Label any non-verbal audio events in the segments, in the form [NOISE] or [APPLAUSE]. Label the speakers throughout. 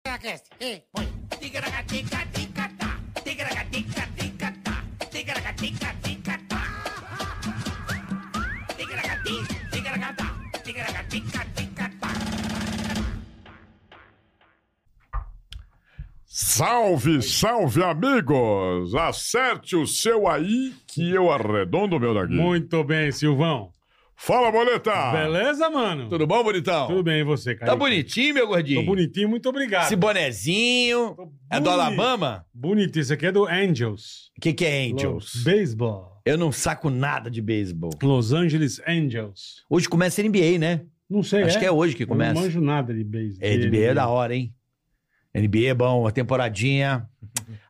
Speaker 1: é
Speaker 2: Ticaracast. Ei, põe.
Speaker 3: Ticaracatica-ticatá, ticaracatica-ticatá, ticaracatica-ticatá. Ticaracati, ticaracatá, ticaracatica-ticatá.
Speaker 4: Salve, salve, amigos! Acerte o seu aí que eu arredondo o meu daqui.
Speaker 5: Muito bem, Silvão.
Speaker 4: Fala, boleta!
Speaker 5: Beleza, mano?
Speaker 6: Ah. Tudo bom, bonitão?
Speaker 5: Tudo bem, e você, cara? é
Speaker 6: Tá bonitinho, meu gordinho?
Speaker 5: Tô bonitinho, muito obrigado.
Speaker 6: Esse bonezinho.
Speaker 5: Tô
Speaker 6: É do
Speaker 5: boni-
Speaker 6: Alabama?
Speaker 5: Bonitinho, isso aqui é do Angels.
Speaker 6: O que, que é Angels?
Speaker 5: Lo- Baseball.
Speaker 6: Eu não saco nada de beisebol.
Speaker 5: Los Angeles Angels.
Speaker 6: Hoje começa a NBA, né?
Speaker 5: Não sei,
Speaker 6: Acho que é hoje que
Speaker 5: Eu não
Speaker 6: começa.
Speaker 5: manjo nada de beisebol.
Speaker 6: É, NBA é da hora, hein? NBA é bom, a
Speaker 5: [LAUGHS]
Speaker 6: temporadinha.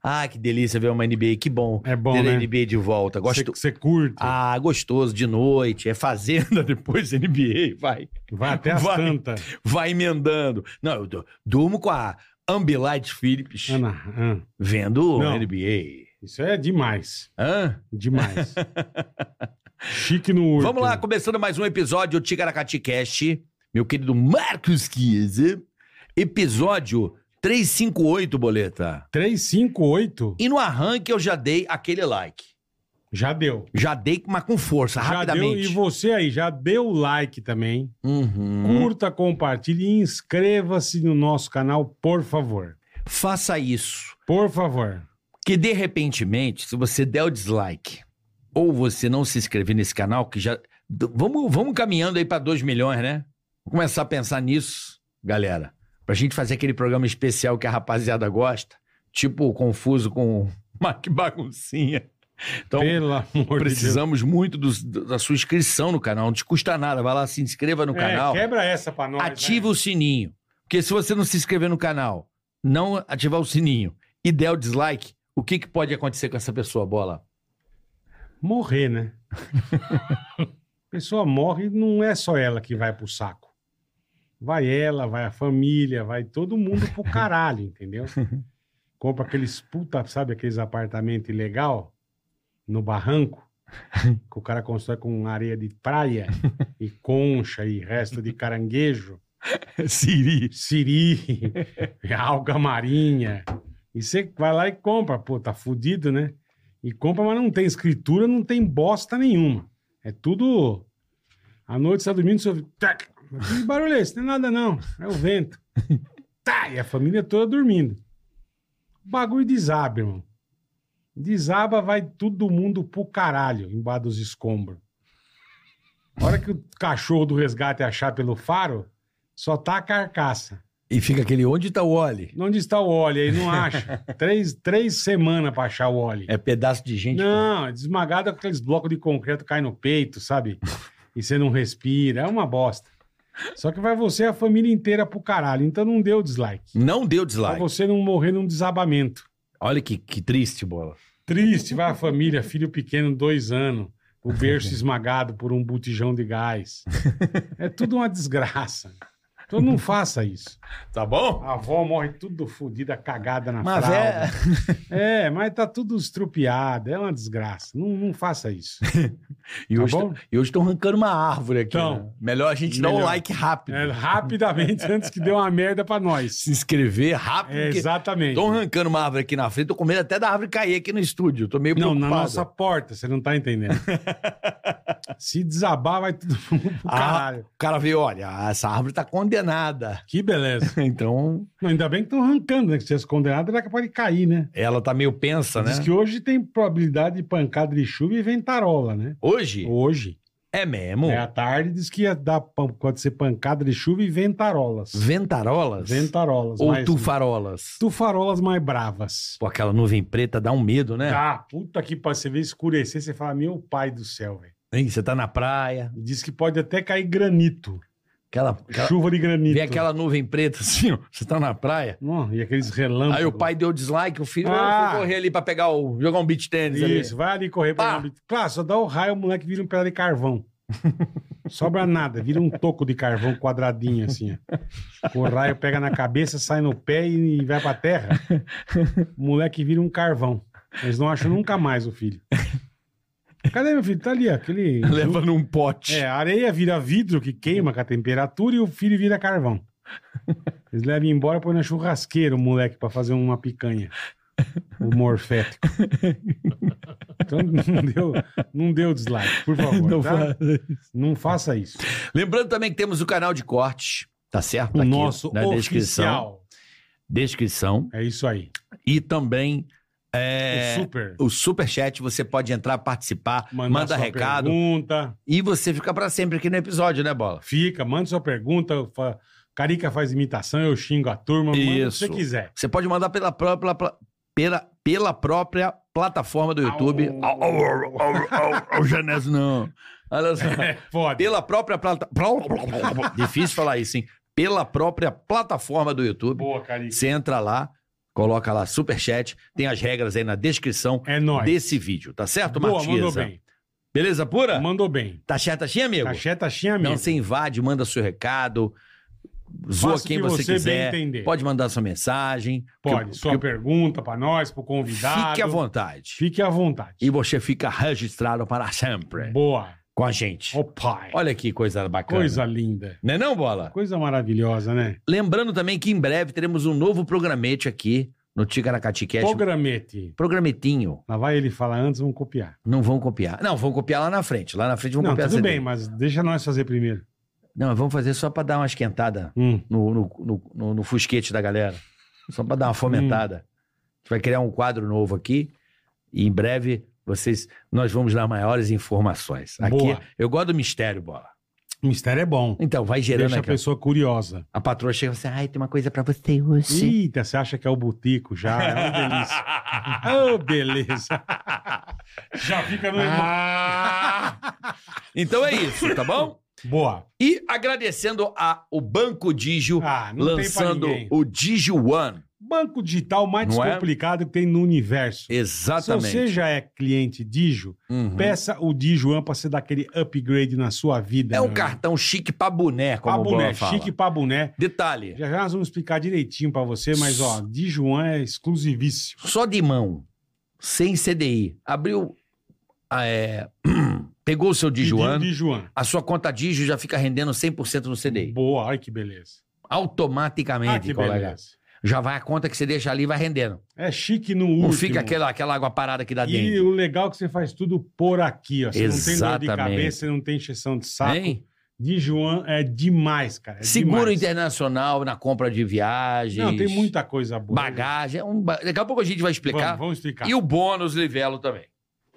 Speaker 6: Ah, que delícia ver uma NBA, que bom.
Speaker 5: É bom,
Speaker 6: ter
Speaker 5: né?
Speaker 6: a NBA de volta. Gosto.
Speaker 5: Você curte.
Speaker 6: Ah, gostoso, de noite. É fazenda [LAUGHS] depois NBA, vai.
Speaker 5: Vai até as
Speaker 6: vai.
Speaker 5: tantas.
Speaker 6: Vai emendando. Não, eu du- durmo com a Ambilight Phillips
Speaker 5: Ana, ah,
Speaker 6: vendo
Speaker 5: Não.
Speaker 6: NBA.
Speaker 5: isso é demais.
Speaker 6: Hã? [LAUGHS]
Speaker 5: Demais. Chique no urso.
Speaker 6: Vamos lá, começando mais um episódio do Ticaracati Cast, meu querido Marcos Kiese. Episódio 358, boleta.
Speaker 5: 358.
Speaker 6: E no arranque eu já dei aquele like.
Speaker 5: Já deu.
Speaker 6: Já dei, mas com força,
Speaker 5: Já deu. E
Speaker 6: rapidamente.
Speaker 5: você aí, já deu o like também.
Speaker 6: Uhum.
Speaker 5: Curta, compartilhe e inscreva-se no nosso canal, por favor.
Speaker 6: Faça isso.
Speaker 5: Por favor.
Speaker 6: Porque de repentemente, se você der o dislike ou você não se inscrever nesse canal, que já. d- Vamos, vamos caminhando aí pra 2 milhões, né? Vamos começar a pensar nisso, galera. Pra gente fazer aquele programa especial que a rapaziada gosta, tipo o Confuso com o [LAUGHS] Mac Baguncinha. Então,
Speaker 5: Pelo amor de
Speaker 6: precisamos muito dos- da sua inscrição no canal. Não te custa nada. Vai lá, se inscreva no
Speaker 5: Deus. É,
Speaker 6: canal.
Speaker 5: quebra essa pra nós. né?
Speaker 6: Ative o sininho. Porque se você não se inscrever no canal, não ativar o sininho e der o dislike, o que, que pode acontecer com essa pessoa, bola?
Speaker 5: Morrer, né? a pessoa morre e não é só ela que vai pro saco. Vai ela, vai a família, vai todo mundo pro caralho, entendeu? Compra aqueles puta, sabe, aqueles apartamentos ilegal no barranco, que o cara constrói com areia de praia e concha e resto de caranguejo.
Speaker 6: Siri.
Speaker 5: siri, [LAUGHS] alga marinha. E você vai lá e compra, pô, tá fudido, né? E compra, mas não tem escritura, não tem bosta nenhuma. É tudo. À noite você tá dormindo, você ouve. Tac, Mas que barulho é esse? Não é nada, não. É o vento. Tá, e a família toda dormindo. O bagulho desaba, irmão. Desaba, vai todo mundo pro caralho, embaixo dos escombros. A hora que o cachorro do resgate achar pelo faro, só tá a carcaça.
Speaker 6: E fica aquele onde tá o Oli?
Speaker 5: Onde está o óleo aí? Não acha. três, três semanas pra achar o óleo.
Speaker 6: É pedaço de gente.
Speaker 5: não, é desmagado com aqueles blocos de concreto cai no peito,
Speaker 6: [LAUGHS]
Speaker 5: sabe? E você não respira. É uma bosta. Só que vai você e a família inteira pro caralho. Então não deu dislike.
Speaker 6: Não deu
Speaker 5: Pra
Speaker 6: dislike.
Speaker 5: você não morrer num desabamento.
Speaker 6: Olha que, que triste, bola.
Speaker 5: Triste, vai a família, filho pequeno, dois anos. O
Speaker 6: [LAUGHS]
Speaker 5: berço esmagado por um botijão de gás. É tudo uma desgraça. Então não faça isso.
Speaker 6: Tá bom?
Speaker 5: A avó morre tudo fodida, cagada na
Speaker 6: Mas
Speaker 5: fralda.
Speaker 6: é,
Speaker 5: É, mas tá tudo estrupiado, é uma desgraça. Não, não faça isso.
Speaker 6: e
Speaker 5: Tá
Speaker 6: hoje,
Speaker 5: bom?
Speaker 6: e hoje estão arrancando uma árvore aqui.
Speaker 5: Então,
Speaker 6: né? Melhor a gente dar um
Speaker 5: melhor.
Speaker 6: like rápido.
Speaker 5: É, rapidamente, antes que dê uma merda pra nós.
Speaker 6: Se inscrever rápido.
Speaker 5: É,
Speaker 6: porque
Speaker 5: exatamente.
Speaker 6: estão arrancando uma árvore aqui na frente. Tô com medo até da árvore cair aqui no estúdio. Tô meio
Speaker 5: Não, na
Speaker 6: é preocupado.
Speaker 5: nossa porta, você não tá
Speaker 6: [LAUGHS]
Speaker 5: entendendo. Se desabar, vai tudo pro
Speaker 6: Ah.
Speaker 5: caralho.
Speaker 6: O cara veio, olha, essa árvore tá condenada. [LAUGHS]
Speaker 5: Que beleza.
Speaker 6: Então,
Speaker 5: Não, ainda bem que estão arrancando, né? Que se tivesse condenado, era capaz de cair, né?
Speaker 6: ela tá meio pensa, né?
Speaker 5: Diz que hoje tem probabilidade de pancada de chuva e ventarola, né?
Speaker 6: Hoje
Speaker 5: Hoje.
Speaker 6: é mesmo.
Speaker 5: É à tarde, diz que ia dar, pan- pode ser pancada de chuva e ventarolas.
Speaker 6: Ventarolas?
Speaker 5: Ventarolas.
Speaker 6: Ou
Speaker 5: mais- um.
Speaker 6: tufarolas?
Speaker 5: Tufarolas mais bravas.
Speaker 6: Pô, aquela nuvem preta dá um medo, né?
Speaker 5: Ah, puta que pariu. Você vê escurecer, você fala, meu pai do céu, velho.
Speaker 6: Hein, Você tá na praia,
Speaker 5: E diz que pode até cair granito.
Speaker 6: aquela, aquela-
Speaker 5: Chuva de granito.
Speaker 6: vem aquela nuvem preta assim, ó. Você tá na praia.
Speaker 5: Não, e aqueles relâmpagos.
Speaker 6: Aí o pai deu dislike, o filho
Speaker 5: Ah.
Speaker 6: foi correr ali pra pegar o. jogar um beat tênis ali. [LAUGHS]
Speaker 5: Isso, vai ali correr pra...
Speaker 6: Pá!
Speaker 5: Claro, só dá o raio, o moleque vira um pedaço de
Speaker 6: [LAUGHS]
Speaker 5: carvão. Sobra nada, vira um toco de carvão quadradinho assim. ó. O raio pega na cabeça, sai no pé e vai pra terra. O moleque vira um carvão. Eles não acham nunca mais o filho. Cadê meu filho? Tá ali, ó,
Speaker 6: [LAUGHS]
Speaker 5: aquele
Speaker 6: Leva num um pote. [LAUGHS]
Speaker 5: É, a areia vira vidro que queima com a temperatura e o filho vira carvão. Eles levam embora e põem na churrasqueira o moleque pra fazer uma picanha. O morfético. Então não deu, não deu dislike, por favor.
Speaker 6: Não
Speaker 5: tá?
Speaker 6: fa-
Speaker 5: Não faça isso.
Speaker 6: Então, [LAUGHS] Lembrando também que temos o canal de cortes, tá certo?
Speaker 5: O
Speaker 6: Aqui
Speaker 5: nosso
Speaker 6: na descrição.
Speaker 5: oficial.
Speaker 6: Descrição.
Speaker 5: É isso aí.
Speaker 6: E também é,
Speaker 5: O super.
Speaker 6: o superchat, você pode entrar, participar,
Speaker 5: Mandar
Speaker 6: manda
Speaker 5: sua
Speaker 6: recado.
Speaker 5: Pergunta.
Speaker 6: E você fica pra sempre aqui no episódio, né, Bola?
Speaker 5: Fica, manda sua pergunta. fa- Carica faz imitação, eu xingo a turma. Manda o que
Speaker 6: Isso.
Speaker 5: você quiser.
Speaker 6: Você pode mandar pela própria, pla- pela, pela própria plataforma do YouTube. Au, au, au, au, au, au, Genésio, não. Olha só.
Speaker 5: [LAUGHS] É, foda.
Speaker 6: Pela própria plataforma. Difícil falar isso, hein? Pela própria plataforma do YouTube.
Speaker 5: Boa, Carica.
Speaker 6: Você entra lá, coloca lá superchat, tem as regras aí na descrição
Speaker 5: É nóis.
Speaker 6: desse vídeo, tá certo,
Speaker 5: Boa, mandou
Speaker 6: Matias?
Speaker 5: bem.
Speaker 6: Beleza pura?
Speaker 5: Mandou bem. tá
Speaker 6: Tá certo assim, amigo?
Speaker 5: Taxé, taxinha
Speaker 6: Então
Speaker 5: mesmo.
Speaker 6: você invade, manda seu recado, zoa
Speaker 5: Faça o
Speaker 6: quem
Speaker 5: que
Speaker 6: você,
Speaker 5: você bem
Speaker 6: quiser,
Speaker 5: entender.
Speaker 6: pode mandar sua mensagem.
Speaker 5: Pode.
Speaker 6: que-
Speaker 5: Sua
Speaker 6: que-
Speaker 5: pergunta pra nós, pro convidado.
Speaker 6: Fique à vontade.
Speaker 5: Fique à vontade.
Speaker 6: E você fica registrado para sempre
Speaker 5: Boa.
Speaker 6: com a gente.
Speaker 5: Ó pai.
Speaker 6: Olha que coisa bacana.
Speaker 5: Coisa linda.
Speaker 6: Não é não, Bola?
Speaker 5: Coisa maravilhosa, né?
Speaker 6: Lembrando também que em breve teremos um novo programete aqui no Ticaracati Cast.
Speaker 5: Programete.
Speaker 6: Programetinho.
Speaker 5: Lá vai ele falar antes, vamos copiar.
Speaker 6: Não vão copiar. Não, vão copiar lá na frente. Lá na frente vão
Speaker 5: Não,
Speaker 6: copiar
Speaker 5: tudo
Speaker 6: essa
Speaker 5: bem,
Speaker 6: ideia.
Speaker 5: mas deixa nós fazer primeiro.
Speaker 6: Não, vamos fazer só pra dar uma esquentada
Speaker 5: Hum.
Speaker 6: no, no, no, no- no fusquete da galera. Só pra dar uma fomentada. A gente vai criar um quadro novo aqui. E em breve vocês, nós vamos dar maiores informações. Aqui,
Speaker 5: Boa.
Speaker 6: eu gosto do mistério, Bola.
Speaker 5: Mistério é bom.
Speaker 6: Então, vai gerando
Speaker 5: Deixa a
Speaker 6: aqui.
Speaker 5: pessoa curiosa.
Speaker 6: A patroa chega e fala assim, ai, tem uma coisa pra você hoje.
Speaker 5: Eita, você acha que é o botico já? É uma
Speaker 6: [LAUGHS]
Speaker 5: delícia. Ô, beleza. [LAUGHS] já fica no
Speaker 6: Ah.
Speaker 5: irmão.
Speaker 6: [LAUGHS] Então é isso, tá bom?
Speaker 5: Boa.
Speaker 6: E agradecendo a, o Banco Digio
Speaker 5: Ah, não
Speaker 6: lançando
Speaker 5: tem pra ninguém.
Speaker 6: o Digio One.
Speaker 5: Banco digital mais
Speaker 6: Não é?
Speaker 5: descomplicado que tem no universo. Se
Speaker 6: Exatamente.
Speaker 5: você já é cliente Digio,
Speaker 6: Uhum.
Speaker 5: peça o Dijuan pra você dar aquele upgrade na sua vida.
Speaker 6: É um
Speaker 5: meu
Speaker 6: cartão chique pra boné,
Speaker 5: Pra
Speaker 6: como o
Speaker 5: boné,
Speaker 6: Bola fala.
Speaker 5: chique pra boné.
Speaker 6: Detalhe,
Speaker 5: Já já nós vamos explicar direitinho pra você, mas ó, Dijuan é exclusivíssimo.
Speaker 6: só de mão, sem CDI, abriu, ah, é, [CLEARS THROAT] pegou o seu
Speaker 5: Pediu
Speaker 6: Digio One,
Speaker 5: Dijuan.
Speaker 6: a sua conta Digio já fica rendendo 100% no CDI.
Speaker 5: Boa, olha que beleza. Ah,
Speaker 6: Automaticamente,
Speaker 5: que
Speaker 6: colega.
Speaker 5: beleza.
Speaker 6: Já vai a conta que você deixa ali e vai rendendo.
Speaker 5: É chique no último.
Speaker 6: Não fica aquela, aquela água parada que dá
Speaker 5: E
Speaker 6: dentro.
Speaker 5: o legal é que você faz tudo por aqui, ó. Você não tem dor de
Speaker 6: Exatamente.
Speaker 5: cabeça, você não tem encheção de saco.
Speaker 6: Hein?
Speaker 5: Dijuan é demais, cara. É
Speaker 6: Seguro
Speaker 5: demais.
Speaker 6: internacional na compra de viagens.
Speaker 5: Não, tem muita coisa boa.
Speaker 6: bagagem. é um ba- Daqui a pouco a gente vai explicar.
Speaker 5: Vamos, vamos explicar.
Speaker 6: E o bônus Livelo também.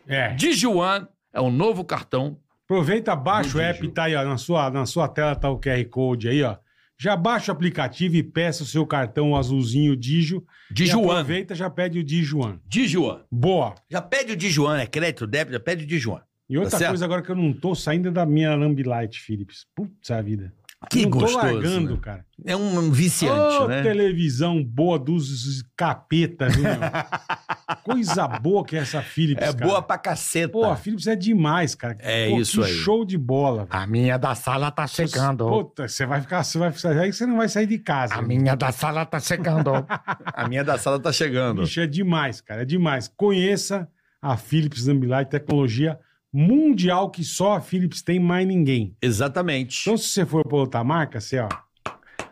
Speaker 5: É.
Speaker 6: Digione é um novo cartão.
Speaker 5: Aproveita, baixa o
Speaker 6: Muito
Speaker 5: app,
Speaker 6: jogo.
Speaker 5: tá aí, ó. Na sua, na sua tela tá o QR Code aí, ó. Já baixa o aplicativo e peça o seu cartão azulzinho Digio. E
Speaker 6: Dijuan.
Speaker 5: Aproveita e já pede o Dijuan.
Speaker 6: Dijuan.
Speaker 5: Boa.
Speaker 6: Já pede o Dijuan, é crédito, débito, já pede o Dijuan.
Speaker 5: E outra
Speaker 6: Tá certo.
Speaker 5: coisa agora que eu não tô saindo da minha Lambi Light, Philips. Putz, a vida.
Speaker 6: Que
Speaker 5: não
Speaker 6: gostoso.
Speaker 5: tô largando,
Speaker 6: né?
Speaker 5: cara.
Speaker 6: É um um viciante,
Speaker 5: Ô,
Speaker 6: né?
Speaker 5: televisão boa dos capeta, viu, meu?
Speaker 6: [LAUGHS]
Speaker 5: coisa boa que é essa Philips,
Speaker 6: É
Speaker 5: cara.
Speaker 6: boa pra caceta.
Speaker 5: Pô, a Philips é demais, cara.
Speaker 6: É
Speaker 5: Pô,
Speaker 6: isso
Speaker 5: que
Speaker 6: aí.
Speaker 5: show de bola, velho.
Speaker 2: A minha da sala tá chegando.
Speaker 5: Puta, você vai ficar, você vai ficar, aí você não vai sair de casa.
Speaker 2: A
Speaker 5: né?
Speaker 2: minha da sala tá chegando.
Speaker 6: [LAUGHS] A minha da sala tá chegando.
Speaker 5: Bicho, é demais, cara, é demais. Conheça a Philips Ambilight, tecnologia mundial que só a Philips tem, mais ninguém.
Speaker 6: Exatamente.
Speaker 5: Então, se você for pra outra marca, você, ó,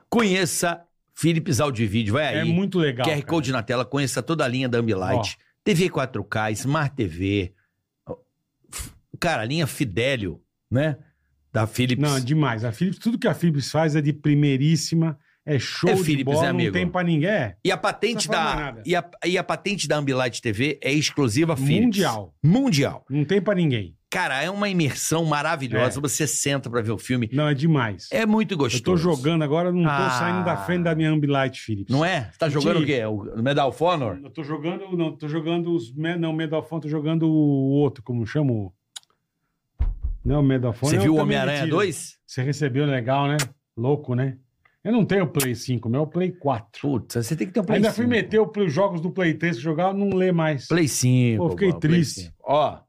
Speaker 6: Conheça Philips Audivídeo, vai aí.
Speaker 5: é muito legal.
Speaker 6: QR
Speaker 5: cara.
Speaker 6: Code na tela, conheça toda a linha da Ambilight, TV 4K, Smart TV, f- cara, a linha Fidelio, né? Da Philips.
Speaker 5: Não, é demais. A Philips, tudo que a Philips faz é de primeiríssima, é show
Speaker 6: É
Speaker 5: de
Speaker 6: Philips,
Speaker 5: bola,
Speaker 6: né,
Speaker 5: não
Speaker 6: amigo?
Speaker 5: tem pra ninguém. É
Speaker 6: E a patente
Speaker 5: Não fala
Speaker 6: da
Speaker 5: nada.
Speaker 6: e a, e a patente da Ambilight TV é exclusiva Philips.
Speaker 5: mundial,
Speaker 6: Mundial.
Speaker 5: não tem pra ninguém.
Speaker 6: Cara, é uma imersão maravilhosa,
Speaker 5: É.
Speaker 6: você senta pra ver o filme.
Speaker 5: Não, é demais.
Speaker 6: É muito
Speaker 5: Eu
Speaker 6: gostoso.
Speaker 5: tô jogando agora, não tô
Speaker 6: Ah.
Speaker 5: saindo da frente da minha Ambilight, Philips.
Speaker 6: Não é? Você tá jogando
Speaker 5: De-
Speaker 6: o quê? O Medal of Honor?
Speaker 5: Eu tô jogando, não, tô jogando os. me- Não, Medalfone, tô jogando o outro, como chama o. Não, Medalfone.
Speaker 6: você
Speaker 5: eu
Speaker 6: viu o
Speaker 5: também
Speaker 6: Homem-Aranha
Speaker 5: retiro.
Speaker 6: 2?
Speaker 5: Você recebeu legal, né? Louco, né? Eu não tenho Play 5, meu é o Play 4.
Speaker 6: Putz, você tem que ter um Play
Speaker 5: Ainda
Speaker 6: 5.
Speaker 5: fui meter o- os jogos do Play 3 que jogava, não lê mais.
Speaker 6: Play 5.
Speaker 5: Pô, fiquei
Speaker 6: mano, Play
Speaker 5: triste.
Speaker 6: 5. Ó,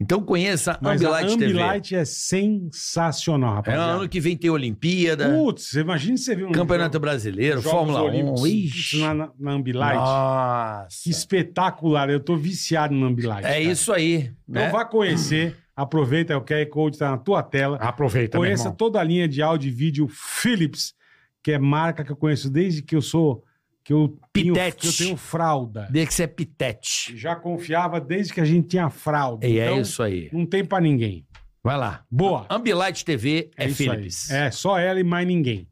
Speaker 6: então conheça a
Speaker 5: Mas
Speaker 6: Ambilight,
Speaker 5: a
Speaker 6: TV.
Speaker 5: Ambilight é sensacional,
Speaker 6: É,
Speaker 5: rapaziada.
Speaker 6: ano que vem tem Olimpíada,
Speaker 5: Putz, imagina você ver um.
Speaker 6: Campeonato
Speaker 5: jogo-
Speaker 6: Brasileiro,
Speaker 5: Jogos
Speaker 6: Fórmula 1.
Speaker 5: Olímpicos,
Speaker 6: Ixi.
Speaker 5: Na, na- na Ambilight. Que
Speaker 6: Nossa.
Speaker 5: espetacular. Eu tô viciado na Ambilight.
Speaker 6: É
Speaker 5: cara.
Speaker 6: isso aí.
Speaker 5: Então
Speaker 6: Né?
Speaker 5: vá conhecer, aproveita, é o QR Code está na tua tela.
Speaker 6: Ah, tá,
Speaker 2: Aproveita, meu
Speaker 5: Conheça
Speaker 2: irmão.
Speaker 5: toda a linha de áudio e vídeo Philips, que é marca que eu conheço desde que eu sou. Que eu, tenho,
Speaker 6: Pitete.
Speaker 5: que eu tenho fralda.
Speaker 6: Desde que você é pitete.
Speaker 5: Já confiava desde que a gente tinha fralda.
Speaker 6: E
Speaker 5: Então,
Speaker 6: é isso aí.
Speaker 5: Não tem pra ninguém.
Speaker 6: Vai lá.
Speaker 5: Boa.
Speaker 6: Ambilight TV é,
Speaker 5: isso aí.
Speaker 6: Philips.
Speaker 5: É, só ela e mais ninguém.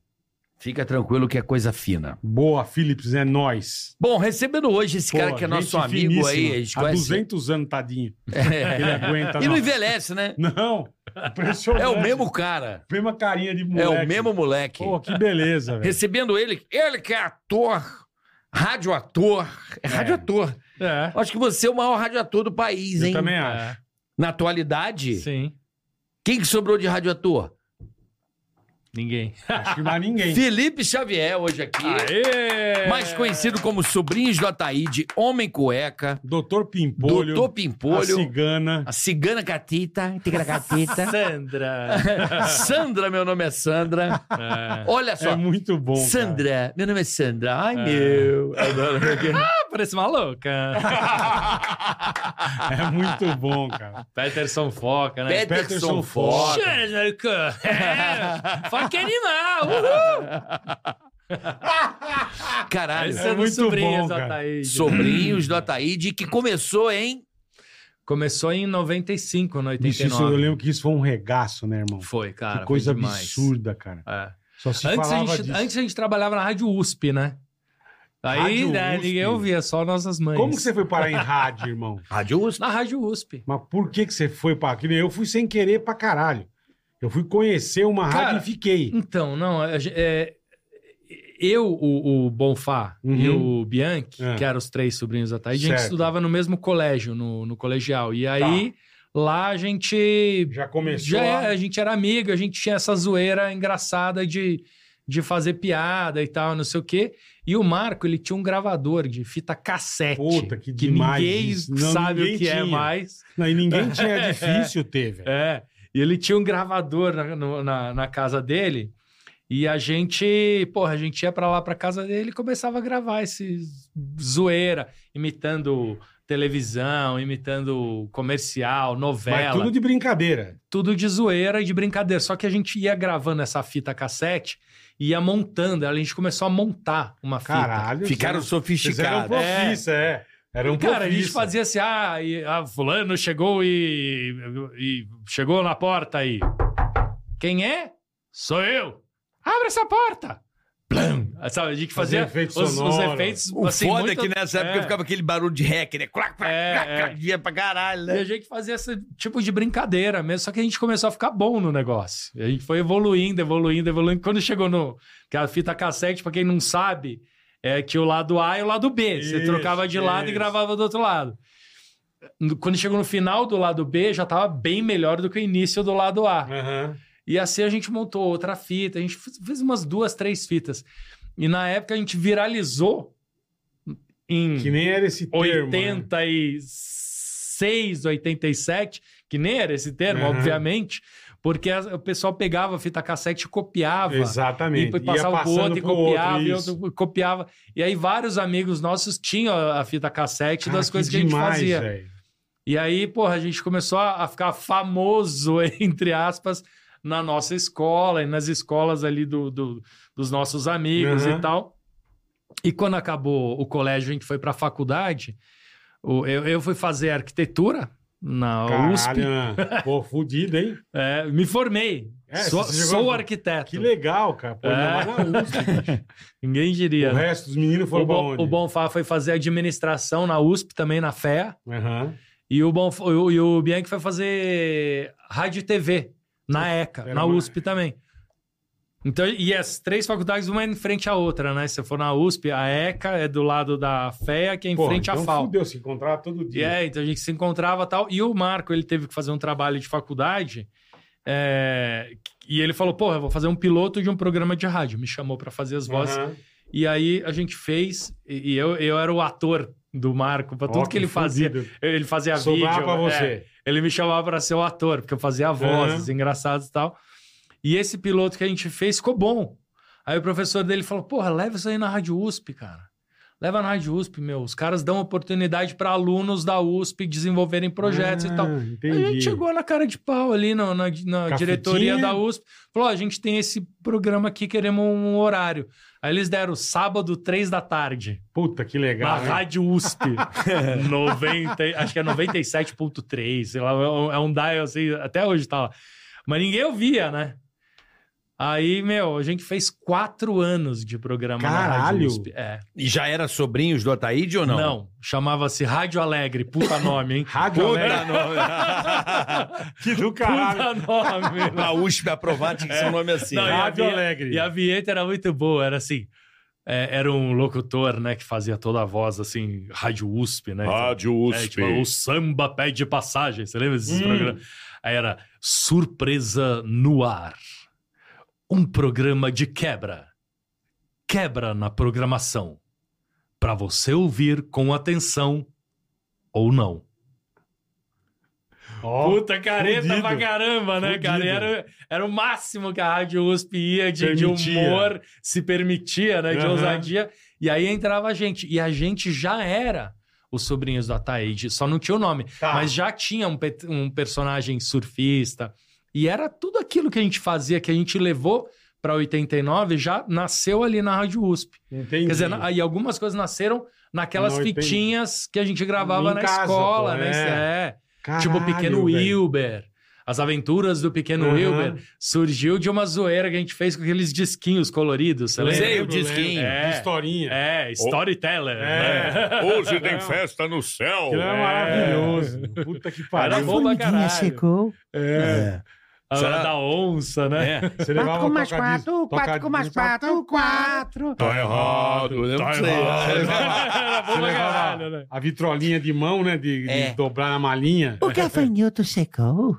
Speaker 6: Fica tranquilo que é coisa fina.
Speaker 5: Boa, Philips, é nós.
Speaker 6: Bom, recebendo hoje esse cara que é nosso amigo aí. A gente
Speaker 5: Há
Speaker 6: conhece. [LAUGHS]
Speaker 5: 200 anos, tadinho.
Speaker 6: É.
Speaker 5: Ele tá aguenta.
Speaker 6: E não
Speaker 5: nós.
Speaker 6: envelhece, né? [LAUGHS]
Speaker 5: Não, impressionante.
Speaker 6: É o mesmo cara.
Speaker 5: Mesma carinha de
Speaker 6: É
Speaker 5: moleque.
Speaker 6: o mesmo moleque.
Speaker 5: Pô, que beleza, velho.
Speaker 6: Recebendo ele, ele que é ator, radioator. É radioator.
Speaker 7: É.
Speaker 6: Acho que você é o maior radioator do país,
Speaker 5: Eu
Speaker 6: hein?
Speaker 5: também acho.
Speaker 7: é.
Speaker 6: Na atualidade,
Speaker 7: Sim.
Speaker 6: quem que sobrou de radioator?
Speaker 7: Ninguém.
Speaker 5: Acho que mais ninguém.
Speaker 6: Felipe Xavier, hoje aqui.
Speaker 7: Aê!
Speaker 6: Mais conhecido como Sobrinhos do Ataíde, Homem Cueca,
Speaker 5: Doutor Pimpolho.
Speaker 6: Doutor
Speaker 5: A
Speaker 6: Pimpolho,
Speaker 5: cigana.
Speaker 6: a Cigana Catita, Tigra Catita.
Speaker 7: Sandra.
Speaker 6: Sandra, meu nome é Sandra.
Speaker 7: É.
Speaker 6: Olha só.
Speaker 5: É muito bom. cara.
Speaker 6: Sandra, meu nome é Sandra. Ai,
Speaker 7: É.
Speaker 6: meu.
Speaker 7: [LAUGHS] Ah, parece uma louca.
Speaker 5: É muito bom,
Speaker 7: [LAUGHS]
Speaker 5: cara.
Speaker 7: Peterson Foca, né?
Speaker 6: Peterson,
Speaker 5: Peterson
Speaker 6: Foca.
Speaker 5: Foca.
Speaker 7: Xereca.
Speaker 6: [LAUGHS]
Speaker 7: É. Foca animal. Uhul.
Speaker 6: Caralho.
Speaker 7: Esse é
Speaker 5: muito
Speaker 7: muito sobrinho,
Speaker 5: bom, cara.
Speaker 6: Sobrinhos do Ataíde, que começou em...
Speaker 7: Começou em 95, no
Speaker 5: Bicho, isso, eu
Speaker 7: 89.
Speaker 5: lembro que isso foi um regaço, né, irmão?
Speaker 7: Foi, cara.
Speaker 5: que coisa
Speaker 7: foi demais.
Speaker 5: absurda, cara.
Speaker 7: É.
Speaker 5: Só se
Speaker 7: Antes a,
Speaker 5: falava
Speaker 7: gente,
Speaker 5: disso.
Speaker 7: antes a gente trabalhava na Rádio USP, né? Aí
Speaker 5: Rádio
Speaker 7: né,
Speaker 5: USP.
Speaker 7: ninguém ouvia, só nossas mães.
Speaker 5: Como que você foi parar em rádio, irmão?
Speaker 6: Rádio USP.
Speaker 7: Na Rádio USP.
Speaker 5: Mas por que, que você foi pra. Que nem eu fui sem querer pra caralho. Eu fui conhecer uma
Speaker 7: Cara,
Speaker 5: rádio e fiquei.
Speaker 7: Então, não, a gen- é, eu, o, o Bonfá
Speaker 5: Uhum.
Speaker 7: e o Bianchi,
Speaker 5: É.
Speaker 7: que eram os três sobrinhos da Thaís, a gente
Speaker 5: Certo.
Speaker 7: estudava no mesmo colégio, no, no colegial. E aí, lá a gente
Speaker 5: Já começou.
Speaker 7: já é,
Speaker 5: a-
Speaker 7: a gente era amigo, a gente tinha essa zoeira engraçada de, de fazer piada e tal, não sei o quê. E o Marco, ele tinha um gravador de fita cassete.
Speaker 5: Puta, que demais
Speaker 7: ninguém
Speaker 5: isso. Não,
Speaker 7: sabe
Speaker 5: ninguém
Speaker 7: o que é
Speaker 5: tinha.
Speaker 7: mais.
Speaker 5: Não, e ninguém tinha difícil, teve.
Speaker 7: [LAUGHS] É. E ele tinha um gravador na, no- na, na casa dele. E a gente, porra, a gente ia pra lá pra casa dele e começava a gravar esses zoeira, imitando televisão, imitando comercial,
Speaker 5: Mas
Speaker 7: novela
Speaker 5: tudo de brincadeira.
Speaker 7: tudo de zoeira e de brincadeira. Só que a gente ia gravando essa fita cassete e ia montando. A gente começou a montar uma fita.
Speaker 5: Caralho.
Speaker 6: Ficaram
Speaker 5: vocês- Vocês eram
Speaker 6: sofisticados.
Speaker 5: profissa, é. Era um
Speaker 7: Cara, a gente
Speaker 5: profissa.
Speaker 7: fazia assim, ah, e, ah, fulano chegou e, e chegou na porta aí. Quem é? Sou eu. Abre essa porta. Plam. Sabe, a gente
Speaker 5: Fazia
Speaker 7: fazia,
Speaker 5: efeito
Speaker 7: os, os
Speaker 5: sonoro.
Speaker 7: efeitos
Speaker 6: O
Speaker 7: assim,
Speaker 6: foda
Speaker 7: muito-
Speaker 6: é que nessa época
Speaker 7: é.
Speaker 6: ficava aquele barulho de hack, né? Clac, clac,
Speaker 7: É,
Speaker 6: clac,
Speaker 7: é.
Speaker 6: clac, dia pra caralho,
Speaker 7: E a
Speaker 6: né?
Speaker 7: gente fazia esse tipo de brincadeira mesmo, só que a gente começou a ficar bom no negócio. E a gente foi evoluindo, evoluindo, evoluindo. Quando chegou no. Que a fita cassete, pra quem não sabe, é que o lado A e o lado B. Você
Speaker 5: Isso,
Speaker 7: trocava de lado
Speaker 5: isso.
Speaker 7: e gravava do outro lado. No- Quando chegou no final do lado B, já tava bem melhor do que o início do lado A.
Speaker 5: Aham.
Speaker 7: E assim a gente montou outra fita, a gente f- fez umas duas, três fitas. E na época a gente viralizou em.
Speaker 5: Que nem era esse termo. né?
Speaker 7: 86, 87, que nem era esse termo,
Speaker 5: Aham.
Speaker 7: obviamente, porque as- o pessoal pegava a fita cassete e copiava. E
Speaker 5: Exatamente.
Speaker 7: depois passava pro outro e copiava, e
Speaker 5: isso.
Speaker 7: outro copiava. E aí vários amigos nossos tinham a a fita cassete
Speaker 5: Cara,
Speaker 7: das coisas que, a gente
Speaker 5: Ah, demais,
Speaker 7: fazia.
Speaker 5: velho.
Speaker 7: E aí, porra, a gente começou a, a ficar famoso, [LAUGHS] entre aspas, na nossa escola e nas escolas ali do, do- dos nossos amigos
Speaker 5: Uhum.
Speaker 7: e tal. E quando acabou o colégio, a gente foi para a faculdade. O- Eu, eu fui fazer arquitetura na USP.
Speaker 5: Caralho, né? pô, fudido, hein?
Speaker 7: É, me formei.
Speaker 5: É,
Speaker 7: sou
Speaker 5: você chegou-
Speaker 7: sou arquiteto.
Speaker 5: Que legal, cara. Pô, ainda
Speaker 7: É.
Speaker 5: mais na USP.
Speaker 7: Ninguém diria.
Speaker 5: O
Speaker 7: né?
Speaker 5: resto dos meninos
Speaker 7: O,
Speaker 5: foram pra
Speaker 7: Bon-
Speaker 5: onde?
Speaker 7: o Bonfá foi fazer administração na USP, também na FEA.
Speaker 5: Aham.
Speaker 7: E o, Bonf... e o- e o Bianchi foi fazer rádio e TV na ECA,
Speaker 5: Era
Speaker 7: na
Speaker 5: uma-
Speaker 7: USP também. Então, e as três faculdades, uma é em frente à outra, né? Se você for na USP, a ECA é do lado da FEA, que é em
Speaker 5: Pô,
Speaker 7: frente à
Speaker 5: então
Speaker 7: FAO.
Speaker 5: Fudeu, se encontrava todo
Speaker 7: E
Speaker 5: dia.
Speaker 7: é, então a gente se encontrava e tal. E o Marco, ele teve que fazer um trabalho de faculdade. é, E ele falou, porra, eu vou fazer um piloto de um programa de rádio. Me chamou pra fazer as vozes.
Speaker 5: Aham.
Speaker 7: E aí a gente fez, e e eu, eu era o ator do Marco, pra tudo
Speaker 5: Ó,
Speaker 7: que ele fazia.
Speaker 5: fudido.
Speaker 7: Ele fazia
Speaker 5: Sobrava
Speaker 7: vídeo.
Speaker 5: pra
Speaker 7: é.
Speaker 5: você.
Speaker 7: Ele me chamava para ser o ator, porque eu fazia vozes engraçadas e tal. E esse piloto que a gente fez ficou bom. Aí o professor dele falou: Porra, leva isso aí na Rádio USP, cara. Leva na Rádio USP, meu. Os caras dão oportunidade para alunos da USP desenvolverem projetos e tal.
Speaker 5: Ah,
Speaker 7: A
Speaker 5: Entendi.
Speaker 7: gente chegou na cara de pau ali na, na- na
Speaker 5: Cafetinha.
Speaker 7: diretoria da USP. Falou: "Ó, a gente tem esse programa aqui, queremos um horário. Aí eles deram sábado, três da tarde,
Speaker 5: Puta, que legal.
Speaker 7: na
Speaker 5: hein?
Speaker 7: Rádio [LAUGHS] USP. 90, e- acho que é 97.3, sei lá, é um, é um dial assim, até hoje tá lá. Mas ninguém ouvia, né? Aí, meu, a gente fez quatro anos de programa na
Speaker 5: Caralho!
Speaker 7: Rádio USP. É.
Speaker 6: E já era sobrinhos do Ataíde ou não?
Speaker 7: Não, chamava-se Rádio Alegre, puta nome, hein?
Speaker 5: [LAUGHS] Rádio
Speaker 6: Puta
Speaker 5: Alegre.
Speaker 6: nome.
Speaker 5: Que do caralho.
Speaker 7: puta [LAUGHS]
Speaker 6: [LAUGHS]
Speaker 7: nome,
Speaker 6: pra USP aprovar tinha que ser um nome assim.
Speaker 7: Não, e a
Speaker 5: Rádio
Speaker 7: vinhe-
Speaker 5: Alegre.
Speaker 7: E a vinheta era muito boa, era assim. é, era um locutor, né, que fazia toda a voz assim, Rádio USP, né?
Speaker 5: Ah,
Speaker 4: Rádio
Speaker 7: É,
Speaker 4: USP.
Speaker 7: tipo, o samba pede passagem, você lembra desses programas? Aí era Surpresa no Ar. Um programa de quebra. Quebra na programação. Pra você ouvir com atenção ou não.
Speaker 5: Ó,
Speaker 7: Puta careta
Speaker 5: fudido.
Speaker 7: pra caramba, né, cara? E
Speaker 5: Fudido.
Speaker 7: era, era o máximo que a Rádio USP ia de, de
Speaker 5: Permitia.
Speaker 7: humor, se permitia, né, de
Speaker 5: Aham.
Speaker 7: ousadia. E aí entrava a gente. E a gente já era os sobrinhos do Ataíde, só não tinha o nome.
Speaker 5: Tá.
Speaker 7: Mas já tinha um, pe- um personagem surfista. E era tudo aquilo que a gente fazia, que a gente levou pra 89, já nasceu ali na Rádio USP.
Speaker 5: Entendi.
Speaker 7: Quer dizer, na- aí algumas coisas nasceram naquelas
Speaker 5: Não, entendi.
Speaker 7: fitinhas que a gente gravava
Speaker 5: Em
Speaker 7: na
Speaker 5: casa,
Speaker 7: escola,
Speaker 5: pô,
Speaker 7: né?
Speaker 5: é.
Speaker 7: É. Tipo, o Pequeno
Speaker 5: Caralho, velho.
Speaker 7: Wilber. As aventuras do Pequeno
Speaker 5: Aham.
Speaker 7: Wilber surgiu de uma zoeira que a gente fez com aqueles disquinhos coloridos, você lembra?
Speaker 6: Sei, o disquinho.
Speaker 5: lembro.
Speaker 7: É.
Speaker 5: De Historinha.
Speaker 7: É, storyteller.
Speaker 5: É.
Speaker 7: né?
Speaker 4: Hoje tem festa no céu.
Speaker 5: Aquilo era maravilhoso. Puta que
Speaker 7: é. Era
Speaker 5: pariu.
Speaker 7: bom pra caralho.
Speaker 1: chegou.
Speaker 6: É.
Speaker 7: A hora
Speaker 6: Será?
Speaker 7: da onça, né? [LAUGHS]
Speaker 5: Você levava
Speaker 1: 4 mais
Speaker 5: toca
Speaker 1: 4,
Speaker 5: disco,
Speaker 1: 4
Speaker 5: toca
Speaker 1: mais 4,
Speaker 5: disco,
Speaker 1: 4.
Speaker 4: Tá errado.
Speaker 6: eu não
Speaker 4: tá
Speaker 6: sei.
Speaker 4: errado.
Speaker 7: Era bom
Speaker 5: Você
Speaker 7: pra
Speaker 5: levava
Speaker 7: caralho, né?
Speaker 5: A vitrolinha de mão, né? De, de
Speaker 6: É.
Speaker 5: dobrar na malinha.
Speaker 1: O gafanhoto chegou.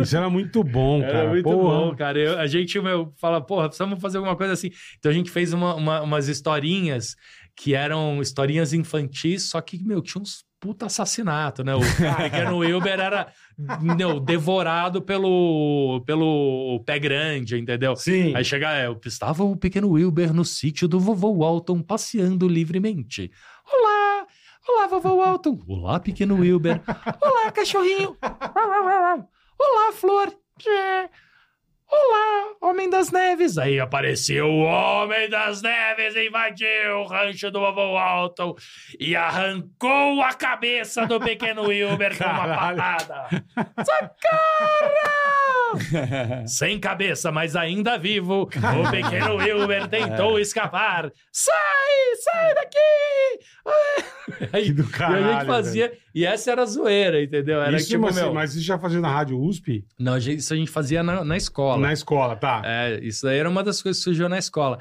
Speaker 5: Isso era muito bom, cara.
Speaker 7: Era muito
Speaker 5: Porra.
Speaker 7: bom, cara. Eu- a gente meu, fala, porra, precisamos fazer alguma coisa assim. Então a gente fez uma- uma- umas historinhas que eram historinhas infantis, só que, meu, tinha uns puta assassinato, né? O pequeno Wilber era meu, devorado pelo, pelo pé grande, entendeu?
Speaker 5: Sim.
Speaker 7: Aí chega, é, estava o pequeno Wilber no sítio do vovô Walton passeando livremente. Olá! Olá, vovô Walton! Olá, pequeno Wilber! Olá, cachorrinho! Olá, flor! Olá, Homem das Neves! Aí apareceu o Homem das Neves, invadiu o rancho do vovô Walton e arrancou a cabeça do pequeno Wilber com uma
Speaker 5: Caralho.
Speaker 7: patada. Socorro! Sem cabeça, mas ainda vivo,
Speaker 5: [LAUGHS]
Speaker 7: o pequeno Wilber tentou
Speaker 5: É.
Speaker 7: escapar. Sai, sai daqui! [LAUGHS] Aí,
Speaker 5: Que do
Speaker 7: e a
Speaker 5: caralho,
Speaker 7: gente fazia, e essa era a zoeira, entendeu? Era
Speaker 5: isso,
Speaker 7: tipo,
Speaker 5: mas,
Speaker 7: meu...
Speaker 5: mas isso já fazia na Rádio USP?
Speaker 7: Não, a gente- isso a gente fazia na, na escola.
Speaker 5: Na escola, tá.
Speaker 7: É, isso daí era uma das coisas que surgiu na escola.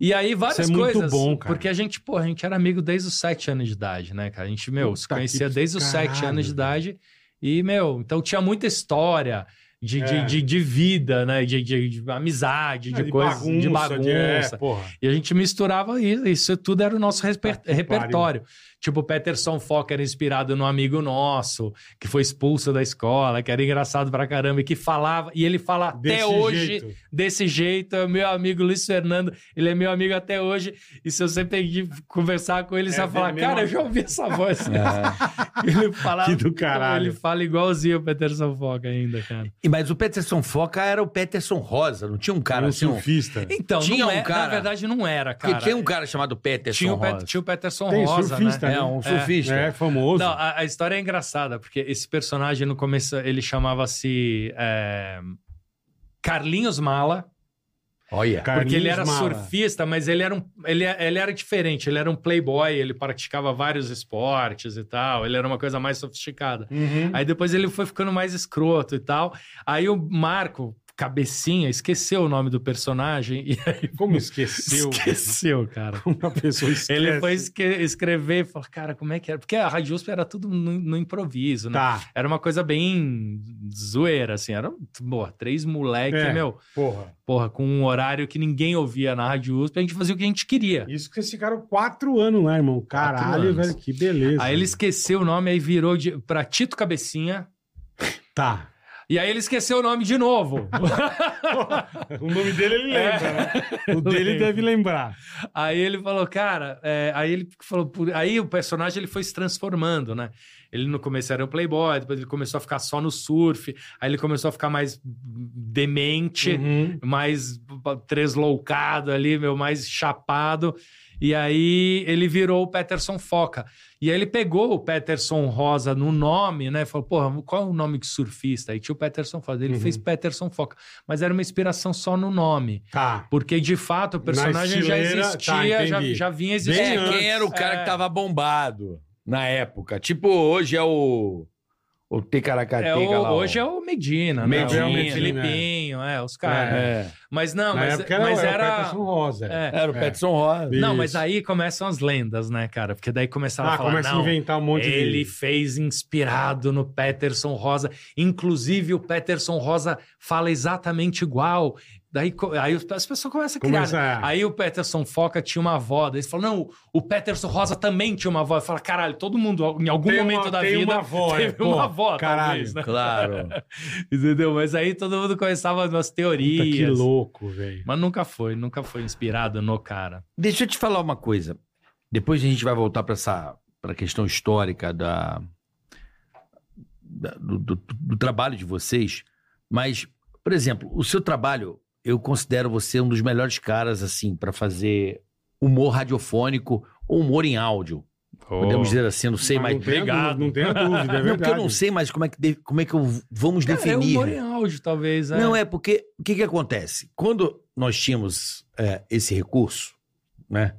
Speaker 7: E aí várias
Speaker 5: é muito
Speaker 7: coisas,
Speaker 5: bom, cara.
Speaker 7: porque a gente, pô, a gente era amigo desde os sete anos de idade, né, cara? A gente, meu, se
Speaker 5: Puta que
Speaker 7: conhecia desde os sete
Speaker 5: caralho,
Speaker 7: anos de
Speaker 5: velho.
Speaker 7: idade e, meu, então tinha muita história de, de,
Speaker 5: É.
Speaker 7: de, de vida, né, de, de, de amizade, de, coisas, de bagunça.
Speaker 5: Ah, de- é, porra.
Speaker 7: E a gente misturava isso, isso tudo era o nosso resper-
Speaker 5: que
Speaker 7: repertório. Tipo, Peterson Fock era inspirado num amigo nosso, que foi expulso da escola, que era engraçado pra caramba, e que falava, e ele fala até
Speaker 5: Desse
Speaker 7: hoje
Speaker 5: jeito.
Speaker 7: desse jeito, é meu amigo Luiz Fernando, ele é meu amigo até hoje, e se eu sempre ir conversar com ele, você
Speaker 5: É,
Speaker 7: vai falar,
Speaker 5: dele mesmo. É.
Speaker 7: cara, eu já ouvi essa
Speaker 5: [LAUGHS]
Speaker 7: voz. [LAUGHS] Ele fala,
Speaker 5: Que do caralho.
Speaker 7: Ele fala igualzinho o Peterson Foca ainda, cara.
Speaker 6: E, Mas o Peterson Foca era o Peterson Rosa, não tinha um cara
Speaker 5: Era um
Speaker 6: assim? um-
Speaker 5: surfista.
Speaker 7: Então,
Speaker 6: Tinha
Speaker 7: não
Speaker 6: um
Speaker 7: é-
Speaker 6: cara-
Speaker 7: na verdade não era,
Speaker 6: Porque
Speaker 7: cara.
Speaker 6: tem um cara chamado Peterson
Speaker 7: tinha o, Pet-
Speaker 6: Rosa.
Speaker 7: tinha o Peterson
Speaker 5: Tem
Speaker 7: Rosa,
Speaker 5: surfista, né?
Speaker 7: né?
Speaker 6: É, um surfista.
Speaker 5: É, famoso.
Speaker 7: Não, a, a história é engraçada, porque esse personagem no começo, ele chamava-se é, Carlinhos Mala,
Speaker 6: Olha.
Speaker 7: Porque ele
Speaker 5: Carlinhos
Speaker 7: era
Speaker 5: Mala.
Speaker 7: surfista, mas ele era, um, ele, ele era diferente. Ele era um playboy, ele praticava vários esportes e tal. Ele era uma coisa mais sofisticada.
Speaker 5: Uhum.
Speaker 7: Aí depois ele foi ficando mais escroto e tal. Aí o Marco, cabecinha, esqueceu o nome do personagem e [LAUGHS]
Speaker 5: Como esqueceu?
Speaker 7: esqueceu, cara.
Speaker 5: Como a pessoa esquece.
Speaker 7: [LAUGHS] Ele foi esque- escrever e falou, cara, como é que era? Porque a Rádio USP era tudo no, no improviso, né?
Speaker 5: Tá,
Speaker 7: Era uma coisa bem zoeira, assim. Eram, boa, três moleques,
Speaker 5: É.
Speaker 7: meu
Speaker 5: porra.
Speaker 7: porra, com um horário que ninguém ouvia na Rádio USP, a gente fazia o que a gente queria.
Speaker 5: Isso que eles ficaram quatro anos lá, irmão. Caralho,
Speaker 7: anos.
Speaker 5: velho, que beleza.
Speaker 7: [LAUGHS] Aí ele esqueceu o nome, aí virou de, pra Tito Cabecinha.
Speaker 5: Tá.
Speaker 7: E aí ele esqueceu o nome de novo.
Speaker 5: O nome dele ele lembra, né? O dele
Speaker 7: Lembra.
Speaker 5: deve lembrar.
Speaker 7: Aí ele falou, cara, é, aí ele falou, por- aí o personagem ele foi se transformando, né? Ele no começo era o playboy, depois ele começou a ficar só no surf, aí ele começou a ficar mais demente,
Speaker 5: Uhum.
Speaker 7: mais tresloucado ali, meu, mais chapado. E aí ele virou o Peterson Foca. E aí ele pegou o Peterson Rosa no nome, né? Falou, porra, qual é o nome de surfista? Aí tinha o Peterson Foca. Ele
Speaker 5: Uhum.
Speaker 7: fez Peterson Foca. Mas era uma inspiração só no nome.
Speaker 5: Tá.
Speaker 7: Porque, de fato, o personagem já
Speaker 5: estileira,
Speaker 7: existia,
Speaker 5: tá, entendi.
Speaker 7: já, já vinha
Speaker 5: Bem
Speaker 6: É,
Speaker 7: existindo.
Speaker 6: quem era o cara que tava bombado na época? Tipo, hoje é o. O Ticaracateca
Speaker 7: É o-
Speaker 6: lá.
Speaker 7: hoje é o Medina, né?
Speaker 6: Medina,
Speaker 7: O
Speaker 6: Medina,
Speaker 7: Filipinho, é, os caras.
Speaker 6: É.
Speaker 7: Mas não,
Speaker 5: Na
Speaker 7: mas,
Speaker 5: época era,
Speaker 7: mas
Speaker 5: era o
Speaker 7: era.
Speaker 5: Peterson Rosa.
Speaker 7: é.
Speaker 6: Era o
Speaker 5: É.
Speaker 6: Peterson Rosa.
Speaker 7: Não,
Speaker 5: Isso.
Speaker 7: mas aí começam as lendas, né, cara? Porque daí começaram
Speaker 5: Ah,
Speaker 7: a falar,
Speaker 5: começa a
Speaker 7: não,
Speaker 5: inventar um monte
Speaker 7: ele
Speaker 5: de...
Speaker 7: fez inspirado no Peterson Rosa. Inclusive, o Peterson Rosa fala exatamente igual. Daí co- aí as pessoas começam a criar. né?
Speaker 5: Começa a-
Speaker 7: Aí o Peterson Foca tinha uma avó. Daí eles falam, não, o Peterson Rosa também tinha uma avó. Fala, caralho, todo mundo, em algum
Speaker 5: Tem uma-
Speaker 7: momento da
Speaker 5: tem
Speaker 7: vida,
Speaker 5: uma avó, é,
Speaker 7: [LAUGHS] teve
Speaker 5: pô,
Speaker 7: uma avó,
Speaker 5: caralho.
Speaker 7: talvez, né?
Speaker 6: Claro.
Speaker 7: Entendeu? Mas aí todo mundo começava umas
Speaker 5: Puta,
Speaker 7: teorias.
Speaker 5: que louco, velho.
Speaker 7: Mas nunca foi, nunca foi inspirado no cara.
Speaker 6: Deixa eu te falar uma coisa. Depois a gente vai voltar para essa pra questão histórica da, da- do, do- do trabalho de vocês. Mas, por exemplo, o seu trabalho, eu considero você um dos melhores caras assim para fazer humor radiofônico ou humor em áudio. Podemos dizer assim, não sei
Speaker 5: Oh. Mas
Speaker 6: mais.
Speaker 5: Não tenha
Speaker 7: Obrigado.
Speaker 5: dú- não tenha dúvida, é
Speaker 7: [LAUGHS]
Speaker 6: Não, porque
Speaker 5: verdade.
Speaker 6: eu não sei mais como é que, deve- como é que eu, vamos
Speaker 7: Cara, é
Speaker 6: definir.
Speaker 7: humor em áudio, talvez. é.
Speaker 6: Não, é porque o que, que acontece? Quando nós tínhamos é, esse recurso, né?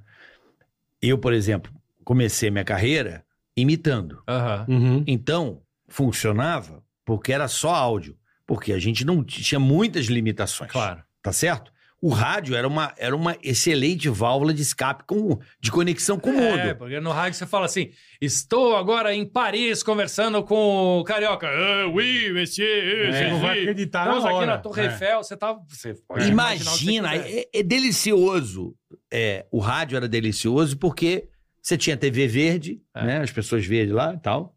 Speaker 6: Eu, por exemplo, comecei minha carreira imitando.
Speaker 7: Aham.
Speaker 5: Uhum.
Speaker 6: Então, funcionava porque era só áudio. Porque a gente não t- tinha muitas limitações.
Speaker 7: Claro.
Speaker 6: Tá certo? O rádio era uma, era uma excelente válvula de escape com, de conexão com o mundo.
Speaker 7: É, porque no rádio você fala assim: estou agora em Paris conversando com o carioca. Ah, oui, monsieur, ah,
Speaker 6: É.
Speaker 5: Você É, não vai
Speaker 7: acreditar.
Speaker 5: acreditar
Speaker 7: Estamos
Speaker 5: na hora.
Speaker 7: aqui na Torre Eiffel, você tá. Você pode imaginar o
Speaker 6: Imagina,
Speaker 7: que você quiser.
Speaker 6: é, é delicioso. É, o rádio era delicioso porque você tinha TV verde,
Speaker 7: É.
Speaker 6: né? As pessoas verdes lá e tal.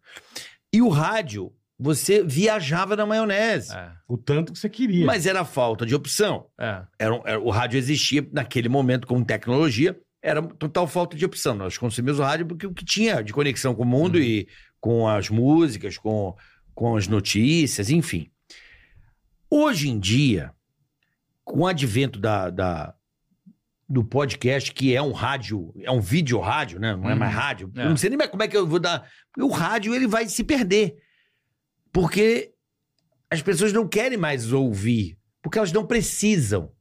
Speaker 6: E o rádio, você viajava na maionese.
Speaker 5: O tanto que você queria.
Speaker 6: Mas era falta de opção.
Speaker 7: É, é.
Speaker 6: Era, um- era- o rádio existia naquele momento como tecnologia, era total falta de opção. Nós consumimos o rádio porque o que tinha de conexão com o
Speaker 7: Uhum.
Speaker 6: mundo e com as músicas, com, com as notícias, enfim. Hoje em dia, com o advento da, da- do podcast, que é um rádio, é um vídeo rádio, né? Não é
Speaker 7: Uhum.
Speaker 6: mais rádio.
Speaker 7: É.
Speaker 6: Eu não sei nem mais como é que eu vou dar. O rádio ele vai se perder. Porque as pessoas não querem mais ouvir, porque elas não precisam.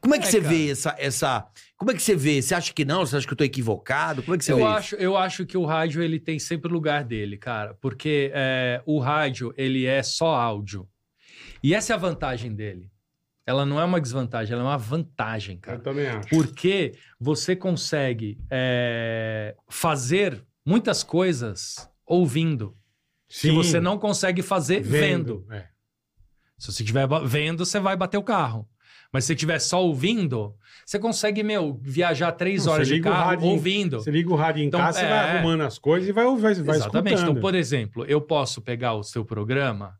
Speaker 6: Como é que
Speaker 7: É,
Speaker 6: você
Speaker 7: cara.
Speaker 6: vê essa, essa. Como é que você vê? Você acha que não? Você acha que eu tô equivocado? Como é que você vê?
Speaker 7: Eu
Speaker 6: isso?
Speaker 7: acho, eu acho que o rádio ele tem sempre o lugar dele, cara, porque é, o rádio ele é só áudio. E essa é a vantagem dele. Ela não é uma desvantagem, ela é uma vantagem, cara.
Speaker 5: Eu também acho.
Speaker 7: Porque você consegue é, fazer muitas coisas ouvindo
Speaker 5: Se
Speaker 7: que você não consegue fazer vendo.
Speaker 5: É.
Speaker 7: Se você estiver ba- vendo, você vai bater o carro. Mas se você estiver só ouvindo, você consegue, meu, viajar três
Speaker 5: Não,
Speaker 7: horas
Speaker 5: você
Speaker 7: de
Speaker 5: liga o
Speaker 7: carro
Speaker 5: rádio em-
Speaker 7: ouvindo.
Speaker 5: Você liga o rádio em
Speaker 7: Então,
Speaker 5: casa, você
Speaker 7: é.
Speaker 5: vai arrumando as coisas e vai, vai, vai
Speaker 7: Exatamente.
Speaker 5: escutando.
Speaker 7: Então, por exemplo, eu posso pegar o seu programa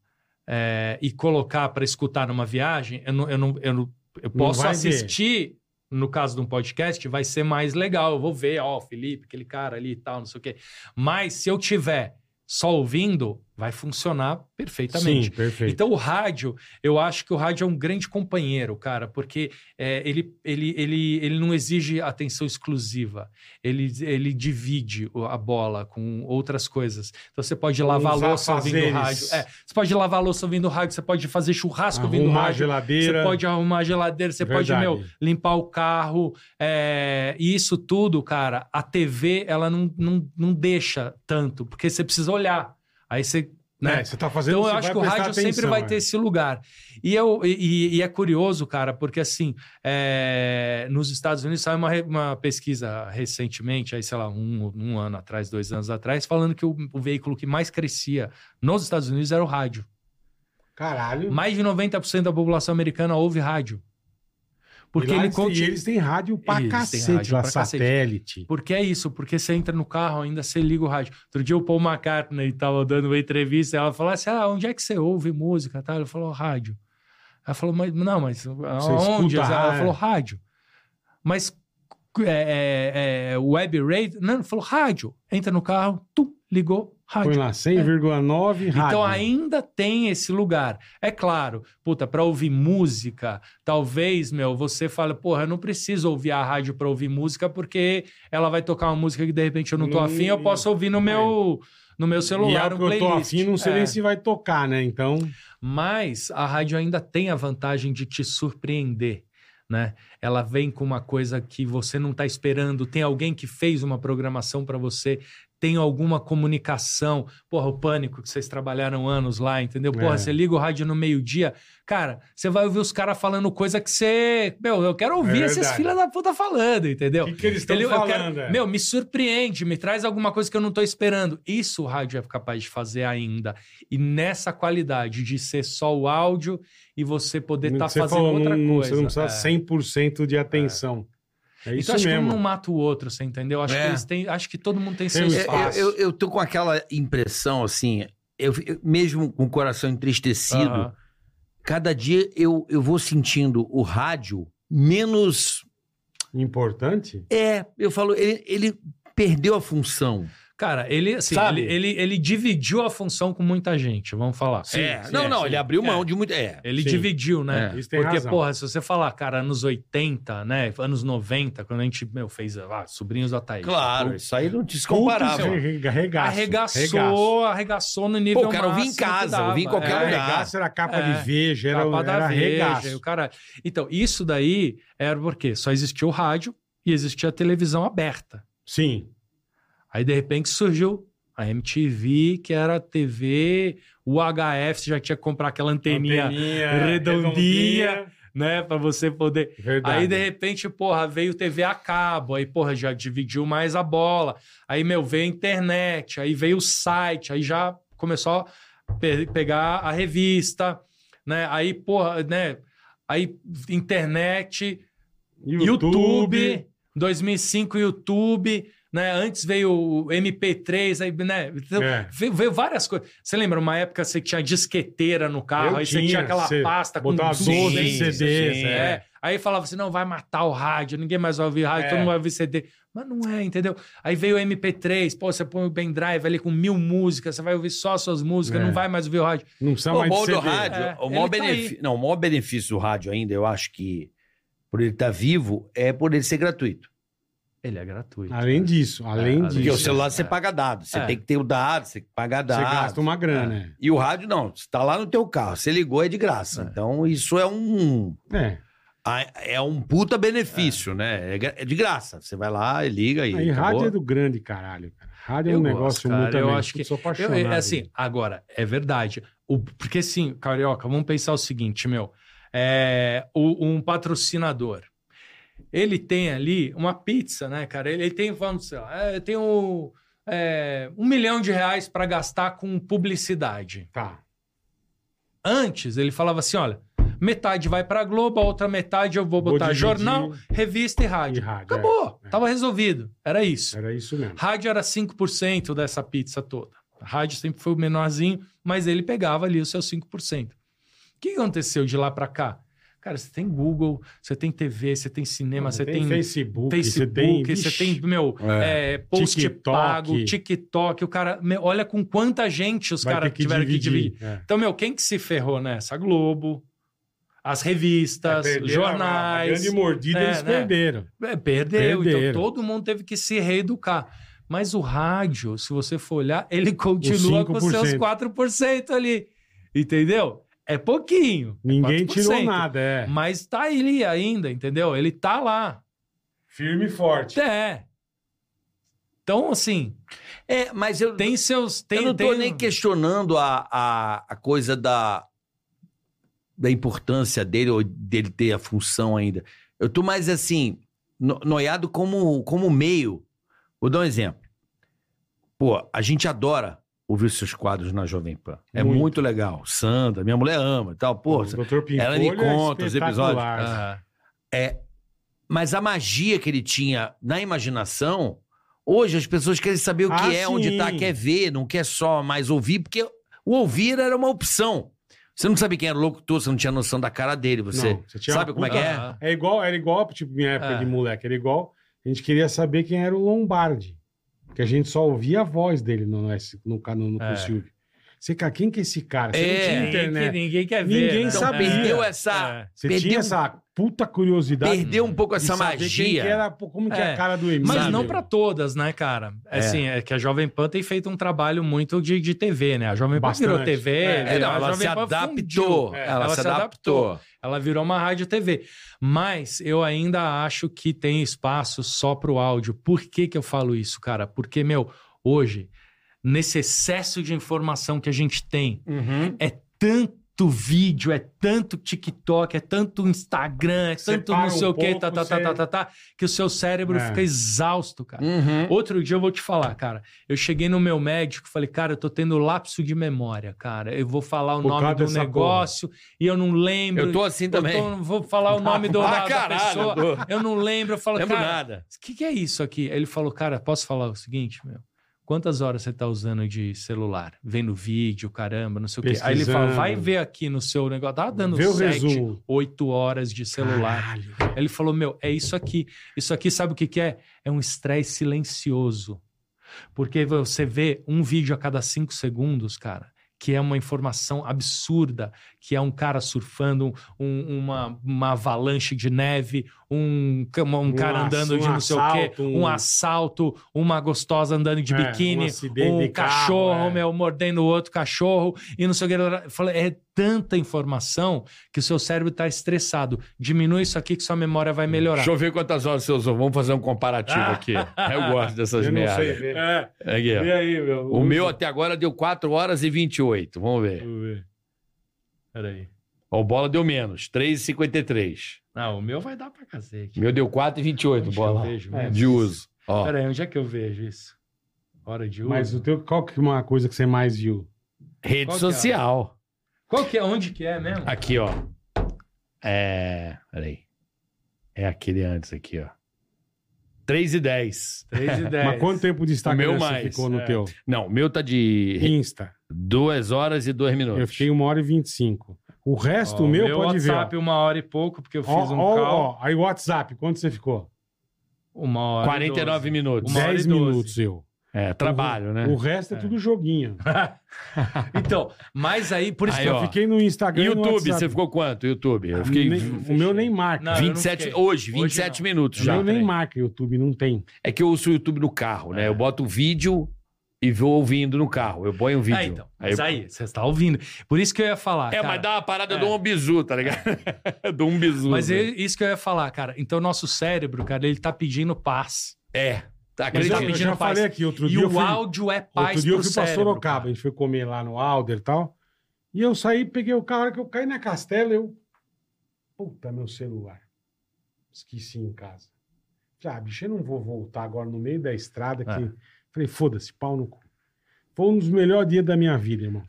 Speaker 7: é, e colocar para escutar numa viagem. Eu, não, eu, não, eu, não- eu posso
Speaker 5: vai ver.
Speaker 7: assistir, no caso de um podcast, vai ser mais legal. Eu vou ver, ó, o Felipe, aquele cara ali e tal, não sei o quê. Mas se eu tiver só ouvindo, vai funcionar perfeitamente.
Speaker 5: Sim, perfeito.
Speaker 7: Então, o rádio, eu acho que o rádio é um grande companheiro, cara, porque é, ele, ele, ele, ele não exige atenção exclusiva. Ele, ele divide o- a bola com outras coisas. Então, você pode lavar a
Speaker 5: os
Speaker 7: louça ouvindo
Speaker 5: afazeres.
Speaker 7: rádio. É, você pode lavar a louça ouvindo rádio, você pode fazer churrasco Então, tá ouvindo
Speaker 5: Arrumar a
Speaker 7: rádio.
Speaker 5: geladeira.
Speaker 7: Você pode arrumar a geladeira, você pode,
Speaker 5: Verdade.
Speaker 7: meu, limpar o carro. é, E isso tudo, cara, a TV, ela não, não, não deixa tanto, porque você precisa olhar. Aí você. Né?
Speaker 5: É, você tá fazendo...
Speaker 7: Então
Speaker 5: você
Speaker 7: eu acho
Speaker 5: vai
Speaker 7: que o
Speaker 5: prestar
Speaker 7: rádio sempre
Speaker 5: atenção,
Speaker 7: vai
Speaker 5: é.
Speaker 7: ter esse lugar. E, eu, e, e é curioso, cara, porque assim, é, nos Estados Unidos saiu uma, re- uma pesquisa recentemente, aí sei lá, um, um ano atrás, dois anos atrás, falando que o, o veículo que mais crescia nos Estados Unidos era o rádio.
Speaker 5: Caralho.
Speaker 7: Mais de 90% da população americana ouve rádio. Porque
Speaker 5: e lá
Speaker 7: ele
Speaker 5: eles, têm-
Speaker 7: conti-
Speaker 5: e eles têm rádio pra
Speaker 7: Eles têm
Speaker 5: cacete,
Speaker 7: rádio
Speaker 5: lá,
Speaker 7: pra cacete.
Speaker 5: satélite.
Speaker 7: Porque é isso, porque você entra no carro ainda, você liga o rádio. Outro dia o Paul McCartney estava dando uma entrevista, ela falou assim, ah, onde é que você ouve música? Tá? Ele falou, rádio. Ela falou, mas não, mas onde?
Speaker 5: escuta ah, é.
Speaker 7: Ela
Speaker 5: rádio.
Speaker 7: falou, rádio. Mas é, é, é, web radio? Não, ele falou, rádio. Entra no carro, tu ligou, rádio.
Speaker 5: Põe lá, 100,9 rádio.
Speaker 7: é. Então ainda tem esse lugar. É claro, puta, pra ouvir música, talvez, meu, você fala, porra, eu não preciso ouvir a rádio pra ouvir música, porque ela vai tocar uma música que de repente eu não tô
Speaker 5: Não-
Speaker 7: afim, eu posso ouvir no meu, no meu
Speaker 5: e é
Speaker 7: celular,
Speaker 5: o
Speaker 7: um
Speaker 5: que eu tô
Speaker 7: playlist.
Speaker 5: afim, não sei
Speaker 7: É.
Speaker 5: nem se vai tocar, né? Então,
Speaker 7: Mas a rádio ainda tem a vantagem de te surpreender. Né? Ela vem com uma coisa que você não está esperando. Tem alguém que fez uma programação para você, tem alguma comunicação. Porra, o pânico que vocês trabalharam anos lá, entendeu? Porra,
Speaker 5: É.
Speaker 7: você liga o rádio no meio-dia, cara, você vai ouvir os caras falando coisa que você. Meu, eu quero ouvir
Speaker 5: É
Speaker 7: esses
Speaker 5: verdade.
Speaker 7: filhos da puta falando, entendeu?
Speaker 5: o que, que eles estão
Speaker 7: Entendeu? Eu quero-
Speaker 5: falando? é?
Speaker 7: Meu, me surpreende, me traz alguma coisa que eu não tô esperando. Isso o rádio é capaz de fazer ainda. E nessa qualidade de ser só o áudio e você poder estar
Speaker 5: Você
Speaker 7: fazendo
Speaker 5: falou,
Speaker 7: outra
Speaker 5: não-
Speaker 7: coisa.
Speaker 5: Você não precisa
Speaker 7: É.
Speaker 5: 100% de atenção. É, isso
Speaker 7: então acho
Speaker 5: mesmo.
Speaker 7: que um não mata o outro, você entendeu? Acho,
Speaker 6: É.
Speaker 7: que, eles têm, acho que é todo mundo tem seu
Speaker 5: Tem um
Speaker 6: Eu,
Speaker 7: espaço.
Speaker 6: eu, eu tô com aquela impressão, assim, eu, eu- mesmo com o coração entristecido,
Speaker 7: Aham.
Speaker 6: cada dia eu, eu vou sentindo o rádio menos.
Speaker 5: Importante?
Speaker 6: É, eu falo, ele, ele perdeu a função.
Speaker 7: Cara, ele, assim,
Speaker 6: Sabe?
Speaker 7: ele, ele, ele dividiu a função com muita gente, vamos falar.
Speaker 6: é, não, não, ele abriu mão de muito. É.
Speaker 7: Ele
Speaker 5: Sim.
Speaker 7: dividiu, né?
Speaker 5: Isso tem
Speaker 7: Porque,
Speaker 5: razão.
Speaker 7: porra, se você falar, cara, anos 80, né? Anos 90, quando a gente, meu, fez, ah, Sobrinhos da Thaís.
Speaker 6: Claro, isso aí não descomparava.
Speaker 5: Puta, isso é regaço,
Speaker 7: Arregaçou,
Speaker 5: regaço.
Speaker 7: arregaçou no nível
Speaker 6: Pô, o cara ouvia em
Speaker 7: máximo que
Speaker 6: casa,
Speaker 7: dava.
Speaker 6: ouvia em qualquer
Speaker 7: É,
Speaker 6: lugar.
Speaker 5: Regaço era capa
Speaker 7: É.
Speaker 5: de veja, era,
Speaker 7: capa da
Speaker 5: era
Speaker 7: Veja,
Speaker 5: regaço.
Speaker 7: o cara... Então, isso daí era porque só existia o rádio e existia a televisão aberta.
Speaker 5: Sim.
Speaker 7: Aí, de repente, surgiu a MTV, que era a TV, o HF, você já tinha que comprar aquela anteninha, redondinha. né? Pra você poder...
Speaker 5: Verdade.
Speaker 7: Aí, de repente, porra, veio TV a cabo, aí, porra, já dividiu mais a bola. Aí, meu, veio a internet, aí veio o site, aí já começou a pe- pegar a revista, né? Aí, porra, né? Aí, internet, YouTube, 2005 YouTube, né? Antes veio o MP3, aí, né? Então,
Speaker 5: É.
Speaker 7: Veio, veio várias coisas. Você lembra uma época que você tinha disqueteira no carro,
Speaker 5: Eu
Speaker 7: aí você
Speaker 5: tinha,
Speaker 7: tinha aquela
Speaker 5: você
Speaker 7: pasta com
Speaker 5: botava
Speaker 7: 12
Speaker 5: 12
Speaker 7: CDs,
Speaker 5: CDs,
Speaker 7: é.
Speaker 5: é.
Speaker 7: Aí falava assim: não, vai matar o rádio, ninguém mais vai ouvir rádio,
Speaker 5: É.
Speaker 7: todo mundo vai ouvir CD. Mas não é, entendeu? Aí veio o MP3, pô, você põe o pendrive ali com mil músicas, você vai ouvir só suas músicas,
Speaker 5: É.
Speaker 7: não vai mais ouvir o rádio.
Speaker 5: Não precisa
Speaker 6: O
Speaker 5: mais de
Speaker 6: maior do
Speaker 5: CD.
Speaker 6: rádio,
Speaker 7: É,
Speaker 6: o,
Speaker 7: ele
Speaker 6: maior
Speaker 7: tá
Speaker 6: benefício, não, o maior benefício do rádio ainda, eu acho que, por ele estar vivo, é por ele ser gratuito.
Speaker 7: Ele é gratuito.
Speaker 5: Além disso, além
Speaker 7: É, além
Speaker 5: disso.
Speaker 6: Porque o
Speaker 7: Isso,
Speaker 6: celular você
Speaker 7: é.
Speaker 6: paga dado, você
Speaker 7: É.
Speaker 6: tem que ter o dado, você
Speaker 5: Você
Speaker 6: paga dado.
Speaker 5: gasta uma grana.
Speaker 6: E o rádio não, está lá no teu carro, você ligou é de graça.
Speaker 7: É.
Speaker 6: Então isso é um
Speaker 5: É.
Speaker 6: a- é um puta benefício, né? É gra- É de graça. Você vai lá e liga e
Speaker 5: Aí
Speaker 6: acabou.
Speaker 5: rádio é do grande caralho, cara. Rádio é
Speaker 7: Eu
Speaker 5: um
Speaker 7: gosto,
Speaker 5: negócio
Speaker 7: cara,
Speaker 5: muito
Speaker 7: eu
Speaker 5: ameno.
Speaker 7: acho que-
Speaker 5: sou
Speaker 7: Eu,
Speaker 5: apaixonado.
Speaker 7: é assim, agora, é verdade. O- porque sim, Carioca, vamos pensar o seguinte, meu. É, o- um patrocinador. Ele tem ali uma pizza, né, cara? Ele, ele tem, vamos sei lá, é, tem um, é, um milhão de reais para gastar com publicidade.
Speaker 5: Tá.
Speaker 7: Antes, ele falava assim, olha, metade vai pra Globo, a outra metade eu vou
Speaker 5: Vou
Speaker 7: botar
Speaker 5: dividir
Speaker 7: jornal, revista e
Speaker 5: de
Speaker 7: rádio.
Speaker 5: rádio.
Speaker 7: Acabou,
Speaker 5: é.
Speaker 7: tava resolvido. Era isso.
Speaker 5: Era isso mesmo.
Speaker 7: Rádio era 5% dessa pizza toda. Rádio sempre foi o menorzinho, mas ele pegava ali os seus 5%. O que aconteceu de lá pra cá? Cara, você tem Google, você tem TV, você tem cinema, você tem,
Speaker 5: Facebook, você tem...
Speaker 7: Facebook, você tem,
Speaker 5: Vixe.
Speaker 7: meu, é, post
Speaker 5: TikTok.
Speaker 7: pago, TikTok. O cara, meu, olha com quanta gente os
Speaker 5: Vai
Speaker 7: caras
Speaker 5: ter
Speaker 7: tiveram que dividir.
Speaker 5: É.
Speaker 7: Então, meu, quem que se ferrou nessa? A Globo, as
Speaker 5: Vai
Speaker 7: revistas,
Speaker 5: perder a- A
Speaker 7: jornais.
Speaker 5: grande mordida
Speaker 7: É,
Speaker 5: eles
Speaker 7: né?
Speaker 5: perderam.
Speaker 7: É, perdeu,
Speaker 5: Perderam.
Speaker 7: então todo mundo teve que se reeducar. Mas o rádio, se você for olhar, ele continua com
Speaker 5: 5%.
Speaker 7: seus 4% ali. Entendeu? É pouquinho. é
Speaker 5: Ninguém
Speaker 7: 4%,
Speaker 5: tirou nada, é.
Speaker 7: Mas tá ali ainda, entendeu? Ele tá lá.
Speaker 5: Firme e forte.
Speaker 7: É. Então, assim,
Speaker 6: É, mas eu,
Speaker 7: tem seus. Tem,
Speaker 6: eu não tô
Speaker 7: tem- um-
Speaker 6: nem questionando a, a, a coisa da, da importância dele ou dele ter a função ainda. Eu tô mais assim, no- noiado como, como meio. Vou dar um exemplo. Pô, a gente adora ouvir seus quadros na Jovem Pan. É
Speaker 5: Muito.
Speaker 6: muito, legal.
Speaker 7: Uhum.
Speaker 6: Sandra, minha mulher ama e tal. Pô,
Speaker 5: Doutor Pimpolho
Speaker 6: ela me
Speaker 5: é
Speaker 6: conta os episódios.
Speaker 5: espetacular.
Speaker 7: Ah,
Speaker 6: É, Mas a magia que ele tinha na imaginação, hoje as pessoas querem saber o que
Speaker 5: Ah,
Speaker 6: é, onde tá,
Speaker 5: sim.
Speaker 6: quer ver, não quer só mais ouvir, porque o ouvir era uma opção. Você não sabia quem era o locutor, você não tinha noção da cara dele, você,
Speaker 5: Não, você tinha
Speaker 6: sabe
Speaker 5: uma
Speaker 6: como é que
Speaker 7: puta-
Speaker 6: é?
Speaker 7: Ah.
Speaker 5: É igual, era igual, tipo, minha época
Speaker 7: É.
Speaker 5: de moleque, era igual. A gente queria saber quem era o Lombardi. Porque a gente só ouvia a voz dele no, S- no, ca- no, no com o
Speaker 7: É.
Speaker 5: Silvio. Você, cara, quem que é esse cara? Você
Speaker 6: É.
Speaker 5: não tinha
Speaker 7: Ninguém, que-
Speaker 5: internet.
Speaker 7: ninguém quer ver.
Speaker 5: Ninguém
Speaker 7: né?
Speaker 5: sabia.
Speaker 6: Então, Perdeu
Speaker 7: É.
Speaker 6: essa-
Speaker 5: Você
Speaker 6: Perdeu-
Speaker 5: tinha essa puta curiosidade.
Speaker 6: Perdeu um pouco
Speaker 5: de
Speaker 6: essa
Speaker 5: saber Quem que
Speaker 6: magia.
Speaker 5: era, pô, como que é a
Speaker 7: É.
Speaker 5: cara do Emílio?
Speaker 7: Mas
Speaker 6: Sabe?
Speaker 7: não pra todas, né, cara?
Speaker 6: É.
Speaker 7: Assim, é que a Jovem Pan tem feito um trabalho muito de, de TV, né? A Jovem Pan
Speaker 5: Bastante.
Speaker 7: virou TV,
Speaker 5: É,
Speaker 6: É,
Speaker 7: virou-
Speaker 6: não,
Speaker 7: a
Speaker 6: ela
Speaker 7: Jovem
Speaker 6: se
Speaker 7: Pan
Speaker 6: adaptou.
Speaker 7: fundiu.
Speaker 6: Ela, se adaptou.
Speaker 7: Ela virou uma rádio TV. Mas eu ainda acho que tem espaço só pro áudio. Por que, que eu falo isso, cara? Porque, meu, hoje, nesse excesso de informação que a gente tem,
Speaker 5: Uhum.
Speaker 7: é tanto vídeo, é tanto TikTok, é tanto Instagram, é
Speaker 5: Você
Speaker 7: tanto
Speaker 5: para
Speaker 7: não sei
Speaker 5: um
Speaker 7: o quê,
Speaker 5: pouco,
Speaker 7: tá, tá, tá,
Speaker 5: você-
Speaker 7: tá, tá, tá, que o seu cérebro
Speaker 5: É.
Speaker 7: fica exausto, cara.
Speaker 6: Uhum.
Speaker 7: Outro dia eu vou te falar, cara. Eu cheguei no meu médico e falei, cara, eu tô tendo lapso de memória, cara. Eu vou falar o
Speaker 5: Por
Speaker 7: nome
Speaker 5: causa
Speaker 7: do
Speaker 5: dessa
Speaker 7: negócio e eu não lembro.
Speaker 6: Eu tô assim também.
Speaker 7: Eu tô- vou falar o nome do
Speaker 6: [LAUGHS] Ah,
Speaker 7: da
Speaker 6: caralho,
Speaker 7: pessoa.
Speaker 6: tô.
Speaker 7: Eu não lembro. Eu falo,
Speaker 6: Lembro
Speaker 7: cara,
Speaker 6: nada.
Speaker 7: o que, que é isso aqui? Ele falou, cara, posso falar o seguinte, meu? Quantas horas você tá usando de celular? Vendo vídeo, caramba, não sei o quê. Aí ele fala,
Speaker 5: Pesquisando.
Speaker 7: vai ver aqui no seu negócio. Tava dando
Speaker 5: Vê o
Speaker 7: sete,
Speaker 5: resumo.
Speaker 7: oito horas de celular.
Speaker 5: Caralho.
Speaker 7: Ele falou: Meu, é isso aqui. Isso aqui, sabe o que, que é? É um estresse silencioso. Porque você vê um vídeo a cada cinco segundos, cara, que é uma informação absurda, que é um cara surfando, um- uma, uma avalanche de neve, um, ca- um
Speaker 5: Um
Speaker 7: cara
Speaker 5: ass-
Speaker 7: andando de
Speaker 5: um
Speaker 7: não sei o quê,
Speaker 5: assalto, um-
Speaker 7: um assalto, uma gostosa andando de
Speaker 5: É, um
Speaker 7: biquíni,
Speaker 5: acidente
Speaker 7: um
Speaker 5: de carro,
Speaker 7: cachorro,
Speaker 5: é.
Speaker 7: meu, mordendo o outro cachorro, e não sei o que. Eu falei, é tanta informação que o seu cérebro está estressado. Diminui isso aqui que sua memória vai melhorar.
Speaker 6: Deixa eu ver quantas horas você usou. Vamos fazer um comparativo aqui. Eu gosto dessas
Speaker 5: Ah. [LAUGHS] Eu não sei
Speaker 6: merdas.
Speaker 5: ver.
Speaker 6: Aqui, ó.
Speaker 7: É.
Speaker 5: Vê É, aí, meu.
Speaker 6: O meu até agora deu 4 horas e 28. Vamos ver.
Speaker 5: Vamos ver.
Speaker 7: Peraí.
Speaker 6: Ó, o bola deu menos, 3,53.
Speaker 7: Não, o meu vai dar pra cacete.
Speaker 6: O meu deu 4,28,
Speaker 7: Onde
Speaker 6: bola.
Speaker 7: que eu vejo
Speaker 5: É.
Speaker 7: isso?
Speaker 6: De uso. Ó.
Speaker 7: Peraí, onde é que eu vejo isso? Hora de uso?
Speaker 5: Mas o teu, qual que é uma coisa que você mais viu?
Speaker 6: Rede
Speaker 7: Qual que é?
Speaker 6: social.
Speaker 7: Qual que é? Onde que é [LAUGHS] mesmo?
Speaker 6: Aqui, ó. É. Peraí. É aquele antes aqui, ó. 3 e 10.
Speaker 7: 3 e 10.
Speaker 5: Mas quanto tempo de Instagram
Speaker 6: O meu
Speaker 5: você
Speaker 6: mais,
Speaker 5: ficou no
Speaker 7: é.
Speaker 5: teu?
Speaker 6: Não, o meu tá de
Speaker 5: Insta.
Speaker 6: 2 horas e 2 minutos.
Speaker 5: Eu fiquei uma hora e vinte e cinco. O resto,
Speaker 7: Ó,
Speaker 5: o meu, pode
Speaker 7: WhatsApp,
Speaker 5: ver.
Speaker 7: uma hora e pouco, porque eu
Speaker 5: Ó,
Speaker 7: fiz um
Speaker 5: ó,
Speaker 7: call.
Speaker 5: ó, aí o WhatsApp, quanto você ficou?
Speaker 7: Uma
Speaker 6: É,
Speaker 7: hora.
Speaker 6: 49 minutos.
Speaker 7: Uma hora e
Speaker 5: dez
Speaker 7: doze.
Speaker 5: minutos eu.
Speaker 6: É, trabalho, né?
Speaker 5: O resto é,
Speaker 7: É.
Speaker 5: tudo joguinho.
Speaker 7: Então, mas aí, por isso
Speaker 6: Aí,
Speaker 7: que eu
Speaker 6: ó.
Speaker 7: fico.
Speaker 5: Fiquei no Instagram e no
Speaker 6: YouTube,
Speaker 5: WhatsApp.
Speaker 6: você ficou quanto? YouTube? Eu fiquei
Speaker 5: Nem- O meu nem marca.
Speaker 7: Não, eu
Speaker 6: 27
Speaker 7: fiquei.
Speaker 6: hoje,
Speaker 7: Hoje
Speaker 6: 27
Speaker 7: não.
Speaker 6: minutos
Speaker 5: o
Speaker 6: já.
Speaker 5: meu nem
Speaker 6: Peraí.
Speaker 5: marca YouTube, não tem.
Speaker 6: É que eu uso o YouTube no carro, né?
Speaker 7: É.
Speaker 6: Eu boto o vídeo e vou ouvindo no carro. Eu ponho o vídeo.
Speaker 7: Ah, então.
Speaker 6: Aí
Speaker 7: Mas
Speaker 6: eu-
Speaker 7: aí, você está ouvindo. Por isso que eu ia falar.
Speaker 6: É,
Speaker 7: cara.
Speaker 6: mas dá uma parada
Speaker 7: é.
Speaker 6: do um bizu, tá ligado? [LAUGHS] do um bizu.
Speaker 7: Mas
Speaker 6: né?
Speaker 7: é isso que eu ia falar, cara. Então, nosso cérebro, cara, ele tá pedindo paz.
Speaker 6: É. Tá,
Speaker 7: Mas
Speaker 5: Mas
Speaker 6: aquele
Speaker 7: tá
Speaker 5: eu,
Speaker 6: tá
Speaker 5: eu
Speaker 7: pedindo
Speaker 5: já
Speaker 7: paz.
Speaker 5: falei aqui outro
Speaker 7: E
Speaker 5: dia. eu
Speaker 7: o
Speaker 5: fui-
Speaker 7: áudio é
Speaker 5: Outro
Speaker 7: paz
Speaker 5: dia eu
Speaker 7: pro
Speaker 5: fui pra
Speaker 7: cérebro.
Speaker 5: Sorocaba, é a
Speaker 7: cara.
Speaker 5: gente foi comer lá no Alder e tal. E eu saí, peguei o carro, a hora que eu caí na castela, eu. Puta, meu celular. Esqueci em casa. Falei, ah, bicho, eu não vou voltar agora no meio da estrada. Que...
Speaker 7: É.
Speaker 5: Falei, foda-se, pau no cu. Foi um dos melhores dias da minha vida,
Speaker 7: [LAUGHS]
Speaker 5: irmão.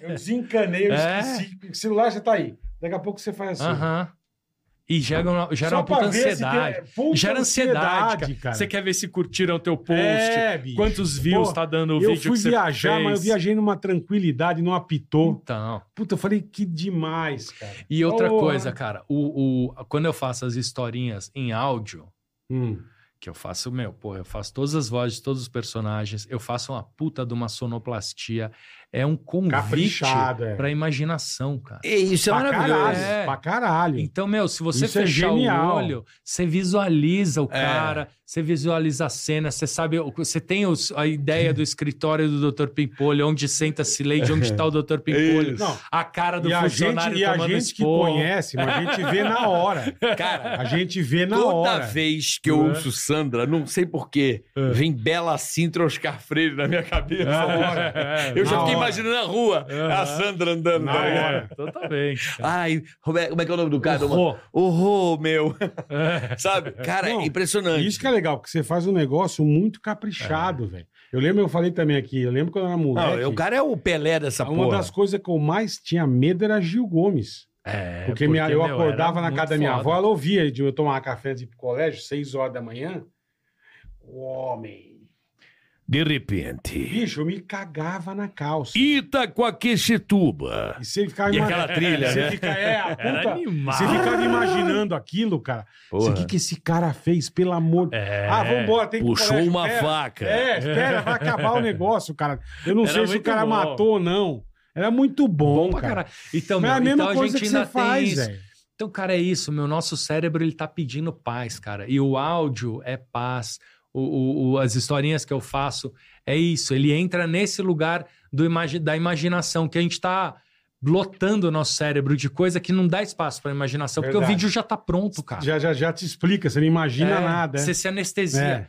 Speaker 5: eu desencanei, eu
Speaker 7: É?
Speaker 5: esqueci. O celular já tá aí. Daqui a pouco você faz assim.
Speaker 7: Aham. E gera uma, gera
Speaker 5: Só
Speaker 7: uma
Speaker 5: pra
Speaker 7: puta
Speaker 5: ver se
Speaker 7: ansiedade.
Speaker 5: tem- é, puta
Speaker 7: Gera ansiedade, cara.
Speaker 5: cara.
Speaker 7: Você quer ver se curtiram teu post?
Speaker 5: É, bicho.
Speaker 7: Quantos views
Speaker 5: Pô,
Speaker 7: tá dando o
Speaker 5: eu
Speaker 7: vídeo
Speaker 5: fui
Speaker 7: que você
Speaker 5: viajar,
Speaker 7: fez?
Speaker 5: mas eu viajei numa tranquilidade, não apitou.
Speaker 7: Então.
Speaker 5: Puta, eu falei que demais, cara.
Speaker 7: E outra
Speaker 5: Porra.
Speaker 7: coisa, cara. O, o- quando eu faço as historinhas em áudio,
Speaker 5: Hum.
Speaker 7: que eu faço, meu, porra, eu faço todas as vozes, todos os personagens, eu faço uma puta de uma sonoplastia. É um convite
Speaker 5: Caprichado, é.
Speaker 7: pra imaginação, cara.
Speaker 6: É, isso é
Speaker 5: pra
Speaker 6: maravilhoso.
Speaker 5: caralho,
Speaker 7: É.
Speaker 5: pra caralho.
Speaker 7: Então, meu, se você
Speaker 5: Isso é
Speaker 7: fechar o
Speaker 5: genial.
Speaker 7: olho, você visualiza o
Speaker 6: É.
Speaker 7: cara, você visualiza a cena, você sabe, o- você tem os- a ideia do escritório do Dr. Pimpolho, onde senta-se Lady, onde está o
Speaker 6: [LAUGHS] É
Speaker 7: Dr. Pimpolho,
Speaker 5: Não,
Speaker 7: a cara do
Speaker 5: e a gente,
Speaker 7: funcionário
Speaker 5: e a
Speaker 7: tomando
Speaker 5: gente que
Speaker 7: esporro.
Speaker 5: conhece, mas a gente vê na hora.
Speaker 7: [LAUGHS]
Speaker 6: Cara,
Speaker 5: A gente vê na
Speaker 6: toda
Speaker 5: hora.
Speaker 6: vez que eu
Speaker 5: Não é?
Speaker 6: ouço Sandra, não sei porquê, vem Bela Sintra Oscar Freire na minha cabeça.
Speaker 4: Ah.
Speaker 7: [LAUGHS]
Speaker 6: eu já
Speaker 5: na
Speaker 6: fiquei
Speaker 5: hora.
Speaker 6: imaginando na rua a Sandra andando.
Speaker 5: Na
Speaker 6: tá ligado?
Speaker 5: hora.
Speaker 7: é, Totalmente.
Speaker 6: Ai, Roberto, como é que é o nome do cara?
Speaker 7: Horror.
Speaker 6: Horror, meu. [LAUGHS] Sabe? Cara,
Speaker 5: Não,
Speaker 6: é impressionante.
Speaker 5: Isso que é legal, porque você faz um negócio muito
Speaker 7: É.
Speaker 5: caprichado, velho. Eu lembro, eu falei também aqui, eu lembro quando eu era
Speaker 6: Não, é,
Speaker 5: moleque.
Speaker 6: o cara é o Pelé dessa
Speaker 5: uma
Speaker 6: porra.
Speaker 5: das coisas que eu mais tinha medo era Gil Gomes.
Speaker 7: É,
Speaker 5: Porque, minha, eu
Speaker 7: meu,
Speaker 5: acordava
Speaker 7: era
Speaker 5: na casa
Speaker 7: muito
Speaker 5: da minha
Speaker 7: foda.
Speaker 5: avó, ela ouvia de eu tomar café antes de ir pro colégio, 6 horas da manhã. O homem.
Speaker 6: De repente,
Speaker 5: Bicho, eu me cagava na calça.
Speaker 6: Itaquaquecetuba.
Speaker 5: E você ficava
Speaker 6: E
Speaker 5: ima-
Speaker 6: aquela trilha,
Speaker 5: você
Speaker 6: né?
Speaker 5: Fica, é, a
Speaker 7: Era
Speaker 5: puta.
Speaker 7: animal.
Speaker 5: Você ficava imaginando aquilo, cara. Você, O que, que esse cara fez, pelo amor de
Speaker 7: É.
Speaker 5: Ah, vambora, tem que ir pro
Speaker 6: Puxou
Speaker 5: colégio,
Speaker 6: uma
Speaker 5: pera.
Speaker 6: faca.
Speaker 5: É, espera, vai acabar o negócio, cara. Eu não
Speaker 7: Era
Speaker 5: sei se o
Speaker 7: muito
Speaker 5: cara
Speaker 7: bom.
Speaker 5: matou ou não. Era muito bom,
Speaker 7: Bom pra
Speaker 5: cara.
Speaker 7: caralho. Então,
Speaker 5: Mas é a
Speaker 7: meu,
Speaker 5: mesma
Speaker 7: então a
Speaker 5: coisa
Speaker 7: gente
Speaker 5: que
Speaker 7: ainda
Speaker 5: você
Speaker 7: tem
Speaker 5: faz,
Speaker 7: isso.
Speaker 5: velho.
Speaker 7: Então, cara, é isso. Meu nosso cérebro ele tá pedindo paz, cara. E o áudio é paz. O, o- o- as historinhas que eu faço é isso. Ele entra nesse lugar do imagi- da imaginação que a gente tá lotando o nosso cérebro de coisa que não dá espaço para imaginação, porque o
Speaker 5: Verdade.
Speaker 7: vídeo já tá pronto, cara.
Speaker 5: Já, já, já te explica, você não imagina
Speaker 7: É,
Speaker 5: nada.
Speaker 7: Você
Speaker 5: é.
Speaker 7: se anestesia.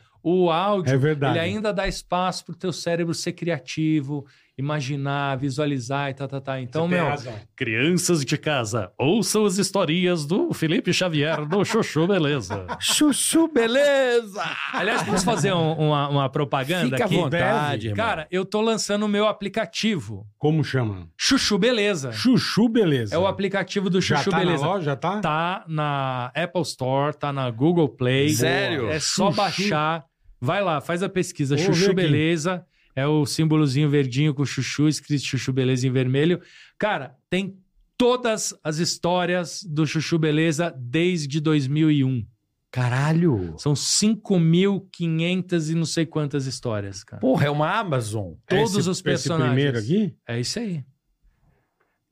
Speaker 5: É,
Speaker 7: O áudio
Speaker 5: é verdade.
Speaker 7: ele ainda dá espaço pro teu cérebro ser criativo, imaginar, visualizar e tá, tá, tá. Então,
Speaker 5: Você tem
Speaker 7: meu,
Speaker 5: razão.
Speaker 7: Crianças de casa, ouçam as historinhas do Felipe Xavier no Chuchu Beleza.
Speaker 6: Chuchu, beleza!
Speaker 7: [LAUGHS] Aliás, posso fazer um- uma, uma propaganda
Speaker 6: Fica à
Speaker 7: aqui?
Speaker 6: vontade, irmão.
Speaker 7: Cara, eu tô lançando o meu aplicativo,
Speaker 5: Como chama?
Speaker 7: Chuchu Beleza.
Speaker 5: Chuchu, beleza.
Speaker 7: É o aplicativo do
Speaker 5: Já
Speaker 7: Chuchu
Speaker 5: tá
Speaker 7: Beleza.
Speaker 5: na loja, já tá?
Speaker 7: Tá na Apple Store, tá na Google Play.
Speaker 6: Sério?
Speaker 7: É só
Speaker 5: Chuchu.
Speaker 7: baixar. Vai lá, faz a pesquisa.
Speaker 5: Vou ver
Speaker 7: Chuchu
Speaker 5: aqui.
Speaker 7: Beleza. É o símbolozinho verdinho com chuchu, escrito Chuchu Beleza em vermelho. Cara, tem todas as histórias do Chuchu Beleza desde 2001.
Speaker 6: Caralho!
Speaker 7: São 5.500 e não sei quantas histórias, cara.
Speaker 6: Porra, é uma Amazon.
Speaker 7: todos
Speaker 5: É Esse-
Speaker 7: os personagens.
Speaker 5: Esse primeiro aqui?
Speaker 7: É isso aí.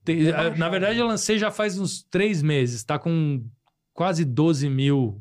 Speaker 7: Tem- ah, na verdade, eu lancei já faz uns três meses. Tá com quase 12 mil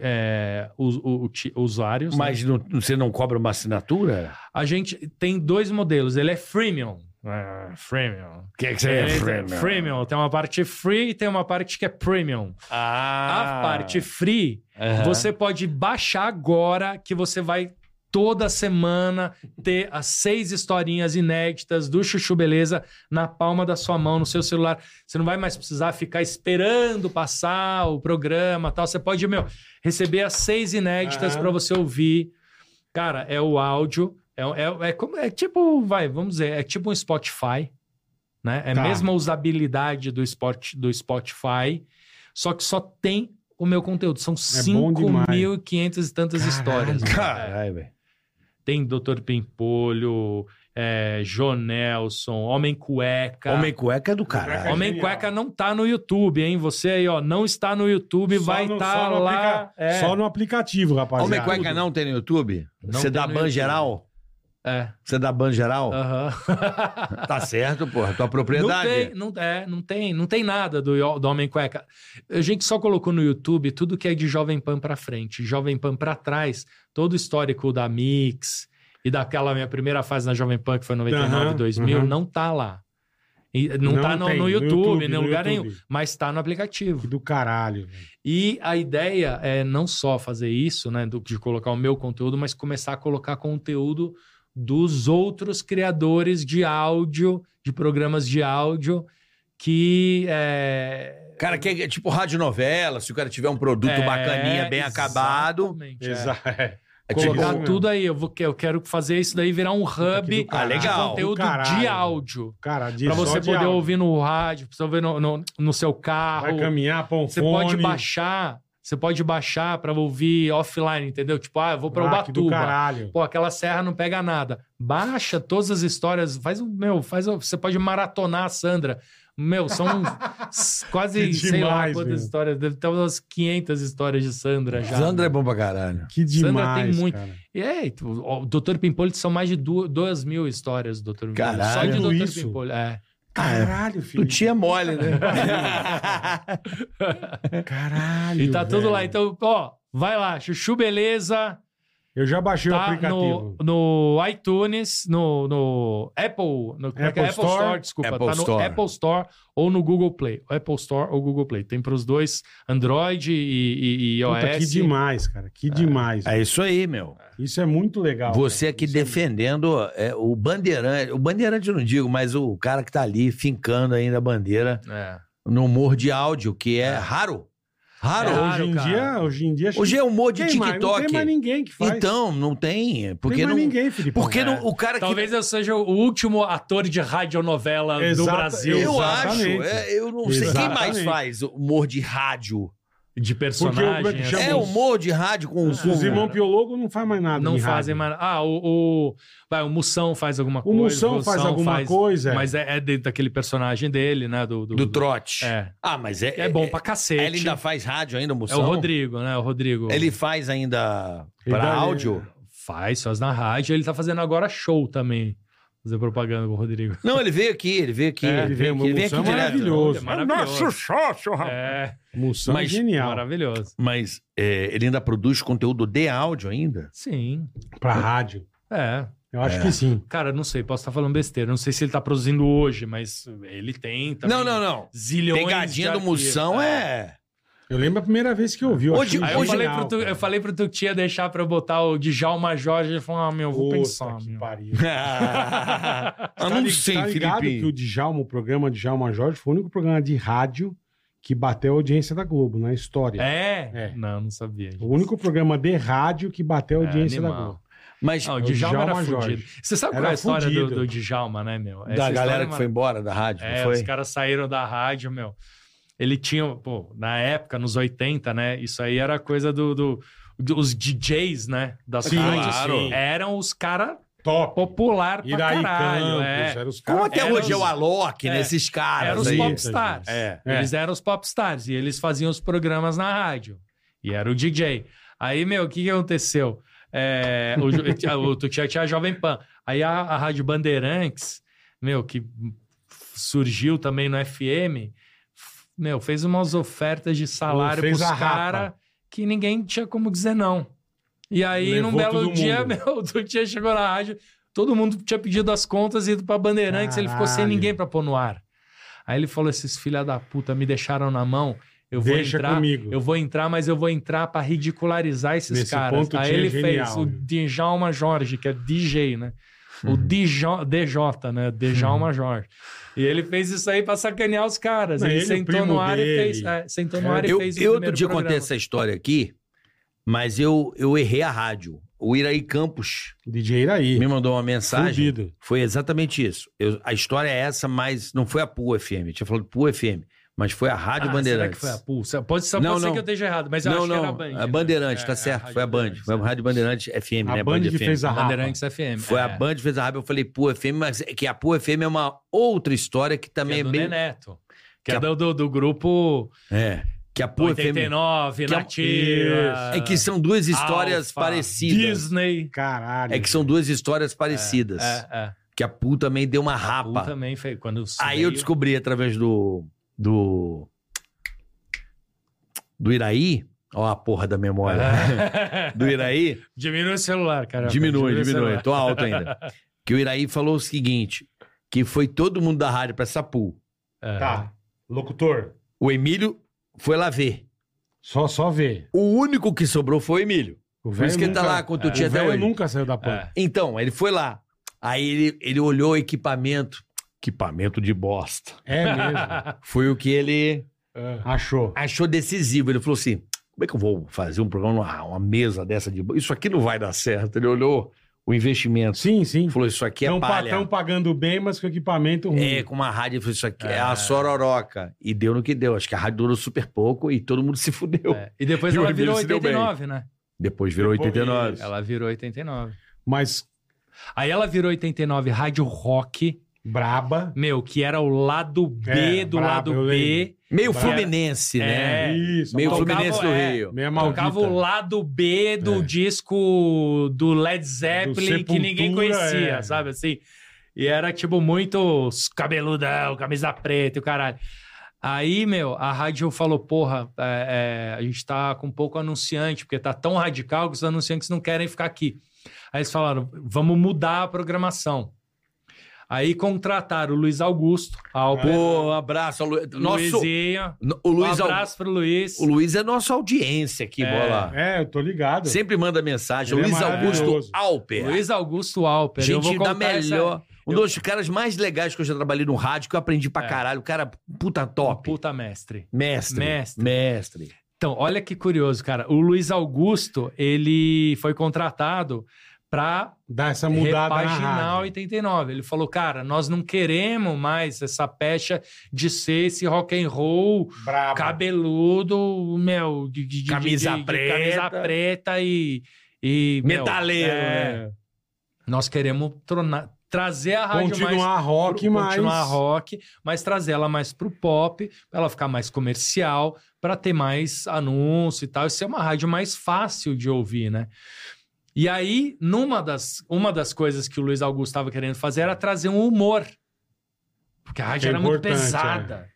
Speaker 7: é, us- u- uti- usuários. né?
Speaker 6: Mas não- você não cobra uma assinatura?
Speaker 7: A gente tem dois modelos. Ele é freemium.
Speaker 6: Ah.
Speaker 7: É, freemium.
Speaker 6: O que, que
Speaker 4: É,
Speaker 6: você
Speaker 7: Ele é freemium. Tem uma parte free e tem uma parte que é premium.
Speaker 6: Ah,
Speaker 7: A parte free
Speaker 6: Aham.
Speaker 7: Você pode baixar agora que você vai toda semana ter as seis historinhas inéditas do Chuchu Beleza na palma da sua mão, no seu celular. Você não vai mais precisar ficar esperando passar o programa e tal. Você pode, meu, receber as seis inéditas
Speaker 5: Aham.
Speaker 7: pra você ouvir. Cara, é o áudio. É, é- é como, é tipo, vai, vamos dizer, é tipo um Spotify, né? É
Speaker 5: Tá.
Speaker 7: a mesma usabilidade do, Spot, do Spotify, só que só tem o meu conteúdo. São
Speaker 5: É bom demais.
Speaker 7: 5.500 e tantas histórias. né?
Speaker 6: Caralho,
Speaker 4: É
Speaker 6: velho.
Speaker 7: Tem Dr. Pimpolho, é, Jonelson, Homem Cueca.
Speaker 6: Homem cueca é do caralho.
Speaker 7: Homem
Speaker 5: Genial.
Speaker 7: Cueca não tá no YouTube, hein? Você aí, ó, não está no YouTube,
Speaker 5: Só
Speaker 7: vai
Speaker 5: no-
Speaker 7: estar
Speaker 5: só no
Speaker 7: lá.
Speaker 5: aplica-
Speaker 7: É,
Speaker 5: Só no aplicativo, rapaz.
Speaker 6: Homem cueca não tem no YouTube?
Speaker 7: Não
Speaker 6: você
Speaker 7: tem
Speaker 6: dá
Speaker 7: no
Speaker 6: ban
Speaker 7: YouTube.
Speaker 6: geral?
Speaker 7: é.
Speaker 6: Você dá ban geral?
Speaker 7: Aham.
Speaker 6: Tá
Speaker 7: [LAUGHS]
Speaker 6: certo, porra. Tua
Speaker 7: Não
Speaker 6: propriedade.
Speaker 7: tem, não, é, não tem, não tem nada do, Yo- do Homem Cueca. A gente só colocou no YouTube tudo que é de Jovem Pan pra frente, Jovem Pan pra trás, todo o histórico da Mix e daquela minha primeira fase na Jovem Pan, que foi 99,
Speaker 5: Aham,
Speaker 7: 2000,
Speaker 5: aham.
Speaker 7: não tá lá. E não, tá no,
Speaker 5: tem,
Speaker 7: no YouTube, em
Speaker 5: no
Speaker 7: lugar
Speaker 5: YouTube.
Speaker 7: nenhum, mas tá no aplicativo.
Speaker 5: Que do caralho, velho.
Speaker 7: E a ideia é não só fazer isso, né, do- de colocar o meu conteúdo, mas começar a colocar conteúdo dos outros criadores de áudio, de programas de áudio, que é,
Speaker 6: Cara, que é tipo radionovela, se o cara tiver um produto
Speaker 7: é,
Speaker 6: bacaninha, bem acabado.
Speaker 7: exatamente, é.
Speaker 5: Exato. é.
Speaker 6: É tipo,
Speaker 7: Colocar
Speaker 5: Tipo-
Speaker 7: tudo aí, eu, vou, eu quero fazer isso daí virar um
Speaker 5: que
Speaker 7: hub
Speaker 5: do caralho.
Speaker 6: Ah,
Speaker 7: de
Speaker 6: legal.
Speaker 7: conteúdo
Speaker 5: Do caralho.
Speaker 7: de áudio.
Speaker 5: Cara, de
Speaker 7: Pra
Speaker 5: só
Speaker 7: você
Speaker 5: de
Speaker 7: poder
Speaker 5: áudio.
Speaker 7: ouvir no rádio, pra você ouvir no, no, no seu
Speaker 5: Vai
Speaker 7: carro.
Speaker 5: caminhar, põe um
Speaker 7: Você
Speaker 5: fone.
Speaker 7: pode baixar, você pode baixar pra ouvir offline, entendeu? Tipo, ah, eu vou pra
Speaker 5: Ah, que do
Speaker 7: Ubatuba.
Speaker 5: caralho.
Speaker 7: Pô, aquela serra não pega nada. Baixa todas as histórias, faz o meu, faz o, você pode maratonar a Sandra. Meu,
Speaker 5: [LAUGHS]
Speaker 7: são s- quase,
Speaker 5: Que
Speaker 7: sei lá
Speaker 5: demais,
Speaker 7: quantas
Speaker 5: meu.
Speaker 7: histórias, deve ter umas 500 histórias de Sandra
Speaker 5: né?
Speaker 7: já.
Speaker 6: Sandra é bom pra caralho.
Speaker 5: Que
Speaker 7: Sandra tem
Speaker 5: demais,
Speaker 7: muito.
Speaker 5: cara.
Speaker 7: E aí, o Dr. Pimpolho são mais de 2 mil histórias do Dr. Pimpolho.
Speaker 6: Caralho,
Speaker 7: Só de Dr.
Speaker 5: isso?
Speaker 7: Pimpolho, é.
Speaker 5: Caralho,
Speaker 6: Tu
Speaker 5: filho.
Speaker 6: tinha mole, né?
Speaker 5: [LAUGHS] Caralho,
Speaker 7: E tá tudo
Speaker 5: velho.
Speaker 7: lá, então, ó, vai lá, Chuchu Beleza,
Speaker 5: Eu já baixei o
Speaker 7: tá
Speaker 5: aplicativo.
Speaker 7: no, no iTunes, no, no Apple, no como é que
Speaker 5: Apple
Speaker 7: é? Apple
Speaker 5: Store.
Speaker 7: Store, desculpa,
Speaker 6: Apple
Speaker 7: tá no
Speaker 6: Store.
Speaker 7: Apple Store ou no Google Play. Apple Store ou Google Play. Tem para os dois, Android e, e, e
Speaker 5: Puta, que
Speaker 7: iOS. Ah,
Speaker 5: demais, cara. Que demais.
Speaker 6: É isso aí, meu.
Speaker 5: Isso é muito legal.
Speaker 6: Você
Speaker 5: cara.
Speaker 6: aqui
Speaker 5: Isso é-
Speaker 6: defendendo é, o bandeirante. O bandeirante eu não digo, mas o cara que tá ali fincando ainda a bandeira
Speaker 7: É.
Speaker 5: É.
Speaker 6: no humor de áudio, que é raro. Raro.
Speaker 7: É raro,
Speaker 5: hoje, em
Speaker 7: cara.
Speaker 5: dia, hoje em dia...
Speaker 6: Hoje é humor de
Speaker 5: Quem mais? Não
Speaker 6: TikTok.
Speaker 5: tem mais ninguém que faz.
Speaker 6: então, não tem.
Speaker 5: Não
Speaker 6: Porque
Speaker 5: tem mais
Speaker 6: não.
Speaker 5: ninguém, É. Felipe.
Speaker 6: Porque não- o cara que.
Speaker 7: Talvez eu seja o último ator de radionovela
Speaker 5: Exata-
Speaker 7: do Brasil.
Speaker 6: Eu
Speaker 5: Exatamente.
Speaker 6: acho. é, eu não sei. Quem mais
Speaker 5: Exatamente.
Speaker 6: faz humor de rádio?
Speaker 7: De
Speaker 5: Porque o- como é
Speaker 7: personagem.
Speaker 5: que
Speaker 7: assim.
Speaker 5: chama?
Speaker 6: É humor de rádio com
Speaker 7: Ah.
Speaker 6: o
Speaker 5: Os
Speaker 6: Zoom.
Speaker 5: irmãos Piologo não faz mais nada.
Speaker 7: Não
Speaker 5: em
Speaker 7: fazem
Speaker 5: rádio.
Speaker 7: mais. Ah, o, o. Vai, o Mussão faz alguma
Speaker 5: O
Speaker 7: coisa.
Speaker 5: Moção faz alguma coisa.
Speaker 7: Mas é, é dentro daquele personagem dele, né? Do, do,
Speaker 6: Do trote.
Speaker 7: É.
Speaker 6: Ah, mas é.
Speaker 7: É bom pra cacete.
Speaker 6: Ele ainda faz rádio ainda,
Speaker 7: É
Speaker 6: moção?
Speaker 7: o Rodrigo, né? O Rodrigo.
Speaker 6: Ele faz ainda
Speaker 5: Ele
Speaker 6: pra
Speaker 5: dá-
Speaker 6: áudio?
Speaker 7: é. faz suas na rádio. Ele tá fazendo agora show também. Fazer propaganda com o Rodrigo.
Speaker 6: Não, ele veio aqui, ele veio aqui.
Speaker 5: É, ele veio,
Speaker 6: aqui,
Speaker 5: o
Speaker 6: vem
Speaker 5: Moção
Speaker 6: aqui
Speaker 5: é
Speaker 6: direto.
Speaker 5: maravilhoso.
Speaker 7: É
Speaker 4: É nosso sócio, rapaz.
Speaker 7: É,
Speaker 5: Moção é
Speaker 6: Mas-
Speaker 5: genial.
Speaker 7: maravilhoso.
Speaker 6: Mas é, ele ainda produz conteúdo de áudio ainda?
Speaker 7: Sim.
Speaker 5: Pra rádio.
Speaker 7: É.
Speaker 5: Eu acho que sim.
Speaker 7: Cara, não sei, posso estar falando besteira. Não sei se ele tá produzindo hoje, mas ele tem também.
Speaker 6: Não, não, não.
Speaker 7: Zilhões
Speaker 6: Pegadinha
Speaker 7: de
Speaker 6: do
Speaker 7: arquivos.
Speaker 6: Moção é.
Speaker 5: Eu lembro a primeira vez que eu ouvi. Eu
Speaker 6: Hoje-
Speaker 5: achei
Speaker 7: Aí eu,
Speaker 6: hoje-
Speaker 7: falei
Speaker 5: genial,
Speaker 7: pro tu,
Speaker 5: cara.
Speaker 7: eu falei pro Tutia deixar pra eu botar o Djalma Jorge. Ele falou, ah, meu, eu vou
Speaker 5: Puta
Speaker 7: pensar.
Speaker 5: que
Speaker 7: meu.
Speaker 5: pariu.
Speaker 7: Ah.
Speaker 6: [LAUGHS] eu
Speaker 5: Tá
Speaker 6: não
Speaker 5: li-
Speaker 6: sei,
Speaker 5: tá ligado
Speaker 6: Felipe.
Speaker 5: que o Djalma, o programa Djalma Jorge, foi o único programa de rádio que bateu a audiência da Globo na história.
Speaker 7: É?
Speaker 5: É.
Speaker 7: Não, não sabia.
Speaker 5: O único programa de rádio que bateu a
Speaker 7: É,
Speaker 5: audiência da
Speaker 7: animal.
Speaker 5: Globo.
Speaker 6: Mas
Speaker 7: Não, o
Speaker 5: É o
Speaker 7: Djalma era
Speaker 5: Djalma Jorge.
Speaker 7: fudido. Você sabe
Speaker 5: Era
Speaker 7: qual é a história do,
Speaker 5: fudido.
Speaker 7: do Djalma, né, meu? Essa
Speaker 6: da
Speaker 7: história
Speaker 6: galera
Speaker 7: é
Speaker 6: que foi embora da rádio, não
Speaker 7: É,
Speaker 6: foi?
Speaker 7: os caras saíram da rádio, meu. Ele tinha, pô, na época, nos 80, né? Isso aí era coisa do, do- dos DJs, né? Das
Speaker 6: Sim,
Speaker 7: rádios.
Speaker 6: claro.
Speaker 7: Eram os caras
Speaker 5: Top.
Speaker 7: popular pra
Speaker 5: Iraí
Speaker 7: caralho.
Speaker 5: Campos,
Speaker 7: é.
Speaker 5: era os
Speaker 6: Como
Speaker 5: caras-
Speaker 6: até
Speaker 7: eram
Speaker 6: hoje é
Speaker 7: os-
Speaker 6: o Alok,
Speaker 7: é,
Speaker 6: né? Esses caras.
Speaker 7: Eram os
Speaker 6: aí.
Speaker 7: popstars.
Speaker 6: É.
Speaker 7: Eles eram os popstars e eles faziam os programas na rádio. E era o DJ. Aí, meu, o que, que aconteceu? É, o, jo- [LAUGHS] tinha- o Tutia tinha a Jovem Pan. Aí a, a Rádio Bandeirantes, meu, que surgiu também no FM, f- meu, fez umas ofertas de salário
Speaker 5: Fez
Speaker 7: pros
Speaker 5: a rapa.
Speaker 7: caras que ninguém tinha como dizer não. E aí,
Speaker 5: Levou
Speaker 7: num belo
Speaker 5: todo
Speaker 7: dia,
Speaker 5: mundo.
Speaker 7: [LAUGHS] meu, o Tutia chegou na rádio, todo mundo tinha pedido as contas e ido pra Bandeirantes, ele ficou sem
Speaker 5: Caralho.
Speaker 7: ninguém pra pôr no ar. Aí ele falou: esses filha da puta me deixaram na mão. Eu vou
Speaker 5: Deixa
Speaker 7: entrar,
Speaker 5: comigo.
Speaker 7: eu vou entrar, mas eu vou entrar pra ridicularizar esses
Speaker 5: Nesse
Speaker 7: caras.
Speaker 5: ponto,
Speaker 7: Aí
Speaker 5: tinha
Speaker 7: ele
Speaker 5: genial,
Speaker 7: fez o
Speaker 5: né? Uhum.
Speaker 7: Djalma Jorge, que é DJ, né? O DJ, DJ, né? Djalma Jorge. E ele fez isso aí pra sacanear os caras.
Speaker 5: Não,
Speaker 7: ele,
Speaker 5: ele, é o
Speaker 7: sentou
Speaker 5: primo
Speaker 7: no ar e
Speaker 5: dele.
Speaker 7: fez. é, sentou no ar e
Speaker 6: Eu,
Speaker 7: fez o
Speaker 6: eu outro
Speaker 7: primeiro
Speaker 6: dia contei
Speaker 7: programa.
Speaker 6: essa história aqui, mas eu, eu errei a rádio. O Iraí Campos
Speaker 5: DJ Iraí.
Speaker 6: me mandou uma mensagem.
Speaker 5: Fudido.
Speaker 6: Foi exatamente isso. Eu- a história é essa, mas não foi a PUA FM. Eu tinha falado PUA FM, mas foi a Rádio
Speaker 7: Ah, será que
Speaker 6: Bandeirantes.
Speaker 7: foi a pulsa? Pode, só
Speaker 6: Não,
Speaker 7: pode ser
Speaker 6: não.
Speaker 7: que eu esteja errado, mas eu
Speaker 6: não,
Speaker 7: acho que
Speaker 6: não.
Speaker 7: era a Band.
Speaker 6: a
Speaker 7: né?
Speaker 6: Bandeirantes,
Speaker 7: É,
Speaker 6: tá
Speaker 7: a
Speaker 6: certo.
Speaker 7: Rádio
Speaker 6: Foi a Band.
Speaker 7: Bandeirantes,
Speaker 6: Foi a
Speaker 7: é.
Speaker 6: Rádio Bandeirantes FM,
Speaker 5: A
Speaker 6: né?
Speaker 5: Band que
Speaker 6: FM.
Speaker 5: fez a rádio.
Speaker 7: Bandeirantes FM.
Speaker 6: Foi
Speaker 7: é.
Speaker 6: a Band que fez a rádio. Eu falei PUA FM, mas é que a PUA FM é uma outra história que
Speaker 7: Que
Speaker 6: também
Speaker 7: é
Speaker 6: é
Speaker 7: do
Speaker 6: bem.
Speaker 7: Neneto.
Speaker 6: Que
Speaker 7: Que, é
Speaker 6: a-
Speaker 7: do, do, do grupo
Speaker 6: É. Que a PUA FM.
Speaker 7: 89,
Speaker 6: que é-
Speaker 7: Nativa.
Speaker 6: É que são duas histórias
Speaker 7: Alfa,
Speaker 6: parecidas.
Speaker 7: Disney.
Speaker 5: Caralho.
Speaker 6: É que são duas histórias parecidas.
Speaker 7: É, é.
Speaker 6: Que a PU também deu uma
Speaker 7: O
Speaker 6: rapa.
Speaker 7: também fez. Quando
Speaker 6: Aí eu descobri através do. do. do Iraí. Ó, a porra da memória.
Speaker 7: É.
Speaker 6: Do
Speaker 7: [LAUGHS]
Speaker 6: Iraí,
Speaker 7: [LAUGHS] diminui o celular, cara.
Speaker 6: diminui,
Speaker 7: o
Speaker 6: diminui.
Speaker 7: celular.
Speaker 6: Tô alto
Speaker 7: [LAUGHS]
Speaker 6: ainda. Que o Iraí falou o seguinte: que foi todo mundo da rádio pra essa PU.
Speaker 7: É.
Speaker 5: Tá. Locutor,
Speaker 6: O Emílio foi lá ver.
Speaker 5: só, só vê.
Speaker 6: O único que sobrou foi o Emílio.
Speaker 5: O
Speaker 6: Por isso que ele tá
Speaker 5: nunca-
Speaker 6: lá com o
Speaker 7: é,
Speaker 6: Tuti
Speaker 5: O
Speaker 6: até
Speaker 5: velho
Speaker 6: hoje.
Speaker 5: nunca saiu da pan.
Speaker 7: É.
Speaker 6: Então, ele foi lá. Aí ele, ele olhou o equipamento. Equipamento de bosta.
Speaker 5: É, mesmo.
Speaker 6: [LAUGHS] Foi o que ele
Speaker 5: Achou.
Speaker 6: achou decisivo. Ele falou assim: como é que eu vou fazer um programa, numa- uma mesa dessa de. bo- Isso aqui não vai dar certo. Ele olhou o investimento.
Speaker 5: Sim, sim.
Speaker 6: Ele falou: isso aqui é
Speaker 7: um
Speaker 5: Estão
Speaker 6: palha.
Speaker 5: pagando bem, mas com equipamento ruim.
Speaker 6: É, com uma rádio, ele falou, isso aqui é.
Speaker 7: É.
Speaker 6: a sororoca. E deu no que deu. Acho que a rádio durou super pouco e todo mundo [LAUGHS] se fudeu.
Speaker 7: É. E depois
Speaker 6: E o
Speaker 7: ela
Speaker 6: Emílio
Speaker 7: virou
Speaker 6: se deu bem.
Speaker 7: 89, né?
Speaker 6: Depois virou
Speaker 5: Depois-
Speaker 6: 89.
Speaker 7: Ela virou 89.
Speaker 5: Mas
Speaker 7: Aí ela virou 89 Rádio Rock,
Speaker 5: braba.
Speaker 7: meu, que era o lado B
Speaker 5: É,
Speaker 7: do
Speaker 5: brabo, eu
Speaker 7: lado B.
Speaker 6: Meio
Speaker 7: Vai.
Speaker 6: Fluminense, né?
Speaker 7: É.
Speaker 5: Isso.
Speaker 6: Meio
Speaker 5: mal-
Speaker 7: Tocava-
Speaker 6: Fluminense do
Speaker 7: é.
Speaker 6: Rio.
Speaker 5: Meia maldita.
Speaker 7: Tocava o lado B do
Speaker 6: É.
Speaker 7: disco do Led Zeppelin
Speaker 5: Do
Speaker 7: que ninguém
Speaker 5: Sepultura,
Speaker 7: conhecia,
Speaker 5: é.
Speaker 7: sabe assim? E era tipo muito cabeludão, camisa preta e o caralho. Aí, meu, a rádio falou: porra, é, é, a gente tá com pouco anunciante, porque tá tão radical que os anunciantes não querem ficar aqui. Aí eles falaram: vamos mudar a programação. Aí contrataram o Luiz Augusto, Alpo,
Speaker 6: Pô, um abraço. ao Lu... Nosso...
Speaker 7: Luizinho.
Speaker 6: no- O
Speaker 7: Um
Speaker 6: Luiz, Al-
Speaker 7: abraço pro Luiz.
Speaker 6: o Luiz é nossa audiência aqui,
Speaker 7: É.
Speaker 6: bola.
Speaker 5: É, eu tô ligado.
Speaker 6: Sempre manda mensagem.
Speaker 5: Ele é
Speaker 6: Luiz Augusto
Speaker 5: maravilhoso.
Speaker 6: Alper.
Speaker 7: Luiz Augusto Alper. eu vou
Speaker 6: É. Gente da
Speaker 7: contar essa-
Speaker 6: melhor. Um
Speaker 7: eu-
Speaker 6: dos caras mais legais que eu já trabalhei no rádio, que eu aprendi pra
Speaker 7: É.
Speaker 6: caralho. O cara, puta top.
Speaker 7: Puta mestre.
Speaker 6: Mestre.
Speaker 7: Mestre.
Speaker 6: Mestre.
Speaker 7: Então, olha que curioso, cara. O Luiz Augusto, ele foi contratado para
Speaker 5: Dá essa mudada na
Speaker 7: repaginar o
Speaker 5: rádio.
Speaker 7: 89. Ele falou, cara, nós não queremos mais essa pecha de ser esse rock and roll
Speaker 6: Tá
Speaker 5: Brabo.
Speaker 7: cabeludo, meu, de, de- de-
Speaker 6: Camisa
Speaker 7: de- de- de
Speaker 6: preta.
Speaker 7: camisa preta e, e meu,
Speaker 6: Metaleiro, né?
Speaker 7: é, Nós queremos trona- trazer a rádio mais
Speaker 5: Continuar rock,
Speaker 7: pro-
Speaker 5: mas...
Speaker 7: continuar rock, mas trazer ela mais pro pop, pra ela ficar mais comercial, pra ter mais anúncio e tal, e ser uma rádio mais fácil de ouvir, né? E aí, numa das, uma das coisas que o Luiz Augusto estava querendo fazer era trazer um humor. Porque a
Speaker 5: É
Speaker 7: rádio era muito
Speaker 5: importante,
Speaker 7: pesada.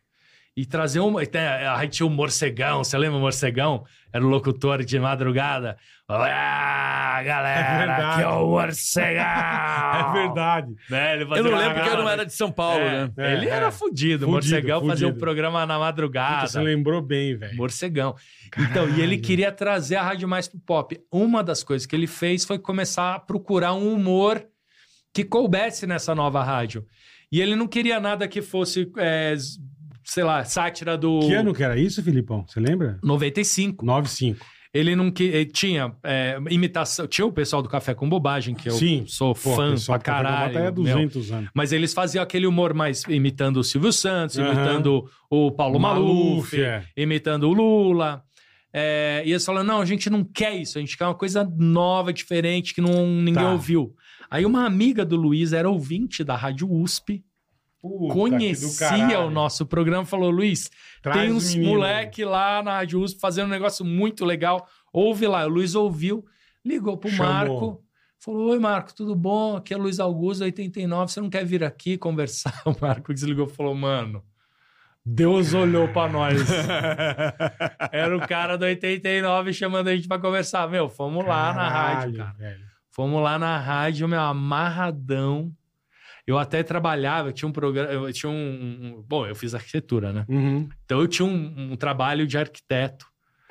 Speaker 7: E trazer um. e tem- A rádio tinha o morcegão, você lembra o morcegão? Era o locutor de madrugada. Olá,
Speaker 5: É
Speaker 7: galera!
Speaker 5: verdade.
Speaker 7: aqui é o morcegão!
Speaker 5: [LAUGHS] É verdade.
Speaker 7: Né? Ele fazia
Speaker 6: Eu não
Speaker 7: uma
Speaker 6: lembro porque eu não
Speaker 7: galera-
Speaker 6: era de São Paulo,
Speaker 7: é,
Speaker 6: né?
Speaker 5: né?
Speaker 7: Ele
Speaker 5: É, é.
Speaker 7: era fudido.
Speaker 5: Fudido,
Speaker 7: O Morcegão fazia um
Speaker 5: fudido.
Speaker 7: programa na
Speaker 5: Puta, Você
Speaker 7: madrugada.
Speaker 5: lembrou bem, velho.
Speaker 7: Morcegão. Então, e ele queria trazer a rádio mais pro pop. Uma das coisas que ele fez foi começar a procurar um humor que coubesse nessa nova rádio. E ele não queria nada que fosse, é, s- sei lá, sátira do
Speaker 5: Que ano que era isso, Filipão? Você lembra?
Speaker 7: 95.
Speaker 5: 9-5.
Speaker 7: Ele não que ele tinha é, imitação. Tinha o pessoal do Café com Bobagem, que eu
Speaker 5: Sim.
Speaker 7: sou
Speaker 5: Pô,
Speaker 7: fã
Speaker 5: pessoal
Speaker 7: pra
Speaker 5: do Café com Batata
Speaker 7: caralho.
Speaker 5: É
Speaker 7: meu.
Speaker 5: 200 anos.
Speaker 7: Mas eles faziam aquele humor mais imitando o Silvio Santos,
Speaker 5: Aham.
Speaker 7: imitando o Paulo Maluf,
Speaker 5: é.
Speaker 7: imitando o Lula. É, e eles falaram: não, a gente não quer isso, a gente quer uma coisa nova, diferente, que não, ninguém
Speaker 5: Tá.
Speaker 7: ouviu. Aí uma amiga do Luiz era ouvinte da Rádio USP,
Speaker 5: Puta, que do
Speaker 7: conhecia
Speaker 5: caralho.
Speaker 7: o nosso programa, e falou: Luiz,
Speaker 5: Traz
Speaker 7: tem
Speaker 5: o
Speaker 7: uns
Speaker 5: menino.
Speaker 7: moleque lá na Rádio USP fazendo um negócio muito legal. Ouve lá. O Luiz ouviu, ligou pro
Speaker 5: Chamou.
Speaker 7: Marco. Falou, oi Marco, tudo bom? Aqui é Luiz Augusto, 89, você não quer vir aqui conversar? [LAUGHS] O Marco desligou e falou, mano, Deus olhou
Speaker 5: [LAUGHS]
Speaker 7: pra nós. Era o cara do 89 chamando a gente pra conversar. Meu, fomos lá na rádio,
Speaker 5: Caralho,
Speaker 7: cara.
Speaker 5: velho.
Speaker 7: Fomos lá na rádio, meu, amarradão. Eu até trabalhava, eu tinha um programa, eu tinha um- um... Bom, eu fiz arquitetura, né?
Speaker 5: Uhum.
Speaker 7: Então eu tinha um, um trabalho de arquiteto.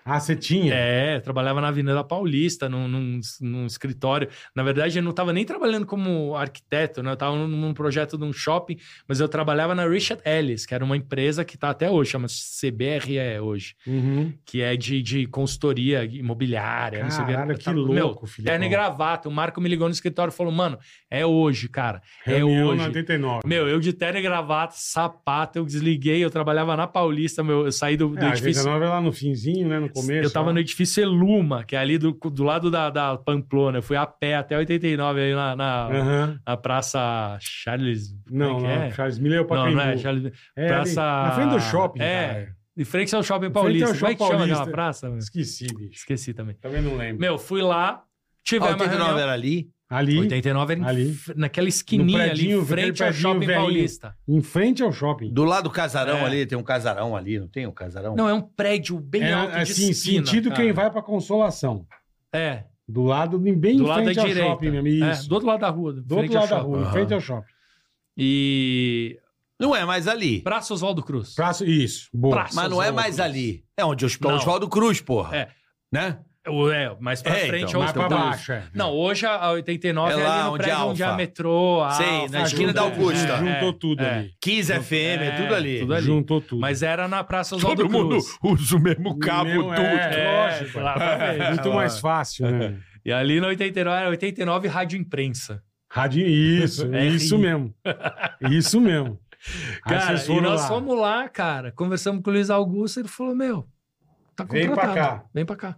Speaker 5: Ah, você tinha?
Speaker 7: É, trabalhava na Avenida Paulista, num, num- num escritório. Na verdade, eu não estava nem trabalhando como arquiteto, né? Eu estava num, num projeto de um shopping, mas eu trabalhava na Richard Ellis, que era uma empresa que está até hoje, chama CBRE hoje,
Speaker 5: Uhum.
Speaker 7: que é de, de consultoria imobiliária. não sei o que.
Speaker 5: Caralho, que
Speaker 7: Tá-
Speaker 5: louco,
Speaker 7: Meu,
Speaker 5: Filipão.
Speaker 7: terno e gravata. O Marco me ligou no escritório e falou, mano, é hoje, cara. É
Speaker 5: Reunião
Speaker 7: hoje.
Speaker 5: na 89.
Speaker 7: Meu, eu de terno e gravata, sapato, eu desliguei, eu trabalhava na Paulista, meu, eu saí do, do
Speaker 5: é, a
Speaker 7: edifício.
Speaker 5: 89 é lá no finzinho, né? No começo.
Speaker 7: Eu tava no edifício Eluma, que é ali do, do lado da, da Pamplona. Eu fui a pé até 89 aí na, na,
Speaker 5: Aham.
Speaker 7: na Praça Charles. como
Speaker 5: É.
Speaker 7: é
Speaker 5: Não,
Speaker 7: que
Speaker 5: não.
Speaker 7: é?
Speaker 5: Charles Miller é o
Speaker 7: Não,
Speaker 5: Pacaembu.
Speaker 7: não é Charles.
Speaker 5: É,
Speaker 7: Praça-
Speaker 5: ali, na frente do shopping,
Speaker 7: É.
Speaker 5: cara.
Speaker 7: De frente ao Shopping
Speaker 5: Em frente
Speaker 7: Paulista.
Speaker 5: ao
Speaker 7: Como é que
Speaker 5: Shopping
Speaker 7: chama aquela
Speaker 5: Paulista.
Speaker 7: praça? meu?
Speaker 5: Esqueci, bicho.
Speaker 7: Esqueci também.
Speaker 5: Também não lembro.
Speaker 7: Meu, fui lá, tive
Speaker 6: Ah,
Speaker 7: uma
Speaker 6: 89
Speaker 7: reunião.
Speaker 6: era ali.
Speaker 5: Ali,
Speaker 7: 89 era em
Speaker 5: Ali.
Speaker 7: f- naquela esquininha ali,
Speaker 5: prédinho,
Speaker 7: em frente
Speaker 5: aquele
Speaker 7: ao
Speaker 5: prédinho
Speaker 7: Shopping
Speaker 5: velhinho.
Speaker 7: Paulista.
Speaker 5: em frente ao shopping.
Speaker 6: Do lado do casarão
Speaker 7: É.
Speaker 6: ali, tem um casarão ali, não tem um casarão?
Speaker 7: Não, é um prédio bem
Speaker 5: É,
Speaker 7: alto de
Speaker 5: assim,
Speaker 7: esquina,
Speaker 5: sentido
Speaker 7: cara.
Speaker 5: quem vai pra Consolação.
Speaker 7: É,
Speaker 5: Do lado, bem
Speaker 7: do
Speaker 5: em
Speaker 7: lado da
Speaker 5: frente ao
Speaker 7: direita.
Speaker 5: shopping mesmo.
Speaker 7: É,
Speaker 5: Isso.
Speaker 7: do outro lado da rua.
Speaker 5: do outro lado da rua, em
Speaker 6: Aham.
Speaker 5: frente ao shopping.
Speaker 7: E
Speaker 6: Não é mais ali.
Speaker 7: Praça Oswaldo Cruz.
Speaker 5: Praça, isso, boa.
Speaker 7: Praça.
Speaker 6: Mas não é
Speaker 7: Oswaldo
Speaker 6: mais
Speaker 7: Cruz.
Speaker 6: ali. É onde os-
Speaker 7: Não.
Speaker 6: Oswaldo Cruz, porra.
Speaker 7: É.
Speaker 6: Né?
Speaker 7: O- É, mais pra
Speaker 6: É,
Speaker 7: frente
Speaker 6: então,
Speaker 7: é o
Speaker 5: Mais
Speaker 6: Então,
Speaker 5: pra
Speaker 6: então,
Speaker 5: baixo, é.
Speaker 7: Não, hoje a a 89
Speaker 6: É
Speaker 7: é,
Speaker 6: lá
Speaker 7: ali no
Speaker 6: onde
Speaker 7: prédio
Speaker 6: é
Speaker 7: onde é a
Speaker 6: Alfa.
Speaker 7: metrô. a
Speaker 6: Sei,
Speaker 7: Alfa,
Speaker 6: na esquina
Speaker 7: junto,
Speaker 6: da Augusta.
Speaker 7: é,
Speaker 5: Juntou tudo
Speaker 7: é.
Speaker 5: ali.
Speaker 6: 15 FM, é, tudo ali.
Speaker 7: tudo ali.
Speaker 5: Juntou tudo.
Speaker 7: Mas era na Praça Oswaldo
Speaker 4: Todo mundo
Speaker 7: Cruz.
Speaker 4: usa o mesmo cabo
Speaker 5: Meu,
Speaker 4: tudo.
Speaker 5: é.
Speaker 7: É,
Speaker 5: lógico.
Speaker 7: lá pra frente,
Speaker 5: Muito
Speaker 7: lá.
Speaker 5: mais fácil, né?
Speaker 7: E ali na 89 era 89 Rádio Imprensa.
Speaker 5: Radinho, isso,
Speaker 7: É,
Speaker 5: isso
Speaker 7: sim.
Speaker 5: mesmo. Isso mesmo. Aí
Speaker 7: Cara,
Speaker 5: Ah, vocês
Speaker 7: e
Speaker 5: foram
Speaker 7: nós
Speaker 5: lá.
Speaker 7: fomos lá, cara. Conversamos com o Luiz Augusto, ele falou: Meu, tá
Speaker 5: Vem
Speaker 7: contratado.
Speaker 5: pra cá.
Speaker 7: Vem pra cá.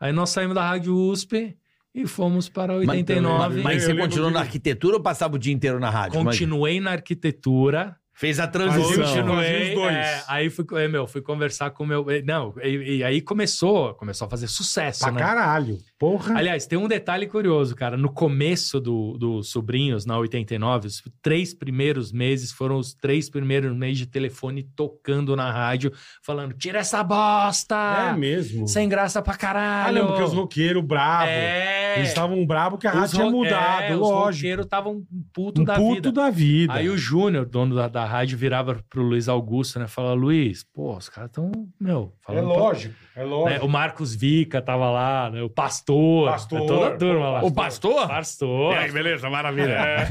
Speaker 7: Aí nós saímos da Rádio USP e fomos para
Speaker 6: Mas- então, é
Speaker 7: 89.
Speaker 6: Mas,
Speaker 5: Eu
Speaker 6: você
Speaker 5: lembro
Speaker 6: continuou
Speaker 5: que-
Speaker 6: na arquitetura ou passava o dia inteiro na rádio? Mas
Speaker 7: Continuei na arquitetura.
Speaker 6: Fez a
Speaker 5: Fazia o
Speaker 6: transição.
Speaker 5: chino-
Speaker 7: Continuei,
Speaker 5: os dois.
Speaker 7: é, aí fui, é, meu, fui conversar com o meu. eh, Não, e, e aí começou, começou a fazer sucesso,
Speaker 5: Pra né?
Speaker 7: né?
Speaker 5: caralho. Porra.
Speaker 7: Aliás, tem um detalhe curioso, cara. No começo do, do Sobrinhos, na 89, os três primeiros meses foram os três primeiros meses de telefone tocando na rádio, falando: tira essa
Speaker 5: é
Speaker 7: bosta!
Speaker 5: mesmo.
Speaker 7: sem graça pra
Speaker 5: Ah,
Speaker 7: caralho!
Speaker 5: não, porque os roqueiros bravos.
Speaker 7: é,
Speaker 5: Eles estavam bravos que a rádio
Speaker 7: os
Speaker 5: tinha
Speaker 7: ro-
Speaker 5: mudado,
Speaker 7: é, Os
Speaker 5: lógico.
Speaker 7: roqueiros estavam puto
Speaker 5: Um
Speaker 7: da
Speaker 5: puto
Speaker 7: vida.
Speaker 5: da vida.
Speaker 7: Aí o Júnior, dono da, da rádio virava pro Luiz Augusto, né? Fala, Luiz, pô, os caras estão, meu,
Speaker 5: É
Speaker 7: falando. pra-
Speaker 5: lógico, é
Speaker 7: né?
Speaker 5: lógico.
Speaker 7: O Marcos Vica tava lá, né? O Pastor.
Speaker 5: Pastor. É,
Speaker 7: é toda a turma lá.
Speaker 6: O pastor?
Speaker 7: Pastor.
Speaker 6: E aí, beleza, maravilha.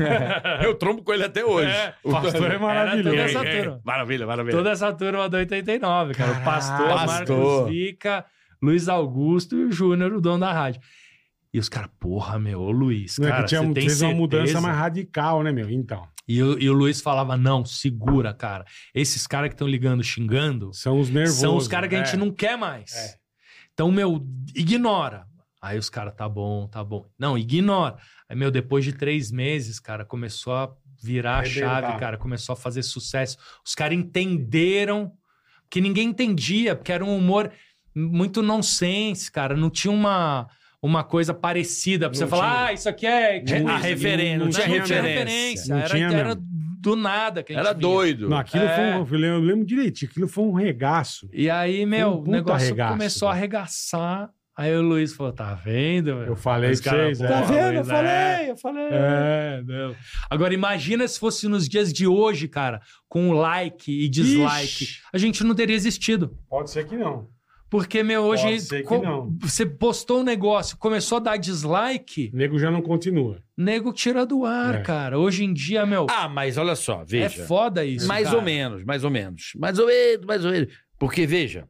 Speaker 6: Eu trombo com ele até hoje.
Speaker 7: É,
Speaker 6: O
Speaker 5: pastor é maravilhoso.
Speaker 7: Era toda essa
Speaker 6: É,
Speaker 7: turma.
Speaker 6: Maravilha, maravilha.
Speaker 7: Toda essa turma do 89, cara. O pastor,
Speaker 5: Né,
Speaker 6: Pastor.
Speaker 7: Marcos Vica, Luiz Augusto e o Júnior, o dono da rádio. E os caras, porra, meu, ô Luiz,
Speaker 5: Não é
Speaker 7: cara,
Speaker 5: que tinha
Speaker 7: você tem
Speaker 5: fez uma
Speaker 7: certeza?
Speaker 5: mudança mais radical, né, meu? Então,
Speaker 7: E, o- e o Luiz falava, não, segura, cara. Esses caras que estão ligando xingando
Speaker 5: são os nervosos.
Speaker 7: são os caras que a gente
Speaker 5: é.
Speaker 7: não quer mais.
Speaker 5: É.
Speaker 7: Então, meu, ignora. Aí os caras, tá bom, tá bom. Não, ignora. Aí, meu, depois de três meses, cara, começou a virar
Speaker 5: Arrebentar.
Speaker 7: a chave, cara, começou a fazer sucesso. Os caras entenderam, que ninguém entendia, porque era um humor muito nonsense, cara. Não tinha uma, uma coisa parecida pra
Speaker 5: Não
Speaker 7: você falar,
Speaker 5: tinha.
Speaker 7: ah, isso aqui é.
Speaker 5: Tinha
Speaker 7: coisa".
Speaker 6: a referência, não tinha
Speaker 7: Não tinha
Speaker 6: referência.
Speaker 7: referência.
Speaker 5: Não
Speaker 7: era,
Speaker 5: tinha
Speaker 7: era
Speaker 5: mesmo.
Speaker 7: do nada que a gente
Speaker 6: Era
Speaker 7: vinha.
Speaker 6: doido.
Speaker 5: Não, aquilo
Speaker 7: É.
Speaker 5: foi um, eu lembro, eu lembro direitinho, aquilo foi um regaço.
Speaker 7: E aí, meu,
Speaker 5: um
Speaker 7: o
Speaker 5: puta
Speaker 7: negócio
Speaker 5: arregaço,
Speaker 7: começou
Speaker 5: cara.
Speaker 7: a arregaçar. Aí o Luiz falou: tá vendo? meu?
Speaker 5: Eu falei
Speaker 7: Os
Speaker 5: pra
Speaker 7: cara,
Speaker 5: vocês,
Speaker 7: pô,
Speaker 5: é.
Speaker 7: Tá vendo? Eu
Speaker 5: Luiz,
Speaker 7: falei, eu falei.
Speaker 5: É,
Speaker 7: não. Agora, imagina se fosse nos dias de hoje, cara, com like e dislike.
Speaker 5: Ixi.
Speaker 7: A gente não teria existido.
Speaker 5: Pode ser que não.
Speaker 7: Porque, meu,
Speaker 5: Pode
Speaker 7: hoje
Speaker 5: ser que
Speaker 7: co-
Speaker 5: não.
Speaker 7: você postou um negócio, começou a dar dislike,
Speaker 5: O nego já não continua.
Speaker 7: nego tira do ar,
Speaker 5: É.
Speaker 7: cara. Hoje em dia, meu,
Speaker 6: Ah, mas olha só,
Speaker 7: é
Speaker 6: veja.
Speaker 7: foda isso.
Speaker 6: mais
Speaker 7: cara.
Speaker 6: ou menos, mais ou menos. Mais ou menos, mais ou menos. Porque, veja,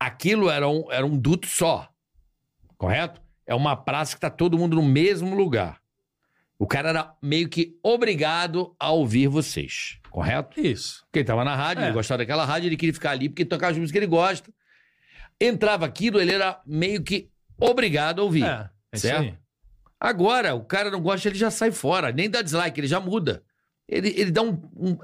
Speaker 6: aquilo era um, era um duto só. Correto? É uma praça que tá todo mundo no mesmo lugar. O cara era meio que obrigado a ouvir vocês. Correto?
Speaker 7: É Isso.
Speaker 6: Porque ele tava na rádio,
Speaker 7: É.
Speaker 6: ele gostava daquela rádio, ele queria ficar ali porque tocava as músicas que ele gosta. Entrava aquilo, ele era meio que obrigado a ouvir.
Speaker 7: É, é isso
Speaker 6: Certo?
Speaker 7: aí.
Speaker 6: Agora, o cara não gosta, ele já sai fora, nem dá dislike, ele já muda. Ele, ele dá um, um-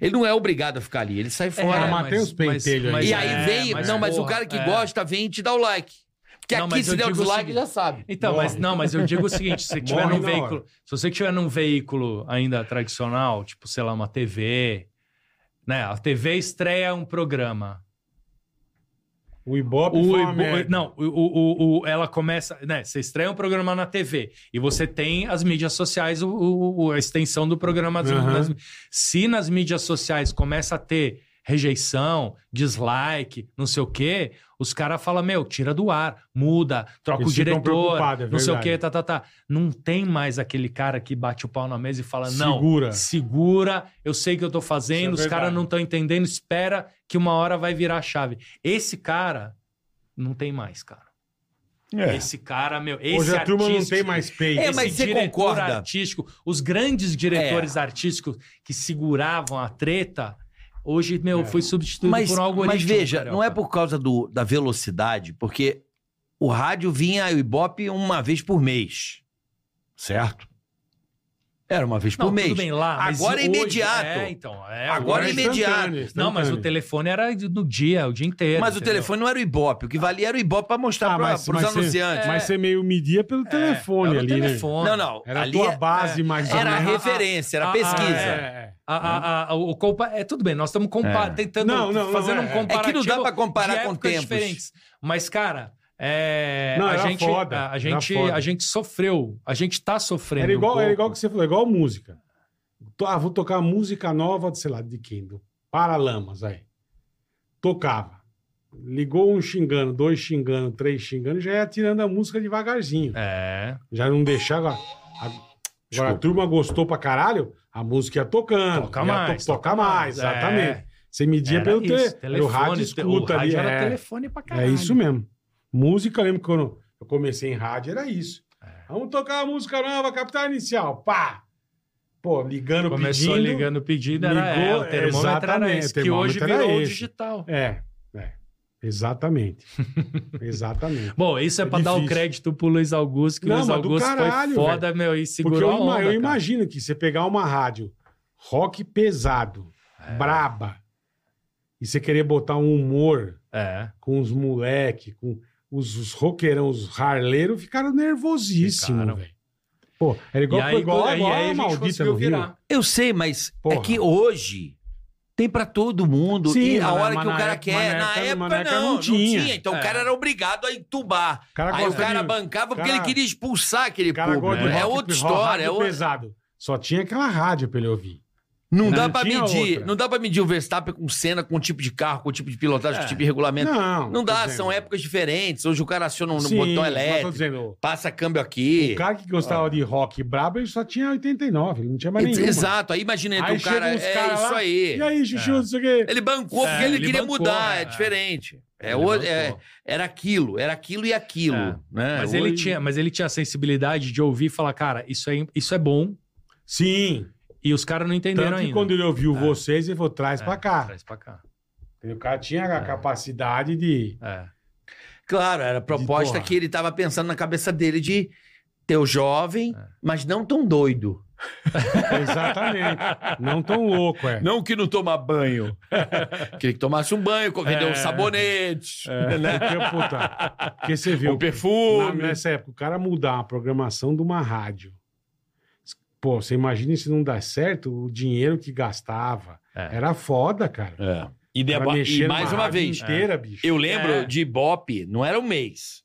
Speaker 6: Ele não é obrigado a ficar ali, ele sai
Speaker 7: É,
Speaker 6: fora.
Speaker 5: mas- matei os pentelhos
Speaker 6: e
Speaker 5: mas
Speaker 6: aí
Speaker 7: é,
Speaker 6: vem. não, mas o
Speaker 7: porra,
Speaker 6: cara que
Speaker 7: é.
Speaker 6: gosta vem e te dá o like. Porque
Speaker 7: Não,
Speaker 6: aqui,
Speaker 7: mas
Speaker 6: se
Speaker 7: eu
Speaker 6: der o
Speaker 7: digo o
Speaker 6: dislike,
Speaker 7: seguinte-
Speaker 6: já sabe.
Speaker 7: Então, mas
Speaker 5: Morre.
Speaker 7: não, mas eu digo o seguinte: se você tiver
Speaker 5: Morre
Speaker 7: num
Speaker 5: na
Speaker 7: veículo, se você tiver num veículo ainda tradicional, tipo, sei lá, uma TV, né? A TV estreia um programa.
Speaker 5: O Ibope
Speaker 7: O
Speaker 5: foi uma
Speaker 7: Ibo-
Speaker 5: merda.
Speaker 7: não, o, o, o- o- ela começa, né? Você estreia um programa na TV e você tem as mídias sociais, o, o- o- a extensão do programa. das-
Speaker 5: Aham.
Speaker 7: das- se nas mídias sociais começa a ter rejeição, dislike, não sei o quê, os caras falam, meu, tira do ar, muda, troca
Speaker 5: Eles
Speaker 7: o
Speaker 5: ficam
Speaker 7: diretor,
Speaker 5: preocupados, é
Speaker 7: não sei o
Speaker 5: verdade.
Speaker 7: quê, tá, tá, tá. Não tem mais aquele cara que bate o pau na mesa e fala, não,
Speaker 5: Segura.
Speaker 7: segura, eu sei o que eu tô fazendo,
Speaker 5: Isso é
Speaker 7: os caras
Speaker 5: verdade.
Speaker 7: não estão entendendo, espera que uma hora vai virar a chave. Esse cara não tem mais, cara.
Speaker 4: É.
Speaker 7: Esse cara, meu, esse
Speaker 5: Hoje a turma não
Speaker 7: artístico,
Speaker 5: tem mais peito.
Speaker 6: É, mas
Speaker 7: esse
Speaker 6: você
Speaker 7: diretor
Speaker 6: concorda? É.
Speaker 7: artístico, os grandes diretores artísticos que seguravam a treta, hoje, meu,
Speaker 5: É.
Speaker 7: foi substituído
Speaker 6: Mas,
Speaker 7: por um algoritmo.
Speaker 6: mas veja,
Speaker 7: Carioca.
Speaker 6: não é por causa do, da velocidade, porque o rádio vinha o Ibope uma vez por mês. Certo? Era uma vez
Speaker 7: Não,
Speaker 6: por
Speaker 7: tudo
Speaker 6: mês.
Speaker 7: bem lá. mas
Speaker 6: Agora é
Speaker 7: hoje-
Speaker 6: imediato.
Speaker 7: É, então. É,
Speaker 6: Agora é
Speaker 7: hoje-
Speaker 6: imediato.
Speaker 7: Não, mas o telefone era no dia, o dia inteiro.
Speaker 6: Mas o
Speaker 7: entendeu?
Speaker 6: telefone não era o Ibope. O que valia era o Ibope pra mostrar
Speaker 5: Ah,
Speaker 6: tá pra,
Speaker 5: mas-
Speaker 6: pros
Speaker 5: mas você-
Speaker 6: anunciantes.
Speaker 5: Mas você meio media pelo telefone
Speaker 7: Era o
Speaker 5: ali, né?
Speaker 7: telefone.
Speaker 6: Não, não.
Speaker 5: Era a
Speaker 6: ali
Speaker 5: tua
Speaker 6: é-
Speaker 5: base mais ou
Speaker 6: era a
Speaker 5: menos.
Speaker 6: referência, era a
Speaker 7: Ah,
Speaker 6: pesquisa.
Speaker 7: é. A- a- a- o compa... É tudo bem, nós estamos compa-
Speaker 6: É.
Speaker 7: tentando
Speaker 5: Não, não, não,
Speaker 7: fazendo
Speaker 5: é.
Speaker 7: um
Speaker 6: É
Speaker 7: comparativo.
Speaker 6: que não dá pra comparar
Speaker 7: de
Speaker 6: com
Speaker 7: épocas
Speaker 6: tempos.
Speaker 7: diferentes. Mas, cara, é,
Speaker 5: Não,
Speaker 7: a,
Speaker 5: era
Speaker 7: gente,
Speaker 5: foda,
Speaker 7: a, a
Speaker 5: era
Speaker 7: gente,
Speaker 5: foda.
Speaker 7: a gente sofreu, a gente tá sofrendo.
Speaker 5: Era igual,
Speaker 7: um
Speaker 5: era
Speaker 7: pouco.
Speaker 5: igual que você falou, igual a música. To- Ah, vou tocar a música nova, de, sei lá, de quem? Do Paralamas, aí. Tocava. Ligou um xingando, dois xingando, três xingando, já ia tirando a música devagarzinho.
Speaker 7: É.
Speaker 5: Já não deixava... a- Agora a turma gostou pra caralho, a música ia tocando.
Speaker 7: Toca
Speaker 5: ia
Speaker 7: mais,
Speaker 5: toca,
Speaker 7: toca
Speaker 5: mais,
Speaker 7: mais,
Speaker 5: exatamente.
Speaker 7: é.
Speaker 5: Você media
Speaker 7: Era
Speaker 5: pelo te...
Speaker 7: isso,
Speaker 5: telefone, o rádio
Speaker 7: te-
Speaker 5: escuta
Speaker 7: o rádio
Speaker 5: ali.
Speaker 7: Era
Speaker 5: é.
Speaker 7: telefone pra caralho.
Speaker 5: É isso mesmo. Música, eu lembro que quando eu comecei em rádio, era isso.
Speaker 7: É.
Speaker 5: Vamos tocar a música nova, Capital Inicial. Pá! Pô, ligando,
Speaker 7: Começou
Speaker 5: pedindo.
Speaker 7: ligando o pedido, era
Speaker 5: ligou,
Speaker 7: é, o termômetro era
Speaker 5: exatamente,
Speaker 7: esse,
Speaker 5: o
Speaker 7: que hoje
Speaker 5: termômetro era
Speaker 7: virou o
Speaker 5: esse.
Speaker 7: digital.
Speaker 5: É, é. Exatamente. [LAUGHS] exatamente.
Speaker 7: Bom, isso é,
Speaker 5: É
Speaker 7: pra dar o
Speaker 5: difícil.
Speaker 7: crédito pro Luiz Augusto, que o
Speaker 5: Não,
Speaker 7: Luiz
Speaker 5: mas do
Speaker 7: Augusto
Speaker 5: caralho,
Speaker 7: foi foda, meu, e segurou
Speaker 5: Porque eu,
Speaker 7: a
Speaker 5: ima-
Speaker 7: onda,
Speaker 5: eu
Speaker 7: cara.
Speaker 5: imagino que você pegar uma rádio rock pesado,
Speaker 7: É.
Speaker 5: braba, e você querer botar um humor
Speaker 7: É.
Speaker 5: com os moleque, com os, os roqueirão, os harleiros, ficaram nervosíssimos,
Speaker 7: Ficaram.
Speaker 5: velho. Pô, era igual,
Speaker 7: e aí,
Speaker 5: igual
Speaker 7: aí,
Speaker 5: agora,
Speaker 7: aí a gente
Speaker 5: maldita,
Speaker 7: conseguiu
Speaker 5: no Rio.
Speaker 7: virar.
Speaker 6: Eu sei, mas
Speaker 5: Porra.
Speaker 6: é que hoje tem pra todo mundo
Speaker 5: Sim,
Speaker 6: e a
Speaker 5: mas-
Speaker 6: hora
Speaker 5: mas
Speaker 6: que o
Speaker 5: na
Speaker 6: cara
Speaker 5: época- mas
Speaker 6: quer.
Speaker 5: na
Speaker 6: Na
Speaker 5: época-
Speaker 6: época,
Speaker 5: mas na época
Speaker 6: não,
Speaker 5: não
Speaker 6: não
Speaker 5: tinha.
Speaker 6: tinha. Então
Speaker 7: É.
Speaker 6: o cara era obrigado a entubar.
Speaker 5: cara
Speaker 6: Aí o
Speaker 5: gosta
Speaker 6: cara
Speaker 5: de-
Speaker 6: bancava porque
Speaker 5: cara-
Speaker 6: ele queria expulsar aquele
Speaker 5: O cara
Speaker 6: público.
Speaker 5: gosta de
Speaker 6: É
Speaker 5: rock,
Speaker 6: outra
Speaker 5: rock,
Speaker 6: história.
Speaker 5: rádio
Speaker 6: é outra-
Speaker 5: pesado. Só tinha aquela rádio pra ele ouvir.
Speaker 6: Não,
Speaker 5: Não
Speaker 6: dá pra
Speaker 5: tinha
Speaker 6: medir.
Speaker 5: outra.
Speaker 6: Não dá pra medir o Verstappen com cena, com o tipo de carro, com o tipo de pilotagem, com o tipo de regulamento.
Speaker 5: É. Não,
Speaker 6: Não, dá,
Speaker 5: tô dizendo.
Speaker 6: são épocas diferentes. Hoje o cara aciona um
Speaker 5: Sim,
Speaker 6: botão
Speaker 5: mas tô
Speaker 6: elétrico,
Speaker 5: dizendo,
Speaker 6: passa câmbio
Speaker 5: o
Speaker 6: aqui.
Speaker 5: cara que gostava de rock brabo, ele só tinha 89, ele não tinha mais
Speaker 6: Ex-
Speaker 5: nenhuma.
Speaker 6: [LAUGHS] Exato, aí imagina
Speaker 5: Aí
Speaker 6: o cara.
Speaker 5: chegam uns
Speaker 6: É
Speaker 5: caras
Speaker 6: isso
Speaker 5: lá,
Speaker 6: aí.
Speaker 5: E aí, Chuchu,
Speaker 7: Ah.
Speaker 5: não sei o quê.
Speaker 6: Ele bancou
Speaker 7: É,
Speaker 6: porque ele,
Speaker 7: ele
Speaker 6: queria
Speaker 7: bancou,
Speaker 6: mudar, é
Speaker 7: é.
Speaker 6: diferente. É,
Speaker 7: Ele
Speaker 6: o-
Speaker 7: bancou.
Speaker 6: é- era aquilo, era aquilo e aquilo.
Speaker 7: É.
Speaker 6: Né?
Speaker 7: Mas ele,
Speaker 6: Hoje-
Speaker 7: tinha, mas ele tinha a sensibilidade de ouvir e falar, cara, isso é, isso é bom.
Speaker 5: Sim.
Speaker 7: E os caras não entenderam
Speaker 5: Tanto que
Speaker 7: ainda.
Speaker 5: quando ele ouviu
Speaker 7: É.
Speaker 5: vocês, ele falou, traz
Speaker 7: É, Ah.
Speaker 5: pra cá.
Speaker 7: Traz pra cá.
Speaker 5: E O cara tinha a capacidade de...
Speaker 7: É.
Speaker 6: Claro, era a proposta
Speaker 5: porra.
Speaker 6: que ele estava pensando na cabeça dele de ter o jovem,
Speaker 7: É.
Speaker 6: mas não tão doido.
Speaker 7: [LAUGHS]
Speaker 5: Exatamente. Não tão louco, é.
Speaker 6: Não que não tomar banho. Queria [LAUGHS] que tomasse um banho, vendeu
Speaker 7: É.
Speaker 6: um sabonete,
Speaker 5: É, porque, puta, porque você
Speaker 6: um
Speaker 5: viu, na,
Speaker 6: perfume.
Speaker 5: nessa época, o cara mudar a programação de uma rádio. Pô, você imagina se não dá certo o dinheiro que gastava.
Speaker 7: É.
Speaker 5: Era foda, cara.
Speaker 6: É. E,
Speaker 5: O cara
Speaker 6: deba- e
Speaker 5: mexer
Speaker 6: mais
Speaker 5: numa
Speaker 6: uma
Speaker 5: rádio
Speaker 6: vez,
Speaker 5: Inteira, bicho.
Speaker 6: eu lembro
Speaker 7: É.
Speaker 6: de Ibope, não era um mês.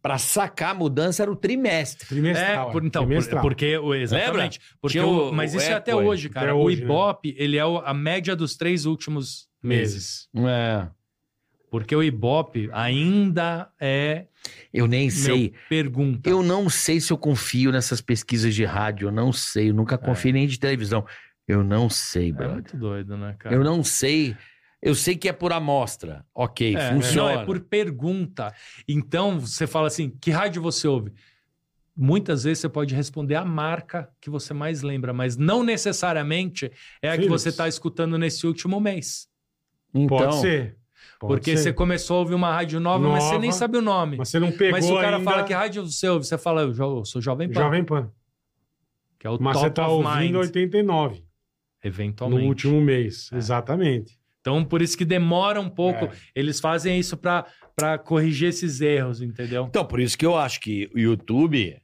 Speaker 6: Pra sacar a mudança era o trimestre.
Speaker 5: Trimestral.
Speaker 7: É, por- então, por-
Speaker 5: trimestral.
Speaker 7: porque o- exatamente. Porque
Speaker 6: Tinha
Speaker 7: o-
Speaker 6: o-
Speaker 7: mas
Speaker 6: o
Speaker 7: isso é até
Speaker 6: eco aí.
Speaker 7: hoje, cara.
Speaker 5: Até hoje, né?
Speaker 7: o Ibope, ele é o- a média dos três últimos meses.
Speaker 5: meses.
Speaker 6: É.
Speaker 7: Porque o Ibope ainda é
Speaker 6: Eu nem sei.
Speaker 7: meu, pergunta.
Speaker 6: Eu não sei se eu confio nessas pesquisas de rádio. Eu não sei. Eu nunca confiei nem de televisão. Eu não sei,
Speaker 7: É
Speaker 6: brother.
Speaker 7: muito doido, né, cara?
Speaker 6: Eu não sei. Eu sei que é por amostra. Ok,
Speaker 7: É,
Speaker 6: funciona.
Speaker 7: Não, é por pergunta. Então, você fala assim, que rádio você ouve? Muitas vezes você pode responder a marca que você mais lembra, mas não necessariamente é a que
Speaker 5: Philips.
Speaker 7: você está escutando nesse último mês.
Speaker 6: Então,
Speaker 5: Pode ser. Pode
Speaker 7: porque
Speaker 5: ser.
Speaker 7: você começou a ouvir uma rádio nova, mas você
Speaker 5: Nova,
Speaker 7: nem sabe o nome.
Speaker 5: Mas você não pegou
Speaker 7: Mas se o cara
Speaker 5: ainda...
Speaker 7: fala que rádio você ouve, você fala, eu, jo- eu sou Jovem Pan,
Speaker 5: Jovem Pan.
Speaker 7: que é o
Speaker 5: Mas
Speaker 7: top
Speaker 5: você tá
Speaker 7: of
Speaker 5: ouvindo
Speaker 7: mind,
Speaker 5: 89
Speaker 7: eventualmente.
Speaker 5: no último mês.
Speaker 7: É.
Speaker 5: Exatamente.
Speaker 7: Então, por isso que demora um pouco.
Speaker 5: É.
Speaker 7: Eles fazem isso para corrigir esses erros, entendeu?
Speaker 6: então, por isso que eu acho que o YouTube,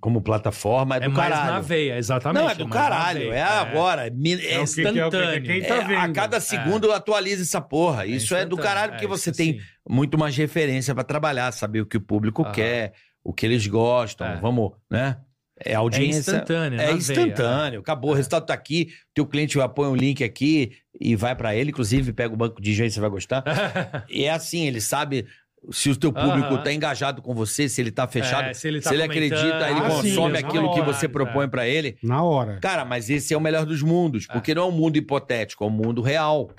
Speaker 6: como plataforma, é do
Speaker 7: É mais
Speaker 6: caralho.
Speaker 7: na veia, exatamente.
Speaker 6: Não, é do
Speaker 7: mais na
Speaker 6: caralho. É,
Speaker 7: veia,
Speaker 6: agora. mi- É,
Speaker 5: É o que que é, o que que é,
Speaker 6: instantâneo.
Speaker 5: quem tá
Speaker 6: É, a
Speaker 5: vendo.
Speaker 6: cada segundo atualiza essa porra.
Speaker 7: É
Speaker 6: isso é do
Speaker 7: instantâneo,
Speaker 6: caralho, porque
Speaker 7: é,
Speaker 6: você
Speaker 7: isso
Speaker 6: tem
Speaker 7: sim.
Speaker 6: muito mais referência pra trabalhar, saber o que o público
Speaker 7: Aham.
Speaker 6: quer, o que eles gostam.
Speaker 7: É.
Speaker 6: Vamos, né? É
Speaker 7: É
Speaker 6: audiência.
Speaker 7: instantâneo,
Speaker 6: É
Speaker 7: na [LAUGHS] veia, É.
Speaker 6: instantâneo, acabou, o resultado tá aqui, teu cliente vai põe um link aqui e vai pra ele, inclusive pega o banco de gente, você vai gostar.
Speaker 7: é.
Speaker 6: E é assim, ele sabe se o teu público
Speaker 7: Aham.
Speaker 6: tá engajado com você, se ele tá fechado,
Speaker 7: É, se ele,
Speaker 6: se ele acredita, ele
Speaker 5: Ah, sim,
Speaker 6: consome
Speaker 7: é
Speaker 5: mesmo,
Speaker 6: aquilo que
Speaker 5: claro,
Speaker 6: você propõe pra ele.
Speaker 5: Na hora.
Speaker 6: Cara, mas esse é o melhor dos mundos, porque não é um mundo hipotético, é um mundo real.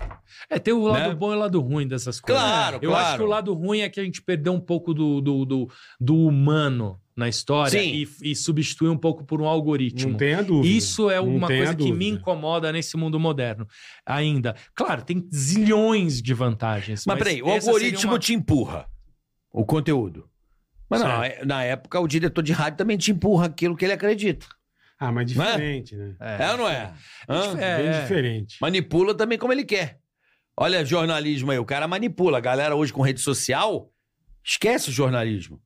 Speaker 7: É, tem o lado
Speaker 6: Né?
Speaker 7: bom e o lado ruim dessas coisas.
Speaker 6: Claro,
Speaker 7: Eu
Speaker 6: claro.
Speaker 7: acho que o lado ruim é que a gente perdeu um pouco do, do, do, do humano na história
Speaker 6: Sim.
Speaker 7: e, e substitui um pouco por um algoritmo.
Speaker 5: Não tenha dúvida.
Speaker 7: Isso é
Speaker 5: Não
Speaker 7: uma
Speaker 5: tenha
Speaker 7: coisa que me
Speaker 5: dúvida.
Speaker 7: incomoda nesse mundo moderno ainda. Claro, tem zilhões de vantagens.
Speaker 6: Mas, peraí, o
Speaker 7: essa seria
Speaker 6: algoritmo
Speaker 7: uma-
Speaker 6: te empurra o conteúdo. Mas não, é- na época o diretor de rádio também te empurra aquilo que ele acredita.
Speaker 5: Ah, mas
Speaker 6: Não é?
Speaker 5: diferente, né?
Speaker 6: É, ou não é? Hã?
Speaker 7: É,
Speaker 5: Bem
Speaker 7: é.
Speaker 5: diferente.
Speaker 6: Manipula também como ele quer. Olha, jornalismo aí, o cara manipula. A galera hoje com rede social esquece o jornalismo.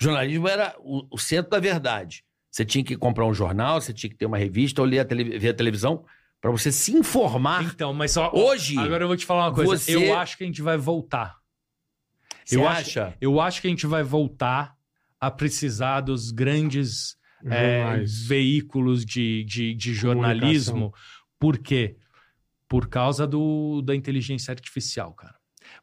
Speaker 6: O jornalismo era o, o centro da verdade. Você tinha que comprar um jornal, você tinha que ter uma revista ou ler a, tele- ver a televisão pra você se informar.
Speaker 7: Então, mas ó,
Speaker 6: Ah, Hoje,
Speaker 7: agora eu vou te falar uma coisa.
Speaker 6: você-
Speaker 7: Eu acho que a gente vai voltar.
Speaker 6: Você
Speaker 7: eu acho-
Speaker 6: acha?
Speaker 7: Eu acho que a gente vai voltar a precisar dos grandes eh,
Speaker 5: Jornais.
Speaker 7: veículos de, de, de jornalismo. Por quê? Por causa do, da inteligência artificial, cara.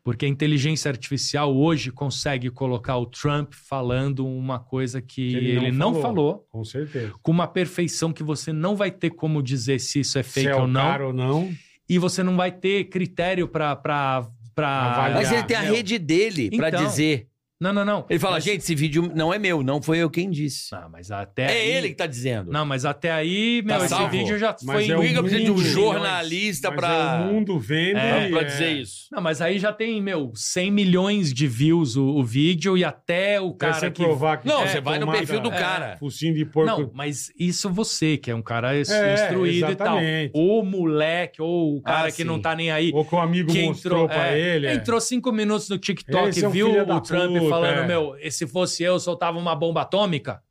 Speaker 7: Porque a inteligência artificial hoje consegue colocar o Trump falando uma coisa que ele, não, falou,
Speaker 5: Com certeza.
Speaker 7: com uma perfeição que você não vai ter como dizer se isso é fake
Speaker 5: Se é
Speaker 7: ou
Speaker 5: o
Speaker 7: não.
Speaker 5: cara ou não.
Speaker 7: E você não vai ter critério pra. pra, pra...
Speaker 5: Avaliar.
Speaker 6: Mas ele tem a
Speaker 7: Ah, Meu.
Speaker 6: rede dele pra
Speaker 7: Então.
Speaker 6: dizer.
Speaker 7: Não, não, não.
Speaker 6: Ele fala,
Speaker 7: Mas-
Speaker 6: gente, esse vídeo não é meu, não foi eu quem disse.
Speaker 7: Ah, mas até.
Speaker 6: É
Speaker 7: aí-
Speaker 6: ele que tá dizendo.
Speaker 7: Não, mas até aí, meu,
Speaker 6: Tá
Speaker 7: esse
Speaker 6: salvo.
Speaker 7: vídeo já
Speaker 5: Mas
Speaker 7: foi
Speaker 5: é
Speaker 7: em-
Speaker 5: o
Speaker 6: Por que que eu preciso de um
Speaker 5: mundo.
Speaker 6: jornalista
Speaker 5: Mas
Speaker 6: pra,
Speaker 5: é o mundo vendo.
Speaker 7: É,
Speaker 5: e
Speaker 6: pra
Speaker 5: é-
Speaker 6: dizer isso?
Speaker 7: Não, mas aí já tem, meu, 100 milhões de views o, o vídeo e até o
Speaker 5: Até você
Speaker 7: cara que.
Speaker 5: provar que
Speaker 6: Não,
Speaker 5: é
Speaker 6: você vai no
Speaker 5: tomada-
Speaker 6: perfil do
Speaker 5: é,
Speaker 6: cara.
Speaker 5: Focinho de porco.
Speaker 7: Não, mas isso você, que é um cara es-
Speaker 5: É,
Speaker 7: instruído
Speaker 5: exatamente.
Speaker 7: e tal. Ou moleque, ou o cara
Speaker 6: Ah, sim.
Speaker 7: que não tá nem aí.
Speaker 5: Ou que o amigo
Speaker 7: que
Speaker 5: mostrou
Speaker 7: entrou,
Speaker 5: pra
Speaker 7: é,
Speaker 5: ele. é.
Speaker 7: entrou cinco minutos no TikTok
Speaker 5: Esse
Speaker 7: e
Speaker 5: é um
Speaker 7: viu
Speaker 5: filho da
Speaker 7: o Trump
Speaker 5: puta,
Speaker 7: falando:
Speaker 5: é.
Speaker 7: Meu, e se fosse eu, soltava uma bomba atômica.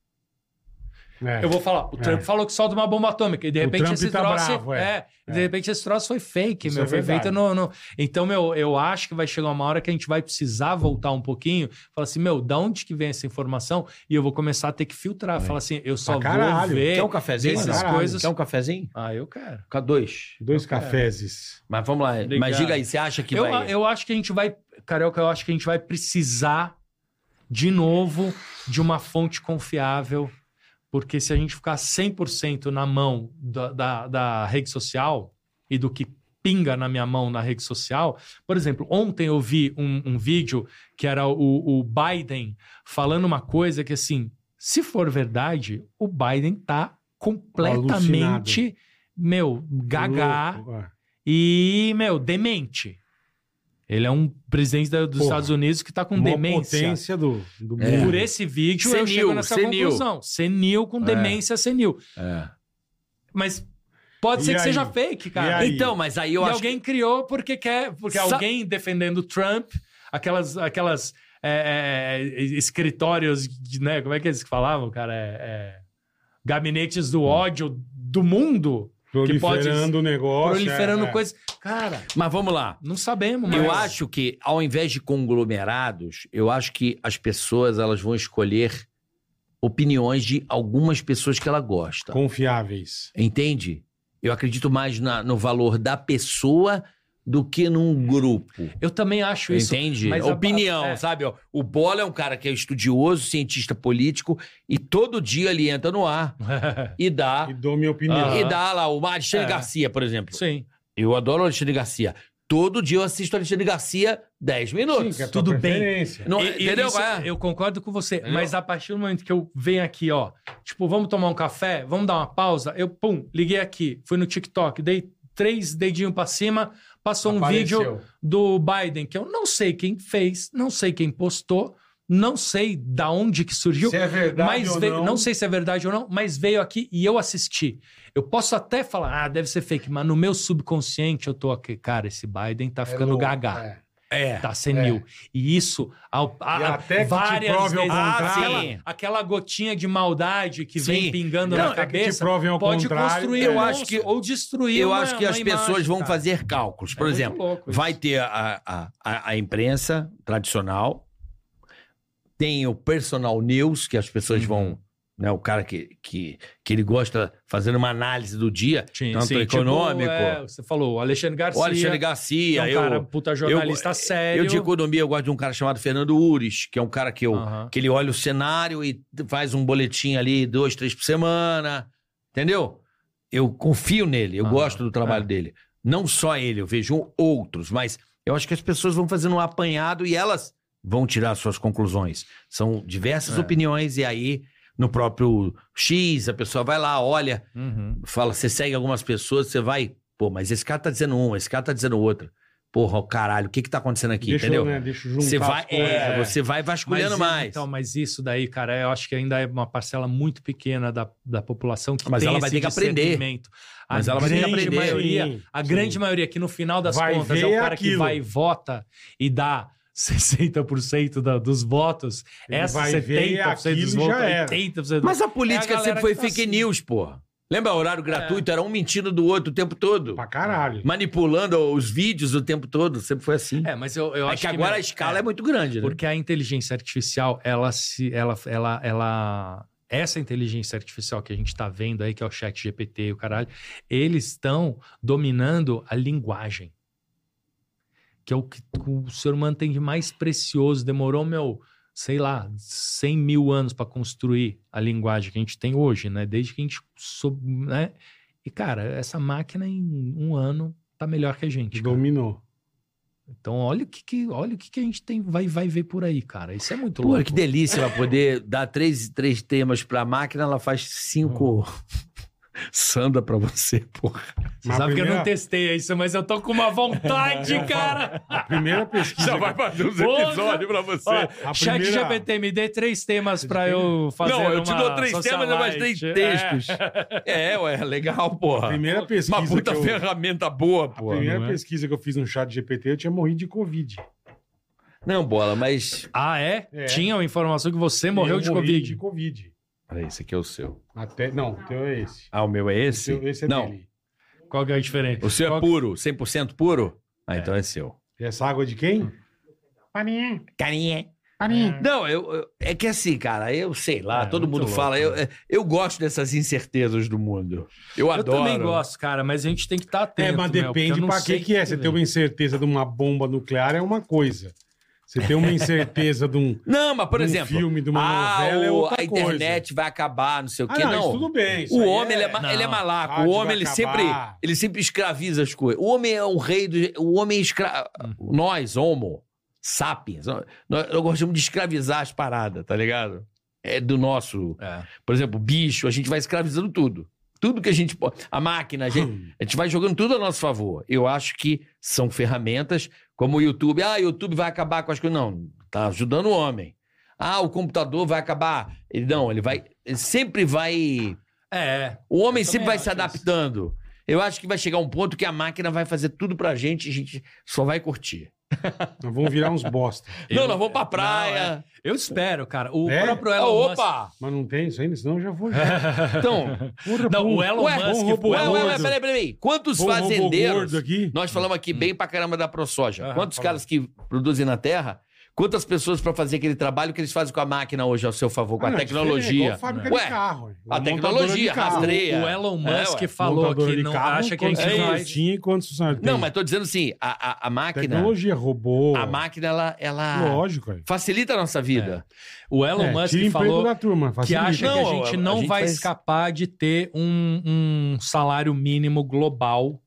Speaker 5: É.
Speaker 7: Eu vou falar, o
Speaker 5: É.
Speaker 7: Trump falou que solta uma bomba atômica. E de
Speaker 5: O
Speaker 7: repente
Speaker 5: Trump
Speaker 7: esse
Speaker 5: tá
Speaker 7: troço.
Speaker 5: bravo, é.
Speaker 7: é. e de
Speaker 5: É.
Speaker 7: repente esse troço foi fake,
Speaker 5: Isso
Speaker 7: meu.
Speaker 5: é
Speaker 7: foi
Speaker 5: verdade.
Speaker 7: feito no, no- Então, meu, eu acho que vai chegar uma hora que a gente vai precisar voltar um pouquinho. Falar assim, meu, da onde que vem essa informação? E eu vou começar a ter que filtrar. Falar assim, eu só vou
Speaker 5: É. caralho. é
Speaker 7: ver.
Speaker 6: Quer um cafezinho?
Speaker 7: É. essas
Speaker 6: Caralho.
Speaker 7: coisas-
Speaker 6: Quer um cafezinho?
Speaker 7: Ah, eu quero.
Speaker 6: Fica dois.
Speaker 5: Dois
Speaker 7: é.
Speaker 5: cafezes.
Speaker 6: Mas vamos lá. Mas
Speaker 7: Obrigado.
Speaker 6: diga aí, você acha que
Speaker 7: eu,
Speaker 6: vai...
Speaker 7: eu acho que a gente vai. Carioca, eu acho que a gente vai precisar, de novo, de uma fonte confiável. Porque se a gente ficar 100% na mão da, da, da rede social e do que pinga na minha mão na rede social. Por exemplo, ontem eu vi um, um vídeo que era o, o Biden falando uma coisa que, assim, se for verdade, o Biden tá completamente, meu, gaga.
Speaker 5: Louco, é.
Speaker 7: E, meu, demente. Ele é um presidente da- dos
Speaker 5: Porra.
Speaker 7: Estados Unidos que tá com
Speaker 5: Mó
Speaker 7: demência.
Speaker 5: potência do, do
Speaker 6: É.
Speaker 5: mundo.
Speaker 7: Por esse vídeo, eu
Speaker 6: Senil,
Speaker 7: chego nessa
Speaker 6: senil.
Speaker 7: conclusão. Senil com
Speaker 6: É.
Speaker 7: demência senil.
Speaker 6: É.
Speaker 7: Mas pode
Speaker 5: E
Speaker 7: ser que
Speaker 5: aí?
Speaker 7: seja fake,
Speaker 5: E
Speaker 7: cara.
Speaker 5: aí?
Speaker 7: E,
Speaker 6: Então, mas aí eu acho
Speaker 7: alguém criou porque quer. Porque
Speaker 6: Sa-
Speaker 7: alguém defendendo o Trump, aquelas. aquelas é, é, é, escritórios, de, né? Como é que eles falavam, cara? É, é, gabinetes
Speaker 5: Hum.
Speaker 7: do ódio do mundo
Speaker 5: Proliferando o negócio.
Speaker 7: proliferando
Speaker 5: é, é.
Speaker 7: coisas. Cara,
Speaker 6: que... Mas vamos lá.
Speaker 7: não sabemos, mas.
Speaker 6: Eu acho que, ao invés de conglomerados, eu acho que as pessoas elas vão escolher opiniões de algumas pessoas que ela gosta.
Speaker 5: Confiáveis.
Speaker 6: Entende? Eu acredito mais na- no valor da pessoa do que num grupo.
Speaker 7: Eu também acho isso.
Speaker 6: Entende?
Speaker 7: mas a-
Speaker 6: Opinião,
Speaker 7: é.
Speaker 6: sabe? ó. O Bola é um cara que é estudioso, cientista político, e todo dia ele entra no ar e dá.
Speaker 5: E dou minha opinião.
Speaker 6: E dá lá o Alexandre
Speaker 7: É.
Speaker 6: Garcia, por exemplo.
Speaker 7: [LAUGHS] Sim.
Speaker 6: Eu adoro o Alexandre Garcia. Todo dia eu assisto o Alexandre Garcia 10 minutos.
Speaker 5: que é a tua
Speaker 7: tudo bem.
Speaker 5: preferência.
Speaker 6: Não,
Speaker 7: E- e
Speaker 6: entendeu?
Speaker 7: isso
Speaker 6: É.
Speaker 7: Eu concordo com você,
Speaker 6: Entendeu?
Speaker 7: mas a partir do momento que eu venho aqui, ó, tipo, vamos tomar um café, vamos dar uma pausa, eu, pum, liguei aqui, fui no TikTok, dei três dedinhos pra cima, passou
Speaker 5: Apareceu.
Speaker 7: um vídeo do Biden, que eu não sei quem fez, não sei quem postou, não sei da onde que surgiu.
Speaker 5: Se é verdade
Speaker 7: mas
Speaker 5: ou
Speaker 7: veio-
Speaker 5: não.
Speaker 7: sei se é verdade ou não, mas veio aqui e eu assisti. Eu posso até falar, ah, deve ser fake, mas no meu subconsciente eu tô aqui, cara, esse Biden tá ficando
Speaker 5: louco,
Speaker 7: gaga.
Speaker 5: é.
Speaker 7: Tá senil. E isso, ao, a,
Speaker 5: E até que te
Speaker 7: várias
Speaker 5: prove ao
Speaker 7: vezes,
Speaker 5: contrário.
Speaker 7: aquela, aquela gotinha de maldade que
Speaker 6: Sim.
Speaker 7: vem pingando
Speaker 5: Não,
Speaker 7: na
Speaker 5: é que te
Speaker 7: cabeça,
Speaker 5: provem ao
Speaker 7: pode
Speaker 5: contrário,
Speaker 7: construir
Speaker 5: é.
Speaker 7: um
Speaker 5: Eu
Speaker 6: acho que-
Speaker 7: monstro ou destruir
Speaker 6: Eu
Speaker 7: uma-
Speaker 6: acho que
Speaker 7: uma
Speaker 6: as
Speaker 7: imagem,
Speaker 6: pessoas vão
Speaker 7: cara.
Speaker 6: fazer cálculos. Por
Speaker 7: É muito
Speaker 6: exemplo,
Speaker 7: louco isso.
Speaker 6: vai ter a, a, a, a imprensa tradicional, tem o personal news, que as
Speaker 7: Uhum.
Speaker 6: pessoas vão. Né, o cara que, que, que ele gosta fazendo uma análise do dia,
Speaker 7: Sim,
Speaker 6: tanto
Speaker 7: sim, tipo,
Speaker 6: econômico.
Speaker 7: é, você falou, o Alexandre Garcia.
Speaker 6: o Alexandre
Speaker 7: que é
Speaker 6: Garcia,
Speaker 7: um
Speaker 6: eu,
Speaker 7: cara, puta jornalista sério.
Speaker 6: eu de economia, eu gosto de um cara chamado Fernando Ures, que é um cara que eu
Speaker 7: Aham.
Speaker 6: que ele olha o cenário e faz um boletim ali, dois, três por semana. Entendeu? Eu confio nele, eu
Speaker 7: Ah,
Speaker 6: gosto do trabalho
Speaker 7: é.
Speaker 6: dele. Não só ele, eu vejo outros, mas eu acho que as pessoas vão fazendo um apanhado e elas vão tirar suas conclusões. São diversas
Speaker 7: É.
Speaker 6: opiniões, e aí, no próprio X, a pessoa vai lá, olha,
Speaker 7: Uhum.
Speaker 6: fala, você segue algumas pessoas, você vai, pô, mas esse cara tá dizendo um, esse cara tá dizendo outro. Porra, o caralho, o que que tá acontecendo aqui,
Speaker 5: Deixa,
Speaker 6: entendeu?
Speaker 5: eu, né, deixa eu
Speaker 7: um
Speaker 5: juntar
Speaker 6: Você
Speaker 5: as
Speaker 6: vai,
Speaker 5: coisas.
Speaker 6: é, você vai
Speaker 7: Mas,
Speaker 6: vasculhando
Speaker 7: é,
Speaker 6: mais.
Speaker 7: Então, mas isso daí, cara, eu acho que ainda é uma parcela muito pequena da, da população que
Speaker 6: Mas
Speaker 7: tem
Speaker 6: ela vai
Speaker 7: esse
Speaker 6: ter que aprender.
Speaker 7: discernimento. A
Speaker 6: Mas ela vai ter que
Speaker 7: grande
Speaker 6: aprender.
Speaker 7: Maioria,
Speaker 5: Sim,
Speaker 7: a
Speaker 5: sim.
Speaker 7: grande maioria que no final das
Speaker 5: Vai
Speaker 7: contas é
Speaker 5: ver
Speaker 7: o cara que
Speaker 5: aquilo.
Speaker 7: vai e vota e dá [LAUGHS] 60% da- dos votos.
Speaker 5: Ele
Speaker 7: essa
Speaker 5: vai ver
Speaker 7: 70% dos
Speaker 5: aquilo e já
Speaker 7: votos,
Speaker 5: era.
Speaker 7: 80%
Speaker 6: Mas a
Speaker 7: É
Speaker 6: política
Speaker 7: a galera
Speaker 6: sempre foi
Speaker 7: que tá
Speaker 6: fake
Speaker 7: assim.
Speaker 6: news, porra. Lembra horário gratuito? Era um mentindo do outro o tempo todo.
Speaker 5: Pra caralho.
Speaker 6: Manipulando os vídeos o tempo todo. Sempre foi assim. É,
Speaker 7: É, mas eu, eu acho
Speaker 6: que agora
Speaker 7: meu,
Speaker 6: a escala é,
Speaker 7: é
Speaker 6: muito grande, né?
Speaker 7: Porque a inteligência artificial, ela se. Ela, ela, ela, essa inteligência artificial que a gente está vendo aí, que é o chat GPT e o caralho, eles estão dominando a linguagem. Que é o que o ser humano tem de mais precioso. Demorou, meu, sei lá, 100 mil anos para construir a linguagem que a gente tem hoje, né? Desde que a gente. soube, né? E, cara, essa máquina em um ano tá melhor que a gente. cara.
Speaker 5: Dominou.
Speaker 7: Então, olha o que, que- olha o que, que a gente tem, vai, vai ver por aí, cara. Isso é muito
Speaker 6: Pô,
Speaker 7: louco.
Speaker 6: que delícia ela poder dar três, três temas pra máquina, ela faz cinco. [LAUGHS] Sanda pra você, porra.
Speaker 7: Você
Speaker 5: Mas a
Speaker 7: sabe que eu
Speaker 5: primeira-
Speaker 7: não testei isso, mas eu tô com uma
Speaker 5: [LAUGHS]
Speaker 7: vontade,
Speaker 5: Eu falo.
Speaker 7: cara.
Speaker 5: A primeira pesquisa.
Speaker 4: Já vai fazer uns
Speaker 7: Porra!
Speaker 4: episódios pra você.
Speaker 7: Ó,
Speaker 5: A
Speaker 7: Chat
Speaker 5: primeira-
Speaker 7: GPT, me dê três temas pra eu fazer
Speaker 6: não, eu te
Speaker 7: uma
Speaker 6: dou três temas e mais três
Speaker 7: socialite. É.
Speaker 6: textos. [LAUGHS] É, ué, legal, porra.
Speaker 5: A primeira pesquisa.
Speaker 6: Uma puta
Speaker 5: que eu-
Speaker 6: ferramenta boa,
Speaker 5: A
Speaker 6: porra.
Speaker 5: primeira
Speaker 6: não, é?
Speaker 5: pesquisa que eu fiz no chat GPT, eu tinha morrido de Covid.
Speaker 6: Não, bola, mas
Speaker 7: Ah, é?
Speaker 5: É.
Speaker 7: Ah, Tinha uma informação que você morreu
Speaker 5: Eu
Speaker 7: de
Speaker 5: morri
Speaker 7: Covid.
Speaker 5: de Covid.
Speaker 6: Peraí, esse aqui é o seu.
Speaker 5: Até, não, o teu é esse.
Speaker 6: Ah, o meu é esse?
Speaker 5: Teu- esse é
Speaker 6: Não,
Speaker 5: dele.
Speaker 7: Qual que é a diferença?
Speaker 6: o seu é
Speaker 7: Qual-
Speaker 6: puro, 100% puro? Ah, então é seu.
Speaker 5: E essa água de quem?
Speaker 1: Paninha,
Speaker 6: Carinha.
Speaker 1: paninha.
Speaker 6: Não, eu, eu- é que assim, cara, eu sei lá,
Speaker 7: É,
Speaker 6: todo
Speaker 7: muito
Speaker 6: mundo
Speaker 7: louco,
Speaker 6: fala.
Speaker 5: né?
Speaker 6: Eu, eu gosto dessas incertezas do mundo. Eu,
Speaker 7: Eu
Speaker 6: adoro.
Speaker 7: também gosto, cara, mas a gente tem que estar atento.
Speaker 5: é, mas
Speaker 7: meu, porque eu
Speaker 5: depende
Speaker 7: não
Speaker 5: pra que
Speaker 7: sei
Speaker 5: que é. Você ter uma incerteza de uma bomba nuclear é uma coisa. Você ter
Speaker 6: [LAUGHS]
Speaker 5: uma incerteza de um,
Speaker 6: Não, mas por
Speaker 5: de um
Speaker 6: exemplo.
Speaker 5: filme, de uma
Speaker 6: ah,
Speaker 5: novela é
Speaker 6: o-
Speaker 5: outra
Speaker 6: a
Speaker 5: coisa.
Speaker 6: internet vai acabar, não sei o
Speaker 5: Ah,
Speaker 6: quê.
Speaker 5: não,
Speaker 6: não,
Speaker 5: isso tudo bem. isso
Speaker 6: o
Speaker 5: aí
Speaker 6: homem ele é, ma-
Speaker 7: não.
Speaker 6: ele é malaco.
Speaker 5: Rádio
Speaker 6: o homem ele
Speaker 5: vai
Speaker 6: sempre,
Speaker 5: acabar.
Speaker 6: ele sempre escraviza as coisas. O homem é o rei do. O homem é escra... Nós, homo, sapiens, nós, nós gostamos de escravizar as paradas, tá ligado? É do nosso.
Speaker 7: É.
Speaker 6: Por exemplo, bicho, a gente vai escravizando tudo. Tudo que a gente pode. A máquina, a
Speaker 5: Hum,
Speaker 6: gente, a gente vai jogando tudo a nosso favor. Eu acho que são ferramentas como o YouTube. Ah, o YouTube vai acabar com as coisas. Não, tá ajudando o homem. Ah, o computador vai acabar. Ele não, ele vai. Ele sempre vai.
Speaker 7: É, é.
Speaker 6: O homem
Speaker 7: Eu
Speaker 6: sempre
Speaker 7: também
Speaker 6: vai se
Speaker 7: acho
Speaker 6: adaptando. Eu acho que vai chegar um ponto que a máquina vai fazer tudo pra gente e a gente só vai curtir.
Speaker 5: Nós vamos virar uns bosta.
Speaker 6: não, nós
Speaker 7: é,
Speaker 6: vamos pra praia.
Speaker 7: Eu espero, cara. O
Speaker 5: É?
Speaker 7: próprio
Speaker 6: Ah,
Speaker 7: Elon Musk.
Speaker 6: opa!
Speaker 5: Mas não tem isso ainda, senão eu já vou. já.
Speaker 6: Então,
Speaker 5: Porra,
Speaker 7: Não,
Speaker 5: bom-
Speaker 7: [LAUGHS] o Elon
Speaker 6: ué,
Speaker 7: Musk.
Speaker 5: bom robô,
Speaker 7: pô, é
Speaker 6: ué, ué, ué,
Speaker 5: gordo.
Speaker 6: peraí, peraí. Quantos
Speaker 5: bom
Speaker 7: um
Speaker 5: robô
Speaker 6: [LAUGHS] fazendeiros.
Speaker 5: gordo aqui.
Speaker 6: Nós falamos aqui bem pra caramba da ProSoja.
Speaker 7: Aham,
Speaker 6: Quantos
Speaker 7: falou.
Speaker 6: caras que produzem na terra, quantas pessoas pra fazer aquele trabalho que eles fazem com a máquina hoje ao seu favor, com
Speaker 5: Ah,
Speaker 6: a
Speaker 5: não, é diferente, é
Speaker 6: tecnologia?
Speaker 5: igual fábrica
Speaker 6: Ué,
Speaker 5: de carro.
Speaker 6: a
Speaker 7: um
Speaker 5: montadora
Speaker 6: tecnologia,
Speaker 5: de carro.
Speaker 6: rastreia.
Speaker 7: O Elon Musk
Speaker 6: É, ué.
Speaker 7: falou
Speaker 5: Montadora
Speaker 7: que
Speaker 5: de
Speaker 7: não
Speaker 5: carro, assim,
Speaker 7: acha que a gente
Speaker 5: quantos
Speaker 6: é isso.
Speaker 7: vai.
Speaker 5: funcionários tinha e quantos funcionários
Speaker 6: Não,
Speaker 5: tem?
Speaker 6: mas tô dizendo assim, a, a, a máquina.
Speaker 5: Tecnologia, robô.
Speaker 6: A máquina, ela. ela
Speaker 5: Lógico, velho.
Speaker 6: Facilita a nossa vida.
Speaker 7: O Elon
Speaker 5: É,
Speaker 7: Musk
Speaker 5: tira emprego
Speaker 7: falou
Speaker 5: da turma,
Speaker 7: que é
Speaker 5: facilita.
Speaker 7: acha que a
Speaker 6: Não,
Speaker 7: gente
Speaker 6: a-
Speaker 7: não
Speaker 6: a gente
Speaker 7: vai
Speaker 6: faz-
Speaker 7: escapar de ter um, um salário mínimo global.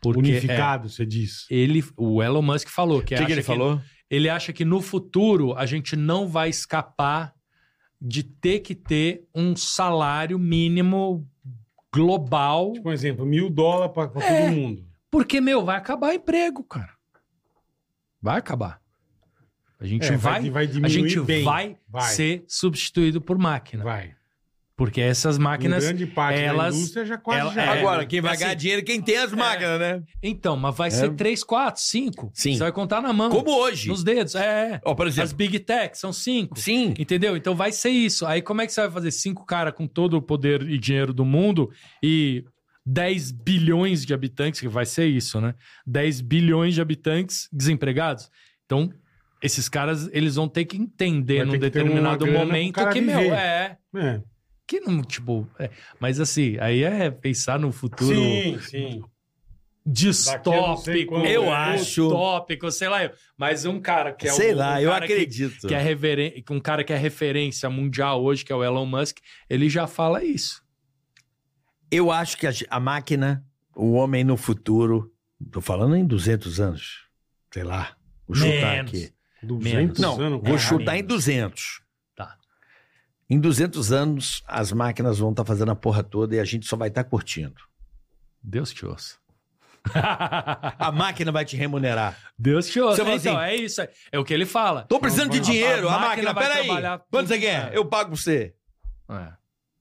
Speaker 7: Porque é,
Speaker 5: unificado, você diz.
Speaker 7: ele, o Elon Musk falou que,
Speaker 6: O
Speaker 7: acha ele acha que no futuro a gente não vai escapar de ter que ter um salário mínimo global,
Speaker 5: Tipo, um exemplo, mil dólares pra, pra
Speaker 7: É.
Speaker 5: todo mundo.
Speaker 7: porque meu vai acabar emprego, cara. Vai acabar. A gente
Speaker 5: É,
Speaker 7: vai,
Speaker 5: vai
Speaker 7: a
Speaker 5: diminuir
Speaker 7: gente
Speaker 5: bem.
Speaker 7: vai,
Speaker 5: Vai.
Speaker 7: ser substituindo por máquina,
Speaker 5: Vai.
Speaker 7: porque essas
Speaker 5: Máquinas,
Speaker 7: máquinas
Speaker 5: Um grande parte
Speaker 7: elas-
Speaker 5: da indústria já quase
Speaker 7: ela-
Speaker 5: já.
Speaker 7: É,
Speaker 6: Agora, quem vai
Speaker 7: assim,
Speaker 6: ganhar dinheiro é quem tem as máquinas, né?
Speaker 7: Então, mas vai
Speaker 6: É.
Speaker 7: ser 3, 4, 5.
Speaker 6: Sim.
Speaker 7: Você vai contar na mão.
Speaker 6: Como hoje.
Speaker 7: Nos dedos. É.
Speaker 6: Ó, por
Speaker 7: As
Speaker 6: exemplo.
Speaker 7: Big Tech são 5.
Speaker 6: Sim.
Speaker 7: Entendeu? Então vai ser isso. Aí como é que você vai fazer cinco caras com todo o poder e dinheiro do mundo e 10 bilhões de habitantes, que vai ser isso, né? 10 bilhões de habitantes desempregados. Então, esses caras, eles vão ter que entender
Speaker 5: Vai
Speaker 7: num
Speaker 5: ter que ter uma
Speaker 7: determinado
Speaker 5: grana pro
Speaker 7: momento
Speaker 5: cara
Speaker 7: que, meu,
Speaker 5: viver.
Speaker 7: é...
Speaker 5: É.
Speaker 7: Que não, tipo... é, Mas assim, aí é pensar no futuro
Speaker 5: Sim, sim. Daqui a não sei é.
Speaker 7: distópico.
Speaker 5: quando,
Speaker 6: Eu
Speaker 7: né?
Speaker 6: acho.
Speaker 7: Distópico, sei lá. eu. Mas um cara que é um-
Speaker 6: Sei
Speaker 7: um
Speaker 6: lá, eu
Speaker 7: cara que-
Speaker 6: acredito.
Speaker 7: Que, é referen- um cara que é referência mundial hoje, que é o Elon Musk, ele já fala isso.
Speaker 6: Eu acho que a, a máquina, o homem no futuro, tô falando em 200 anos, sei lá, vou chutar
Speaker 7: Menos.
Speaker 6: aqui.
Speaker 5: 200
Speaker 6: Não,
Speaker 5: anos.
Speaker 6: vou
Speaker 5: cara.
Speaker 6: chutar em 200.
Speaker 7: Tá.
Speaker 6: Em 200 anos, as máquinas vão estar fazendo a porra toda e a gente só vai estar curtindo.
Speaker 7: Deus te ouça. [LAUGHS]
Speaker 6: A máquina vai te remunerar.
Speaker 7: Deus te ouça.
Speaker 6: Você fala
Speaker 7: então,
Speaker 6: assim,
Speaker 7: é isso. é- É o que ele fala.
Speaker 6: Tô precisando de
Speaker 7: A- a
Speaker 6: dinheiro, a,
Speaker 7: máquina
Speaker 6: máquina,
Speaker 7: vai
Speaker 6: peraí.
Speaker 7: trabalhar
Speaker 6: Quanto você
Speaker 7: tudo,
Speaker 6: quer?
Speaker 7: é.
Speaker 6: Eu pago pra você.
Speaker 7: É.
Speaker 6: Ela
Speaker 7: Isso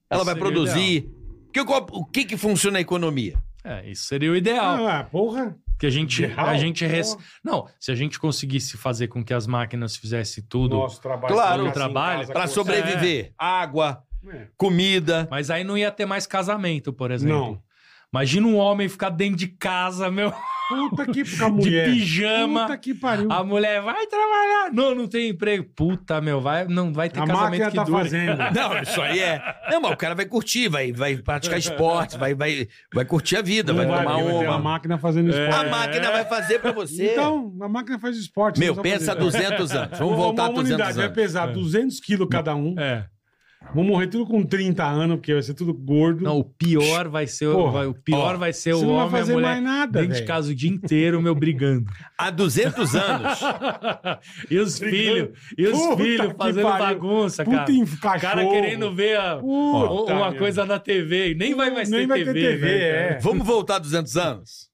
Speaker 6: vai
Speaker 7: seria
Speaker 6: produzir. Que, qual- o que que funciona a economia?
Speaker 7: É, isso seria o ideal.
Speaker 5: Ah, porra.
Speaker 7: que a gente,
Speaker 5: Ideal?
Speaker 7: a gente res-
Speaker 5: Porra.
Speaker 7: Não, se a gente conseguisse fazer com que as máquinas fizessem tudo.
Speaker 5: Nosso trabalho.
Speaker 6: Claro,
Speaker 5: ficar sem
Speaker 7: trabalho,
Speaker 5: casa,
Speaker 6: Pra
Speaker 5: coçar.
Speaker 6: sobreviver. Água,
Speaker 5: É. [LAUGHS]
Speaker 6: comida.
Speaker 7: Mas aí não ia ter mais casamento, por exemplo.
Speaker 5: Não.
Speaker 7: Imagina um homem ficar dentro de casa, meu,
Speaker 5: Puta que pariu.
Speaker 7: de
Speaker 5: mulher.
Speaker 7: pijama.
Speaker 5: Puta que pariu.
Speaker 7: A mulher vai trabalhar. Não, não tem emprego. Puta, meu, vai, não vai ter
Speaker 5: A
Speaker 7: casamento
Speaker 5: máquina
Speaker 7: que
Speaker 5: tá
Speaker 7: dure.
Speaker 5: fazendo.
Speaker 6: Não, isso aí é. Não, mas o cara vai curtir, vai, vai praticar esporte, vai, vai, vai curtir a vida,
Speaker 5: Não
Speaker 6: vai,
Speaker 5: vai,
Speaker 6: tomar
Speaker 5: porque vai ter
Speaker 6: uma. É.
Speaker 5: a máquina fazendo
Speaker 6: A
Speaker 5: esporte.
Speaker 6: máquina vai fazer pra você.
Speaker 5: Então, a máquina faz esporte.
Speaker 6: Meu,
Speaker 5: não precisa
Speaker 6: pensa
Speaker 5: fazer.
Speaker 6: 200 anos. Vamos
Speaker 5: Uma
Speaker 6: voltar a 200
Speaker 5: humanidade vai
Speaker 6: anos.
Speaker 5: pesar 200 quilos cada um.
Speaker 7: É.
Speaker 5: Vamos morrer tudo com 30 anos, porque vai ser tudo gordo.
Speaker 7: Não, o pior vai ser, o-
Speaker 5: Porra.
Speaker 7: vai- o pior
Speaker 6: Ó,
Speaker 7: vai ser
Speaker 5: Você
Speaker 7: o
Speaker 5: não vai
Speaker 7: homem e a
Speaker 5: fazer
Speaker 7: mulher
Speaker 5: mais nada,
Speaker 7: dentro de
Speaker 5: velho.
Speaker 7: casa o dia inteiro, meu, brigando.
Speaker 6: Há 200 anos.
Speaker 7: e os
Speaker 5: Brigando.
Speaker 7: filhos, e os
Speaker 5: Puta
Speaker 7: filhos
Speaker 5: que
Speaker 7: fazendo
Speaker 5: pariu.
Speaker 7: bagunça, cara.
Speaker 5: Puta em cachorro.
Speaker 7: O cara querendo ver a-
Speaker 5: Puta,
Speaker 7: uma
Speaker 5: meu.
Speaker 7: coisa na TV e nem vai mais
Speaker 5: Nem
Speaker 7: ter
Speaker 5: vai ter
Speaker 7: TV.
Speaker 5: TV,
Speaker 7: né, cara?
Speaker 5: é.
Speaker 6: Vamos voltar a 200 anos?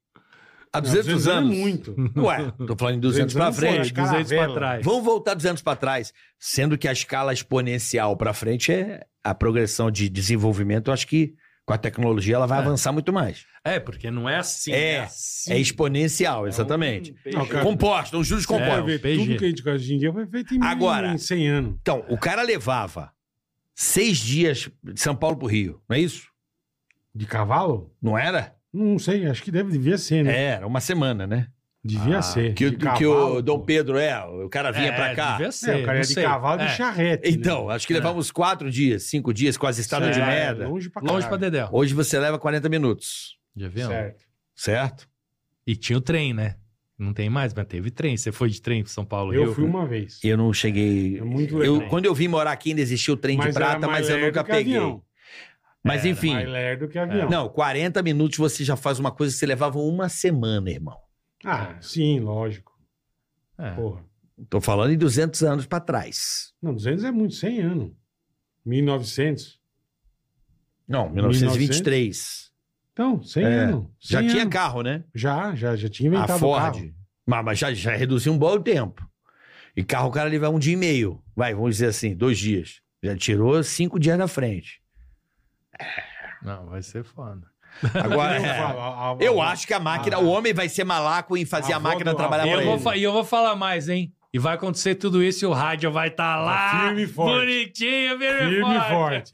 Speaker 6: Há 200,
Speaker 5: 200 é
Speaker 6: anos?
Speaker 5: muito. é
Speaker 6: Ué, tô falando em 200 pra
Speaker 5: 200 foi,
Speaker 6: frente.
Speaker 5: acho que-
Speaker 7: 200 pra
Speaker 5: Caravela.
Speaker 7: trás.
Speaker 6: Vamos voltar 200 pra trás, sendo que a escala exponencial pra frente é a progressão de desenvolvimento. Eu acho que com a tecnologia ela vai
Speaker 7: É.
Speaker 6: avançar muito mais.
Speaker 7: É, porque não é assim.
Speaker 6: É,
Speaker 7: assim.
Speaker 6: É exponencial, exatamente.
Speaker 5: Não, É cara, É.
Speaker 6: Composta, um juros
Speaker 5: Você
Speaker 6: compostos.
Speaker 5: vai ver,
Speaker 7: PG.
Speaker 5: tudo que a gente faz hoje em dia foi feito em,
Speaker 6: Agora.
Speaker 5: em 100 anos.
Speaker 6: Então, o cara levava seis dias de São Paulo pro Rio, não é isso?
Speaker 5: De cavalo?
Speaker 6: Não era?
Speaker 5: Não sei, acho que deve, devia ser, né?
Speaker 6: Era, uma semana, né?
Speaker 5: Devia
Speaker 7: Ah,
Speaker 5: ser.
Speaker 6: É. Que,
Speaker 5: De
Speaker 6: o- que
Speaker 5: cavalo,
Speaker 6: o Dom
Speaker 5: pô.
Speaker 6: Pedro, é, o cara vinha pra cá.
Speaker 7: Devia
Speaker 5: É,
Speaker 7: ser, né?
Speaker 5: o cara
Speaker 7: não
Speaker 5: ia de
Speaker 7: sei.
Speaker 5: cavalo
Speaker 7: É,
Speaker 5: de charrete. né?
Speaker 6: Então, acho que levávamos quatro dias, cinco dias, quase estado de
Speaker 5: É,
Speaker 6: merda.
Speaker 5: Longe pra
Speaker 7: Longe pra
Speaker 5: caralho.
Speaker 7: Dedéu.
Speaker 6: Hoje você leva 40 minutos,
Speaker 7: De avião.
Speaker 5: Certo.
Speaker 6: certo?
Speaker 7: E tinha o trem, né? Não tem mais, mas teve trem. Você foi de trem pra São Paulo?
Speaker 5: Eu
Speaker 7: Rio?
Speaker 5: fui uma vez.
Speaker 6: Eu não cheguei.
Speaker 5: É muito
Speaker 6: eu-
Speaker 5: legal.
Speaker 6: quando eu vim morar aqui, ainda existia o trem de
Speaker 5: era
Speaker 6: prata,
Speaker 5: mais
Speaker 6: mas eu
Speaker 5: lerdo
Speaker 6: nunca
Speaker 5: que
Speaker 6: peguei.
Speaker 5: avião.
Speaker 6: Mas
Speaker 7: Era,
Speaker 5: É,
Speaker 6: enfim. É.
Speaker 5: Mais lerdo que avião.
Speaker 6: Não, 40 minutos você já faz uma coisa que você levava uma semana, irmão.
Speaker 5: Ah, sim, lógico.
Speaker 7: É.
Speaker 5: Porra.
Speaker 6: Tô falando em 200 anos pra trás.
Speaker 5: Não, 200 é muito, 100 anos. 1900.
Speaker 6: Não, 1923.
Speaker 5: Então, 100
Speaker 6: É.
Speaker 5: anos. 100
Speaker 6: Já tinha
Speaker 5: anos.
Speaker 6: carro, né?
Speaker 5: Já, já, já tinha
Speaker 6: A
Speaker 5: inventado o carro.
Speaker 6: Ford. Mas, mas já, já reduziu um bom tempo. E carro, o cara ele vai um dia e meio. Vai, vamos dizer assim, dois dias. Já tirou cinco dias na frente.
Speaker 7: Não, vai ser foda.
Speaker 5: [LAUGHS]
Speaker 6: Agora,
Speaker 5: Eu
Speaker 6: é,
Speaker 5: falo, a- a-
Speaker 6: eu
Speaker 5: a-
Speaker 6: acho que a máquina,
Speaker 5: Ah.
Speaker 6: o homem vai ser malaco em fazer a,
Speaker 5: Avô
Speaker 6: máquina
Speaker 5: do
Speaker 6: trabalhar
Speaker 5: avô.
Speaker 7: E
Speaker 6: pra
Speaker 7: eu, vou,
Speaker 6: ele.
Speaker 7: fa- e eu vou falar mais, hein? E vai acontecer tudo isso e o rádio vai estar lá.
Speaker 5: Firme e forte.
Speaker 7: Bonitinho, firme,
Speaker 5: Firme e forte.
Speaker 7: forte.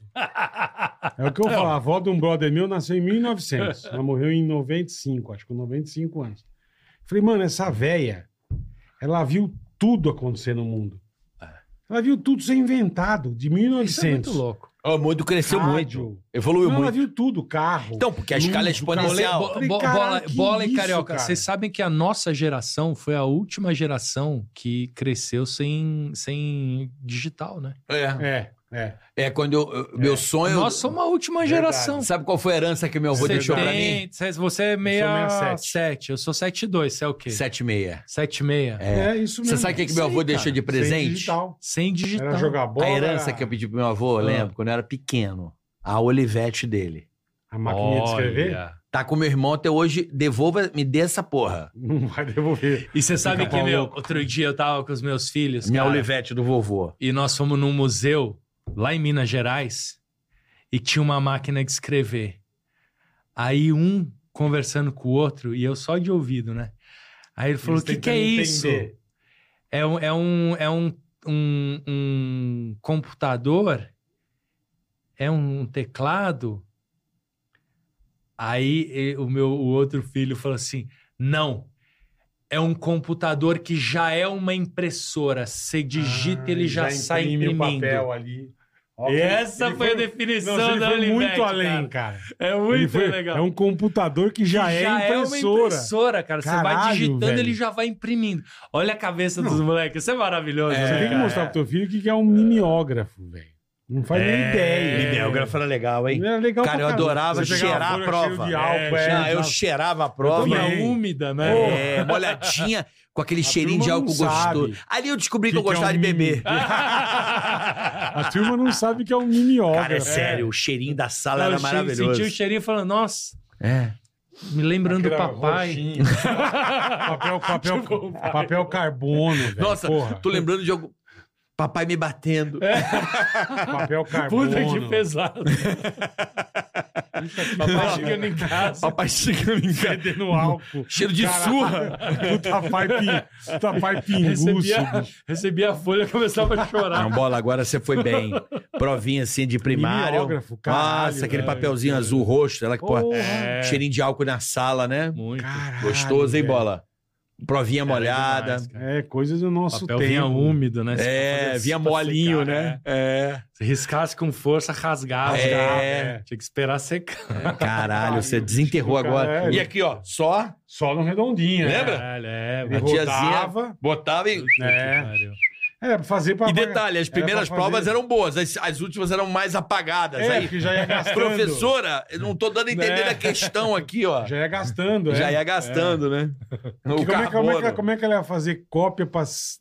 Speaker 5: É o que eu falo. A avó de um brother meu nasceu em 1900. Ela morreu em 95, acho que com 95 anos. Falei, mano, essa véia, ela viu tudo acontecer no mundo. Ela viu tudo ser inventado, de 1900.
Speaker 7: Isso é muito louco.
Speaker 6: O mundo cresceu
Speaker 5: Rádio.
Speaker 6: muito. Evoluiu
Speaker 5: Não, ela
Speaker 6: muito.
Speaker 5: viu tudo, carro.
Speaker 6: Então, porque a escala é
Speaker 5: Luz, o cara-
Speaker 6: exponencial.
Speaker 7: Bo- bo-
Speaker 5: Caralho,
Speaker 7: bola
Speaker 5: que
Speaker 7: bola e
Speaker 5: isso,
Speaker 7: carioca.
Speaker 5: cara?
Speaker 7: Vocês sabem que a nossa geração foi a última geração que cresceu sem, sem digital, né?
Speaker 6: É,
Speaker 5: É, é.
Speaker 6: é quando eu- eu- meu sonho.
Speaker 7: Nós somos a última
Speaker 5: Verdade.
Speaker 7: geração.
Speaker 6: Sabe qual foi a herança que meu avô
Speaker 7: Você
Speaker 6: deixou pra
Speaker 7: tem-
Speaker 6: mim?
Speaker 7: cê- Você é
Speaker 5: Eu sou
Speaker 7: 67.
Speaker 5: 67.
Speaker 7: Eu sou 72. Você é o quê?
Speaker 6: 76.
Speaker 7: 76.
Speaker 5: É, isso
Speaker 6: Você
Speaker 5: mesmo.
Speaker 6: sabe o que, que meu
Speaker 7: Sei,
Speaker 6: avô deixou
Speaker 7: cara.
Speaker 6: de
Speaker 5: Sem
Speaker 6: presente?
Speaker 5: digital.
Speaker 7: Sem digital.
Speaker 5: Era jogar bola.
Speaker 6: A herança
Speaker 5: era
Speaker 6: que eu pedi pro meu avô, eu
Speaker 7: Ah.
Speaker 6: lembro, quando eu era pequeno. A Olivete dele.
Speaker 5: A maquininha de escrever
Speaker 7: Olha.
Speaker 6: Tá com meu irmão até hoje, devolva, me dê essa porra.
Speaker 5: não vai devolver.
Speaker 7: E você sabe
Speaker 5: Fica
Speaker 7: que, meu,
Speaker 5: maluco.
Speaker 7: outro dia eu tava com os meus filhos,
Speaker 6: Minha
Speaker 7: cara,
Speaker 6: Olivete do vovô.
Speaker 7: e nós fomos num museu lá em Minas Gerais e tinha uma máquina de escrever. Aí um conversando com o outro e eu só de ouvido, né? Aí ele falou: o
Speaker 5: Eles
Speaker 7: que, que é
Speaker 5: tentando
Speaker 7: isso?
Speaker 5: entender.
Speaker 7: É um, é um, é um, um, um computador? É um teclado? Aí e- o meu o outro filho falou assim: não, é um computador que já é uma impressora. Você digita,
Speaker 5: Ah,
Speaker 7: ele já, sai
Speaker 5: imprime o
Speaker 7: imprimindo.
Speaker 5: papel ali. Ó,
Speaker 7: E Essa
Speaker 5: ele
Speaker 7: foi a definição
Speaker 5: Não, ele
Speaker 7: da
Speaker 5: foi
Speaker 7: Olivetti,
Speaker 5: muito
Speaker 7: cara.
Speaker 5: além, cara.
Speaker 7: É
Speaker 5: Ele
Speaker 7: muito
Speaker 5: foi-
Speaker 7: legal.
Speaker 5: É um computador que já, é,
Speaker 7: uma
Speaker 5: impressora.
Speaker 7: impressora, cara. você vai
Speaker 5: Caralho,
Speaker 7: digitando,
Speaker 5: velho.
Speaker 7: ele já vai imprimindo. Olha a cabeça dos moleques. Isso é maravilhoso.
Speaker 5: Você
Speaker 7: né,
Speaker 5: tem que
Speaker 7: cara?
Speaker 5: mostrar pro teu filho o que que é um mimeógrafo, velho. Não faz
Speaker 6: É,
Speaker 5: nem ideia.
Speaker 6: era
Speaker 5: Era
Speaker 6: legal,
Speaker 5: legal
Speaker 6: é Cara,
Speaker 5: pra
Speaker 6: eu
Speaker 5: caralho.
Speaker 6: adorava
Speaker 5: Você pegava
Speaker 6: cheirar a
Speaker 5: folha
Speaker 6: prova.
Speaker 5: cheio de álcool,
Speaker 6: Não,
Speaker 5: é,
Speaker 6: eu
Speaker 5: exato.
Speaker 6: cheirava a prova.
Speaker 7: Toda
Speaker 5: Também.
Speaker 7: úmida, né?
Speaker 6: É, molhadinha, com aquele cheirinho
Speaker 5: turma
Speaker 6: de álcool
Speaker 5: não sabe
Speaker 6: gostoso. Ali eu descobri que,
Speaker 5: que
Speaker 6: eu
Speaker 5: que é
Speaker 6: gostava
Speaker 5: um
Speaker 6: de beber.
Speaker 5: [LAUGHS] A turma não sabe o que é um mimeógrafo.
Speaker 6: Cara, é sério, o cheirinho da sala
Speaker 7: Ela
Speaker 6: era maravilhoso.
Speaker 7: Senti o cheirinho falando, nossa,
Speaker 6: É.
Speaker 7: me lembrando do
Speaker 5: Aquela
Speaker 7: papai.
Speaker 5: roxinha. [LAUGHS] papel, papel, papel carbono, velho.
Speaker 6: Nossa,
Speaker 5: Porra, É.
Speaker 6: tô lembrando de algum. Papai me batendo.
Speaker 5: papel carbono.
Speaker 7: Puta que pesado. papai chegando em casa.
Speaker 6: Papai chegando em casa.
Speaker 5: Perdendo álcool.
Speaker 6: Cheiro de
Speaker 5: Caralho.
Speaker 6: surra.
Speaker 5: Puta pai, pi- puta pai pinguço.
Speaker 7: Recebia, recebia a folha e começava a
Speaker 6: Não,
Speaker 7: chorar.
Speaker 6: bola, agora você foi bem. Provinha assim de [LAUGHS] primário.
Speaker 5: Mimeógrafo, caralho,
Speaker 6: Nossa, aquele
Speaker 5: velho.
Speaker 6: papelzinho azul roxo, ela que porra,
Speaker 7: É.
Speaker 6: cheirinho de álcool na sala, né?
Speaker 7: Muito.
Speaker 5: Caralho,
Speaker 6: Gostoso, hein,
Speaker 5: velho.
Speaker 6: bola? Provinha
Speaker 7: Era
Speaker 6: molhada.
Speaker 7: demais, cara.
Speaker 5: É, coisas do nosso
Speaker 7: Papel
Speaker 5: tempo.
Speaker 7: vinha úmido, né? Você
Speaker 6: É,
Speaker 7: fazia
Speaker 6: vinha
Speaker 7: isso pra
Speaker 6: molinho,
Speaker 7: secar,
Speaker 6: né? É.
Speaker 7: Se riscasse com força, rasgava.
Speaker 6: É.
Speaker 7: Tinha que esperar secar.
Speaker 6: Caralho, você desenterrou
Speaker 5: Caralho.
Speaker 6: agora. E aqui, ó, só
Speaker 5: Só no redondinho.
Speaker 6: Lembra?
Speaker 7: Caralho, é.
Speaker 5: Ele
Speaker 6: A tiazinha-
Speaker 5: rodava.
Speaker 6: botava e.
Speaker 5: É.
Speaker 7: Mário.
Speaker 5: Era pra fazer pra...
Speaker 6: E detalhe, as
Speaker 5: Era pra
Speaker 6: primeiras
Speaker 5: fazer-
Speaker 6: provas eram boas, as, as últimas eram mais apagadas.
Speaker 5: É,
Speaker 6: aí,
Speaker 5: porque já ia
Speaker 6: [LAUGHS]
Speaker 5: gastando.
Speaker 6: professora, eu não tô dando a entender
Speaker 5: Né?
Speaker 6: a questão aqui, ó.
Speaker 5: Já ia gastando, é.
Speaker 6: Já ia gastando, né?
Speaker 5: É.
Speaker 6: O
Speaker 5: Como, é, que- como, é, que-
Speaker 6: carbono.
Speaker 5: como é que ela ia fazer cópia pra s-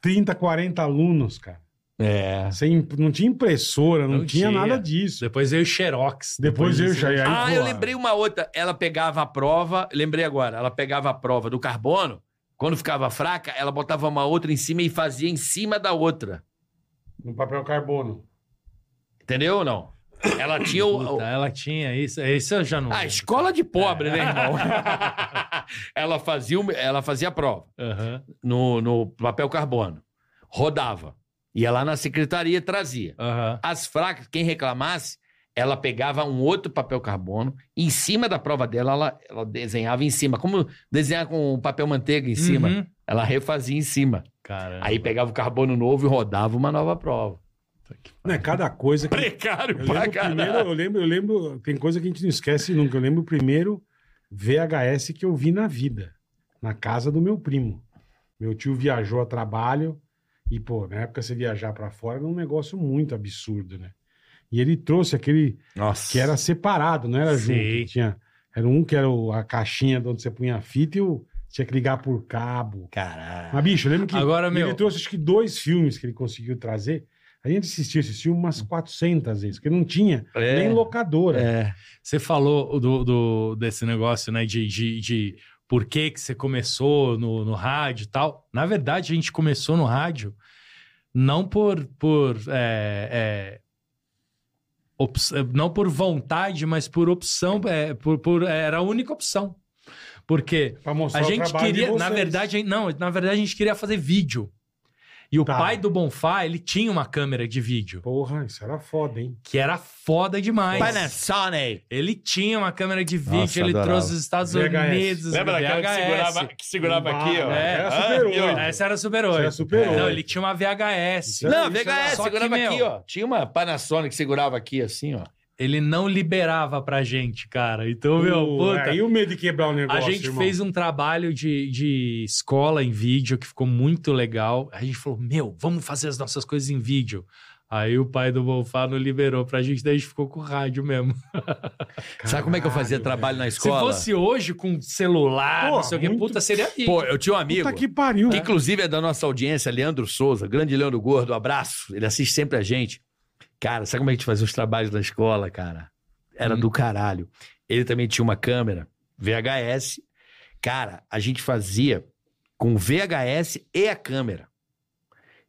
Speaker 5: 30, 40 alunos, cara?
Speaker 6: É.
Speaker 5: Sem, não tinha impressora, não,
Speaker 7: Não
Speaker 5: tinha,
Speaker 7: tinha.
Speaker 5: nada disso.
Speaker 7: Depois veio o Xerox.
Speaker 5: Depois eu
Speaker 7: disso-
Speaker 5: já ia...
Speaker 6: Ah, eu lembrei uma outra. Ela pegava a prova, lembrei agora, ela pegava a prova do carbono, quando ficava fraca, ela botava uma outra em cima e fazia em cima da outra.
Speaker 5: No papel carbono.
Speaker 6: Entendeu ou não? Ela tinha o.
Speaker 7: Puta,
Speaker 6: o-
Speaker 7: Tá, ela tinha isso. Isso eu já
Speaker 6: a
Speaker 7: não. lembro.
Speaker 6: Ah, escola de pobre,
Speaker 8: É.
Speaker 6: né,
Speaker 8: [LAUGHS]
Speaker 6: irmão? ela, fazia, o- ela fazia a prova
Speaker 7: Aham.
Speaker 6: no, no papel carbono. Rodava. Ia lá na secretaria e trazia.
Speaker 7: Aham.
Speaker 6: As fracas, quem reclamasse, ela pegava um outro papel carbono, e em cima da prova dela, ela, ela desenhava em cima. Como desenhar com um papel manteiga em cima?
Speaker 7: Uhum.
Speaker 6: Ela refazia em cima.
Speaker 8: É.
Speaker 7: Caramba.
Speaker 6: Aí pegava o carbono novo e rodava uma nova prova.
Speaker 5: Não é cada coisa que.
Speaker 6: Precário
Speaker 5: Eu
Speaker 6: pra
Speaker 5: lembro, primeiro,
Speaker 6: caralho.
Speaker 5: eu lembro, eu lembro, tem coisa que a gente não esquece nunca. Eu lembro o primeiro VHS que eu vi na vida, na casa do meu primo. Meu tio viajou a trabalho e, pô, na época você viajar pra fora era um negócio muito absurdo, né? E ele trouxe aquele
Speaker 6: Nossa.
Speaker 5: que era separado, não era
Speaker 7: Sei.
Speaker 5: junto. Tinha, era um que era o- a caixinha de onde você punha a fita e o, tinha que ligar por cabo.
Speaker 6: Caralho.
Speaker 5: Mas, bicho, eu lembro que
Speaker 6: Ah,
Speaker 7: Agora, meu-
Speaker 5: ele trouxe acho que dois filmes que ele conseguiu trazer. A gente assistiu esse filme umas 400 vezes, porque não tinha
Speaker 6: Hum. É.
Speaker 5: nem locadora.
Speaker 6: É.
Speaker 7: Você falou do, do- desse negócio, né? De, de, de por que, que você começou no, no rádio e tal. Na verdade, a gente começou no rádio não por. por é, é, ops- não por vontade, mas por opção. é, por- por- era a única opção. Porque
Speaker 5: Pra mostrar o
Speaker 7: a gente
Speaker 5: trabalho de
Speaker 7: queria, na
Speaker 5: vocês.
Speaker 7: verdade, a gente- não, na verdade a gente queria fazer vídeo. E o
Speaker 5: Tá.
Speaker 7: pai do Bonfá, ele tinha uma câmera de vídeo,
Speaker 5: Porra, isso era foda, hein?
Speaker 7: que era foda demais.
Speaker 6: Panasonic.
Speaker 7: Ele tinha uma câmera de vídeo,
Speaker 6: Nossa,
Speaker 7: ele
Speaker 6: adorava.
Speaker 7: trouxe dos Estados
Speaker 5: VHS.
Speaker 7: Unidos.
Speaker 8: Lembra daquela que
Speaker 7: VHS.
Speaker 8: segurava, que segurava aqui, ó?
Speaker 7: É,
Speaker 5: era
Speaker 8: Ah,
Speaker 5: Super
Speaker 8: aqui, ó.
Speaker 5: 8.
Speaker 7: Essa era Super 8.
Speaker 5: era Super
Speaker 7: Não,
Speaker 5: 8.
Speaker 7: ele tinha uma VHS.
Speaker 5: Isso era-
Speaker 6: Não, VHS,
Speaker 7: Só que,
Speaker 6: segurava
Speaker 7: meu-
Speaker 6: aqui, ó. Tinha uma Panasonic que segurava aqui, assim, ó.
Speaker 7: Ele não liberava pra gente, cara. Então, meu,
Speaker 5: Uh,
Speaker 7: puta.
Speaker 5: Aí o medo de quebrar o
Speaker 7: A
Speaker 5: negócio.
Speaker 7: gente
Speaker 5: irmão.
Speaker 7: fez um trabalho de, de escola em vídeo que ficou muito legal. A gente falou, meu, vamos fazer as nossas coisas em vídeo. Aí o pai do Bonfá não liberou pra gente, daí a gente ficou com o rádio mesmo.
Speaker 6: Sabe como é que eu fazia trabalho na escola?
Speaker 7: Se fosse hoje com celular,
Speaker 5: Pô,
Speaker 7: não sei o que,
Speaker 5: muito-
Speaker 7: puta, seria
Speaker 6: Pô, eu tinha um amigo.
Speaker 5: Puta que pariu.
Speaker 6: Que, Inclusive é da nossa audiência, Leandro Souza, grande Leandro Gordo, abraço. Ele assiste sempre a gente. Cara, sabe como é a gente fazia os trabalhos na escola, cara? Era
Speaker 7: Hum.
Speaker 6: do caralho. Ele também tinha uma câmera VHS. Cara, a gente fazia com VHS e a câmera.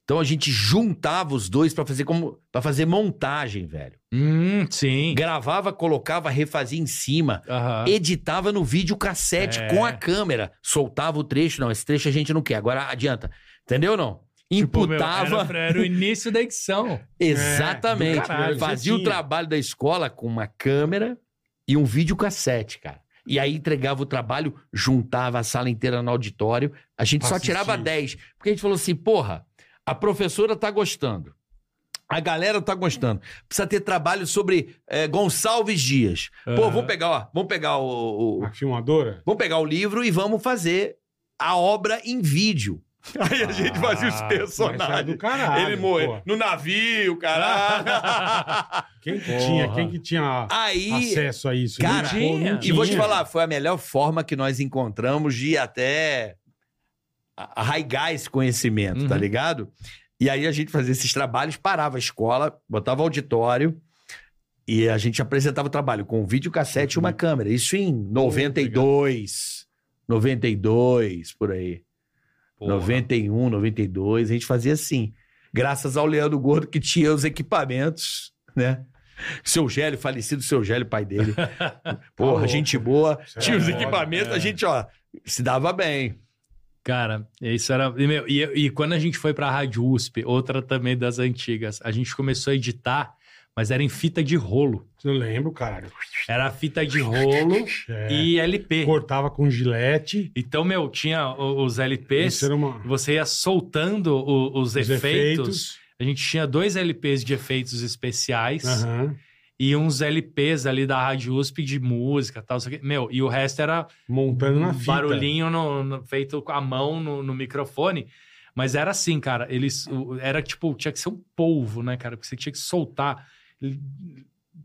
Speaker 6: Então a gente juntava os dois pra fazer como para fazer montagem, velho.
Speaker 7: Hum, sim.
Speaker 6: Gravava, colocava, refazia em cima
Speaker 7: Aham.
Speaker 6: editava no vídeo cassete
Speaker 7: Ah. É.
Speaker 6: com a câmera, soltava o trecho, não, esse trecho a gente não quer, agora adianta. Entendeu ou não?
Speaker 7: Pô, Tipo, meu,
Speaker 6: Imputava
Speaker 7: era, era o início da edição.
Speaker 6: É, exatamente.
Speaker 7: do caralho,
Speaker 6: fazia
Speaker 5: já
Speaker 6: o
Speaker 5: tinha.
Speaker 6: trabalho da escola com uma câmera e um vídeo cassete, cara. E aí entregava o trabalho, juntava a sala inteira no auditório. A gente só
Speaker 5: Assistir.
Speaker 6: tirava 10, porque a gente falou assim, porra, a professora tá gostando. A galera tá gostando. Precisa ter trabalho sobre eh, Gonçalves Dias. Pô,
Speaker 7: Aham.
Speaker 6: vamos pegar, ó, vamos pegar o- o,
Speaker 5: A filmadora?
Speaker 6: Vamos pegar o livro e vamos fazer a obra em vídeo. Ah, Aí a gente fazia os
Speaker 5: Mas é
Speaker 6: personagens.
Speaker 5: do caralho.
Speaker 6: Ele morreu
Speaker 5: pô.
Speaker 6: no navio,
Speaker 5: [LAUGHS]
Speaker 6: caralho.
Speaker 5: Quem que tinha, quem que tinha
Speaker 6: Aí,
Speaker 5: acesso a isso?
Speaker 6: Cara,
Speaker 5: Não tinha,
Speaker 7: tinha.
Speaker 5: não
Speaker 6: e vou te
Speaker 5: tinha.
Speaker 6: falar, foi a melhor forma que nós encontramos de até a- arraigar esse conhecimento, tá
Speaker 7: Uhum.
Speaker 6: ligado? E aí a gente fazia esses trabalhos, parava a escola, botava auditório e a gente apresentava o trabalho com um videocassete
Speaker 5: Uhum.
Speaker 6: e uma câmera. Isso em 92, 92, por aí. 91, 92, a gente fazia assim. Graças ao Leandro Gordo que tinha os equipamentos, né? Seu Gélio, falecido seu Gélio, pai dele. Porra,
Speaker 5: louco,
Speaker 6: gente boa.
Speaker 5: Isso
Speaker 6: Tinha
Speaker 5: era
Speaker 6: os
Speaker 5: foda,
Speaker 6: equipamentos,
Speaker 5: é.
Speaker 6: a gente, ó, se dava bem.
Speaker 7: Cara, isso era. E, meu, e, e quando a gente foi pra Rádio USP, outra também das antigas, a gente começou a editar, mas era em fita de rolo.
Speaker 5: Eu lembro, caralho.
Speaker 7: Era fita de rolo
Speaker 5: É.
Speaker 7: e LP.
Speaker 5: Cortava com gilete.
Speaker 7: Então, meu, tinha o- os LPs,
Speaker 5: Isso era uma...
Speaker 7: você ia soltando o- os,
Speaker 5: os
Speaker 7: efeitos. A gente tinha dois LPs de efeitos especiais
Speaker 5: Aham.
Speaker 7: e uns LPs ali da Rádio USP de música e tal. não sei o quê. Meu, e o resto era
Speaker 5: Montando na fita.
Speaker 7: Um barulhinho no- no- feito com a mão no, no microfone. Mas era assim, cara. Eles o- era tipo, tinha que ser um polvo, né, cara? Porque você tinha que soltar, ele-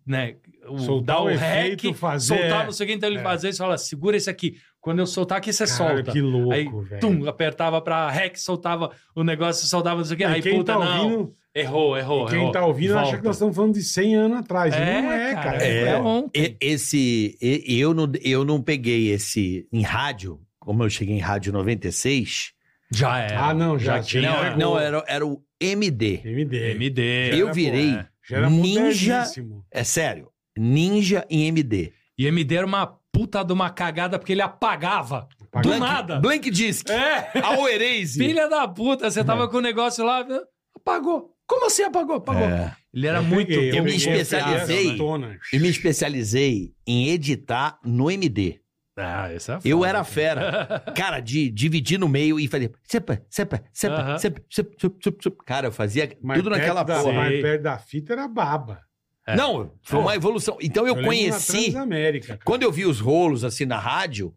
Speaker 7: né? O,
Speaker 5: Soltar
Speaker 7: dar
Speaker 5: o efeito,
Speaker 7: rec,
Speaker 5: fazer-
Speaker 7: soltar, não sei o que. Então ele
Speaker 5: é.
Speaker 7: fazia isso, fala, segura esse aqui. Quando eu soltar aqui, você
Speaker 5: Caralho,
Speaker 7: solta.
Speaker 5: que
Speaker 7: Aí,
Speaker 5: louco, velho.
Speaker 7: Tum, apertava pra rec, soltava o negócio, soltava não sei o que.
Speaker 5: E
Speaker 7: Aí,
Speaker 5: quem
Speaker 7: puta,
Speaker 5: tá
Speaker 7: não.
Speaker 5: ouvindo...
Speaker 7: Errou, errou,
Speaker 5: E quem
Speaker 7: errou.
Speaker 5: tá ouvindo acha que nós estamos falando de 100 anos atrás.
Speaker 7: É,
Speaker 5: não é, cara.
Speaker 7: cara, é.
Speaker 5: Não.
Speaker 7: ontem.
Speaker 6: E- esse, e- eu, não, eu não peguei esse em rádio, como eu cheguei em rádio 96.
Speaker 7: é. Já era.
Speaker 5: Ah, não, já,
Speaker 7: tinha.
Speaker 5: tinha.
Speaker 6: Não, não era, era o MD.
Speaker 5: MD.
Speaker 7: MD.
Speaker 6: Eu
Speaker 5: era,
Speaker 6: virei,
Speaker 7: pô, é.
Speaker 5: Já era
Speaker 6: Ninja-
Speaker 5: moderníssimo.
Speaker 6: é sério, ninja em MD.
Speaker 7: E MD era uma puta de uma cagada porque ele apagava. Do
Speaker 5: Pagava-
Speaker 7: nada.
Speaker 6: Blank Disc.
Speaker 7: Tá. É.
Speaker 6: A Oerase.
Speaker 5: É.
Speaker 7: Filha da puta, você tava com o negócio lá, apagou. Como assim apagou? Apagou.
Speaker 6: É.
Speaker 7: Ele era muito
Speaker 5: peguei,
Speaker 6: Eu me
Speaker 5: peguei a
Speaker 6: especializei.
Speaker 5: piada, tona.
Speaker 6: Eu me especializei em editar no MD.
Speaker 7: Ah, essa é
Speaker 6: Eu
Speaker 7: foda,
Speaker 6: era
Speaker 7: cara. [LAUGHS]
Speaker 6: fera. Cara, de dividir no meio e fazer. Sepa, sepa, sepa,
Speaker 7: Aham.
Speaker 6: sepa, sepa, sepa, sepa, sepa. Cara, eu fazia
Speaker 5: Mas
Speaker 6: tudo naquela
Speaker 5: perto da-
Speaker 6: porra.
Speaker 5: Mas
Speaker 7: Sei.
Speaker 5: perto da fita era baba.
Speaker 7: É.
Speaker 6: Não, foi uma evolução. Então eu,
Speaker 5: lembro na
Speaker 6: conheci.
Speaker 5: Transamérica. cara.
Speaker 6: Quando eu vi os rolos assim na rádio,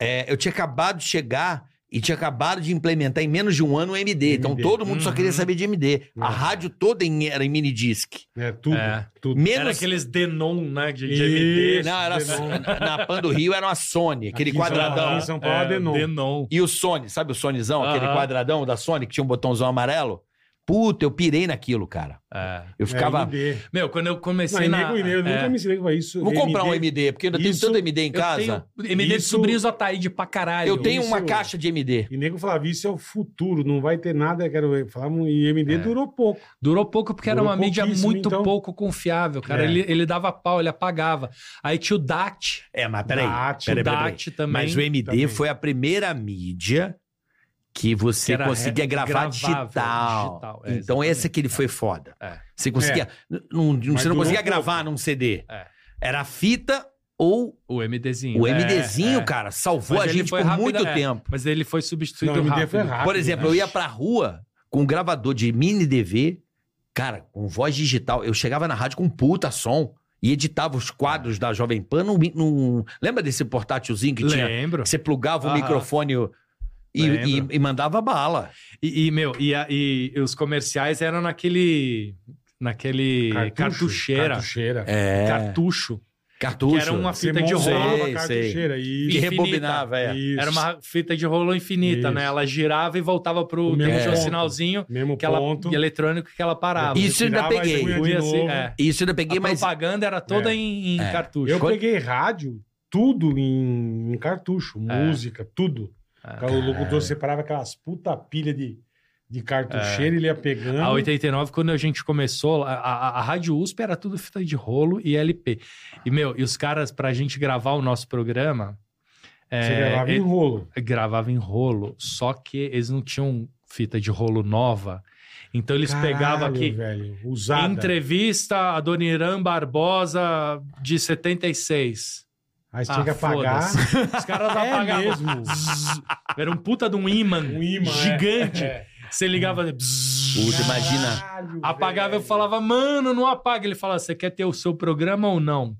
Speaker 6: é, eu tinha acabado de chegar e tinha acabado de implementar em menos de um ano o MD. Então
Speaker 5: MD.
Speaker 6: todo mundo só
Speaker 7: Uhum.
Speaker 6: queria saber de MD. A
Speaker 5: Nossa.
Speaker 6: rádio toda em- era em mini disc.
Speaker 5: É, tudo.
Speaker 7: É.
Speaker 5: tudo.
Speaker 6: Menos.
Speaker 7: Era aqueles Denon, né? De, de
Speaker 5: Isso.
Speaker 7: MD.
Speaker 6: Não, era
Speaker 5: Denon.
Speaker 6: a- na Pan do Rio era uma Sony, aquele
Speaker 5: Aqui em São Paulo,
Speaker 6: quadradão.
Speaker 5: em São Paulo é, Denon.
Speaker 7: Denon.
Speaker 6: E o Sony, sabe o Sonyzão, aquele
Speaker 7: Aham.
Speaker 6: quadradão da Sony que tinha um botãozão amarelo? Puta, eu pirei naquilo, cara.
Speaker 7: É.
Speaker 6: Eu ficava.
Speaker 5: MD.
Speaker 7: Meu, quando eu
Speaker 5: Não,
Speaker 7: comecei
Speaker 5: e
Speaker 7: na...
Speaker 5: nego, né? e nego, eu
Speaker 7: é.
Speaker 5: nunca me ensinei com isso.
Speaker 6: Vou comprar um
Speaker 5: MD.
Speaker 6: MD, porque ainda tenho
Speaker 5: Isso-
Speaker 6: tanto MD em
Speaker 7: Eu
Speaker 6: casa.
Speaker 7: tenho MD de
Speaker 5: Isso-
Speaker 7: sobrinhos Ataíde pra caralho.
Speaker 6: Eu tenho uma
Speaker 5: isso-
Speaker 6: caixa de MD.
Speaker 5: E nego falava, isso é o futuro, não vai ter nada. Quero ver. Falavam, e MD durou pouco.
Speaker 7: Durou pouco porque era
Speaker 5: Durou
Speaker 7: uma mídia
Speaker 5: pouquíssimo,
Speaker 7: muito
Speaker 5: então.
Speaker 7: pouco confiável, cara.
Speaker 5: É.
Speaker 7: Ele, ele dava pau, ele apagava. Aí tinha o DAT.
Speaker 6: É, mas
Speaker 5: Date,
Speaker 7: o DAT também.
Speaker 6: Mas o MD
Speaker 5: Também.
Speaker 6: foi a primeira mídia que
Speaker 7: Que
Speaker 6: você
Speaker 7: era
Speaker 6: conseguia
Speaker 7: re-
Speaker 6: gravar
Speaker 7: gravável,
Speaker 6: digital.
Speaker 7: digital, é,
Speaker 6: então
Speaker 7: exatamente.
Speaker 6: esse é que ele foi foda.
Speaker 7: É.
Speaker 6: Você conseguia, n- não- você não
Speaker 5: durou
Speaker 6: conseguia
Speaker 5: pouco.
Speaker 6: gravar num CD.
Speaker 7: É.
Speaker 6: Era fita ou
Speaker 7: O MDzinho.
Speaker 6: o
Speaker 7: É,
Speaker 6: MDzinho,
Speaker 7: é.
Speaker 6: cara, salvou
Speaker 7: Mas
Speaker 6: a
Speaker 7: ele
Speaker 6: gente por
Speaker 7: foi rápido,
Speaker 6: muito
Speaker 7: é.
Speaker 6: tempo.
Speaker 7: Mas ele foi
Speaker 5: Não,
Speaker 7: substituído
Speaker 5: o é MD
Speaker 7: rápido. né?
Speaker 5: foi rápido. né?
Speaker 6: Por exemplo, eu ia pra rua com um gravador de mini DV, cara, com voz digital. Eu chegava na rádio com um puta som e editava os quadros da Jovem Pan num, num- Lembra desse portátilzinho que tinha?
Speaker 7: Lembro.
Speaker 6: Que você plugava o
Speaker 7: Aham.
Speaker 6: microfone e,
Speaker 7: Lembro.
Speaker 6: e- e mandava bala.
Speaker 7: E, e, meu, e, a- e os comerciais eram naquele. Naquele. cartucheira. Cartucho.
Speaker 5: Cartucheira.
Speaker 6: É. Cartucho.
Speaker 7: Que era uma
Speaker 5: Você
Speaker 7: fita de
Speaker 5: montava
Speaker 7: rolo.
Speaker 6: Sei,
Speaker 5: a
Speaker 6: sei.
Speaker 5: cartucheira. E
Speaker 6: Que
Speaker 7: infinita.
Speaker 6: rebobinava, é.
Speaker 5: Isso.
Speaker 7: Era uma fita de rolo infinita,
Speaker 5: Isso.
Speaker 7: né? Ela girava e voltava pro.
Speaker 5: O mesmo
Speaker 7: Tinha um
Speaker 6: ponto.
Speaker 7: sinalzinho
Speaker 5: Mesmo
Speaker 7: que ela,
Speaker 5: ponto.
Speaker 7: eletrônico que ela parava.
Speaker 6: Isso
Speaker 5: Você
Speaker 6: ainda
Speaker 5: tirava,
Speaker 6: peguei.
Speaker 5: punha de
Speaker 7: Fui assim,
Speaker 5: novo.
Speaker 7: é.
Speaker 6: Isso eu não peguei,
Speaker 7: a
Speaker 6: mas.
Speaker 7: propaganda era toda
Speaker 5: É.
Speaker 7: em, em
Speaker 6: É.
Speaker 7: cartucho.
Speaker 5: Eu
Speaker 6: Quando-
Speaker 5: peguei rádio, tudo em, em cartucho, música, tudo.
Speaker 7: É. Ah,
Speaker 5: o locutor separava aquelas puta pilha de, de cartucheira, ele ia pegando.
Speaker 7: É. A 89, quando a gente começou, a, a- a Rádio USP era tudo fita de rolo e LP. E, meu, e os caras, pra gente gravar o nosso programa,
Speaker 5: Você
Speaker 7: é,
Speaker 5: gravava em
Speaker 7: e-
Speaker 5: rolo.
Speaker 7: gravava em rolo, só que eles não tinham fita de rolo nova. Então eles pegavam
Speaker 5: Caralho,
Speaker 7: aqui,
Speaker 5: velho, usada.
Speaker 7: entrevista a Dona Irã Barbosa de 76.
Speaker 5: Aí você tinha que
Speaker 7: Ah,
Speaker 5: apagar.
Speaker 7: foda-se. Os caras
Speaker 5: [LAUGHS] É
Speaker 7: apagavam.
Speaker 5: mesmo.
Speaker 7: Zzz. Era um puta de um imã
Speaker 5: Um imã, é.
Speaker 7: gigante.
Speaker 5: É.
Speaker 7: Você ligava. né? bzzz.
Speaker 6: Puta, imagina.
Speaker 5: Caralho,
Speaker 7: Apagava, eu
Speaker 5: velho.
Speaker 7: falava, mano, não apaga. Ele falava, você quer ter o seu programa ou não?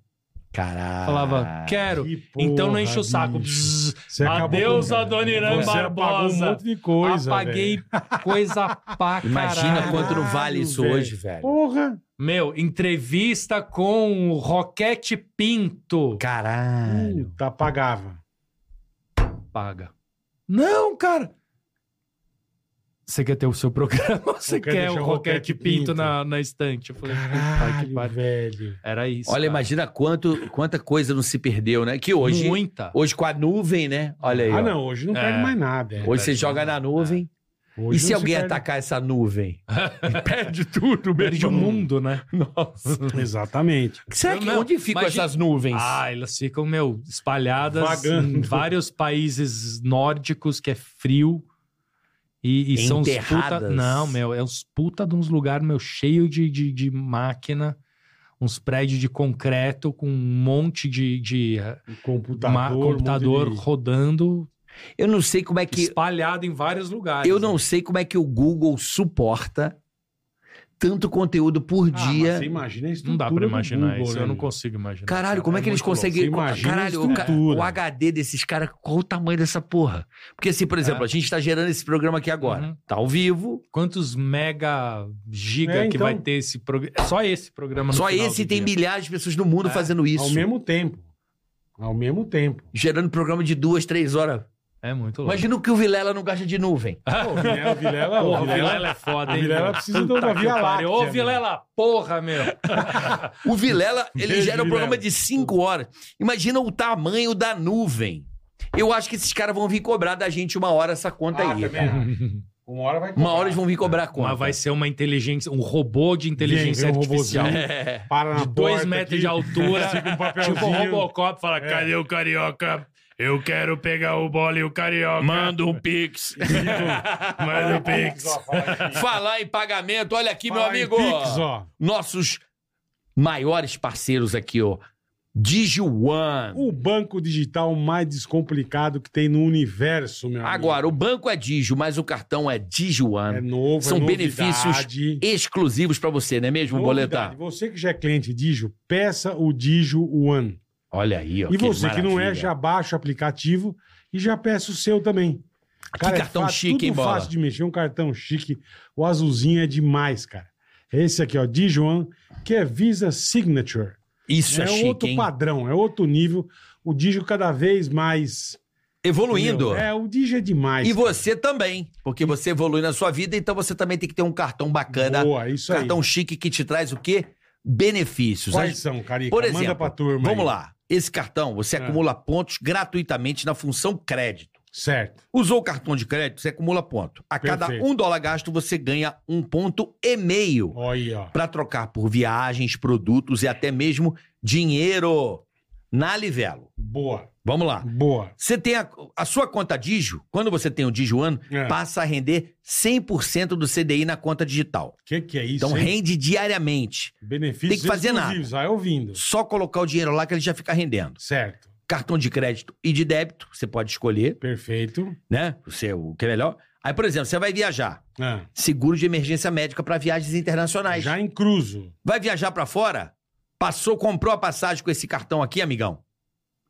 Speaker 6: Caralho.
Speaker 7: Falava, quero.
Speaker 5: Ah, Que
Speaker 7: então não
Speaker 5: porra,
Speaker 7: enche o saco.
Speaker 5: bicho.
Speaker 7: Bzzz.
Speaker 5: Você acabou
Speaker 7: Adeus,
Speaker 5: com-
Speaker 7: a Dona Irã
Speaker 5: Você apagou um
Speaker 7: Barbosa.
Speaker 5: monte de coisa.
Speaker 7: Apaguei
Speaker 5: velho. [LAUGHS]
Speaker 7: coisa pá, caralho.
Speaker 6: Imagina quanto não vale isso
Speaker 5: velho.
Speaker 6: hoje, velho.
Speaker 5: Porra.
Speaker 7: Meu, entrevista com o Roquete Pinto.
Speaker 6: Caralho.
Speaker 5: Puta, apagava.
Speaker 7: Paga. Não, cara! Você quer ter o seu programa ou você
Speaker 5: Eu quero
Speaker 7: quer
Speaker 5: deixar
Speaker 7: o
Speaker 5: o
Speaker 7: Roquete
Speaker 5: Roquete
Speaker 7: Pinto
Speaker 5: Pinto.
Speaker 7: na, na estante? Eu falei, puta que
Speaker 5: Caralho,
Speaker 7: pariu.
Speaker 5: velho.
Speaker 7: Era isso.
Speaker 6: Olha,
Speaker 7: cara.
Speaker 6: imagina quanto, quanta coisa não se perdeu, né? Que hoje.
Speaker 7: Muita.
Speaker 5: [LAUGHS]
Speaker 6: Hoje com a nuvem, né? Olha aí.
Speaker 5: Ah,
Speaker 6: ó.
Speaker 5: não, hoje não
Speaker 7: É.
Speaker 5: perde mais nada. é.
Speaker 6: Hoje você
Speaker 7: Verdade,
Speaker 6: joga na nuvem.
Speaker 5: Hoje
Speaker 6: e se
Speaker 5: não
Speaker 6: alguém
Speaker 5: perde-
Speaker 6: atacar essa nuvem?
Speaker 7: Perde tudo, perde o mundo, né? Nossa.
Speaker 5: Exatamente.
Speaker 6: Será que
Speaker 7: Não,
Speaker 6: onde ficam
Speaker 7: imagina-
Speaker 6: essas nuvens?
Speaker 7: Ah, elas ficam, meu, espalhadas
Speaker 5: Vagando.
Speaker 7: em vários países nórdicos que é frio. E, e são uns puta.
Speaker 6: Enterradas.
Speaker 7: Não, meu, é uns puta de uns lugares, meu, cheio de, de, de máquina, uns prédios de concreto com um monte de, de eh,
Speaker 5: O
Speaker 7: ma-
Speaker 5: computador. um monte
Speaker 7: computador
Speaker 5: de-
Speaker 7: rodando,
Speaker 6: eu não sei como é que.
Speaker 7: espalhado em vários lugares.
Speaker 6: Eu não sei como é que o Google suporta tanto conteúdo por
Speaker 5: Ah, mas
Speaker 6: dia.
Speaker 5: Você imagina isso?
Speaker 7: Não dá pra imaginar isso,
Speaker 5: né?
Speaker 7: eu não
Speaker 6: né?
Speaker 7: consigo imaginar.
Speaker 6: Caralho,
Speaker 7: cara,
Speaker 6: como é que eles
Speaker 7: muito louco.
Speaker 6: conseguem.
Speaker 5: Você imagina a
Speaker 6: Caralho, o, ca-
Speaker 5: estrutura.
Speaker 6: o HD desses caras, qual o tamanho dessa porra? Porque, assim, por exemplo,
Speaker 7: É.
Speaker 6: a gente tá gerando esse programa aqui agora.
Speaker 7: Uhum.
Speaker 6: Tá ao vivo.
Speaker 7: Quantos mega giga
Speaker 5: É,
Speaker 7: que
Speaker 5: então.
Speaker 7: vai ter esse programa? Só esse programa no
Speaker 6: Só
Speaker 7: final
Speaker 6: esse
Speaker 7: do
Speaker 6: tem
Speaker 7: dia.
Speaker 6: milhares de pessoas no mundo
Speaker 7: É.
Speaker 6: fazendo isso.
Speaker 5: Ao mesmo tempo. Ao mesmo
Speaker 7: [LAUGHS]
Speaker 5: tempo.
Speaker 6: Gerando programa de duas, três horas.
Speaker 7: É muito louco.
Speaker 6: Imagina o que o Vilela não gasta de nuvem.
Speaker 5: Pô, o Vilela, o Vilela,
Speaker 7: Porra,
Speaker 5: o Vilela,
Speaker 7: é foda,
Speaker 5: o Vilela precisa de
Speaker 7: Puta
Speaker 5: uma
Speaker 7: que
Speaker 5: Via
Speaker 7: pariu. Ô,
Speaker 5: Láctea,
Speaker 7: Vilela, é porra, meu.
Speaker 6: O Vilela, ele
Speaker 5: Beijo,
Speaker 6: gera um
Speaker 5: Vilela.
Speaker 6: programa de 5 horas. Imagina o tamanho da nuvem. Eu acho que esses caras vão vir cobrar da gente uma hora essa conta
Speaker 5: Ah,
Speaker 6: aí.
Speaker 5: também é
Speaker 6: cara.
Speaker 5: acho. Uma hora vai
Speaker 6: Uma
Speaker 5: cobrar.
Speaker 6: hora eles vão vir cobrar a conta.
Speaker 7: Mas vai ser uma inteligência, um robô de inteligência
Speaker 5: Vem, vem um
Speaker 7: artificial.
Speaker 5: robôzinho.
Speaker 6: [LAUGHS] É.
Speaker 5: Para na
Speaker 7: De dois
Speaker 5: porta
Speaker 7: metros
Speaker 5: aqui,
Speaker 7: de altura.
Speaker 5: Fica um
Speaker 7: tipo o
Speaker 3: Ah,
Speaker 5: papelzinho.
Speaker 7: Robocop, fala,
Speaker 5: É.
Speaker 7: cadê o carioca?
Speaker 3: Eu quero pegar o bola e o carioca.
Speaker 8: Manda um pix.
Speaker 3: Manda o pix.
Speaker 6: [LAUGHS] Falar em pagamento, olha aqui, meu
Speaker 5: Fala em
Speaker 6: amigo.
Speaker 5: Pix, ó.
Speaker 6: Nossos maiores parceiros aqui, ó. DigiOne.
Speaker 5: O banco digital mais descomplicado que tem no universo, meu amigo.
Speaker 6: Agora, o banco é Digio, mas o cartão é
Speaker 5: É
Speaker 6: DigiOne.
Speaker 5: novo,
Speaker 6: São
Speaker 5: é
Speaker 6: benefícios Exclusivos pra você, não é mesmo,
Speaker 5: Novidade.
Speaker 6: Boletar?
Speaker 5: Você que já é cliente Digio, peça o Digio One.
Speaker 6: Olha aí, ó.
Speaker 5: e você que não é,
Speaker 6: maravilha.
Speaker 5: já baixa o aplicativo e já peça o seu também.
Speaker 6: Que cartão
Speaker 5: é fa-
Speaker 6: chique,
Speaker 5: tudo
Speaker 6: hein, Bola?
Speaker 5: fácil de mexer, um cartão chique. O azulzinho é demais, cara. É Esse aqui, ó, Digio One, que é Visa Signature.
Speaker 6: Isso é,
Speaker 5: é
Speaker 6: chique,
Speaker 5: outro
Speaker 6: hein?
Speaker 5: padrão, é outro nível. O Digio cada vez mais...
Speaker 6: Evoluindo.
Speaker 5: Entendeu? É, o Digio é demais.
Speaker 6: E você também, porque você evolui na sua vida, então você também tem que ter um cartão bacana,
Speaker 5: Boa, isso aí.
Speaker 6: cartão chique que te traz o quê? Benefícios.
Speaker 5: Quais
Speaker 6: As-
Speaker 5: são, Carica?
Speaker 6: Por exemplo,
Speaker 5: Manda pra turma
Speaker 6: Vamos
Speaker 5: aí.
Speaker 6: lá. Esse cartão, você
Speaker 5: É.
Speaker 6: acumula pontos gratuitamente na função crédito.
Speaker 5: Certo.
Speaker 6: Usou o cartão de crédito, você acumula ponto. A cada
Speaker 5: Perfeito.
Speaker 6: um dólar gasto, você ganha um ponto e meio
Speaker 5: Olha aí, ó.
Speaker 6: para trocar por viagens, produtos e até mesmo dinheiro na Livelo.
Speaker 5: Boa,
Speaker 6: Vamos lá.
Speaker 5: boa.
Speaker 6: Você tem a, a sua conta Digio, quando você tem o Digio Ano,
Speaker 5: É.
Speaker 6: passa a render 100% do CDI na conta digital.
Speaker 5: O que, que é isso?
Speaker 6: Então
Speaker 5: hein?
Speaker 6: rende diariamente.
Speaker 5: Benefícios
Speaker 6: tem que fazer
Speaker 5: exclusivos, Vai ouvindo.
Speaker 6: Só colocar o dinheiro lá que ele já fica rendendo.
Speaker 5: Certo.
Speaker 6: Cartão de crédito e de débito, você pode escolher,
Speaker 5: Perfeito.
Speaker 6: né? O seu, o que é melhor. Aí, por exemplo, você vai viajar.
Speaker 5: Ah,
Speaker 6: Seguro de emergência médica para viagens internacionais.
Speaker 5: já em cruzo.
Speaker 6: Vai viajar para fora? Passou, comprou a passagem com esse cartão aqui, amigão?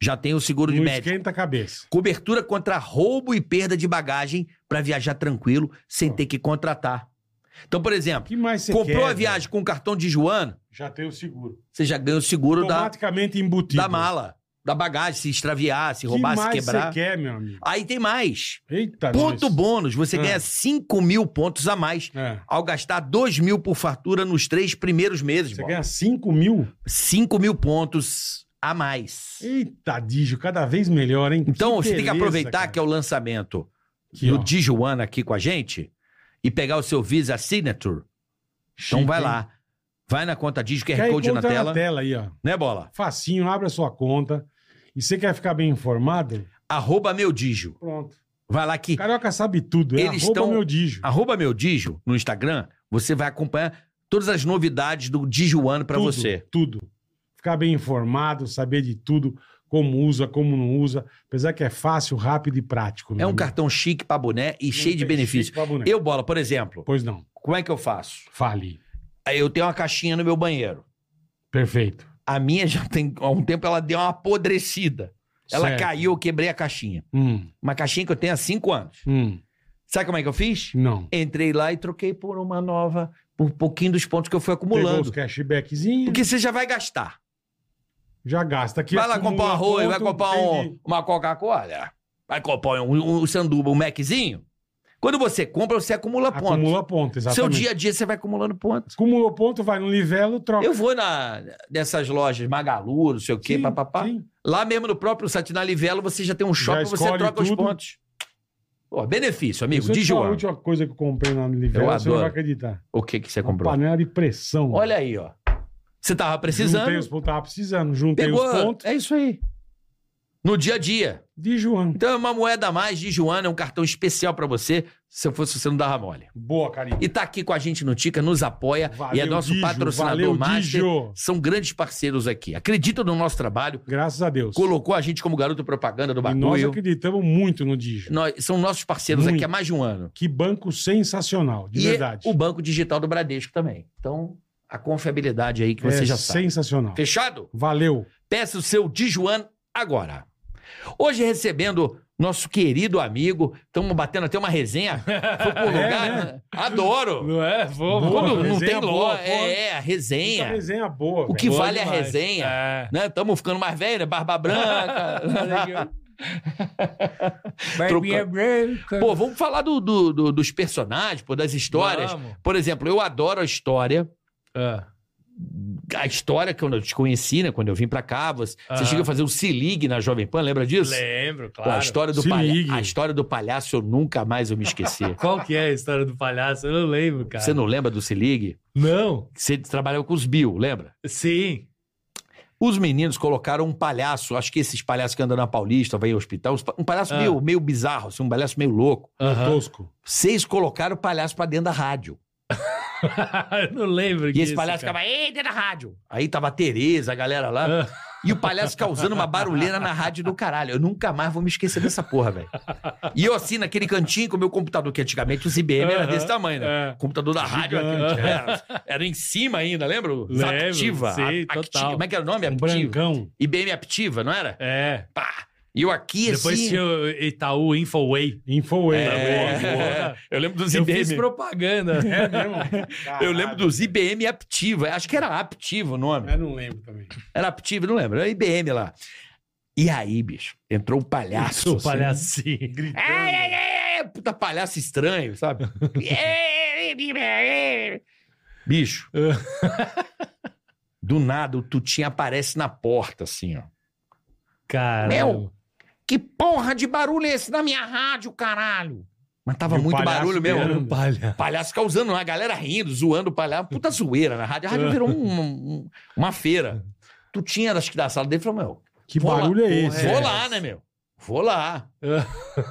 Speaker 6: Já tem o seguro de
Speaker 5: Não
Speaker 6: médico.
Speaker 5: esquenta a cabeça.
Speaker 6: Cobertura contra roubo e perda de bagagem para viajar tranquilo, sem
Speaker 5: Ó.
Speaker 6: ter que contratar. Então, por
Speaker 5: O
Speaker 6: exemplo,
Speaker 5: que mais você quer, né?
Speaker 6: comprou a
Speaker 5: velho?
Speaker 6: viagem com o cartão de Joana,
Speaker 5: Já tem o seguro.
Speaker 6: você já ganha o seguro da,
Speaker 5: Automaticamente embutido.
Speaker 6: da mala, da bagagem, se extraviar, se
Speaker 5: Que
Speaker 6: roubar, se
Speaker 5: mais
Speaker 6: quebrar.
Speaker 5: você quer, meu amigo?
Speaker 6: Aí tem mais.
Speaker 5: Eita,
Speaker 6: Ponto
Speaker 5: nós.
Speaker 6: bônus, você
Speaker 5: Ah.
Speaker 6: ganha 5 mil pontos a mais
Speaker 5: É.
Speaker 6: ao gastar 2 mil por fatura nos três primeiros meses.
Speaker 5: Você
Speaker 6: Bola.
Speaker 5: ganha 5 mil?
Speaker 6: 5 mil pontos a mais.
Speaker 5: Eita, Digio, cada vez melhor, hein?
Speaker 6: Então,
Speaker 5: Que
Speaker 6: você tem que
Speaker 5: beleza,
Speaker 6: aproveitar
Speaker 5: cara.
Speaker 6: que é o lançamento
Speaker 5: Aqui, ó.
Speaker 6: do Dijuana aqui com a gente e pegar o seu Visa Signature. então
Speaker 5: Chique,
Speaker 6: vai
Speaker 5: hein?
Speaker 6: lá. Vai na conta Digio, QR
Speaker 5: Quer
Speaker 6: Code na
Speaker 5: encontrar
Speaker 6: tela.
Speaker 5: na tela aí, ó.
Speaker 6: Né, Bola?
Speaker 5: Facinho, abre a sua conta. E você quer ficar bem informado?
Speaker 6: Arroba meu Digio.
Speaker 5: Pronto.
Speaker 6: Vai lá que...
Speaker 5: Carioca sabe tudo. É
Speaker 6: Eles
Speaker 5: Eles arroba
Speaker 6: estão-
Speaker 5: meu Digio.
Speaker 6: Arroba meu Digio no Instagram, você vai acompanhar todas as novidades do Dijuano pra
Speaker 5: Tudo,
Speaker 6: você.
Speaker 5: Tudo. Ficar bem informado, saber de tudo, como usa, como não usa. Apesar que é fácil, rápido e prático.
Speaker 6: É
Speaker 5: meu
Speaker 6: um
Speaker 5: amigo.
Speaker 6: cartão chique pra boné e
Speaker 5: Uhum. Não
Speaker 6: cheio de
Speaker 5: tem né?
Speaker 6: benefícios.
Speaker 5: chique pra boneco.
Speaker 6: Eu, Bola, por exemplo,
Speaker 5: Pois não.
Speaker 6: como é que eu faço?
Speaker 5: Fale.
Speaker 6: Aí Eu tenho uma caixinha no meu banheiro.
Speaker 5: Perfeito.
Speaker 6: A minha já tem... Há um tempo ela deu uma apodrecida. Ela
Speaker 5: Certo.
Speaker 6: caiu, eu quebrei a caixinha.
Speaker 5: Hum,
Speaker 6: Uma caixinha que eu tenho há cinco anos.
Speaker 5: hum.
Speaker 6: Sabe como é que eu fiz?
Speaker 5: Não.
Speaker 6: Entrei lá e troquei por uma nova, por um pouquinho dos pontos que eu fui
Speaker 5: Pegou os
Speaker 6: acumulando.
Speaker 5: cashbackzinhos,
Speaker 6: Porque você já vai gastar.
Speaker 5: já gasta. Aqui
Speaker 6: vai lá
Speaker 5: acumula
Speaker 6: comprar um arroz, vai
Speaker 5: ponto,
Speaker 6: comprar um-
Speaker 5: entendi.
Speaker 6: uma Coca-Cola, vai comprar um, um sanduba, um Maczinho. Quando você compra, você acumula pontos.
Speaker 5: Acumula ponto,
Speaker 6: Seu
Speaker 5: exatamente.
Speaker 6: dia a dia você vai acumulando pontos.
Speaker 5: Acumulou ponto, vai no livelo, troca.
Speaker 6: Eu vou na, nessas lojas Magalu, não sei o quê,
Speaker 5: Sim,
Speaker 6: papapá.
Speaker 5: sim.
Speaker 6: Lá mesmo no próprio site na Livelo, você já tem um shopping, você
Speaker 5: escolhe
Speaker 6: troca os
Speaker 5: tudo.
Speaker 6: pontos. Pô, benefício, amigo.
Speaker 5: Deixa eu te falar é A
Speaker 6: Dijuan.
Speaker 5: última coisa que eu comprei na Livelo, você
Speaker 6: Eu
Speaker 5: não
Speaker 6: adoro.
Speaker 5: vai acreditar.
Speaker 6: O que, que você
Speaker 5: Uma
Speaker 6: comprou?
Speaker 5: panela de pressão.
Speaker 6: Olha aí, ó. Você tava
Speaker 5: Juntei
Speaker 6: precisando,
Speaker 5: os pontos, tava precisando. Juntei
Speaker 6: pegou.
Speaker 5: os pontos
Speaker 6: É isso aí. No dia a dia.
Speaker 5: de João.
Speaker 6: Então é uma moeda a mais de Joana, é um cartão especial pra você. Se eu fosse você, não dava mole.
Speaker 5: Boa, carinho.
Speaker 6: E tá aqui com a gente no Tica, nos apoia e é nosso patrocinador
Speaker 5: valeu,
Speaker 6: master.
Speaker 5: Digio.
Speaker 6: São grandes parceiros aqui. Acreditam no nosso trabalho,
Speaker 5: Graças a Deus.
Speaker 6: colocou a gente como garoto propaganda do
Speaker 5: E nós
Speaker 6: bagulho.
Speaker 5: acreditamos muito no Digio.
Speaker 6: Nós- são nossos parceiros
Speaker 5: Muito.
Speaker 6: aqui há mais de um ano.
Speaker 5: Que banco sensacional, de
Speaker 6: e
Speaker 5: verdade.
Speaker 6: o Banco Digital do Bradesco também. Então, a confiabilidade aí que você
Speaker 5: é
Speaker 6: já sabe.
Speaker 5: sensacional.
Speaker 6: Fechado?
Speaker 5: Valeu.
Speaker 6: Peça o seu Dijuan agora. Hoje recebendo nosso querido amigo, estamos batendo até uma resenha. Foi
Speaker 5: [LAUGHS]
Speaker 6: por
Speaker 5: É,
Speaker 6: lugar.
Speaker 5: né?
Speaker 6: né? Adoro.
Speaker 7: Não é?
Speaker 5: Boa,
Speaker 7: Vou, vou.
Speaker 6: Como não
Speaker 5: resenha
Speaker 6: tem
Speaker 5: boa,
Speaker 6: ló,
Speaker 5: boa.
Speaker 6: é, é, a
Speaker 5: Essa
Speaker 6: resenha.
Speaker 5: resenha é boa,
Speaker 6: O que
Speaker 5: velho.
Speaker 7: Boa
Speaker 6: vale é a
Speaker 7: demais.
Speaker 6: resenha.
Speaker 7: É.
Speaker 6: Né? Estamos ficando mais velhos, né? barba
Speaker 5: [LAUGHS]
Speaker 7: Ah, [LAUGHS]
Speaker 6: branca.
Speaker 7: Barbinha
Speaker 6: Trocando.
Speaker 7: branca.
Speaker 6: Pô, vamos falar do- do- do- dos personagens, pô, das histórias.
Speaker 7: Vamos.
Speaker 6: Por exemplo, eu adoro a história.
Speaker 7: Ah,
Speaker 6: A história que eu te conheci, né? Quando eu vim pra cá, você, você
Speaker 7: Aham.
Speaker 6: chega a fazer o Se Ligue na Jovem Pan, lembra disso?
Speaker 7: Lembro,
Speaker 6: Pô, a,
Speaker 7: claro.
Speaker 6: história do
Speaker 5: Se
Speaker 6: palha-
Speaker 5: ligue.
Speaker 6: a história do palhaço eu nunca mais eu me esqueci.
Speaker 7: Qual que é a história do palhaço? Eu não lembro, [LAUGHS] cara.
Speaker 6: Você não lembra do Se Ligue?
Speaker 7: Não.
Speaker 6: Você trabalhou com os Bill, lembra?
Speaker 7: Sim.
Speaker 6: Os meninos colocaram um palhaço, acho que esses palhaços que andam na Paulista, vai ao hospital, uns pa- um palhaço
Speaker 7: Ah.
Speaker 6: meio, meio bizarro, assim, um palhaço meio louco.
Speaker 7: Aham.
Speaker 5: Tosco.
Speaker 6: Vocês colocaram o palhaço pra dentro da rádio.
Speaker 7: [LAUGHS] eu não lembro
Speaker 6: E esse palhaço ficava, ei, dentro da rádio. Aí tava a Tereza, a galera
Speaker 7: Ah.
Speaker 6: lá. E o palhaço causando uma barulheira na rádio do caralho. Eu nunca mais vou me esquecer dessa porra, velho. E eu assim, naquele cantinho com o meu computador, que antigamente os IBM era desse tamanho, né?
Speaker 7: É.
Speaker 6: Computador da rádio
Speaker 5: Gigante.
Speaker 6: era, era em cima ainda, lembra? o
Speaker 7: Lembro,
Speaker 6: Activa.
Speaker 7: sim,
Speaker 6: Acti-
Speaker 7: total.
Speaker 6: Como é que era o nome?
Speaker 5: Um
Speaker 6: Activa.
Speaker 5: brancão.
Speaker 6: IBM Activa, não era?
Speaker 7: É.
Speaker 6: Pá. E eu aqui,
Speaker 7: Depois
Speaker 6: assim...
Speaker 7: tinha o Itaú Infoway.
Speaker 5: Infoway.
Speaker 6: É, eu lembro dos
Speaker 7: Eu
Speaker 6: IBM.
Speaker 7: fiz propaganda.
Speaker 5: É mesmo?
Speaker 6: Eu lembro dos IBM Aptiva. Acho que era Aptiva o nome.
Speaker 5: Eu não lembro também.
Speaker 6: Era Aptiva, não lembro. Era IBM lá. E aí, bicho, entrou o palhaço.
Speaker 7: Sou
Speaker 6: assim. [LAUGHS] É,
Speaker 7: palhacinho. Gritando.
Speaker 6: Ai, ai, ai, ai, puta palhaço estranho, sabe? [LAUGHS] É, bicho. [LAUGHS] Do nada, o Tutinho aparece na porta, assim, ó.
Speaker 7: Caramba.
Speaker 6: Meu, Que porra de barulho é esse na minha rádio, caralho? Mas tava
Speaker 5: E o
Speaker 6: muito
Speaker 5: palhaço
Speaker 6: barulho
Speaker 5: dele
Speaker 6: mesmo.
Speaker 5: era
Speaker 7: Era um palhaço.
Speaker 6: Palhaço causando, a galera rindo, zoando o palhaço. Puta zoeira na rádio. A rádio virou um- um- uma feira. Tu tinha, acho que da sala dele, falou, meu,
Speaker 5: Que
Speaker 6: Vou lá,
Speaker 5: barulho é esse?
Speaker 6: vou lá, né, meu? Vou lá.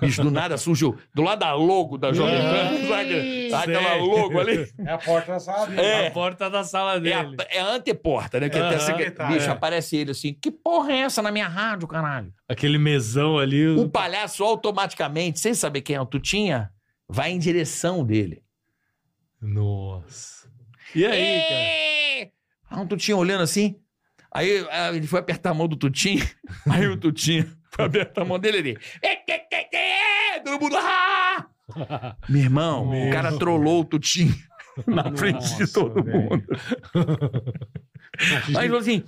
Speaker 6: Bicho, do nada surgiu, do lado da logo da Jovem Pan, [LAUGHS] sabe? sabe aquela
Speaker 7: Sei.
Speaker 6: logo ali.
Speaker 5: É a porta da sala.
Speaker 6: É.
Speaker 7: A porta da sala
Speaker 6: É a,
Speaker 7: dele.
Speaker 6: é a anteporta, né? Que até
Speaker 7: Aham,
Speaker 6: você-
Speaker 5: tá,
Speaker 6: bicho,
Speaker 5: é.
Speaker 6: aparece ele assim, que porra é essa na minha rádio, caralho?
Speaker 7: Aquele mesão ali.
Speaker 6: O palhaço automaticamente, sem saber quem é o Tutinha, vai em direção dele.
Speaker 7: Nossa. E aí, cara?
Speaker 6: É. Ah, um Tutinho olhando assim. Aí ah, ele foi apertar a mão do
Speaker 7: [LAUGHS]
Speaker 6: Tutinho. Aí o Tutinho foi apertar a mão dele ele. "É, é, é, é, é", Todo mundo. "Ah!"
Speaker 7: [LAUGHS]
Speaker 6: Meu irmão,
Speaker 5: Meu.
Speaker 6: o cara trollou o Tutinho [LAUGHS] na
Speaker 5: Nossa,
Speaker 6: frente de todo
Speaker 5: velho.
Speaker 6: mundo. Aí ele falou assim: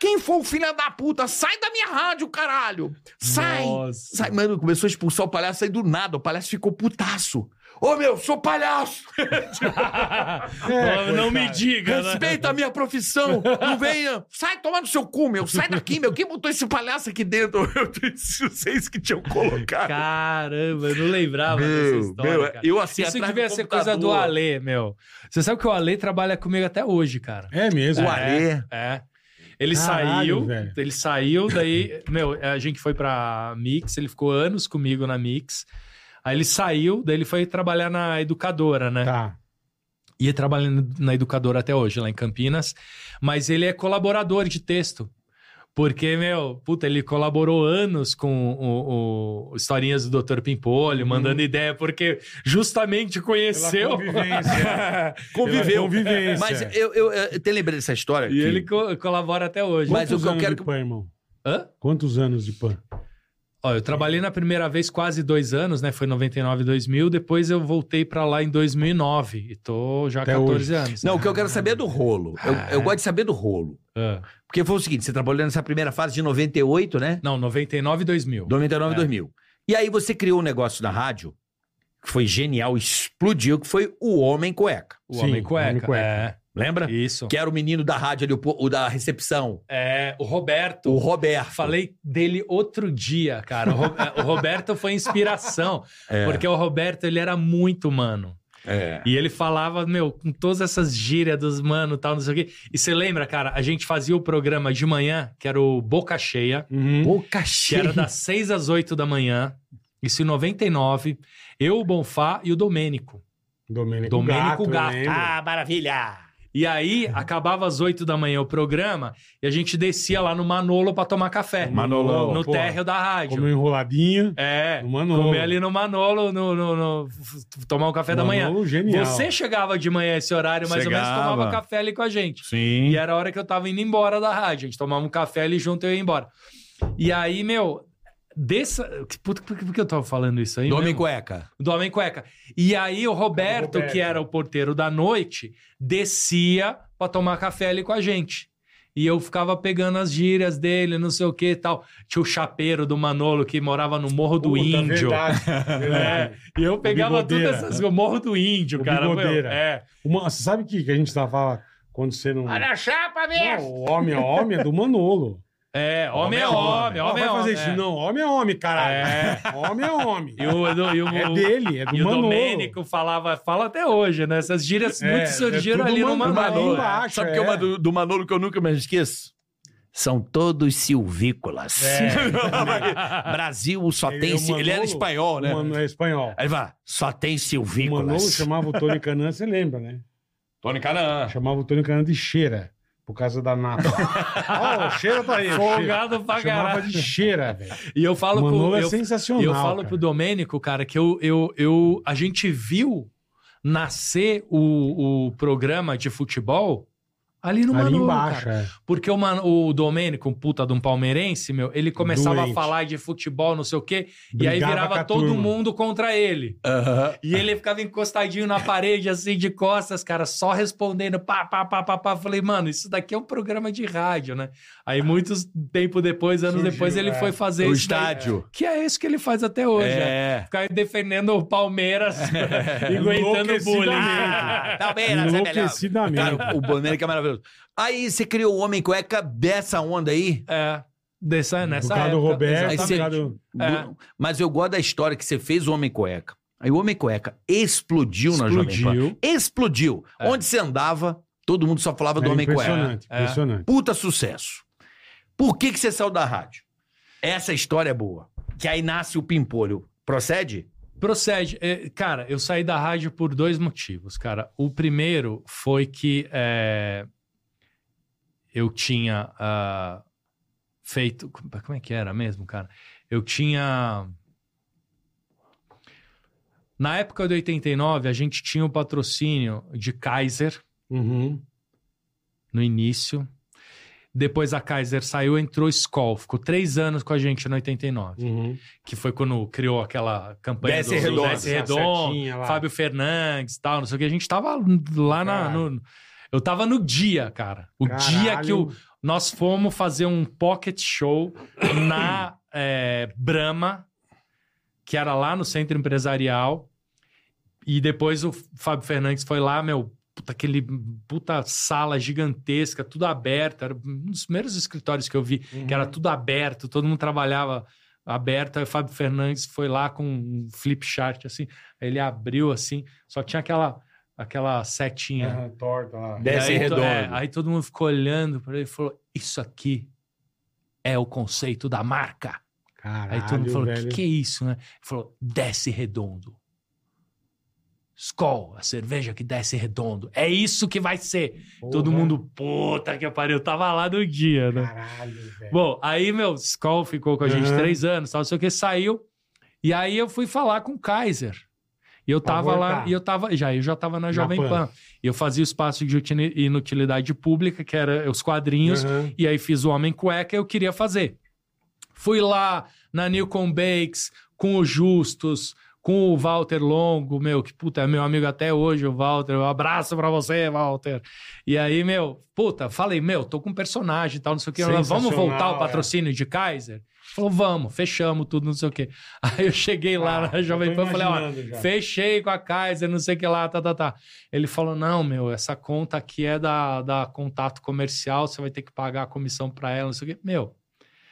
Speaker 6: quem for o filho da puta, sai da minha rádio, caralho! Sai!
Speaker 7: Nossa. [LAUGHS]
Speaker 6: Sai, mano, começou a expulsar o palhaço aí do nada. O palhaço ficou putaço. Ô meu, sou palhaço!
Speaker 7: não não me diga, né?
Speaker 6: Respeita a minha profissão. Não venha. Sai, toma no seu cu, meu. Sai daqui, meu. Quem botou esse palhaço aqui dentro? [LAUGHS] Eu disse, vocês que tinham colocado.
Speaker 7: Caramba, eu não lembrava dessa
Speaker 6: Meu,
Speaker 7: história,
Speaker 6: meu,
Speaker 7: cara.
Speaker 6: eu assim,
Speaker 7: Isso
Speaker 6: atrás
Speaker 7: devia
Speaker 6: do
Speaker 7: ser coisa do
Speaker 6: computador.
Speaker 7: Ale, meu. Você sabe que o Ale trabalha comigo até hoje, cara.
Speaker 5: É mesmo.
Speaker 6: O Alê.
Speaker 7: É. Ele
Speaker 5: Caralho,
Speaker 7: saiu,
Speaker 5: velho.
Speaker 7: ele saiu,
Speaker 5: [LAUGHS]
Speaker 7: daí, meu, a gente foi pra Mix, ele ficou anos comigo na Mix. Aí ele saiu, daí ele foi trabalhar na educadora, né?
Speaker 5: Tá.
Speaker 7: E ele trabalha na educadora até hoje, lá em Campinas. Mas ele é colaborador de texto. Porque, meu, puta, ele colaborou anos com o, o- historinhas do Dr. Pimpolho, mandando ideia, porque justamente conheceu.
Speaker 5: Uhum. Pela convivência.
Speaker 6: [LAUGHS] Conviveu.
Speaker 5: Pela convivência.
Speaker 6: Mas eu, eu, eu te lembrei dessa história.
Speaker 7: E
Speaker 6: que-
Speaker 7: ele co- colabora até hoje.
Speaker 6: Mas o
Speaker 5: Quantos
Speaker 6: que eu
Speaker 5: anos
Speaker 6: quero
Speaker 5: de
Speaker 6: que-
Speaker 5: pan, irmão?
Speaker 7: Hã?
Speaker 5: Quantos anos de pan?
Speaker 7: Ó, eu trabalhei na primeira vez quase dois anos, né? Foi 99, 2000. Depois eu voltei pra lá em 2009. E tô já há
Speaker 5: Até
Speaker 7: 14 anos.
Speaker 6: Não, o que eu quero saber é do rolo. Eu, eu gosto de saber do rolo.
Speaker 7: Ah,
Speaker 6: Porque foi o seguinte: você trabalhou nessa primeira fase de 98, né?
Speaker 7: não, 99, 2000.
Speaker 6: 99
Speaker 7: É.
Speaker 6: 2000. E aí você criou um negócio na rádio que foi genial, explodiu, que foi o Homem Cueca.
Speaker 7: O
Speaker 5: Sim,
Speaker 7: Homem Cueca.
Speaker 5: Homem Cueca.
Speaker 6: Lembra?
Speaker 7: É, isso.
Speaker 6: Que era o menino da rádio ali, o, po- o da recepção.
Speaker 7: É, o Roberto.
Speaker 6: O Roberto.
Speaker 7: Falei dele outro dia, cara. O, Ro- é, o Roberto foi
Speaker 5: [LAUGHS]
Speaker 7: inspiração,
Speaker 6: É.
Speaker 7: porque o Roberto ele era muito humano.
Speaker 6: É.
Speaker 7: E ele falava, meu, com todas essas gírias dos mano, tal, não sei o quê. E você lembra, cara, a gente fazia o programa de manhã, que era o Boca Cheia,
Speaker 5: Uhum.
Speaker 6: Boca
Speaker 7: que
Speaker 6: cheia.
Speaker 7: era das 6 às 8 da manhã. Isso em 99. Eu, o Bonfá e o Domênico.
Speaker 5: Domênico,
Speaker 7: Domênico
Speaker 5: Gato,
Speaker 7: Gato.
Speaker 5: eu lembro.
Speaker 6: Ah, maravilha!
Speaker 7: E aí,
Speaker 5: Uhum.
Speaker 7: acabava às 8 da manhã o programa e a gente descia lá no Manolo pra tomar
Speaker 6: Ah,
Speaker 7: café.
Speaker 5: Manolão,
Speaker 7: No
Speaker 5: pô.
Speaker 7: térreo da rádio.
Speaker 5: Comeu enroladinho.
Speaker 7: É.
Speaker 5: No um Manolo.
Speaker 7: Comer ali no Manolo, no, no- no- f- tomar um café da manhã.
Speaker 5: Manolo, é genial.
Speaker 7: Você chegava de manhã esse horário, mais ou menos,
Speaker 3: Chegava.
Speaker 7: tomava café ali com a gente.
Speaker 3: Sim.
Speaker 7: E era a hora que eu tava indo embora da rádio. A gente tomava um café ali junto e eu ia embora. E aí, meu, dessa. que Puta, por, que- por que eu tava falando isso aí?
Speaker 6: Nome
Speaker 7: mesmo?
Speaker 6: cueca.
Speaker 7: do Homem Cueca. E aí o Roberto,
Speaker 5: Roberto.
Speaker 7: que era o porteiro da noite, descia pra tomar café ali com a gente. E eu ficava pegando as gírias dele, não sei o que e tal. Tinha o chapeiro do Manolo que morava no Morro do
Speaker 5: Puta,
Speaker 7: Índio. É.
Speaker 5: verdade,
Speaker 7: [LAUGHS]
Speaker 5: verdade.
Speaker 7: E eu pegava
Speaker 5: bigodeira. né?
Speaker 7: todas essas. O Morro do Índio,
Speaker 5: O
Speaker 7: cara. meu.
Speaker 5: bigodeira.
Speaker 7: É.
Speaker 5: Uma- você sabe o que, que a gente tava quando você não.
Speaker 7: Ah,
Speaker 1: Olha a chapa,
Speaker 5: Não,
Speaker 1: mesmo.
Speaker 5: o homem é homem, é do Manolo.
Speaker 7: É, homem é homem,
Speaker 5: Não,
Speaker 7: homem é
Speaker 5: vai fazer
Speaker 7: homem.
Speaker 5: isso.
Speaker 7: é.
Speaker 5: Não, homem é homem, caralho. Homem é homem.
Speaker 7: E o, do- e o,
Speaker 5: [LAUGHS] É dele, é do
Speaker 7: e o
Speaker 5: Manolo.
Speaker 7: Domênico falava, fala até hoje, né? Essas gírias
Speaker 5: É,
Speaker 7: muito surgiram
Speaker 5: é tudo
Speaker 7: ali no
Speaker 5: Manolo,
Speaker 7: Manolo.
Speaker 5: lá embaixo,
Speaker 6: Sabe
Speaker 5: é.
Speaker 6: que é uma do, do Manolo que eu nunca mais esqueço? São todos silvícolas. [LAUGHS] Brasil só
Speaker 5: É. Ele- é
Speaker 6: tem.
Speaker 5: o
Speaker 6: sil- ele era
Speaker 5: Manolo-
Speaker 6: espanhol, né?
Speaker 5: Mano, é espanhol.
Speaker 6: Aí ele fala, só tem
Speaker 5: O Manolo
Speaker 6: silvícolas.
Speaker 5: chamava o Tony Canan, você lembra, né?
Speaker 8: Tony Canaan.
Speaker 5: Chamava o Tony Canan de cheira, por causa da
Speaker 7: [LAUGHS]
Speaker 5: nata. Ó, o cheira tá aí. o Cheira.
Speaker 7: Folgado pra
Speaker 5: Chamava
Speaker 7: caralho.
Speaker 5: de cheira, velho.
Speaker 7: E eu falo
Speaker 5: O
Speaker 7: com
Speaker 5: Manolo é
Speaker 7: eu-
Speaker 5: sensacional.
Speaker 7: E eu falo
Speaker 5: cara.
Speaker 7: pro Domênico, cara, que eu, eu, eu, a gente viu nascer o, o programa de futebol ali no
Speaker 5: Ali
Speaker 7: Manolo,
Speaker 5: embaixo,
Speaker 7: cara.
Speaker 5: é.
Speaker 7: Porque o, Man, o Domênico, um puta de um palmeirense, meu, ele começava
Speaker 5: Doente.
Speaker 7: a falar de futebol, não sei o quê, e aí
Speaker 5: Brigava com
Speaker 7: virava
Speaker 5: a
Speaker 7: todo
Speaker 5: turma.
Speaker 7: mundo contra ele.
Speaker 6: Aham.
Speaker 7: E ele ficava encostadinho na parede, assim, de costas, cara, só respondendo pá, pá, pá, pá, pá. Falei, mano, isso daqui é um programa de rádio, né? Aí, muitos tempo depois, anos
Speaker 5: Surgiu,
Speaker 7: depois, ele
Speaker 5: é.
Speaker 7: foi fazer
Speaker 6: O
Speaker 7: isso daí.
Speaker 6: estádio.
Speaker 7: Que é isso que ele faz até hoje, né?
Speaker 6: É.
Speaker 7: Ficar defendendo o Palmeiras
Speaker 5: É.
Speaker 7: e aguentando
Speaker 5: Enlouquecidamente.
Speaker 7: bullying.
Speaker 6: Ah,
Speaker 5: Tá
Speaker 6: Palmeiras é melhor.
Speaker 5: Enlouquecidamente.
Speaker 6: Cara, o Bonelli que é maravilhoso. Aí você criou o Homem Cueca dessa onda aí.
Speaker 7: [LAUGHS] É, dessa,
Speaker 5: Por
Speaker 7: nessa
Speaker 5: causa do
Speaker 7: época.
Speaker 5: Roberto,
Speaker 6: exatamente.
Speaker 5: por causa do...
Speaker 7: É.
Speaker 6: Do- Mas eu gosto da história que você fez o Homem Cueca. Aí o Homem Cueca explodiu, na Jovem Pan.
Speaker 7: Explodiu.
Speaker 6: Explodiu.
Speaker 7: É.
Speaker 6: Onde você andava, todo mundo só falava do
Speaker 5: É
Speaker 6: Homem Cueca.
Speaker 5: impressionante,
Speaker 7: É.
Speaker 5: impressionante.
Speaker 6: Puta sucesso. Por que, que você saiu da rádio? Essa história é boa. Que aí nasce o Pimpolho. Procede?
Speaker 7: Procede. É, Cara, eu saí da rádio por dois motivos, cara. O primeiro foi que é, eu tinha ah, feito. Como é que era mesmo, cara? Eu tinha. Na época de 89, a gente tinha o patrocínio de Kaiser.
Speaker 5: Uhum.
Speaker 7: no início. Depois a Kaiser saiu, entrou Skoll. Ficou três anos com a gente no 89.
Speaker 5: Uhum.
Speaker 7: Que foi quando criou aquela campanha
Speaker 6: Desce
Speaker 7: do- do
Speaker 6: Redondo.
Speaker 7: Desce
Speaker 5: Essa
Speaker 7: Redondo,
Speaker 5: setinha tá lá.
Speaker 7: Fábio Fernandes e tal, não sei o que. A gente tava lá na...
Speaker 5: Caralho.
Speaker 7: no- eu tava no dia, cara. O dia que o, nós fomos fazer um pocket show na eh, Brahma, que era lá no centro empresarial. E depois o Fábio Fernandes foi lá, meu, puta, aquele puta sala gigantesca, tudo aberto. Era um dos primeiros escritórios que eu vi,
Speaker 5: Uhum.
Speaker 7: que era tudo aberto, todo mundo trabalhava aberto. Aí o Fábio Fernandes foi lá com um flip chart, assim. Aí ele abriu, assim, só tinha aquela, aquela setinha.
Speaker 5: Aham, torta lá.
Speaker 6: Deve
Speaker 7: E
Speaker 6: ser
Speaker 7: aí, to-
Speaker 6: redondo.
Speaker 7: é, aí todo mundo ficou olhando para ele e falou: Isso aqui é o conceito da marca.
Speaker 5: Caralho,
Speaker 7: aí todo mundo falou:
Speaker 5: velho.
Speaker 7: que, que é isso, né? Ele falou: Desce redondo. Skol, a cerveja que desce redondo. É isso que vai ser. é?" Todo
Speaker 5: Porra.
Speaker 7: mundo, puta que pariu, tava lá no dia, né?
Speaker 5: Caralho, velho.
Speaker 7: Bom, aí meu Skol ficou com a gente
Speaker 5: Aham.
Speaker 7: três anos, tal, não sei o que, saiu. E aí eu fui falar com o Kaiser. E eu
Speaker 5: Pra
Speaker 7: tava lá,
Speaker 5: voltar.
Speaker 7: e eu tava, já, eu já tava na Jovem
Speaker 5: Pan.
Speaker 7: Pan. E eu fazia o espaço de utili- inutilidade pública, que era os quadrinhos,
Speaker 5: Aham.
Speaker 7: e aí fiz o Homem Cueca, eu queria fazer. Fui lá na Newcom Bakes com o Justus, com o Walter Longo, meu, que puta, é meu amigo até hoje, o Walter. Um abraço pra você, Walter. E aí, meu, puta, falei, meu, tô com um personagem e tal, não sei o quê. Ela, Vamos
Speaker 5: Sensacional,
Speaker 7: voltar ao
Speaker 5: é.
Speaker 7: patrocínio de Kaiser? Falou, vamos, fechamos tudo, não sei o quê. Aí eu cheguei lá
Speaker 5: Ah,
Speaker 7: na Jovem
Speaker 5: tô
Speaker 7: Pan e falei, ó,
Speaker 5: imaginando já.
Speaker 7: Fechei com a Kaiser, não sei o que lá, tá, tá, tá. Ele falou: não, meu, essa conta aqui é da, da contato comercial, você vai ter que pagar a comissão pra ela, não sei o que. Meu.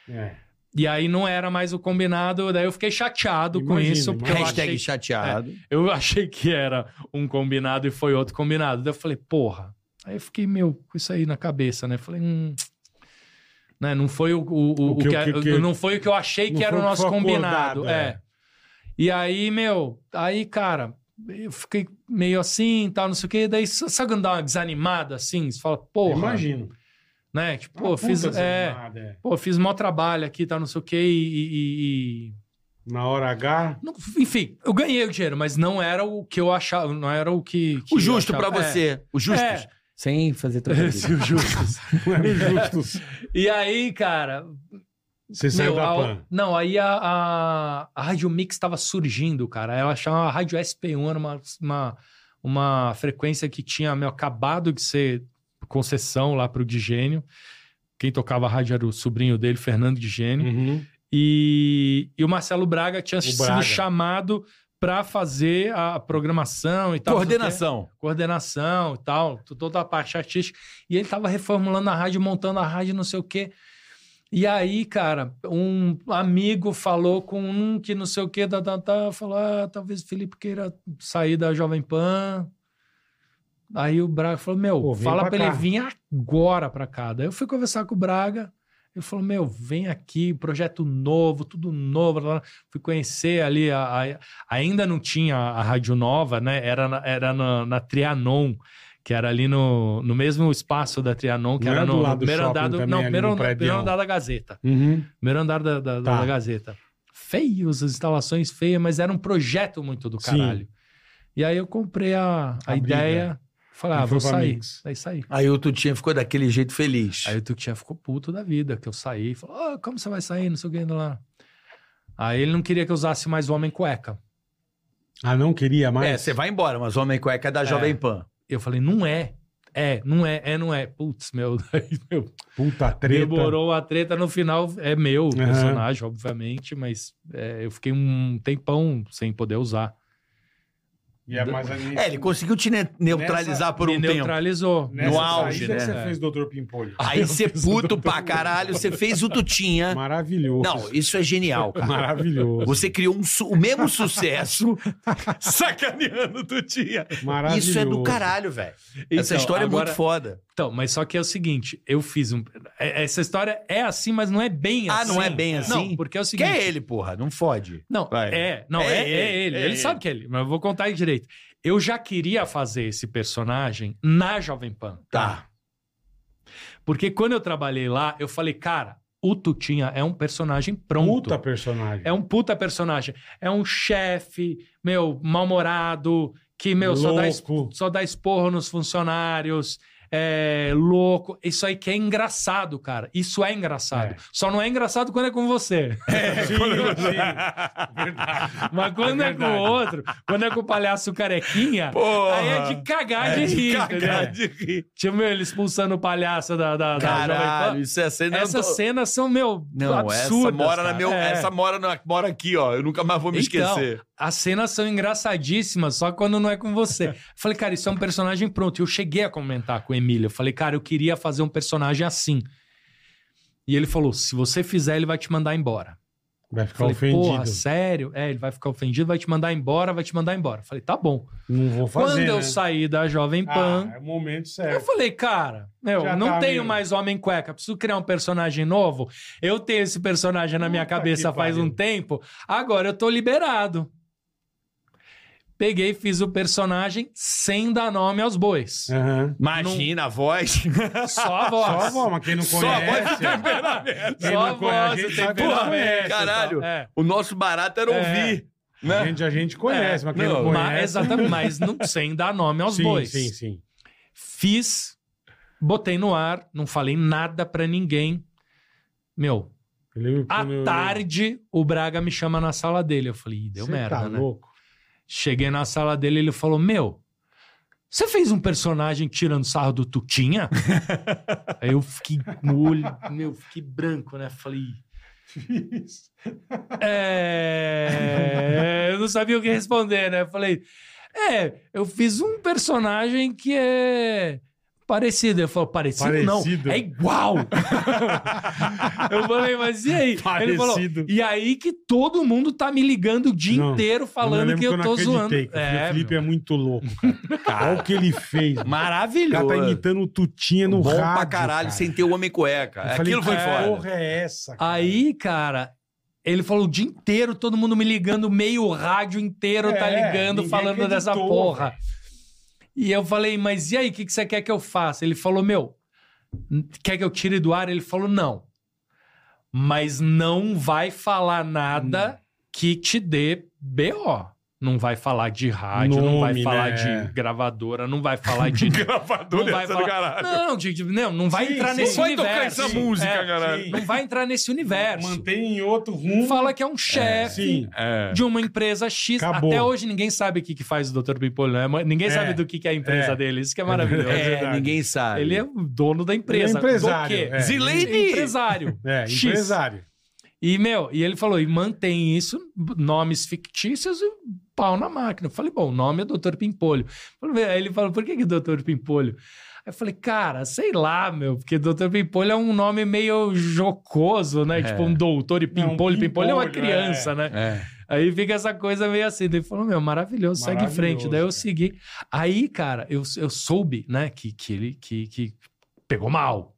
Speaker 5: É.
Speaker 7: E aí não era mais o combinado, daí eu fiquei chateado com
Speaker 5: Imagina,
Speaker 7: isso, porque eu
Speaker 6: Hashtag
Speaker 7: achei,
Speaker 6: chateado.
Speaker 7: eu [LAUGHS] achei que era um combinado e foi outro combinado. Daí eu falei, porra. Aí eu fiquei, meu, com isso aí na cabeça, né? Falei, hum. Né? Não foi o, o, o-
Speaker 5: O que-
Speaker 7: o que-
Speaker 5: o que- o que-
Speaker 7: não foi o que eu achei
Speaker 5: Não
Speaker 7: que era
Speaker 5: foi
Speaker 7: o
Speaker 5: o que
Speaker 7: nosso
Speaker 5: foi
Speaker 7: combinado.
Speaker 5: acordado,
Speaker 7: é. E aí, meu, aí, cara, eu fiquei meio assim, tal, não sei o quê. Daí, só- sabe quando dá uma desanimada assim? Você fala, porra,
Speaker 5: Imagino.
Speaker 7: né? Tipo,
Speaker 5: Uma
Speaker 7: pô, fiz,
Speaker 5: puta
Speaker 7: é,
Speaker 5: desanimada, é.
Speaker 7: pô, fiz mó trabalho aqui, tal, não sei o quê, e- e- e
Speaker 5: Na hora H, [LAUGHS]
Speaker 7: não- enfim, eu ganhei o dinheiro, mas não era o que eu achava, não era o que. que
Speaker 6: O justo
Speaker 7: eu
Speaker 6: pra
Speaker 7: achava.
Speaker 6: você. O justo.
Speaker 7: É.
Speaker 6: Sem fazer
Speaker 7: É.
Speaker 6: trocadilho.
Speaker 7: o justo.
Speaker 5: não é era justos.
Speaker 7: E aí, cara.
Speaker 5: Você saiu
Speaker 7: meu,
Speaker 5: da
Speaker 7: a-
Speaker 5: PAN.
Speaker 7: não, aí a, a, a Rádio Mix estava surgindo, cara. Ela chamava Rádio SP1, era uma, uma, uma frequência que tinha meu, acabado de ser concessão lá pro Digênio. Quem tocava a rádio era o sobrinho dele, Fernando Digênio.
Speaker 5: Uhum.
Speaker 7: E, e o Marcelo Braga tinha sido
Speaker 5: Braga.
Speaker 7: chamado para fazer a programação e tal. não sei o quê.
Speaker 6: Coordenação.
Speaker 7: Coordenação e tal, t- toda a parte artística. E ele tava reformulando a rádio, montando a rádio, não sei o quê. E aí, cara, um amigo falou com um que não sei o quê, da, da, da, falou: ah, talvez o Felipe queira sair da Jovem Pan. Aí o Braga falou: meu,
Speaker 5: Pô, vem
Speaker 7: fala
Speaker 5: pra
Speaker 7: pra
Speaker 5: cá.
Speaker 7: ele vir agora pra cá. Daí eu fui conversar com o Braga. Ele falou: Meu, vem aqui, projeto novo, tudo novo. blá, blá, blá. Fui conhecer ali, a- a- ainda não tinha a Rádio Nova, né? Era na, era na, na Trianon, que era ali no, no mesmo espaço da Trianon, que
Speaker 5: Não
Speaker 7: era
Speaker 5: era do
Speaker 7: no
Speaker 5: lado do
Speaker 7: primeiro
Speaker 5: shopping
Speaker 7: andar do-
Speaker 5: também,
Speaker 7: não,
Speaker 5: ali no
Speaker 7: primeiro andar-
Speaker 5: prédio.
Speaker 7: primeiro andar da Gazeta.
Speaker 5: Uhum.
Speaker 7: Primeiro andar da, da,
Speaker 5: Tá.
Speaker 7: da Gazeta. Feios, as instalações feias, mas era um projeto muito do
Speaker 5: Sim.
Speaker 7: caralho. E aí eu comprei a, a,
Speaker 5: A briga.
Speaker 7: ideia, falei,
Speaker 5: E foi
Speaker 7: ah, vou
Speaker 5: pra
Speaker 7: sair.
Speaker 5: Mix.
Speaker 7: Aí saí.
Speaker 9: Aí o Tutinha ficou daquele jeito feliz.
Speaker 7: Aí o Tutinha ficou puto da vida, que eu saí. e Falou, "Ah, como você vai sair? Não sei o que, não lá. Aí ele não queria que eu usasse mais o Homem Cueca.
Speaker 5: Ah, não queria
Speaker 6: É,
Speaker 5: mais?
Speaker 6: você vai embora, mas Homem Cueca é da Jovem Pan.
Speaker 7: Eu falei, não é. É, não é, é, não é. Putz, meu, [LAUGHS] daí, meu,
Speaker 5: Puta treta.
Speaker 7: demorou a treta. No final, é meu o
Speaker 5: Aham.
Speaker 7: personagem, obviamente, mas é, eu fiquei um tempão sem poder usar.
Speaker 5: E é mais ali-
Speaker 6: É, ele conseguiu te ne- neutralizar por
Speaker 7: Me
Speaker 6: um tempo.
Speaker 7: neutralizou.
Speaker 5: Nessa
Speaker 6: no auge,
Speaker 5: saída que
Speaker 6: né?
Speaker 5: você fez, doutor Pimpolho?
Speaker 6: Aí você puto pra caralho, você fez o Tutinha.
Speaker 5: Maravilhoso.
Speaker 6: Não, isso é genial, cara.
Speaker 5: [LAUGHS] Maravilhoso.
Speaker 6: Você criou um su- o mesmo sucesso sacaneando o Tutinha.
Speaker 5: Maravilhoso.
Speaker 6: Isso é do caralho, velho. Essa
Speaker 7: Então,
Speaker 6: história é
Speaker 7: agora-
Speaker 6: muito foda.
Speaker 7: Então, mas só que é o seguinte, eu fiz um. é- Essa história é assim, mas não é bem
Speaker 6: Ah,
Speaker 7: assim.
Speaker 6: não é bem assim?
Speaker 7: Não, porque é o
Speaker 6: Que
Speaker 7: seguinte.
Speaker 6: é ele, porra. Não fode.
Speaker 7: Não,
Speaker 6: Vai.
Speaker 7: é, não,
Speaker 6: É
Speaker 7: é, é
Speaker 6: ele,
Speaker 7: ele. ele.
Speaker 6: é ele.
Speaker 7: sabe que é ele, mas eu vou contar aí direito. Eu já queria fazer esse personagem na Jovem Pan.
Speaker 6: Tá.
Speaker 7: Porque quando eu trabalhei lá, eu falei, cara, o Tutinha é um personagem pronto.
Speaker 5: Puta personagem.
Speaker 7: É um puta personagem. É um chefe, meu, mal-humorado, que, meu, só dá, es-
Speaker 5: Louco.
Speaker 7: só dá esporro nos funcionários, é louco. Isso aí que é engraçado, cara. Isso é engraçado.
Speaker 5: É.
Speaker 7: Só não é engraçado quando é com você.
Speaker 5: Sim, sim.
Speaker 7: Mas quando é, com o outro, quando é com o palhaço carequinha, aí é de cagar de rir, entendeu?
Speaker 6: de rir.
Speaker 7: Tipo, meu, ele expulsando o palhaço da, da, da
Speaker 6: Caralho,
Speaker 7: Jovem Pan.
Speaker 6: isso é cena.
Speaker 7: Essas cenas são, meu,
Speaker 6: Não,
Speaker 7: absurdas.
Speaker 6: essa mora na
Speaker 7: é cara.
Speaker 6: meu,
Speaker 7: É.
Speaker 6: essa mora na, mora aqui, ó. Eu nunca mais vou me
Speaker 7: Então,
Speaker 6: esquecer.
Speaker 7: As cenas são engraçadíssimas, só quando não é
Speaker 6: [LAUGHS]
Speaker 7: com você. Falei, cara, isso é um personagem pronto. Eu cheguei a comentar com o Emílio. Eu Falei, cara, eu queria fazer um personagem assim. E ele falou: se você fizer, ele vai te mandar embora.
Speaker 5: Vai
Speaker 7: Eu
Speaker 5: ficar
Speaker 7: Falei,
Speaker 5: ofendido.
Speaker 7: porra, sério? É, ele vai ficar ofendido, vai te mandar embora, vai te mandar embora. Eu Falei, tá bom.
Speaker 5: Não vou fazer,
Speaker 7: Quando eu
Speaker 5: né?
Speaker 7: saí da Jovem Pan,
Speaker 5: Ah, é o momento
Speaker 7: eu
Speaker 5: certo.
Speaker 7: falei, cara, meu,
Speaker 5: Já
Speaker 7: não
Speaker 5: tá
Speaker 7: tenho
Speaker 5: meio-
Speaker 7: mais homem cueca, preciso criar um personagem novo. Eu tenho esse personagem na minha
Speaker 5: Puta
Speaker 7: cabeça
Speaker 5: que
Speaker 7: faz
Speaker 5: pariu.
Speaker 7: um tempo, agora eu tô liberado. Peguei e fiz o personagem sem dar nome aos bois.
Speaker 5: Aham.
Speaker 6: Imagina a voz.
Speaker 5: [LAUGHS]
Speaker 6: [LAUGHS]
Speaker 7: Só a
Speaker 5: Só a
Speaker 7: voz.
Speaker 5: avó, mas quem não
Speaker 6: Só a voz
Speaker 5: conhece...
Speaker 6: fica impermanente.
Speaker 5: Quem
Speaker 7: Só
Speaker 5: não
Speaker 7: a
Speaker 5: conhece,
Speaker 7: voz,
Speaker 5: a gente
Speaker 7: tem
Speaker 5: sabe
Speaker 7: porra,
Speaker 5: quem conhece,
Speaker 6: Caralho,
Speaker 7: É.
Speaker 6: o nosso barato era
Speaker 7: É.
Speaker 6: ouvir. né?
Speaker 5: tá? A gente, a gente conhece, mas quem não,
Speaker 6: Não,
Speaker 5: conhece...
Speaker 7: Mas, exatamente, mas não, sem dar nome aos
Speaker 5: sim,
Speaker 7: bois.
Speaker 5: Sim, sim.
Speaker 7: Fiz, botei no ar, não falei nada pra ninguém. Meu,
Speaker 5: Eu lembro
Speaker 7: À
Speaker 5: quando eu-
Speaker 7: tarde, o Braga me chama na sala dele. Eu falei, Ih, deu
Speaker 5: Cê
Speaker 7: merda,
Speaker 5: tá
Speaker 7: né? [LAUGHS]
Speaker 5: louco?
Speaker 7: Cheguei na sala dele ele falou, meu, você fez um personagem tirando sarro
Speaker 5: [LAUGHS]
Speaker 7: do Tutinha? Aí eu fiquei no olho, meu, fiquei branco, né? Falei... É... Eu não sabia o que responder, né? Falei, é, eu fiz um personagem que é... Parecido. Ele falou, parecido,
Speaker 5: Parecido.
Speaker 7: não,
Speaker 5: [LAUGHS]
Speaker 7: é igual. eu falei, mas e aí? Ele falou,
Speaker 5: Parecido.
Speaker 7: e aí que todo mundo tá me ligando o dia
Speaker 5: Não,
Speaker 7: inteiro falando
Speaker 5: lembro
Speaker 7: que eu
Speaker 5: não
Speaker 7: tô
Speaker 5: acreditei,
Speaker 7: zoando.
Speaker 5: que eu falei,
Speaker 7: É,
Speaker 5: o Felipe é muito louco,
Speaker 7: [LAUGHS]
Speaker 5: cara. Olha o que ele fez. mano. O cara tá
Speaker 6: Maravilhoso.
Speaker 5: imitando o Tutinha no
Speaker 6: Bom
Speaker 5: rádio.
Speaker 6: pra caralho,
Speaker 5: cara.
Speaker 6: sem ter o homem cueca.
Speaker 5: Eu falei,
Speaker 6: Aquilo foi
Speaker 5: que
Speaker 6: fora.
Speaker 5: porra é essa? cara?
Speaker 7: Aí, cara, ele falou o dia inteiro, todo mundo me ligando, meio rádio inteiro tá
Speaker 5: É,
Speaker 7: ligando,
Speaker 5: ninguém
Speaker 7: falando dessa
Speaker 5: acreditou,
Speaker 7: porra. E eu falei, mas e aí, o que, que você quer que eu faça? Ele falou, meu, quer que eu tire do ar? Ele falou, não. Mas não vai falar nada
Speaker 5: Hum.
Speaker 7: que te dê BO. Não vai falar de rádio, não vai
Speaker 5: Nome,
Speaker 7: falar
Speaker 5: né?
Speaker 7: de gravadora, não vai
Speaker 5: [LAUGHS]
Speaker 7: falar de
Speaker 6: Gravador
Speaker 7: Não vai
Speaker 6: dessa do
Speaker 7: falar-
Speaker 6: caralho.
Speaker 7: Não, de- de- não, não vai
Speaker 5: Sim,
Speaker 7: entrar
Speaker 5: sim.
Speaker 7: nesse
Speaker 6: Não vai tocar
Speaker 7: universo.
Speaker 6: essa música,
Speaker 7: É,
Speaker 6: caralho.
Speaker 5: sim.
Speaker 7: Não vai entrar nesse universo.
Speaker 5: Mantém em outro rumo.
Speaker 7: Fala que é um chefe
Speaker 5: Sim.
Speaker 6: É.
Speaker 7: de uma empresa X.
Speaker 5: Acabou.
Speaker 7: Até hoje ninguém sabe o que, que faz o Dr. Pimpolho. né? Mas Ninguém
Speaker 5: É.
Speaker 7: sabe do que, que é a empresa
Speaker 5: É.
Speaker 7: dele. Isso que é maravilhoso.
Speaker 5: É
Speaker 6: É,
Speaker 5: verdade.
Speaker 6: ninguém sabe.
Speaker 7: Ele é o dono da empresa.
Speaker 5: Ele é empresário,
Speaker 7: Do quê?
Speaker 5: é.
Speaker 6: Zileide!
Speaker 7: Empresário.
Speaker 5: É,
Speaker 7: X.
Speaker 5: empresário.
Speaker 7: E, meu, e ele falou, e mantém isso, nomes fictícios e pau na máquina. Eu falei, bom, o nome é Dr. Pimpolho. Falei, "Meu", Aí ele falou, por que que Dr. Pimpolho? Aí eu falei, cara, sei lá, meu, porque Dr. Pimpolho é um nome meio jocoso, né? Tipo um doutor e
Speaker 5: É. Não,
Speaker 7: Pimpolho. Pimpolho é uma
Speaker 5: Pimpolho,
Speaker 7: criança, né?
Speaker 6: É.
Speaker 7: Aí fica essa coisa meio assim. Daí ele falou, meu, maravilhoso, segue em frente.
Speaker 5: Maravilhoso,
Speaker 7: Daí eu
Speaker 5: cara.
Speaker 7: segui. Aí, cara, eu, eu soube, né, que, que ele que, que pegou mal.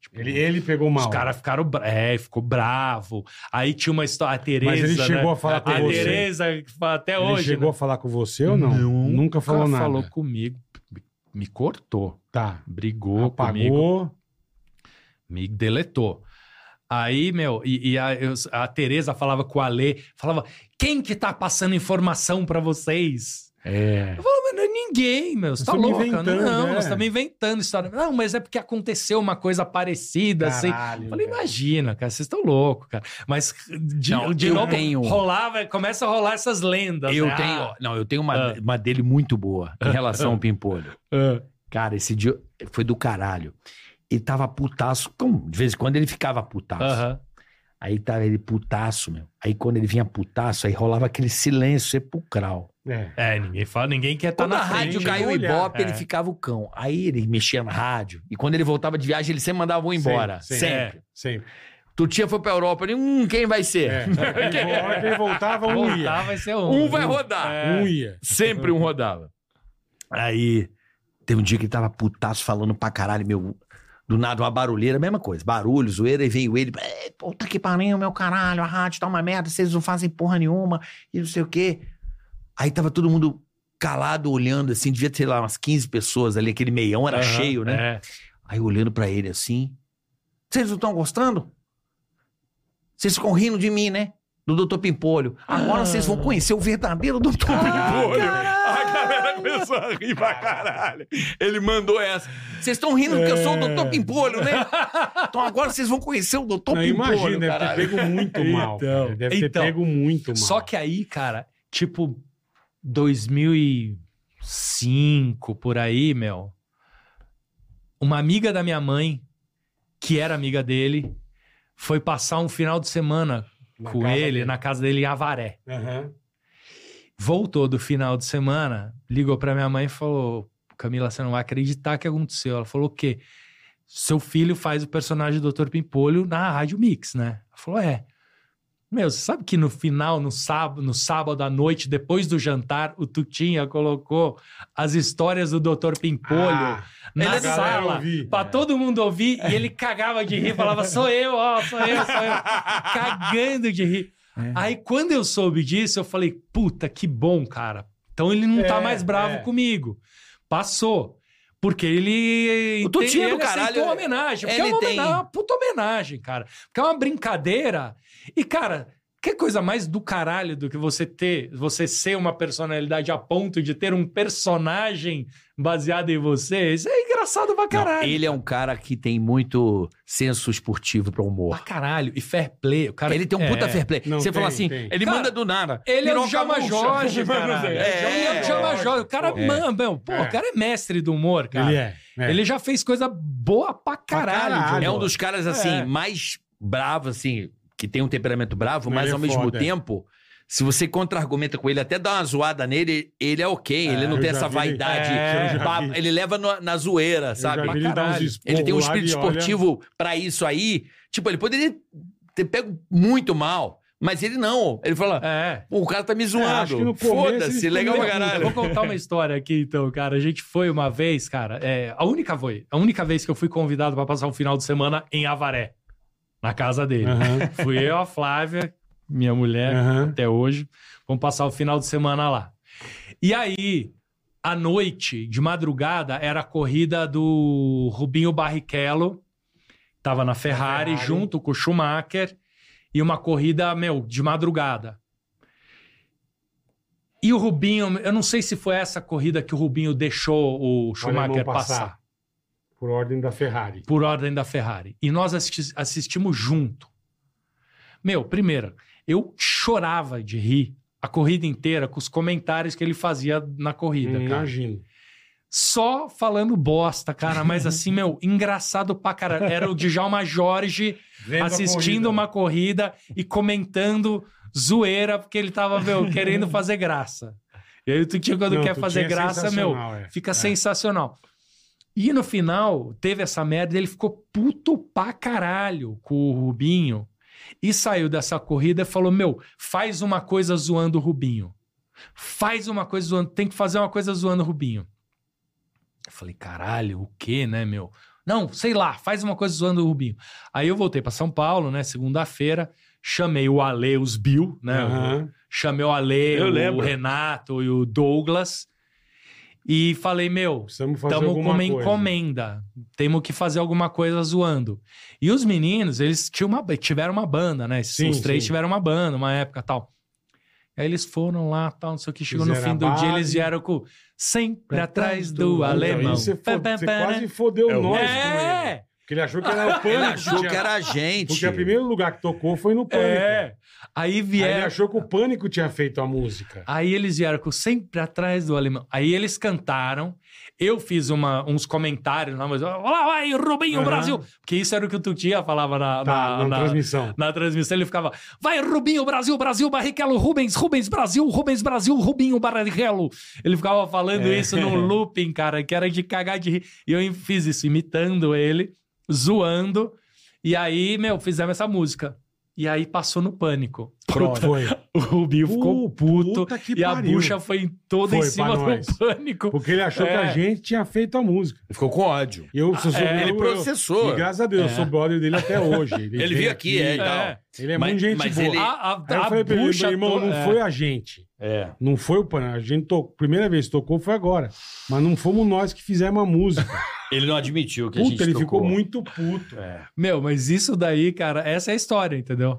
Speaker 7: Tipo,
Speaker 5: Ele, ele pegou mal.
Speaker 7: Os caras ficaram bra- É, ficou bravo. Aí tinha uma história. A Tereza.
Speaker 5: Mas ele chegou
Speaker 7: né?
Speaker 5: a falar com
Speaker 7: A
Speaker 5: você.
Speaker 7: Tereza, que fala até
Speaker 5: ele
Speaker 7: hoje.
Speaker 5: chegou
Speaker 7: né?
Speaker 5: a falar com você ou não?
Speaker 7: Nunca
Speaker 5: Nunca falou nada.
Speaker 7: falou comigo. Me- Me cortou.
Speaker 5: Tá.
Speaker 7: Brigou comigo.
Speaker 5: Apagou.
Speaker 7: Me deletou. Aí, meu, e, e a, eu- a Tereza falava com a Lê, falava, quem que tá passando informação pra vocês?
Speaker 5: É.
Speaker 7: Eu falava, mas não é ninguém, meu, você
Speaker 5: Nós
Speaker 7: tá
Speaker 5: estamos
Speaker 7: louca. Não,
Speaker 5: inventando,
Speaker 7: não,
Speaker 5: é.
Speaker 7: nós estamos inventando história. Não, mas é porque aconteceu uma coisa parecida, assim.
Speaker 5: Caralho,
Speaker 7: Eu Falei,
Speaker 5: velho.
Speaker 7: imagina, cara, vocês estão loucos, cara. Mas de,
Speaker 6: Não,
Speaker 7: de
Speaker 6: eu
Speaker 7: novo,
Speaker 6: tenho-
Speaker 7: rolava, começa a rolar essas lendas.
Speaker 6: Eu
Speaker 7: né?
Speaker 6: tenho.
Speaker 7: Ah,
Speaker 6: Não, eu tenho uma,
Speaker 7: Ah.
Speaker 6: uma dele muito boa em relação ao Pimpolho.
Speaker 7: ah.
Speaker 6: Cara, esse dia foi do caralho. Ele tava putaço. como de vez em quando ele ficava putaço.
Speaker 7: Ah, Aham.
Speaker 6: Aí tava ele putaço, meu. Aí quando ele vinha putaço, aí rolava aquele silêncio sepulcral.
Speaker 5: É.
Speaker 7: É, ninguém fala, ninguém quer estar
Speaker 6: Quando
Speaker 7: na
Speaker 6: a rádio
Speaker 7: frente.
Speaker 6: caiu o
Speaker 5: olhar.
Speaker 6: Ibope, ele
Speaker 7: É.
Speaker 6: ficava o cão. Aí ele mexia na rádio. E quando ele voltava de viagem, ele sempre mandava um embora.
Speaker 7: é.
Speaker 5: Sempre,
Speaker 6: sempre.
Speaker 5: sempre. Sempre.
Speaker 6: Tutinha foi pra Europa. Ele, hum, quem vai ser?
Speaker 7: [LAUGHS]
Speaker 5: É. Ele vo- a hora que ele voltava, um ia.
Speaker 7: Voltar vai ser um.
Speaker 6: [LAUGHS] Um vai rodar.
Speaker 7: É.
Speaker 5: Um ia.
Speaker 6: Sempre um rodava. Aí, teve um dia que ele tava putaço falando pra caralho, meu. Do nada, uma barulheira, mesma coisa. Barulho, zoeira, e veio ele. "É, Puta que pariu, meu caralho, a rádio tá uma merda, vocês não fazem porra nenhuma, e não sei o quê. Aí tava todo mundo calado, olhando, assim, devia ter, sei lá, umas 15 pessoas ali, aquele meião era
Speaker 7: Aham,
Speaker 6: cheio, né?
Speaker 7: é.
Speaker 6: Aí olhando pra ele assim. Vocês não estão gostando? Vocês ficam rindo de mim, né? Do Dr. Pimpolho. Agora vocês vão conhecer o verdadeiro Dr. Pimpolho.
Speaker 4: A galera começou a rir pra caralho. Ele mandou essa.
Speaker 6: Vocês estão rindo porque eu sou
Speaker 5: É.
Speaker 6: o Dr. Pimpolho, né? Então agora vocês vão conhecer o Dr.
Speaker 5: Não,
Speaker 6: Pimpolho.
Speaker 5: imagina, deve
Speaker 6: caralho.
Speaker 5: ter pego muito mal.
Speaker 7: Então,
Speaker 5: cara. deve ter
Speaker 7: então.
Speaker 5: pego muito mal.
Speaker 7: Só que aí, cara, tipo 2005 por aí, meu, uma amiga da minha mãe, que era amiga dele, foi passar um final de semana
Speaker 5: Na
Speaker 7: com
Speaker 5: casa
Speaker 7: ele
Speaker 5: dele.
Speaker 7: na casa dele em Avaré.
Speaker 5: Aham.
Speaker 7: Voltou do final de semana, ligou pra minha mãe e falou: Camila, você não vai acreditar que aconteceu. Ela falou: o quê? Seu filho faz o personagem do Dr. Pimpolho na Rádio Mix, né? Ela falou: é. Meu, você sabe que no final, no sábado, no sábado à noite, depois do jantar, o Tutinha colocou as histórias do Dr. Pimpolho
Speaker 5: Ah,
Speaker 7: na
Speaker 5: a galera
Speaker 7: sala
Speaker 5: ouvir. É.
Speaker 7: pra todo mundo ouvir e ele cagava de rir, falava: sou eu, ó, sou eu, sou
Speaker 5: [LAUGHS]
Speaker 7: eu. Cagando de rir.
Speaker 5: É.
Speaker 7: Aí quando eu soube disso, eu falei: puta, que bom, cara. Então ele não tá
Speaker 5: É,
Speaker 7: mais bravo
Speaker 5: é.
Speaker 7: comigo. Passou. Porque ele.
Speaker 6: O Tutinho
Speaker 7: ele
Speaker 6: do caralho, né?
Speaker 7: aceitou a homenagem. Porque é
Speaker 6: ele
Speaker 7: uma,
Speaker 6: tem-
Speaker 7: homenagem, uma puta homenagem, cara. Porque é uma brincadeira. E, cara. Que coisa mais do caralho do que você ter, você ser uma personalidade a ponto de ter um personagem baseado em você? Isso é engraçado pra
Speaker 6: Não,
Speaker 7: caralho.
Speaker 6: ele é um cara que tem muito senso esportivo pra
Speaker 7: Pra
Speaker 6: humor.
Speaker 7: caralho. E fair play. O cara
Speaker 6: ele tem um puta
Speaker 7: é.
Speaker 6: fair um play.
Speaker 5: Não,
Speaker 6: Você fala
Speaker 5: tem,
Speaker 6: assim,
Speaker 5: tem.
Speaker 6: ele
Speaker 7: Cara,
Speaker 6: manda do nada.
Speaker 7: Ele é o
Speaker 6: Piroca
Speaker 7: Jama
Speaker 6: murcha. [LAUGHS]
Speaker 7: Jorge,
Speaker 6: um
Speaker 7: cara.
Speaker 5: É,
Speaker 7: Ele é o Jama Jorge. O cara
Speaker 5: É.
Speaker 7: manda, meu, pô, o cara é mestre do humor, cara.
Speaker 5: Ele
Speaker 7: Ele,
Speaker 5: é. é.
Speaker 7: já fez coisa boa pra caralho.
Speaker 5: caralho.
Speaker 7: de
Speaker 6: É um
Speaker 7: humor.
Speaker 6: dos caras, assim,
Speaker 7: É.
Speaker 6: mais bravo, assim, que tem um temperamento bravo,
Speaker 5: Ele
Speaker 6: mas
Speaker 5: é
Speaker 6: ao mesmo
Speaker 5: foda.
Speaker 6: tempo, se você contra-argumenta com ele, até dá uma zoada nele, ele é ok, ele não
Speaker 5: eu
Speaker 6: tem
Speaker 5: já
Speaker 6: essa
Speaker 5: vi ele-
Speaker 6: vaidade.
Speaker 5: É, eu já
Speaker 6: papo,
Speaker 5: vi.
Speaker 6: ele leva no- na zoeira,
Speaker 5: Eu
Speaker 6: sabe?
Speaker 5: já vi ele, dar uns
Speaker 7: Caralho.
Speaker 5: esporros
Speaker 6: Ele tem um
Speaker 5: lá
Speaker 6: espírito
Speaker 5: e olha-
Speaker 6: esportivo pra isso aí. Tipo, ele poderia ter pego muito mal, mas ele não. Ele fala,
Speaker 7: É.
Speaker 6: "Pô, o cara tá me
Speaker 5: acho que
Speaker 6: zoando.
Speaker 5: no começo
Speaker 6: Foda-se,
Speaker 5: ele
Speaker 6: legal pra
Speaker 5: comeu
Speaker 6: caralho.
Speaker 7: Vou contar uma história aqui, então, cara. A gente foi uma vez, cara. é, a única foi, a única vez que eu fui convidado pra passar um final de semana em Avaré, na casa dele.
Speaker 5: Aham.
Speaker 7: Fui eu, a Flávia, minha mulher,
Speaker 5: Aham.
Speaker 7: até hoje. Vamos passar o final de semana lá. E aí, à noite, de madrugada, era a corrida do Rubinho Barrichello. Tava na Ferrari,
Speaker 5: Ferrari.
Speaker 7: junto com o Schumacher. E uma corrida, meu, de madrugada. E o Rubinho, eu não sei se foi essa corrida que o Rubinho deixou o Schumacher
Speaker 5: alemão
Speaker 7: passar.
Speaker 5: passar. Por ordem da Ferrari.
Speaker 7: por ordem da Ferrari. E nós assisti- assistimos junto. Meu, primeiro, eu chorava de rir a corrida inteira com os comentários que ele fazia na corrida, cara.
Speaker 5: Imagino.
Speaker 7: Só falando bosta,
Speaker 5: [LAUGHS]
Speaker 7: cara, mas assim, meu, engraçado pra caralho. Era o Djalma Jorge assistindo uma corrida e comentando zoeira, porque ele tava,
Speaker 5: [LAUGHS]
Speaker 7: meu, querendo fazer graça. E aí o Tutinho, quando
Speaker 5: Não,
Speaker 7: quer
Speaker 5: tu
Speaker 7: fazer
Speaker 5: tinha
Speaker 7: graça, meu,
Speaker 5: sensacional, é.
Speaker 7: Fica
Speaker 5: É.
Speaker 7: sensacional. E no final, teve essa merda, ele ficou puto pra caralho com o Rubinho. E saiu dessa corrida e falou: Meu, faz uma coisa zoando o Rubinho. Faz uma coisa zoando, tem que fazer uma coisa zoando o Rubinho. Eu falei: Caralho, o quê, né, meu? Não, sei lá, faz uma coisa zoando o Rubinho. Aí eu voltei pra São Paulo, né? Segunda-feira, chamei o Ale, os Bill, né? o-
Speaker 5: Aham.
Speaker 7: Chamei o Ale,
Speaker 8: Eu
Speaker 7: o
Speaker 8: lembro.
Speaker 7: Renato e o Douglas. E falei, meu,
Speaker 5: Precisamos fazer
Speaker 7: estamos com
Speaker 5: alguma
Speaker 7: uma
Speaker 5: coisa.
Speaker 7: encomenda. Temos que fazer alguma coisa zoando. E os meninos, eles tinham uma- tiveram uma banda, né? Esses-
Speaker 5: Sim,
Speaker 7: os três
Speaker 5: sim.
Speaker 7: tiveram uma banda, uma época tal. Aí eles foram lá, tal, não sei o que. Chegou no
Speaker 5: Fizeram
Speaker 7: fim
Speaker 5: a
Speaker 7: do dia,
Speaker 5: base.
Speaker 7: eles vieram com sempre atrás do
Speaker 5: Puta,
Speaker 7: alemão.
Speaker 5: então aí Você, fo-
Speaker 7: Pá, pá,
Speaker 5: você
Speaker 7: pá, né?
Speaker 5: quase fodeu
Speaker 8: É o-
Speaker 5: nós né? com ele.
Speaker 7: É!
Speaker 5: Porque ele achou que
Speaker 7: [LAUGHS]
Speaker 5: era o
Speaker 6: Ele
Speaker 5: pânico.
Speaker 6: achou que
Speaker 5: tinha-
Speaker 6: era a gente.
Speaker 5: Porque o primeiro lugar que tocou foi no pânico.
Speaker 7: É. Aí
Speaker 5: Aí ele
Speaker 7: vieram.
Speaker 5: achou que o pânico tinha feito a música.
Speaker 7: Aí eles vieram com sempre atrás do alemão. Aí eles cantaram. Eu fiz uma- uns comentários lá, mas. Olá, vai, Rubinho
Speaker 5: Aham.
Speaker 7: Brasil! Porque isso era o que o Tutia falava na,
Speaker 5: tá,
Speaker 7: na-
Speaker 5: na,
Speaker 7: na-
Speaker 5: transmissão.
Speaker 7: na transmissão. Ele ficava: Vai, Rubinho Brasil, Brasil, Barrichello, Rubens, Rubens Brasil, Rubens Brasil, Rubinho Barrichello. Ele ficava falando
Speaker 5: É.
Speaker 7: isso num looping, cara, que era de cagar de rir. E eu fiz isso, imitando ele, zoando. E aí, meu, fizemos essa música. E aí passou no pânico. [LAUGHS]
Speaker 5: Foi.
Speaker 7: O Rubinho ficou puto.
Speaker 5: Puta que
Speaker 7: E a
Speaker 5: pariu.
Speaker 7: bucha foi toda em
Speaker 5: Foi
Speaker 7: cima
Speaker 5: pra
Speaker 7: do
Speaker 5: nós.
Speaker 7: pânico.
Speaker 5: Porque ele achou
Speaker 7: É.
Speaker 5: que a gente tinha feito a música.
Speaker 6: Ficou com ódio.
Speaker 5: E eu, se eu sou- É, eu-
Speaker 6: Ah, é, Ele
Speaker 5: eu-
Speaker 6: processou.
Speaker 5: e graças a Deus, eu
Speaker 7: É.
Speaker 5: sou brother dele até hoje.
Speaker 6: [LAUGHS] Ele veio aqui, é, e tal.
Speaker 5: Ele é
Speaker 6: Mas-
Speaker 5: muito gente
Speaker 6: mas
Speaker 5: boa.
Speaker 6: ele-
Speaker 7: A, a,
Speaker 5: Aí eu
Speaker 7: a
Speaker 5: falei pra ele,
Speaker 7: bucha
Speaker 5: meu irmão,
Speaker 7: toda-
Speaker 5: não
Speaker 7: é.
Speaker 5: foi a gente.
Speaker 6: É.
Speaker 5: Não foi o Panamá. A gente tocou, primeira vez que tocou foi agora. Mas não fomos nós que fizemos a música.
Speaker 6: Ele não admitiu [LAUGHS] que a gente
Speaker 5: Puta, ele
Speaker 6: tocou.
Speaker 5: ficou muito puto.
Speaker 7: É. Meu, mas isso daí, cara, essa é a história, entendeu?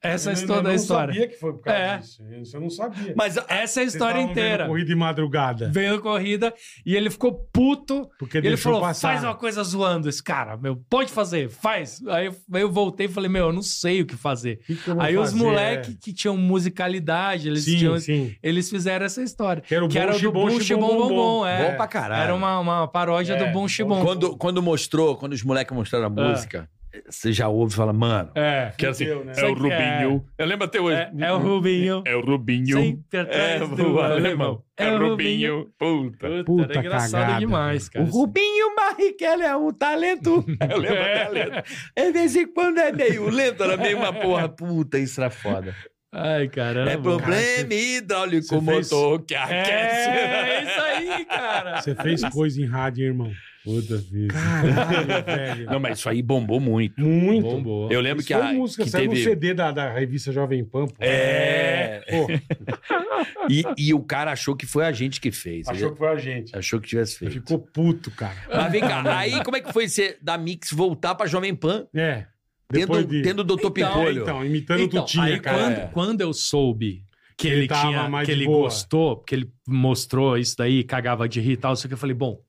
Speaker 7: Essa é
Speaker 5: Eu não-
Speaker 7: toda a
Speaker 5: Eu não
Speaker 7: história.
Speaker 5: sabia que foi por causa
Speaker 7: É.
Speaker 5: disso. Isso eu não sabia.
Speaker 6: Mas a-
Speaker 7: Essa é a
Speaker 5: Vocês
Speaker 7: história
Speaker 5: estavam vendo
Speaker 7: inteira.
Speaker 5: Corrida de madrugada.
Speaker 7: Veio corrida e ele ficou puto.
Speaker 5: Porque
Speaker 7: Ele,
Speaker 5: deixou
Speaker 7: falou:
Speaker 5: passar.
Speaker 7: faz uma coisa zoando esse cara, meu, pode fazer, faz. Aí eu, aí eu voltei e falei: meu, eu não sei o que fazer.
Speaker 5: Que que eu vou
Speaker 7: Aí os
Speaker 5: fazer? é.
Speaker 7: moleques que tinham musicalidade, eles,
Speaker 5: Sim,
Speaker 7: tinham-
Speaker 5: sim.
Speaker 7: eles fizeram essa história.
Speaker 5: Que era o
Speaker 7: que era o do Bom Chibom Bom Bom, é.
Speaker 6: Bom pra caralho.
Speaker 7: Era uma, uma paródia do Bom Chibom.
Speaker 6: Quando, quando mostrou, quando os moleques mostraram a
Speaker 5: É.
Speaker 6: música, você já ouve e fala, mano,
Speaker 7: É.
Speaker 8: Que era assim,
Speaker 5: Fudeu,
Speaker 8: é o
Speaker 5: né?
Speaker 7: Isso aqui é-
Speaker 8: Rubinho. Eu lembro até hoje.
Speaker 7: É, é o Rubinho.
Speaker 8: É o Rubinho.
Speaker 7: Sempre
Speaker 4: É,
Speaker 7: atrás do alemão.
Speaker 8: É o Rubinho. Puta.
Speaker 7: Puta,
Speaker 5: Puta
Speaker 7: era engraçado
Speaker 5: cagada,
Speaker 7: demais, cara.
Speaker 6: o Rubinho Barrichello é um [LAUGHS] talento.
Speaker 8: Eu lembro até a letra.
Speaker 6: É de vez em quando é meio lento, era meio uma porra. Puta, isso era foda.
Speaker 7: Ai, cara. era
Speaker 6: É
Speaker 7: bom.
Speaker 6: problema hidráulico
Speaker 5: fez-
Speaker 6: motor que aquece.
Speaker 7: É, isso [LAUGHS] aí, cara.
Speaker 5: Você fez coisa em rádio, hein, irmão. Puta vida. [LAUGHS] Caralho, velho.
Speaker 6: [LAUGHS] Não, mas isso aí bombou muito.
Speaker 5: Muito.
Speaker 7: Bombou.
Speaker 6: Eu lembro
Speaker 5: Isso
Speaker 6: que,
Speaker 5: foi
Speaker 6: a,
Speaker 5: música,
Speaker 6: que
Speaker 5: saiu no
Speaker 6: teve...
Speaker 5: CD da, da revista Jovem Pan. pô.
Speaker 6: É.
Speaker 5: Pô,
Speaker 6: E, e o cara achou que foi a gente que fez.
Speaker 5: achou
Speaker 6: Achou,
Speaker 5: que foi a gente.
Speaker 6: achou que tivesse feito.
Speaker 5: Ficou puto, cara.
Speaker 6: Mas vem cá, aí como é que foi você da Mix voltar pra Jovem Pan,
Speaker 5: É.
Speaker 6: tendo,
Speaker 5: Depois de...
Speaker 6: tendo o Dr.
Speaker 5: É,
Speaker 6: Pimpolho?
Speaker 5: então, imitando o Tutinha,
Speaker 7: aí
Speaker 5: cara. É.
Speaker 7: quando, quando eu soube que
Speaker 5: Ele
Speaker 7: ele,
Speaker 5: tava
Speaker 7: tinha,
Speaker 5: mais
Speaker 7: que
Speaker 5: de
Speaker 7: ele
Speaker 5: boa.
Speaker 7: gostou, porque ele mostrou isso daí, cagava de rir e tal, isso que eu falei, bom,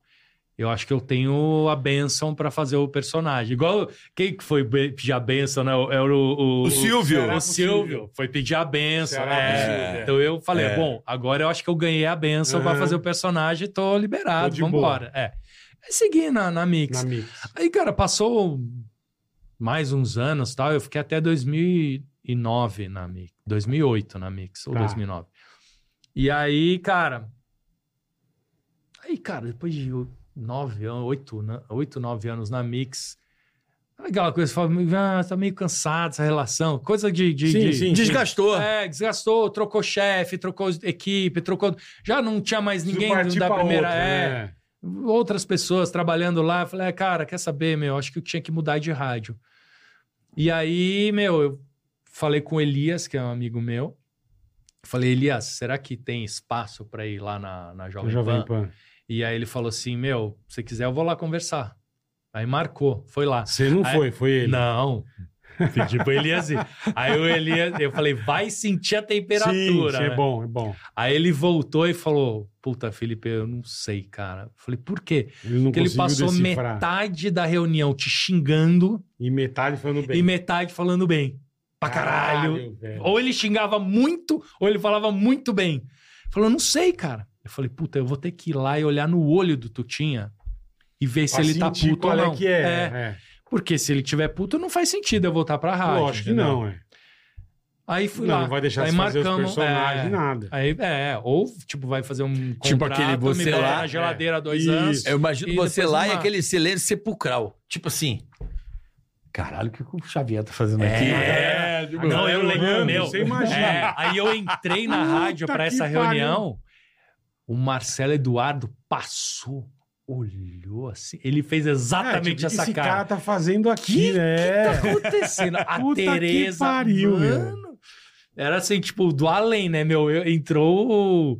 Speaker 7: eu acho que eu tenho a benção pra fazer o personagem. Igual quem que foi be- pedir a benção, né? Era o, o,
Speaker 6: O Silvio.
Speaker 7: O Silvio foi pedir a benção.
Speaker 5: Será
Speaker 7: é.
Speaker 5: possível?
Speaker 7: Então eu falei,
Speaker 6: É.
Speaker 7: bom, agora eu acho que eu ganhei a benção pra
Speaker 5: Uhum.
Speaker 7: fazer o personagem, tô
Speaker 5: Tô
Speaker 7: liberado,
Speaker 5: de
Speaker 7: vambora. É. Aí segui na, na Mix.
Speaker 5: Na mix.
Speaker 7: Aí, cara, passou mais uns anos tal. Eu fiquei até 2009 na Mix. 2008 na Mix, ou
Speaker 5: Tá.
Speaker 7: 2009. E aí, cara... Aí, cara, depois de nove anos, oito, na- oito nove anos na Mix... Aquela coisa, você fala, ah, tá meio cansado essa relação. Coisa de... de-
Speaker 5: Sim,
Speaker 7: de-
Speaker 5: sim.
Speaker 6: Desgastou.
Speaker 7: É, desgastou, trocou chefe, trocou equipe, trocou... Já não tinha mais
Speaker 5: Preciso
Speaker 7: ninguém
Speaker 5: partir
Speaker 7: da
Speaker 5: pra
Speaker 7: primeira...
Speaker 5: outra,
Speaker 7: é,
Speaker 5: né?
Speaker 7: outras pessoas trabalhando lá. Eu falei, ah, cara, quer saber, meu? Acho que eu tinha que mudar de rádio. E aí, meu, eu falei com o Elias, que é um amigo meu. Falei, Elias, será que tem espaço pra ir lá na, na Jovem,
Speaker 5: Jovem
Speaker 7: Pan?
Speaker 5: Pan.
Speaker 7: E aí ele falou assim: meu, se quiser, eu vou lá conversar. Aí marcou, foi lá.
Speaker 5: Você não
Speaker 7: Aí-
Speaker 5: foi, foi ele.
Speaker 7: Não. Pedi pro Elias ir. Aí o Elias, eu falei, vai sentir a temperatura.
Speaker 5: Sim, sim,
Speaker 7: né?
Speaker 5: é bom, é bom.
Speaker 7: Aí ele voltou e falou: Puta, Felipe, eu não sei, cara. Eu falei, por quê?
Speaker 5: Ele não
Speaker 7: Porque ele
Speaker 5: conseguiu
Speaker 7: passou
Speaker 5: decifrar.
Speaker 7: metade da reunião te xingando
Speaker 5: E metade falando bem.
Speaker 7: e metade falando bem. Pra caralho.
Speaker 5: velho.
Speaker 7: Ou ele xingava muito, ou ele falava muito bem. Falou, não sei, cara. Eu falei, puta, eu vou ter que ir lá e olhar no olho do Tutinha e ver se
Speaker 5: Pra
Speaker 7: ele tá
Speaker 5: sentir
Speaker 7: puto ou
Speaker 5: qual
Speaker 7: não.
Speaker 5: é que é. é.
Speaker 7: Porque se ele tiver puto, não faz sentido eu voltar pra rádio.
Speaker 5: Lógico que
Speaker 7: Ah, entendeu?
Speaker 5: não, é.
Speaker 7: Aí fui
Speaker 5: não,
Speaker 7: lá.
Speaker 5: não vai deixar
Speaker 7: aí
Speaker 5: você fazer os
Speaker 7: marcamos,
Speaker 5: personagens,
Speaker 7: é.
Speaker 5: nada.
Speaker 7: Aí, é, ou tipo, vai fazer um contrato,
Speaker 6: aquele você
Speaker 7: me
Speaker 6: lá,
Speaker 7: na geladeira há dois
Speaker 5: Isso.
Speaker 7: anos.
Speaker 6: Eu imagino
Speaker 7: E
Speaker 6: você
Speaker 7: depois
Speaker 6: lá e
Speaker 7: uma-
Speaker 6: aquele silêncio sepulcral. Tipo assim. Caralho, o que o Xavier tá fazendo aqui?
Speaker 7: É,
Speaker 5: tipo,
Speaker 7: não, eu
Speaker 5: mano,
Speaker 7: lembro. meu.
Speaker 5: você imagina.
Speaker 7: É, aí eu entrei na rádio
Speaker 5: Puta
Speaker 7: pra
Speaker 5: que
Speaker 7: essa
Speaker 5: pariu.
Speaker 7: reunião. O Marcelo Eduardo passou olhou assim. Ele fez exatamente
Speaker 5: É, tipo,
Speaker 7: essa
Speaker 5: esse
Speaker 7: cara.
Speaker 5: cara tá fazendo aqui,
Speaker 7: Que-
Speaker 5: né?
Speaker 7: tá acontecendo? A
Speaker 5: Puta que
Speaker 7: Tereza.
Speaker 5: pariu, meu.
Speaker 7: mano, era assim, tipo, do além, né, meu? Eu- Entrou o.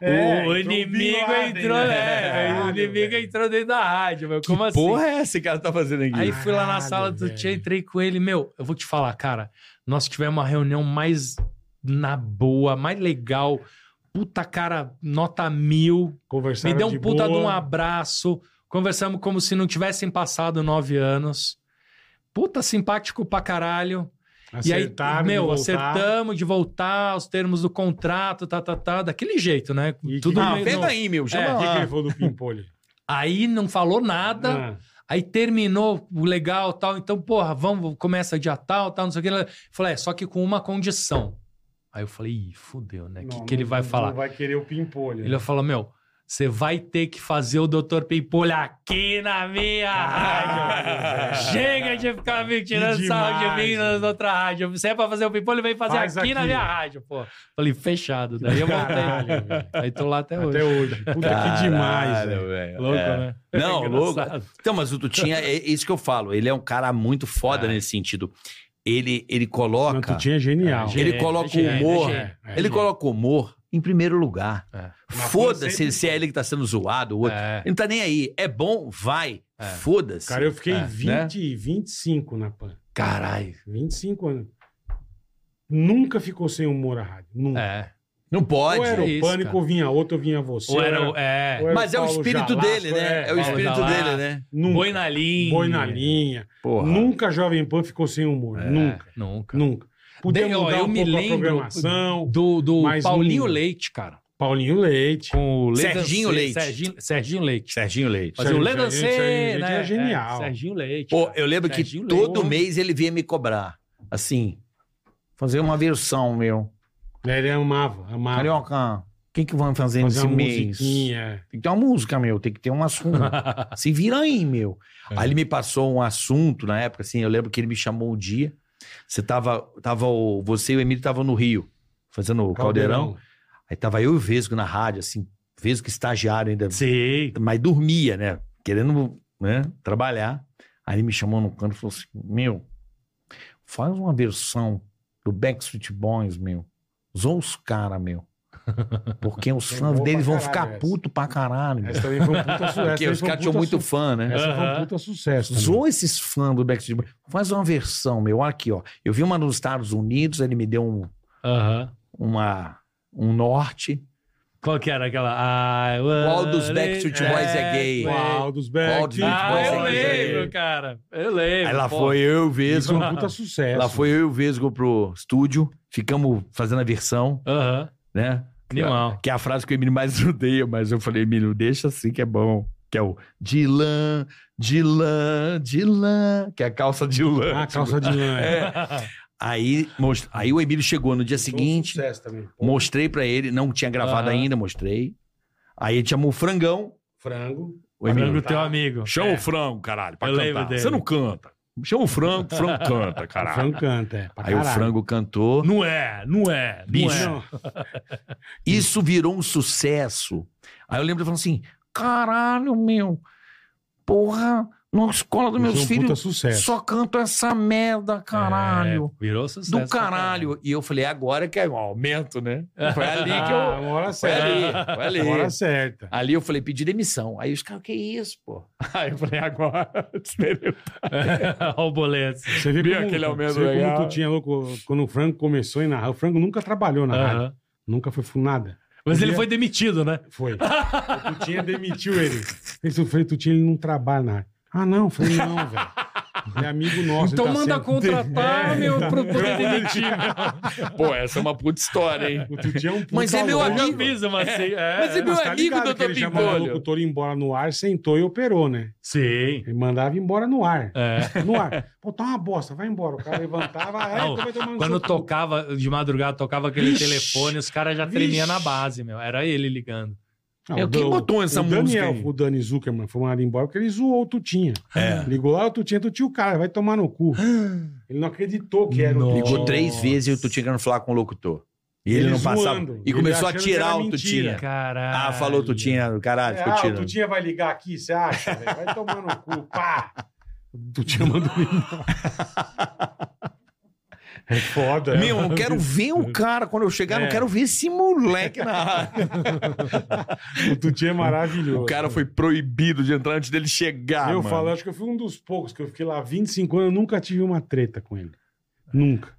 Speaker 5: É,
Speaker 7: o
Speaker 5: entrou o
Speaker 7: inimigo
Speaker 5: Bin Laden,
Speaker 7: entrou,
Speaker 5: né?
Speaker 7: é,
Speaker 5: Caralho,
Speaker 7: o inimigo
Speaker 5: velho.
Speaker 7: entrou dentro da rádio, meu. Como assim?
Speaker 6: Porra, é esse cara tá fazendo aqui?
Speaker 7: Aí fui lá na
Speaker 5: Caralho,
Speaker 7: sala do
Speaker 5: velho.
Speaker 7: Tia, entrei com ele. Meu, eu vou te falar, cara. Nós tivemos uma reunião mais na boa, mais legal. Puta cara, nota mil.
Speaker 5: Conversando.
Speaker 7: Me deu um puta de um abraço. Conversamos como se não tivessem passado nove anos. Puta simpático pra caralho. E aí, meu, acertamos de voltar, os termos do contrato, tá, tá, tá. Daquele jeito, né?
Speaker 5: E que-
Speaker 7: Tudo
Speaker 5: Ah,
Speaker 7: meio-
Speaker 6: Pega
Speaker 7: não.
Speaker 6: aí, meu.
Speaker 5: O
Speaker 6: Chama
Speaker 5: que, que
Speaker 6: lá.
Speaker 5: ele falou do Pimpolho?
Speaker 7: Aí não falou [LAUGHS]
Speaker 5: Ah,
Speaker 7: nada. Aí terminou o legal tal. Então, porra, vamos, começa dia tal, tal, não sei o que. Ele falou, é, só que com uma condição. Aí eu falei, ih, fudeu, né? O que,
Speaker 5: não,
Speaker 7: que ele
Speaker 5: não-
Speaker 7: vai falar?
Speaker 5: Não vai querer o Pimpolho.
Speaker 7: Ele é falou, meu, você vai ter que fazer o Dr. Pimpolho aqui na minha
Speaker 5: Caralho,
Speaker 7: rádio.
Speaker 5: velho.
Speaker 7: Chega de ficar me tirando
Speaker 5: Ah, Que
Speaker 7: sarro de
Speaker 5: demais,
Speaker 7: mim nas
Speaker 5: velho.
Speaker 7: outras rádios. Se é pra fazer o Pimpolho, vem fazer
Speaker 5: Faz
Speaker 7: aqui, na
Speaker 5: aqui.
Speaker 7: minha rádio, pô. Falei, fechado. Daí eu voltei.
Speaker 5: Caralho, velho.
Speaker 7: Aí tô lá até hoje.
Speaker 5: Até hoje. Puta que Tá demais, velho.
Speaker 7: Louco,
Speaker 6: É.
Speaker 7: né?
Speaker 6: Não, louco.
Speaker 7: Engraçado.
Speaker 6: Então, mas o Tutinha, é isso que eu falo. Ele é um cara muito foda
Speaker 7: É.
Speaker 6: nesse sentido. Ele, ele
Speaker 5: Não,
Speaker 6: coloca.
Speaker 5: tu tinha genial.
Speaker 6: Ele
Speaker 7: Gênio,
Speaker 6: coloca o
Speaker 7: gênio,
Speaker 6: humor.
Speaker 7: gênio.
Speaker 5: É, é.
Speaker 6: Ele coloca o humor em primeiro lugar.
Speaker 7: É.
Speaker 5: Mas
Speaker 6: Foda-se
Speaker 5: sempre-
Speaker 6: se é ele que tá sendo zoado, o outro.
Speaker 7: É.
Speaker 6: Ele não tá nem aí. É bom, vai.
Speaker 7: É.
Speaker 6: Foda-se.
Speaker 5: Cara, eu fiquei
Speaker 7: né?
Speaker 6: É,
Speaker 5: 20, 25 na PAN.
Speaker 6: Caralho.
Speaker 5: 25 anos. Nunca ficou sem humor a rádio. Nunca.
Speaker 7: É.
Speaker 6: Não pode.
Speaker 5: ou era o
Speaker 7: isso,
Speaker 5: pânico,
Speaker 7: cara.
Speaker 5: ou vinha outro, ou vinha você.
Speaker 7: Ou era, o- é.
Speaker 5: ou era
Speaker 6: Mas é o
Speaker 5: Paulo
Speaker 6: espírito
Speaker 5: Jalasco,
Speaker 6: dele, né? É, o
Speaker 7: Paulo
Speaker 6: espírito
Speaker 7: Jalasco.
Speaker 6: dele, né?
Speaker 5: Nunca.
Speaker 7: Boi na linha.
Speaker 5: Boi na linha.
Speaker 6: Porra.
Speaker 5: Nunca a Jovem Pan ficou sem humor.
Speaker 7: É,
Speaker 5: Nunca.
Speaker 7: Nunca.
Speaker 5: Nunca. Podia
Speaker 7: Dei- ó,
Speaker 5: mudar
Speaker 7: eu
Speaker 5: um
Speaker 7: me
Speaker 5: pouco
Speaker 7: lembro
Speaker 5: a programação.
Speaker 7: Do, do
Speaker 5: Mas
Speaker 7: Paulinho
Speaker 5: nunca.
Speaker 7: Leite, cara.
Speaker 5: Paulinho Leite.
Speaker 7: Com o Lê
Speaker 6: Serginho
Speaker 7: Dancê,
Speaker 6: Leite.
Speaker 7: Serginho, Serginho Leite.
Speaker 6: Serginho Leite.
Speaker 7: Fazia o Lê
Speaker 5: Serginho-
Speaker 7: Dancê,
Speaker 5: Serginho Leite
Speaker 7: né?
Speaker 5: era genial.
Speaker 7: Serginho Leite.
Speaker 6: Pô,
Speaker 7: cara.
Speaker 6: eu lembro que
Speaker 7: Serginho
Speaker 6: todo
Speaker 7: Leite.
Speaker 6: mês ele vinha me cobrar. Assim, fazer uma versão, meu.
Speaker 5: Ele amava, amava.
Speaker 6: Carioca, o que, que vamos fazer
Speaker 5: Fazia
Speaker 6: nesse
Speaker 5: Ah. uma
Speaker 6: mês?
Speaker 5: musiquinha.
Speaker 6: Tem que ter uma música, meu. Tem que ter um assunto. Se vira aí, meu. Aí ele me passou um assunto na época, assim. Eu lembro que ele me chamou um dia. Você tava. tava o, você e o Emílio estavam no Rio, fazendo o caldeirão. Aí tava eu e o Vesgo na rádio, assim. Vesgo estagiário ainda.
Speaker 7: Sei.
Speaker 6: Mas dormia, né? Querendo né, trabalhar. Aí ele me chamou no canto e falou assim: Meu, faz uma versão do Backstreet Boys, meu. Zoa os caras, meu. Porque [LAUGHS] os
Speaker 5: Eu
Speaker 6: fãs
Speaker 5: vou
Speaker 6: deles
Speaker 5: pra
Speaker 6: vão
Speaker 5: caralho
Speaker 6: ficar
Speaker 5: essa.
Speaker 6: putos pra caralho, meu.
Speaker 5: Essa também foi um puta sucesso.
Speaker 6: [LAUGHS] Porque
Speaker 5: essa
Speaker 6: os
Speaker 5: foi um
Speaker 6: caras tinham
Speaker 5: puta
Speaker 6: muito
Speaker 5: su-
Speaker 6: fã, né?
Speaker 5: Essa foi um
Speaker 7: Aham.
Speaker 5: puta sucesso. também.
Speaker 6: "É, Zoa esses fãs do Backstreet Boys. Faz uma versão, meu. Olha aqui, ó. Eu vi uma nos Estados Unidos, ele me deu um,
Speaker 7: Aham.
Speaker 6: uma, um norte.
Speaker 7: Qual que era aquela? Ah,
Speaker 6: Qual dos Backstreet Boys é gay?
Speaker 5: Uau, dos Beck.
Speaker 6: Beck.
Speaker 7: Ah, eu
Speaker 6: Boys é gay.
Speaker 7: lembro, cara. Eu lembro.
Speaker 6: Aí lá
Speaker 7: pô.
Speaker 6: foi eu,
Speaker 5: Isso foi
Speaker 6: [LAUGHS] Vesgo.
Speaker 5: um puta sucesso.
Speaker 6: Lá foi eu e o Vesgo pro estúdio, ficamos fazendo a versão,
Speaker 7: Aham.
Speaker 6: né?
Speaker 7: Animal.
Speaker 6: Que é a frase que o Emílio mais [LAUGHS] odeia, mas eu falei, Emílio, deixa assim que é bom. Que é o de lã, de lã, de lã, que é a calça de lã.
Speaker 5: Ah, calça de lã. É.
Speaker 6: Aí, most- aí o Emílio chegou no dia É seguinte,
Speaker 5: Foi um sucesso também. Pô,
Speaker 6: mostrei pra ele, não tinha gravado
Speaker 7: Aham.
Speaker 6: ainda, mostrei. Aí ele chamou o Frangão. É.
Speaker 5: Frango.
Speaker 6: O
Speaker 7: Lembro
Speaker 6: Emílio,
Speaker 7: do teu [LAUGHS] amigo.
Speaker 4: Chama o frango, caralho, pra
Speaker 7: Eu lembro
Speaker 4: cantar.
Speaker 7: dele.
Speaker 4: Você não canta. Chama o frango, o frango canta,
Speaker 5: O
Speaker 4: caralho.
Speaker 5: frango canta, é. pra
Speaker 6: aí o
Speaker 5: caralho.
Speaker 6: Frango cantou.
Speaker 7: Não é, não é. Não
Speaker 6: Bicho.
Speaker 7: é.
Speaker 5: Não,
Speaker 6: Isso virou um sucesso. Aí eu lembro ele falando assim: caralho, meu, porra, na escola dos meus
Speaker 5: isso é um puta
Speaker 6: filhos
Speaker 5: sucesso.
Speaker 6: só cantam essa é merda, caralho.
Speaker 7: É, virou sucesso.
Speaker 6: Do
Speaker 7: pra
Speaker 6: caralho. E eu falei, agora que é um aumento, né? Foi ali que
Speaker 5: Ah,
Speaker 6: eu. [LAUGHS]
Speaker 5: uma hora
Speaker 6: Foi
Speaker 5: certa.
Speaker 6: ali, foi ali.
Speaker 5: Uma hora certa.
Speaker 6: Ali eu falei, pedi demissão. Aí os caras, que isso, pô? Aí eu falei, agora.
Speaker 7: [LAUGHS] Olha o boleto.
Speaker 5: Você vê como,
Speaker 6: aquele aumento
Speaker 5: você vê como
Speaker 6: legal?
Speaker 5: tu tinha louco quando o Frango começou em narrar. O Frango nunca trabalhou na rádio.
Speaker 7: Aham.
Speaker 5: Nunca foi fu- nada.
Speaker 7: Mas ele
Speaker 5: Podia-
Speaker 7: foi demitido, né?
Speaker 5: Foi.
Speaker 6: [LAUGHS]
Speaker 5: o Tutinha demitiu ele. Ele o Frei Tutinha, ele não trabalha na rádio. Ah, não. Eu Falei, não, velho. Ele é amigo nosso.
Speaker 7: então
Speaker 5: ele tá
Speaker 7: manda
Speaker 5: sempre-
Speaker 7: [LAUGHS] contratar, meu, pra eu poder demitir.
Speaker 6: Pô, essa é uma puta história, hein?
Speaker 5: O Tutinha é um puta
Speaker 6: Mas é meu
Speaker 5: louco.
Speaker 6: amigo.
Speaker 7: Avisa, mas assim, é.
Speaker 6: Mas é meu
Speaker 5: Mas tá
Speaker 6: amigo,
Speaker 5: ligado que
Speaker 6: doutor
Speaker 5: ele chamava o
Speaker 6: Pimpolho.
Speaker 5: locutor embora no ar, sentou e operou, né?
Speaker 7: Sim.
Speaker 5: Ele mandava embora no ar.
Speaker 7: É.
Speaker 5: No
Speaker 6: [LAUGHS]
Speaker 5: ar. Pô, tá uma bosta, vai embora. O cara levantava, "Ah,
Speaker 7: Não,
Speaker 5: então vai tomar no
Speaker 7: Quando
Speaker 5: seu cu."
Speaker 7: tocava, de madrugada, tocava aquele
Speaker 6: Vixe.
Speaker 7: telefone, os caras já tremiam na base, meu. Era ele ligando.
Speaker 5: Não,
Speaker 6: É,
Speaker 5: o
Speaker 6: quem
Speaker 5: Dan-
Speaker 6: botou essa
Speaker 5: o Daniel,
Speaker 6: música aí?
Speaker 5: O Dani Zuckerman foi mandado embora porque ele zoou o Tutinha.
Speaker 6: É.
Speaker 5: Ligou lá, o Tutinha, Tutinha, o cara vai
Speaker 6: [GASPS]
Speaker 5: tomar no cu. Ele não acreditou que era o
Speaker 7: Nossa.
Speaker 5: Tutinha.
Speaker 6: Ligou três vezes e eu tô chegando a falar com o locutor. E ele,
Speaker 5: Ele
Speaker 6: não passava.
Speaker 5: zoando.
Speaker 6: E
Speaker 5: Ele
Speaker 6: começou a
Speaker 5: achando que
Speaker 6: tirar
Speaker 5: era
Speaker 6: o Tutinha.
Speaker 5: mentira.
Speaker 7: Caralho.
Speaker 6: Ah, falou Tutinha, caralho, ficou
Speaker 5: ah, o
Speaker 6: tirando.
Speaker 5: Tutinha vai ligar aqui, você acha? velho? Vai tomar no cu, pá! O Tutinha mandou ele embora.
Speaker 6: [LAUGHS]
Speaker 5: É foda.
Speaker 6: Meu, eu não quero
Speaker 5: [LAUGHS]
Speaker 6: ver o cara quando eu chegar,
Speaker 5: É.
Speaker 6: não quero ver esse
Speaker 5: [LAUGHS]
Speaker 6: moleque na área.
Speaker 5: O Tutinha é maravilhoso.
Speaker 6: O cara foi proibido de entrar antes dele chegar.
Speaker 5: eu
Speaker 6: Ah, mano.
Speaker 5: falo, acho que eu fui um dos poucos, que eu fiquei lá 25 anos, eu nunca tive uma treta com ele. Nunca.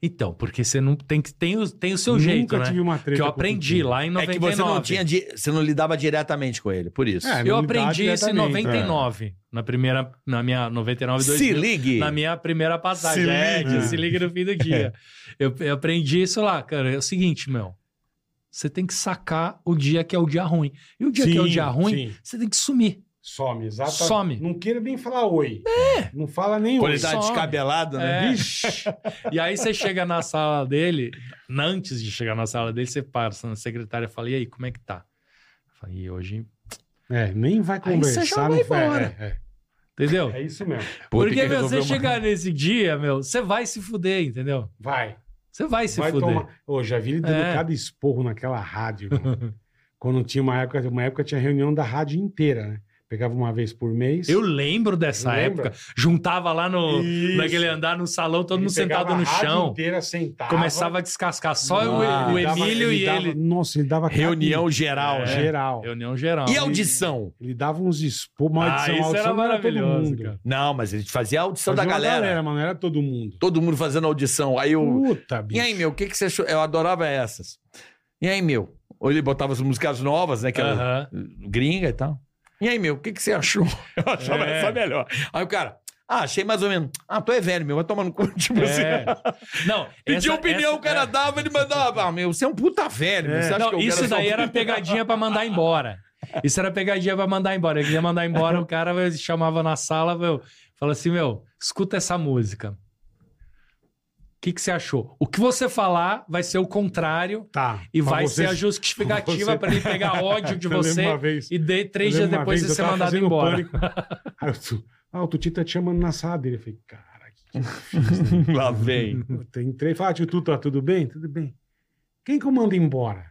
Speaker 7: Então, porque você não tem que tem o, tem o seu
Speaker 5: nunca
Speaker 7: jeito, né?
Speaker 5: tive uma treta.
Speaker 7: Que eu
Speaker 5: com o
Speaker 7: aprendi
Speaker 5: Tutinha.
Speaker 7: lá em
Speaker 6: É
Speaker 7: 99.
Speaker 6: que você não tinha, di- você não lidava diretamente com ele, por isso.
Speaker 5: É, né?
Speaker 7: Eu
Speaker 5: não
Speaker 7: aprendi
Speaker 5: dá
Speaker 7: isso em
Speaker 5: diretamente,
Speaker 7: 99, na primeira, na minha 99
Speaker 6: Se
Speaker 7: 2000,
Speaker 6: ligue.
Speaker 7: na minha primeira passagem. Se ligue, se liga no fim
Speaker 5: É.
Speaker 7: do dia. eu, eu aprendi isso lá, cara. É o seguinte, meu. Você tem que sacar o dia que é o dia ruim. E o dia que é o
Speaker 5: Sim,
Speaker 7: dia ruim,
Speaker 5: sim.
Speaker 7: você tem que sumir.
Speaker 5: Some, exato.
Speaker 7: Some.
Speaker 5: Não queira nem falar oi. É. Não fala nem oi.
Speaker 6: Quando ele tá
Speaker 7: Some.
Speaker 6: descabelado, né?
Speaker 7: É. [LAUGHS] E aí você chega na sala dele, na- antes de chegar na sala dele, você passa na secretária e fala: e aí, como é que tá? Eu falo, e hoje.
Speaker 5: É, nem vai
Speaker 7: Aí você
Speaker 5: conversar.
Speaker 7: já vai
Speaker 5: não vai-
Speaker 7: embora.
Speaker 5: É, é,
Speaker 7: Entendeu?
Speaker 5: é. É isso mesmo.
Speaker 6: Pô, tem
Speaker 7: Porque
Speaker 6: que
Speaker 7: meu,
Speaker 6: resolver
Speaker 7: você
Speaker 6: uma-
Speaker 7: chegar nesse dia, meu, você vai se fuder, entendeu?
Speaker 5: Vai.
Speaker 7: Você vai se
Speaker 5: vai
Speaker 7: fuder.
Speaker 5: tomar. Ô, já vi ele dando
Speaker 7: É.
Speaker 5: cada esporro naquela rádio.
Speaker 7: [LAUGHS]
Speaker 5: irmão. Quando tinha uma época, uma época tinha reunião da rádio inteira, né? Pegava uma vez por mês.
Speaker 7: Eu lembro dessa
Speaker 5: Lembra?
Speaker 7: época. é Juntava lá no,
Speaker 5: Isso.
Speaker 7: naquele andar no salão, todo
Speaker 5: Ele
Speaker 7: mundo sentado
Speaker 5: pegava
Speaker 7: no
Speaker 5: a rádio
Speaker 7: chão.
Speaker 5: inteira sentado.
Speaker 7: Começava a descascar. Só eu-
Speaker 6: Ah,
Speaker 7: o,
Speaker 5: Ele dava-
Speaker 7: Emílio e
Speaker 5: dava-
Speaker 7: ele.
Speaker 5: Nossa, ele dava cada-
Speaker 6: Reunião
Speaker 5: É,
Speaker 6: geral, né?
Speaker 5: geral.
Speaker 7: Reunião geral.
Speaker 6: E audição?
Speaker 5: Ele dava uns esporros, uma
Speaker 7: Ah,
Speaker 5: audição,
Speaker 7: isso
Speaker 5: audição
Speaker 7: era
Speaker 5: não todo
Speaker 7: maravilhoso,
Speaker 5: mundo.
Speaker 7: cara.
Speaker 6: Não, mas ele fazia a audição
Speaker 5: Fazia
Speaker 6: da
Speaker 5: uma
Speaker 6: galera.
Speaker 5: galera, mano, era todo mundo.
Speaker 6: Todo mundo fazendo audição. Aí eu.
Speaker 5: Puta, bicho.
Speaker 6: E aí, meu, o que, que você achou? Eu adorava essas. E aí, meu? Ou ele botava as músicas novas, né? Que era
Speaker 7: Aham.
Speaker 6: gringa e tal. E aí, meu, o que, que você achou? [LAUGHS] Eu achava
Speaker 7: É.
Speaker 6: essa melhor. Aí o cara, ah, achei mais ou menos. Ah, tu é velho, meu, vai tomar no cu. [LAUGHS] Tipo
Speaker 7: É.
Speaker 6: assim.
Speaker 7: Não,
Speaker 6: Pedia
Speaker 7: essa-
Speaker 6: opinião,
Speaker 7: essa-
Speaker 6: o cara
Speaker 7: é.
Speaker 6: dava, ele mandava. Ah, meu, você é um puta velho, meu. Você acha que
Speaker 7: Não,
Speaker 6: eu
Speaker 7: isso
Speaker 6: quero
Speaker 7: daí
Speaker 6: só-
Speaker 7: era pegadinha pra mandar embora. Isso era pegadinha pra mandar embora. Ele queria mandar embora, o cara meu, chamava na sala, meu, falava assim: meu, escuta essa música. O que, que você achou? O que você falar vai ser o contrário
Speaker 5: Tá.
Speaker 7: E
Speaker 5: Pra
Speaker 7: vai
Speaker 5: você- [LAUGHS]
Speaker 7: ser a justificativa
Speaker 5: você-
Speaker 7: pra ele pegar ódio de
Speaker 5: [LAUGHS] Eu lembro
Speaker 7: você
Speaker 5: uma vez-
Speaker 7: e de, três
Speaker 5: Eu lembro
Speaker 7: dias
Speaker 5: uma
Speaker 7: depois
Speaker 5: vez
Speaker 7: você
Speaker 5: eu
Speaker 7: ser
Speaker 5: tava
Speaker 7: mandado
Speaker 5: fazendo
Speaker 7: embora.
Speaker 5: pânico. [LAUGHS] Aí eu tu- ah, o Tuti tá te chamando na sala dele. Eu falei, cara, que que eu fiz, né?
Speaker 6: [LAUGHS] Lá vem.
Speaker 5: Eu entrei e falei, ah, tio Tuta, tudo bem? Tudo bem. Quem que eu mando embora?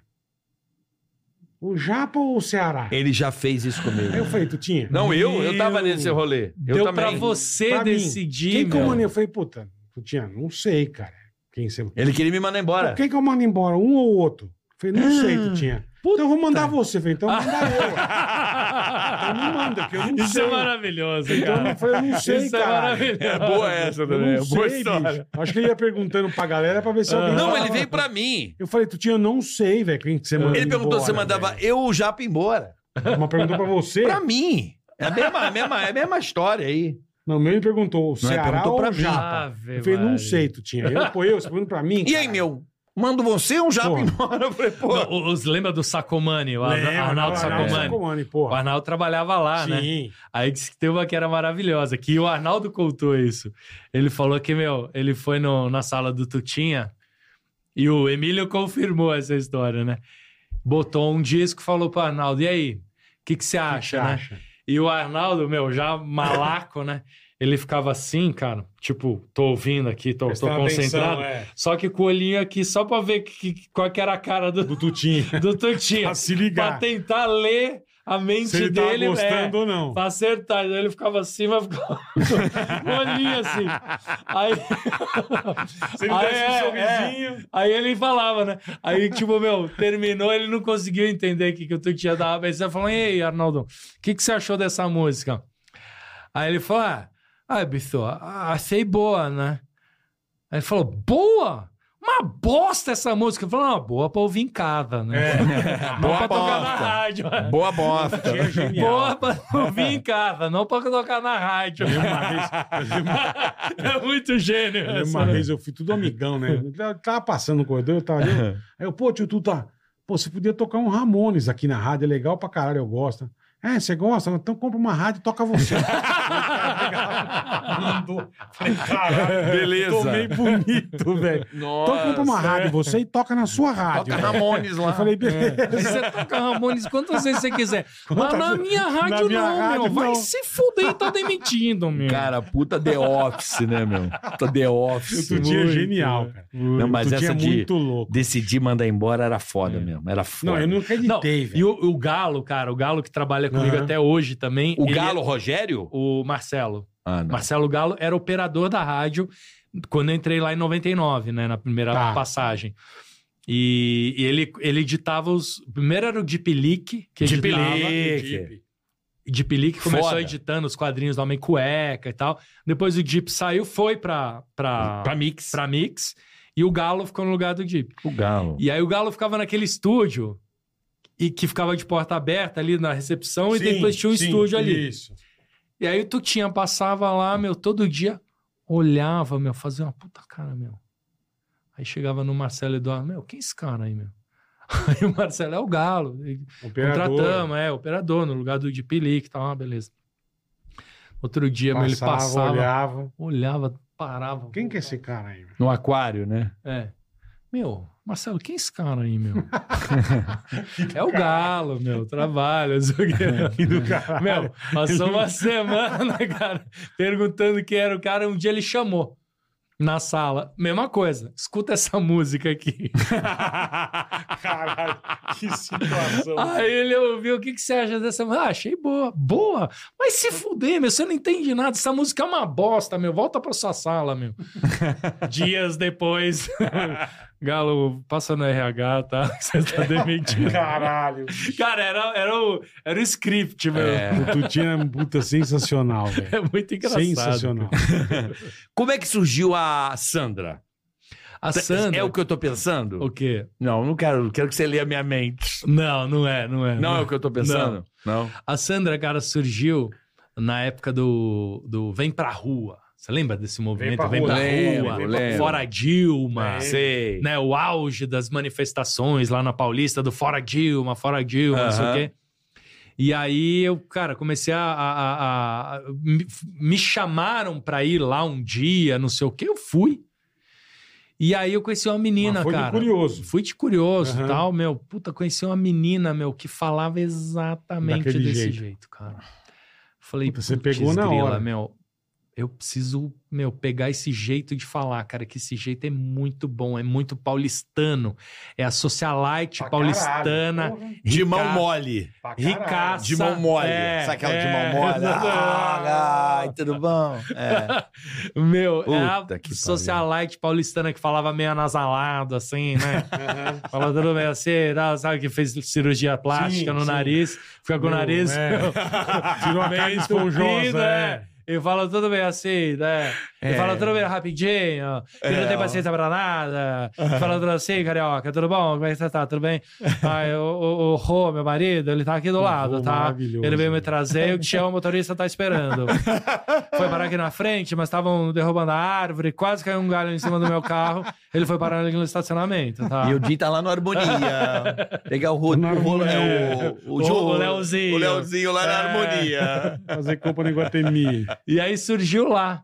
Speaker 5: O Japa ou o Ceará?
Speaker 6: Ele já fez isso comigo.
Speaker 5: Aí eu falei, Tutinha.
Speaker 6: Não, eu? Eu tava
Speaker 5: meu,
Speaker 6: nesse rolê. Eu
Speaker 7: Deu
Speaker 6: também.
Speaker 7: pra você
Speaker 5: pra mim,
Speaker 7: decidir,
Speaker 5: Quem que eu
Speaker 7: meu. [LAUGHS]
Speaker 5: mando? Eu falei, puta, Tutinha, não sei, cara. Quem você.
Speaker 6: Ele queria me mandar embora.
Speaker 5: Quem que eu mando embora? Um ou outro? Eu falei, não sei, Tutinha.
Speaker 7: puta.
Speaker 5: Então eu vou mandar você. Eu falei, então manda
Speaker 7: [LAUGHS]
Speaker 5: eu. Então me manda, porque eu não
Speaker 7: Isso
Speaker 5: sei.
Speaker 7: é maravilhoso,
Speaker 5: Então eu
Speaker 7: cara.
Speaker 5: falei, eu não sei,
Speaker 7: Isso é
Speaker 5: cara.
Speaker 7: maravilhoso.
Speaker 6: É boa essa
Speaker 5: Eu não
Speaker 6: também. É
Speaker 5: sei,
Speaker 6: boa
Speaker 5: bicho.
Speaker 6: história.
Speaker 5: Acho que ele ia perguntando pra galera pra ver se alguém.
Speaker 6: Não,
Speaker 5: falava.
Speaker 6: ele veio pra mim.
Speaker 5: Eu falei, Tutinha, eu não sei, velho, quem que você mandou.
Speaker 6: Ele perguntou se eu mandava eu ou o Japa embora.
Speaker 5: Mas perguntou pra você?
Speaker 6: Pra mim. É a mesma, a mesma, é a mesma história aí.
Speaker 5: Não, meu ele perguntou, o
Speaker 6: Não, ele
Speaker 5: Ceará
Speaker 6: perguntou
Speaker 5: ou
Speaker 6: pra
Speaker 5: o
Speaker 6: mim.
Speaker 5: Japa?
Speaker 7: Ave
Speaker 5: Eu falei, não
Speaker 7: Maria.
Speaker 5: sei, Tutinha. Eu, pô, eu, você pergunta pra mim.
Speaker 6: E aí,
Speaker 5: cara?
Speaker 6: meu? Mando você
Speaker 9: um
Speaker 6: ou o Japa
Speaker 5: Porra.
Speaker 6: embora? Eu falei, pô.
Speaker 7: Não, o- os, lembra do Sacomani, o Arna-
Speaker 5: Lembra,
Speaker 7: Arnaldo
Speaker 5: Arnaldo
Speaker 7: Sacomani?
Speaker 5: Sacomani,
Speaker 7: O
Speaker 5: porra.
Speaker 7: Arnaldo trabalhava lá, né?
Speaker 5: Sim.
Speaker 7: Aí disse que tem uma que era maravilhosa, que o Arnaldo contou isso. Ele falou que, meu, ele foi no- na sala do Tutinha e o Emílio confirmou essa história, né? Botou um disco e falou pro Arnaldo, e aí, o que que você acha, né? E o Arnaldo, meu, já malaco, né? Ele ficava assim, cara, tipo, tô ouvindo aqui, tô, tô
Speaker 5: Prestando
Speaker 7: concentrado.
Speaker 5: atenção, é.
Speaker 7: Só que com o olhinho aqui, só pra ver que- que- qual que era a cara do,
Speaker 5: Do [LAUGHS] Tutinha.
Speaker 7: do Tutinha.
Speaker 5: pra se
Speaker 7: pra
Speaker 5: ligar.
Speaker 7: tentar ler a mente
Speaker 5: Se ele tava
Speaker 7: dele, é,
Speaker 5: gostando ou não.
Speaker 7: Pra acertar. Aí ele ficava assim, mas [LAUGHS] ficava com o olhinho assim. Aí...
Speaker 5: Se ele
Speaker 7: Ah,
Speaker 5: desse
Speaker 7: é,
Speaker 5: um sorrisinho.
Speaker 7: Aí ele falava, né? Aí, tipo, meu, terminou, ele não conseguiu entender o que, que o Tutinha tava pensando. Falou, ei, Arnaldo, o que, que você achou dessa música? Aí ele falou, ah, ah bicho, a- achei boa, né? Aí ele falou, boa? Uma bosta essa música. Eu falei, não, boa pra ouvir em casa, né?
Speaker 5: É.
Speaker 7: [LAUGHS] Não pra tocar na rádio.
Speaker 6: Boa bosta.
Speaker 5: Tutinha é genial.
Speaker 7: Boa pra ouvir em casa, não pra tocar na rádio. [LAUGHS]
Speaker 5: [LAUGHS]
Speaker 7: é muito gênio.
Speaker 5: Eu lembro
Speaker 7: essa,
Speaker 5: uma
Speaker 7: né?
Speaker 5: vez eu fui tudo amigão, né? Eu tava passando no corredor, eu tava ali. Aí eu, pô, tio Tuta, pô, você podia tocar um Ramones aqui na rádio, é legal pra caralho, eu gosto. É, você gosta? Então compra uma rádio e toca [LAUGHS] você. Mandou. Falei, caralho,
Speaker 6: Beleza.
Speaker 5: Tomei bonito. muito, velho. Então compra uma rádio, você e toca É. na sua rádio. né?
Speaker 9: Toca
Speaker 5: velho.
Speaker 9: Ramones lá.
Speaker 5: Eu falei, beleza.
Speaker 7: Você toca Ramones quantas vezes você quiser. Mas
Speaker 5: [LAUGHS] Quantas
Speaker 7: na
Speaker 5: vezes-
Speaker 7: minha rádio
Speaker 5: minha
Speaker 7: não,
Speaker 5: rádio,
Speaker 7: meu. Vai
Speaker 5: não.
Speaker 7: se fuder, tá demitindo, meu.
Speaker 9: Cara, puta The Office, né, meu? Puta The Office.
Speaker 5: Outro dia é genial, cara.
Speaker 9: Não, mas
Speaker 5: Outro dia
Speaker 9: essa
Speaker 5: é
Speaker 9: de
Speaker 5: muito louco.
Speaker 9: decidir mandar embora era foda mesmo. Era foda.
Speaker 5: Não, eu não
Speaker 7: Não,
Speaker 5: acreditei,
Speaker 7: e
Speaker 5: velho.
Speaker 7: o, o Galo, cara, o Galo que trabalha comigo
Speaker 5: Aham.
Speaker 7: até hoje também.
Speaker 9: O
Speaker 7: ele- é
Speaker 9: Galo Rogério?
Speaker 7: O Marcelo.
Speaker 9: Ah, não.
Speaker 7: Marcelo Galo era operador da rádio quando eu entrei lá em 99, né? Na primeira
Speaker 5: Tá.
Speaker 7: passagem. E, e ele, ele editava os. Primeiro era o Deep Leak, que
Speaker 9: Deep
Speaker 7: editava.
Speaker 9: Leak.
Speaker 7: Deep Leak começou
Speaker 9: Foda.
Speaker 7: editando os quadrinhos do Homem Cueca e tal. Depois o Deep saiu, foi pra, pra,
Speaker 9: Pra
Speaker 7: pra,
Speaker 9: Mix.
Speaker 7: Mix. E o Galo ficou no lugar do Deep.
Speaker 9: O Galo.
Speaker 7: E aí o Galo ficava naquele estúdio e que ficava de porta aberta ali na recepção e depois tinha um estúdio ali.
Speaker 5: Isso.
Speaker 7: E aí tu tinha, passava lá, meu, todo dia, olhava, meu, fazia uma puta cara, meu. Aí chegava no Marcelo Eduardo, meu, quem é esse cara aí, meu? [LAUGHS] Aí o Marcelo é o Galo. e
Speaker 5: Operador.
Speaker 7: Contratamos, é, operador, no lugar do de Pelic, tá, ah, beleza. Outro dia, meu, ele
Speaker 5: Passava,
Speaker 7: passava,
Speaker 5: olhava.
Speaker 7: olhava, parava.
Speaker 5: Quem que é esse cara aí?
Speaker 9: No aquário, né?
Speaker 7: É. Meu, Marcelo, quem é esse cara aí, meu? é o Galo, meu, trabalha, não sei o quê.
Speaker 5: Que do [LAUGHS] caralho.
Speaker 7: Meu, passou uma semana, [LAUGHS] cara, perguntando quem era o cara. Um dia ele chamou na sala. Mesma coisa, escuta essa música aqui.
Speaker 5: Caralho, que situação. [LAUGHS]
Speaker 7: Aí ele ouviu, o que, que você acha dessa música? Ah, achei boa. Boa? Mas se fuder, meu, você não entende nada. Essa música é uma bosta, meu. Volta pra sua sala, meu. [LAUGHS] Dias depois, [LAUGHS] Galo, passa no RH, tá? [LAUGHS] Você tá demitido.
Speaker 5: Caralho.
Speaker 7: [LAUGHS] Cara, era, era, o, era o script, meu. É,
Speaker 5: O Tutinha é puta sensacional, velho. [LAUGHS]
Speaker 7: muito engraçado.
Speaker 5: Sensacional.
Speaker 9: Como é que surgiu a Sandra?
Speaker 7: A Sandra...
Speaker 9: É o que eu tô pensando?
Speaker 7: O quê?
Speaker 9: Não, não quero. Quero que você leia minha mente.
Speaker 7: Não, não é, não é.
Speaker 9: Não é o que eu tô pensando? Não.
Speaker 7: A Sandra, cara, surgiu na época do, do Vem Pra Rua. Você lembra desse movimento?
Speaker 5: Pra
Speaker 7: Vem
Speaker 5: Rua.
Speaker 7: Pra
Speaker 9: Lembro,
Speaker 7: Rua,
Speaker 5: É.
Speaker 9: lembro.
Speaker 7: Fora Dilma,
Speaker 9: Sei.
Speaker 7: né? O auge das manifestações lá na Paulista do Fora Dilma, Fora Dilma, não sei o
Speaker 9: Aham.
Speaker 7: quê. E aí eu, cara, comecei a... a- a- a- me, me chamaram pra ir lá um dia, não sei o quê, eu fui. E aí eu conheci uma menina,
Speaker 5: Mas foi de
Speaker 7: cara.
Speaker 5: curioso.
Speaker 7: Fui de curioso e
Speaker 5: Aham.
Speaker 7: tal, meu. Puta, conheci uma menina, meu, que falava exatamente
Speaker 5: Daquele
Speaker 7: desse
Speaker 5: jeito.
Speaker 7: jeito, cara. Falei,
Speaker 5: Puta, você
Speaker 7: "Putz,
Speaker 5: pegou na
Speaker 7: grila,
Speaker 5: hora."
Speaker 7: meu. Eu preciso, meu, pegar esse jeito de falar, cara, que esse jeito é muito bom, é muito paulistano. É a socialite
Speaker 5: Pra
Speaker 7: paulistana,
Speaker 5: caralho, porra,
Speaker 9: De mão
Speaker 7: Ricardo.
Speaker 9: mole.
Speaker 5: pra caralho.
Speaker 7: ricaça.
Speaker 9: De mão mole.
Speaker 7: É,
Speaker 9: Sabe aquela de
Speaker 7: é,
Speaker 9: mão
Speaker 7: [LAUGHS]
Speaker 9: mole? Ah,
Speaker 7: exatamente.
Speaker 9: ai, tudo bom? É.
Speaker 7: Meu,
Speaker 9: Puta
Speaker 7: é
Speaker 9: que pariu.
Speaker 7: a socialite paulistana que falava meio anasalado, assim, né?
Speaker 5: [LAUGHS] Aham.
Speaker 7: Falando tudo bem assim, tá, sabe que fez cirurgia plástica
Speaker 5: Sim,
Speaker 7: no
Speaker 5: sim.
Speaker 7: nariz, fica com o
Speaker 5: Meu,
Speaker 7: nariz.
Speaker 5: é.
Speaker 7: [LAUGHS] meu,
Speaker 5: Tirou a
Speaker 7: meio
Speaker 5: carne
Speaker 7: entupido,
Speaker 5: esponjosa.
Speaker 7: é.
Speaker 5: é.
Speaker 7: E fala tudo bem assim, né? E fala tudo bem rapidinho, que
Speaker 5: É,
Speaker 7: não tem paciência pra nada. Fala tudo assim, carioca, tudo bom? Como é que você tá? Tudo bem? Aí o, o, o Rô, meu marido, ele tá aqui do lado,
Speaker 5: Rô
Speaker 7: tá?
Speaker 5: maravilhoso.
Speaker 7: Ele veio me trazer, o Tião, o motorista, tá esperando.
Speaker 5: [LAUGHS]
Speaker 7: Foi parar aqui na frente, mas estavam derrubando a árvore, quase caiu um galho em cima do meu carro. Ele foi parar ali no estacionamento, tá?
Speaker 9: E o Dinho tá lá no Harmonia. Pegar o rolo.
Speaker 5: Na
Speaker 9: O, rolo
Speaker 5: harmonia.
Speaker 9: é, o, o,
Speaker 7: O-
Speaker 9: João-
Speaker 7: o É. Leozinho.
Speaker 9: O Leozinho lá na Harmonia.
Speaker 5: Fazer compra no Iguatemi.
Speaker 7: E aí surgiu lá.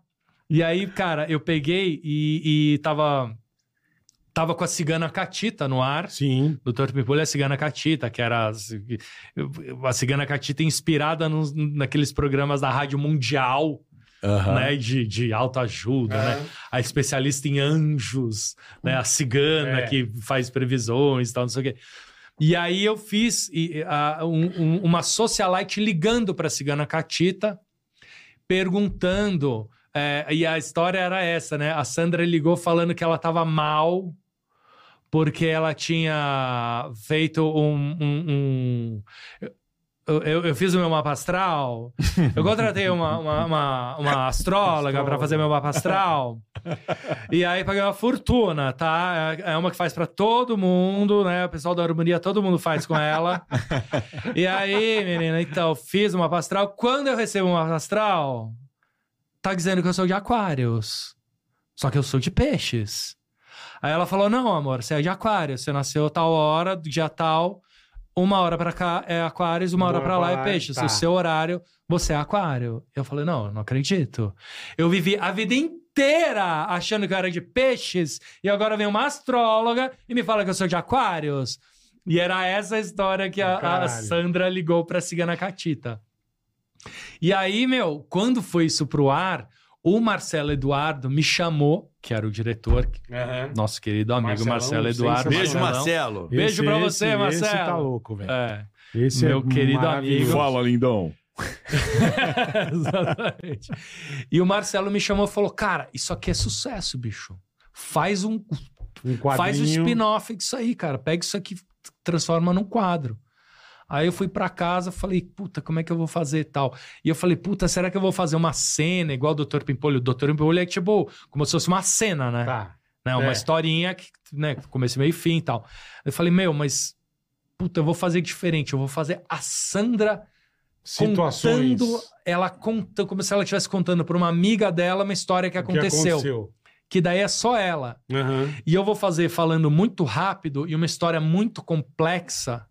Speaker 7: E aí, cara, eu peguei e, e tava. Tava com a cigana Catita no ar.
Speaker 5: Sim.
Speaker 7: Doutor Pipolho é a cigana Catita, que era a ci- a cigana Catita inspirada nos- naqueles programas da Rádio Mundial, né? De, de autoajuda, né? a especialista em anjos, né? A
Speaker 5: É.
Speaker 7: cigana que faz previsões e tal, não sei o quê. E aí eu fiz e, e, a, um- um- uma socialite ligando para a cigana Catita, perguntando. é, e a história era essa, né? A Sandra ligou falando que ela estava mal porque ela tinha feito um- um- um eu, eu- eu fiz o meu mapa astral. Eu contratei uma, uma, uma, uma astróloga para fazer meu mapa astral. E aí paguei uma fortuna, tá? É é uma que faz para todo mundo, né? O pessoal da harmonia, todo mundo faz com ela. E aí, menina, então, fiz o mapa astral. Quando eu recebo um mapa astral, tá dizendo que eu sou de aquários. Só que eu sou de peixes. Aí ela falou: não, amor, você é de aquário, você nasceu tal hora, dia tal. Uma hora pra cá é aquários, uma hora pra lá é peixes.
Speaker 5: tá.
Speaker 7: O seu horário, você é aquário. Eu falei, não, eu não acredito. Eu vivi a vida inteira inteira achando que eu era de peixes e agora vem uma astróloga e me fala que eu sou de aquários. E era essa a história que a- a,
Speaker 5: Caralho.
Speaker 7: Sandra ligou pra Cigana Catita. E aí, meu, quando foi isso pro ar, o Marcelo Eduardo me chamou, que era o diretor, que-
Speaker 5: Aham.
Speaker 7: nosso querido amigo
Speaker 5: Marcelão,
Speaker 7: Marcelo Eduardo.
Speaker 5: sensacional.
Speaker 6: Beijo, Marcelo.
Speaker 7: Beijo pra você,
Speaker 5: Esse
Speaker 7: Marcelo.
Speaker 5: tá louco, velho.
Speaker 7: É. [LAUGHS]
Speaker 5: Esse
Speaker 7: Meu querido
Speaker 4: É.
Speaker 5: maravilhoso.
Speaker 7: amigo.
Speaker 4: Fala, lindão.
Speaker 7: Exatamente. E o Marcelo me chamou e falou: Cara, isso aqui é sucesso, bicho. Faz um,
Speaker 5: Um quadrinho.
Speaker 7: faz um spin-off disso aí, cara. Pega isso aqui, transforma num quadro. Aí eu fui pra casa, falei, puta, como é que eu vou fazer e tal? E eu falei, puta, será que eu vou fazer uma cena igual o Dr. Pimpolho? O Dr. Pimpolho é tipo, como se fosse uma cena, né?
Speaker 5: Tá.
Speaker 7: né? Uma
Speaker 5: É.
Speaker 7: historinha que, né, começo, meio e fim e tal. Eu falei, meu, mas puta, eu vou fazer diferente, eu vou fazer a Sandra
Speaker 5: Situações.
Speaker 7: contando, ela conta, como se ela estivesse contando para uma amiga dela uma história que
Speaker 5: O
Speaker 7: aconteceu, que
Speaker 5: aconteceu.
Speaker 7: daí é só ela.
Speaker 5: Aham.
Speaker 7: E eu vou fazer falando muito rápido e uma história muito complexa,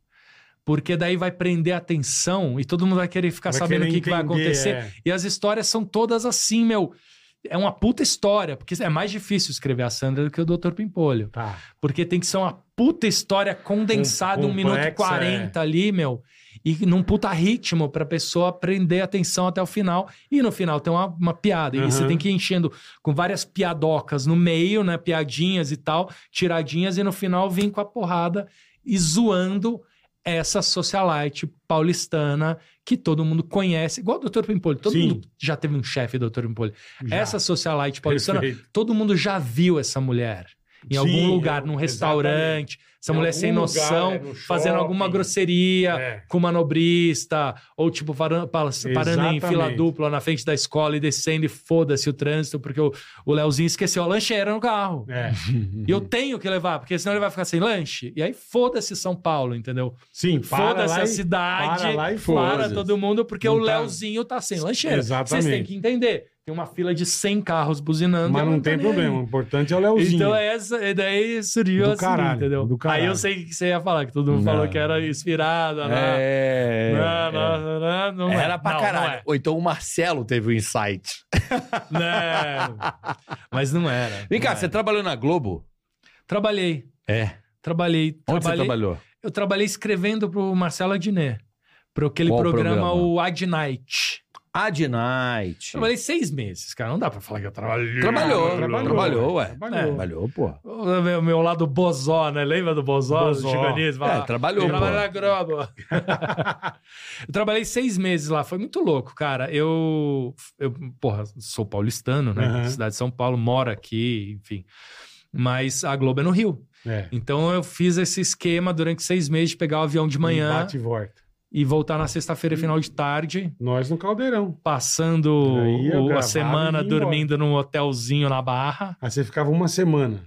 Speaker 7: porque daí vai prender a atenção e todo mundo vai querer ficar
Speaker 5: Vai
Speaker 7: sabendo o
Speaker 5: querer
Speaker 7: que, que vai
Speaker 5: entender,
Speaker 7: acontecer.
Speaker 5: é.
Speaker 7: E as histórias são todas assim, meu. É uma puta história, porque é mais difícil escrever a Sandra do que o Dr. Pimpolho.
Speaker 5: Tá.
Speaker 7: Porque tem que ser uma puta história condensada,
Speaker 5: Com-
Speaker 7: um, minuto e
Speaker 5: complexa, é.
Speaker 7: 40 ali, meu. E num puta ritmo pra pessoa prender atenção até o final. E no final tem uma, uma piada.
Speaker 5: Uhum.
Speaker 7: E você tem que ir enchendo com várias piadocas no meio, né? Piadinhas e tal, tiradinhas. E no final vim com a porrada e zoando essa socialite paulistana que todo mundo conhece. Igual o Dr. Pimpolho. Todo
Speaker 5: Sim.
Speaker 7: mundo já teve um chefe, Dr. Pimpolho.
Speaker 5: Já.
Speaker 7: Essa socialite paulistana
Speaker 5: Perfeito.
Speaker 7: todo mundo já viu essa mulher em
Speaker 5: Sim,
Speaker 7: algum lugar,
Speaker 5: é,
Speaker 7: num restaurante, essa
Speaker 5: Em
Speaker 7: mulher
Speaker 5: algum
Speaker 7: sem
Speaker 5: lugar,
Speaker 7: noção,
Speaker 5: é, no
Speaker 7: fazendo alguma
Speaker 5: shopping.
Speaker 7: grosseria
Speaker 5: É.
Speaker 7: com manobrista, ou tipo paran- pa- parando, em
Speaker 5: Exatamente.
Speaker 7: fila dupla na frente da escola e descendo e foda-se o trânsito, porque o, o Leozinho esqueceu a lancheira no carro.
Speaker 5: É.
Speaker 7: E eu tenho que levar, porque senão ele vai ficar sem lanche. E aí foda-se São Paulo, entendeu?
Speaker 5: Sim, para
Speaker 7: Foda-se
Speaker 5: lá
Speaker 7: a
Speaker 5: e-
Speaker 7: cidade,
Speaker 5: para lá e
Speaker 7: para
Speaker 5: foda-se.
Speaker 7: todo mundo, porque
Speaker 5: Não
Speaker 7: o
Speaker 5: tá-
Speaker 7: Leozinho tá sem lancheira.
Speaker 5: Exatamente.
Speaker 7: Vocês têm que entender. Tem uma fila de 100 carros buzinando.
Speaker 5: Mas
Speaker 7: e
Speaker 5: não
Speaker 7: tá
Speaker 5: tem
Speaker 7: nem aí.
Speaker 5: problema. O importante é o Leozinho.
Speaker 7: Então essa, e daí surgiu
Speaker 5: Do
Speaker 7: assim,
Speaker 5: caralho,
Speaker 7: entendeu?
Speaker 5: do caralho.
Speaker 7: Aí eu sei o que você ia falar, que todo mundo falou que era inspirada, né?
Speaker 6: É.
Speaker 7: Não, não, não, não, não é.
Speaker 6: Era pra
Speaker 7: Não,
Speaker 6: caralho. Ou então o Marcelo teve o
Speaker 9: um
Speaker 6: insight.
Speaker 7: Não, é. Não. Mas não era.
Speaker 6: Vem
Speaker 7: não é.
Speaker 6: cá,
Speaker 7: era.
Speaker 6: você tá- trabalhou na Globo?
Speaker 7: Trabalhei.
Speaker 6: É.
Speaker 7: Trabalhei.
Speaker 6: Onde você
Speaker 7: trabalhei-
Speaker 6: trabalhou?
Speaker 7: Eu trabalhei escrevendo pro Marcelo Adnet. Pro aquele
Speaker 6: Qual
Speaker 7: programa,
Speaker 6: programa?
Speaker 7: o Ad Night.
Speaker 6: Ad Night.
Speaker 7: Trabalhei seis meses, cara. Não dá pra falar que eu trabalhei.
Speaker 6: Trabalhou,
Speaker 5: Trabalhou.
Speaker 6: trabalhou, ué. É,
Speaker 5: Trabalhou.
Speaker 6: Trabalhou, pô.
Speaker 7: O meu, meu lado bozó, né? Lembra do bozó?
Speaker 5: Bozó.
Speaker 7: Do Chicanismo?
Speaker 6: É,
Speaker 7: lá?
Speaker 6: trabalhou,
Speaker 7: Eu
Speaker 6: pô.
Speaker 7: trabalhei na Globo. [LAUGHS] eu trabalhei seis meses lá, foi muito louco, cara. Eu, eu porra, sou paulistano, né?
Speaker 5: Aham.
Speaker 7: Cidade de São Paulo, moro aqui, enfim. Mas a Globo é no Rio.
Speaker 5: É.
Speaker 7: Então eu fiz esse esquema durante seis meses de pegar o avião de manhã
Speaker 5: Um Bate e volta.
Speaker 7: e voltar na sexta-feira, final de tarde,
Speaker 5: Nós no Caldeirão.
Speaker 7: passando
Speaker 5: Aí eu
Speaker 7: o-
Speaker 5: gravava
Speaker 7: a semana
Speaker 5: e ia embora.
Speaker 7: dormindo num hotelzinho na Barra.
Speaker 5: Aí você ficava uma semana.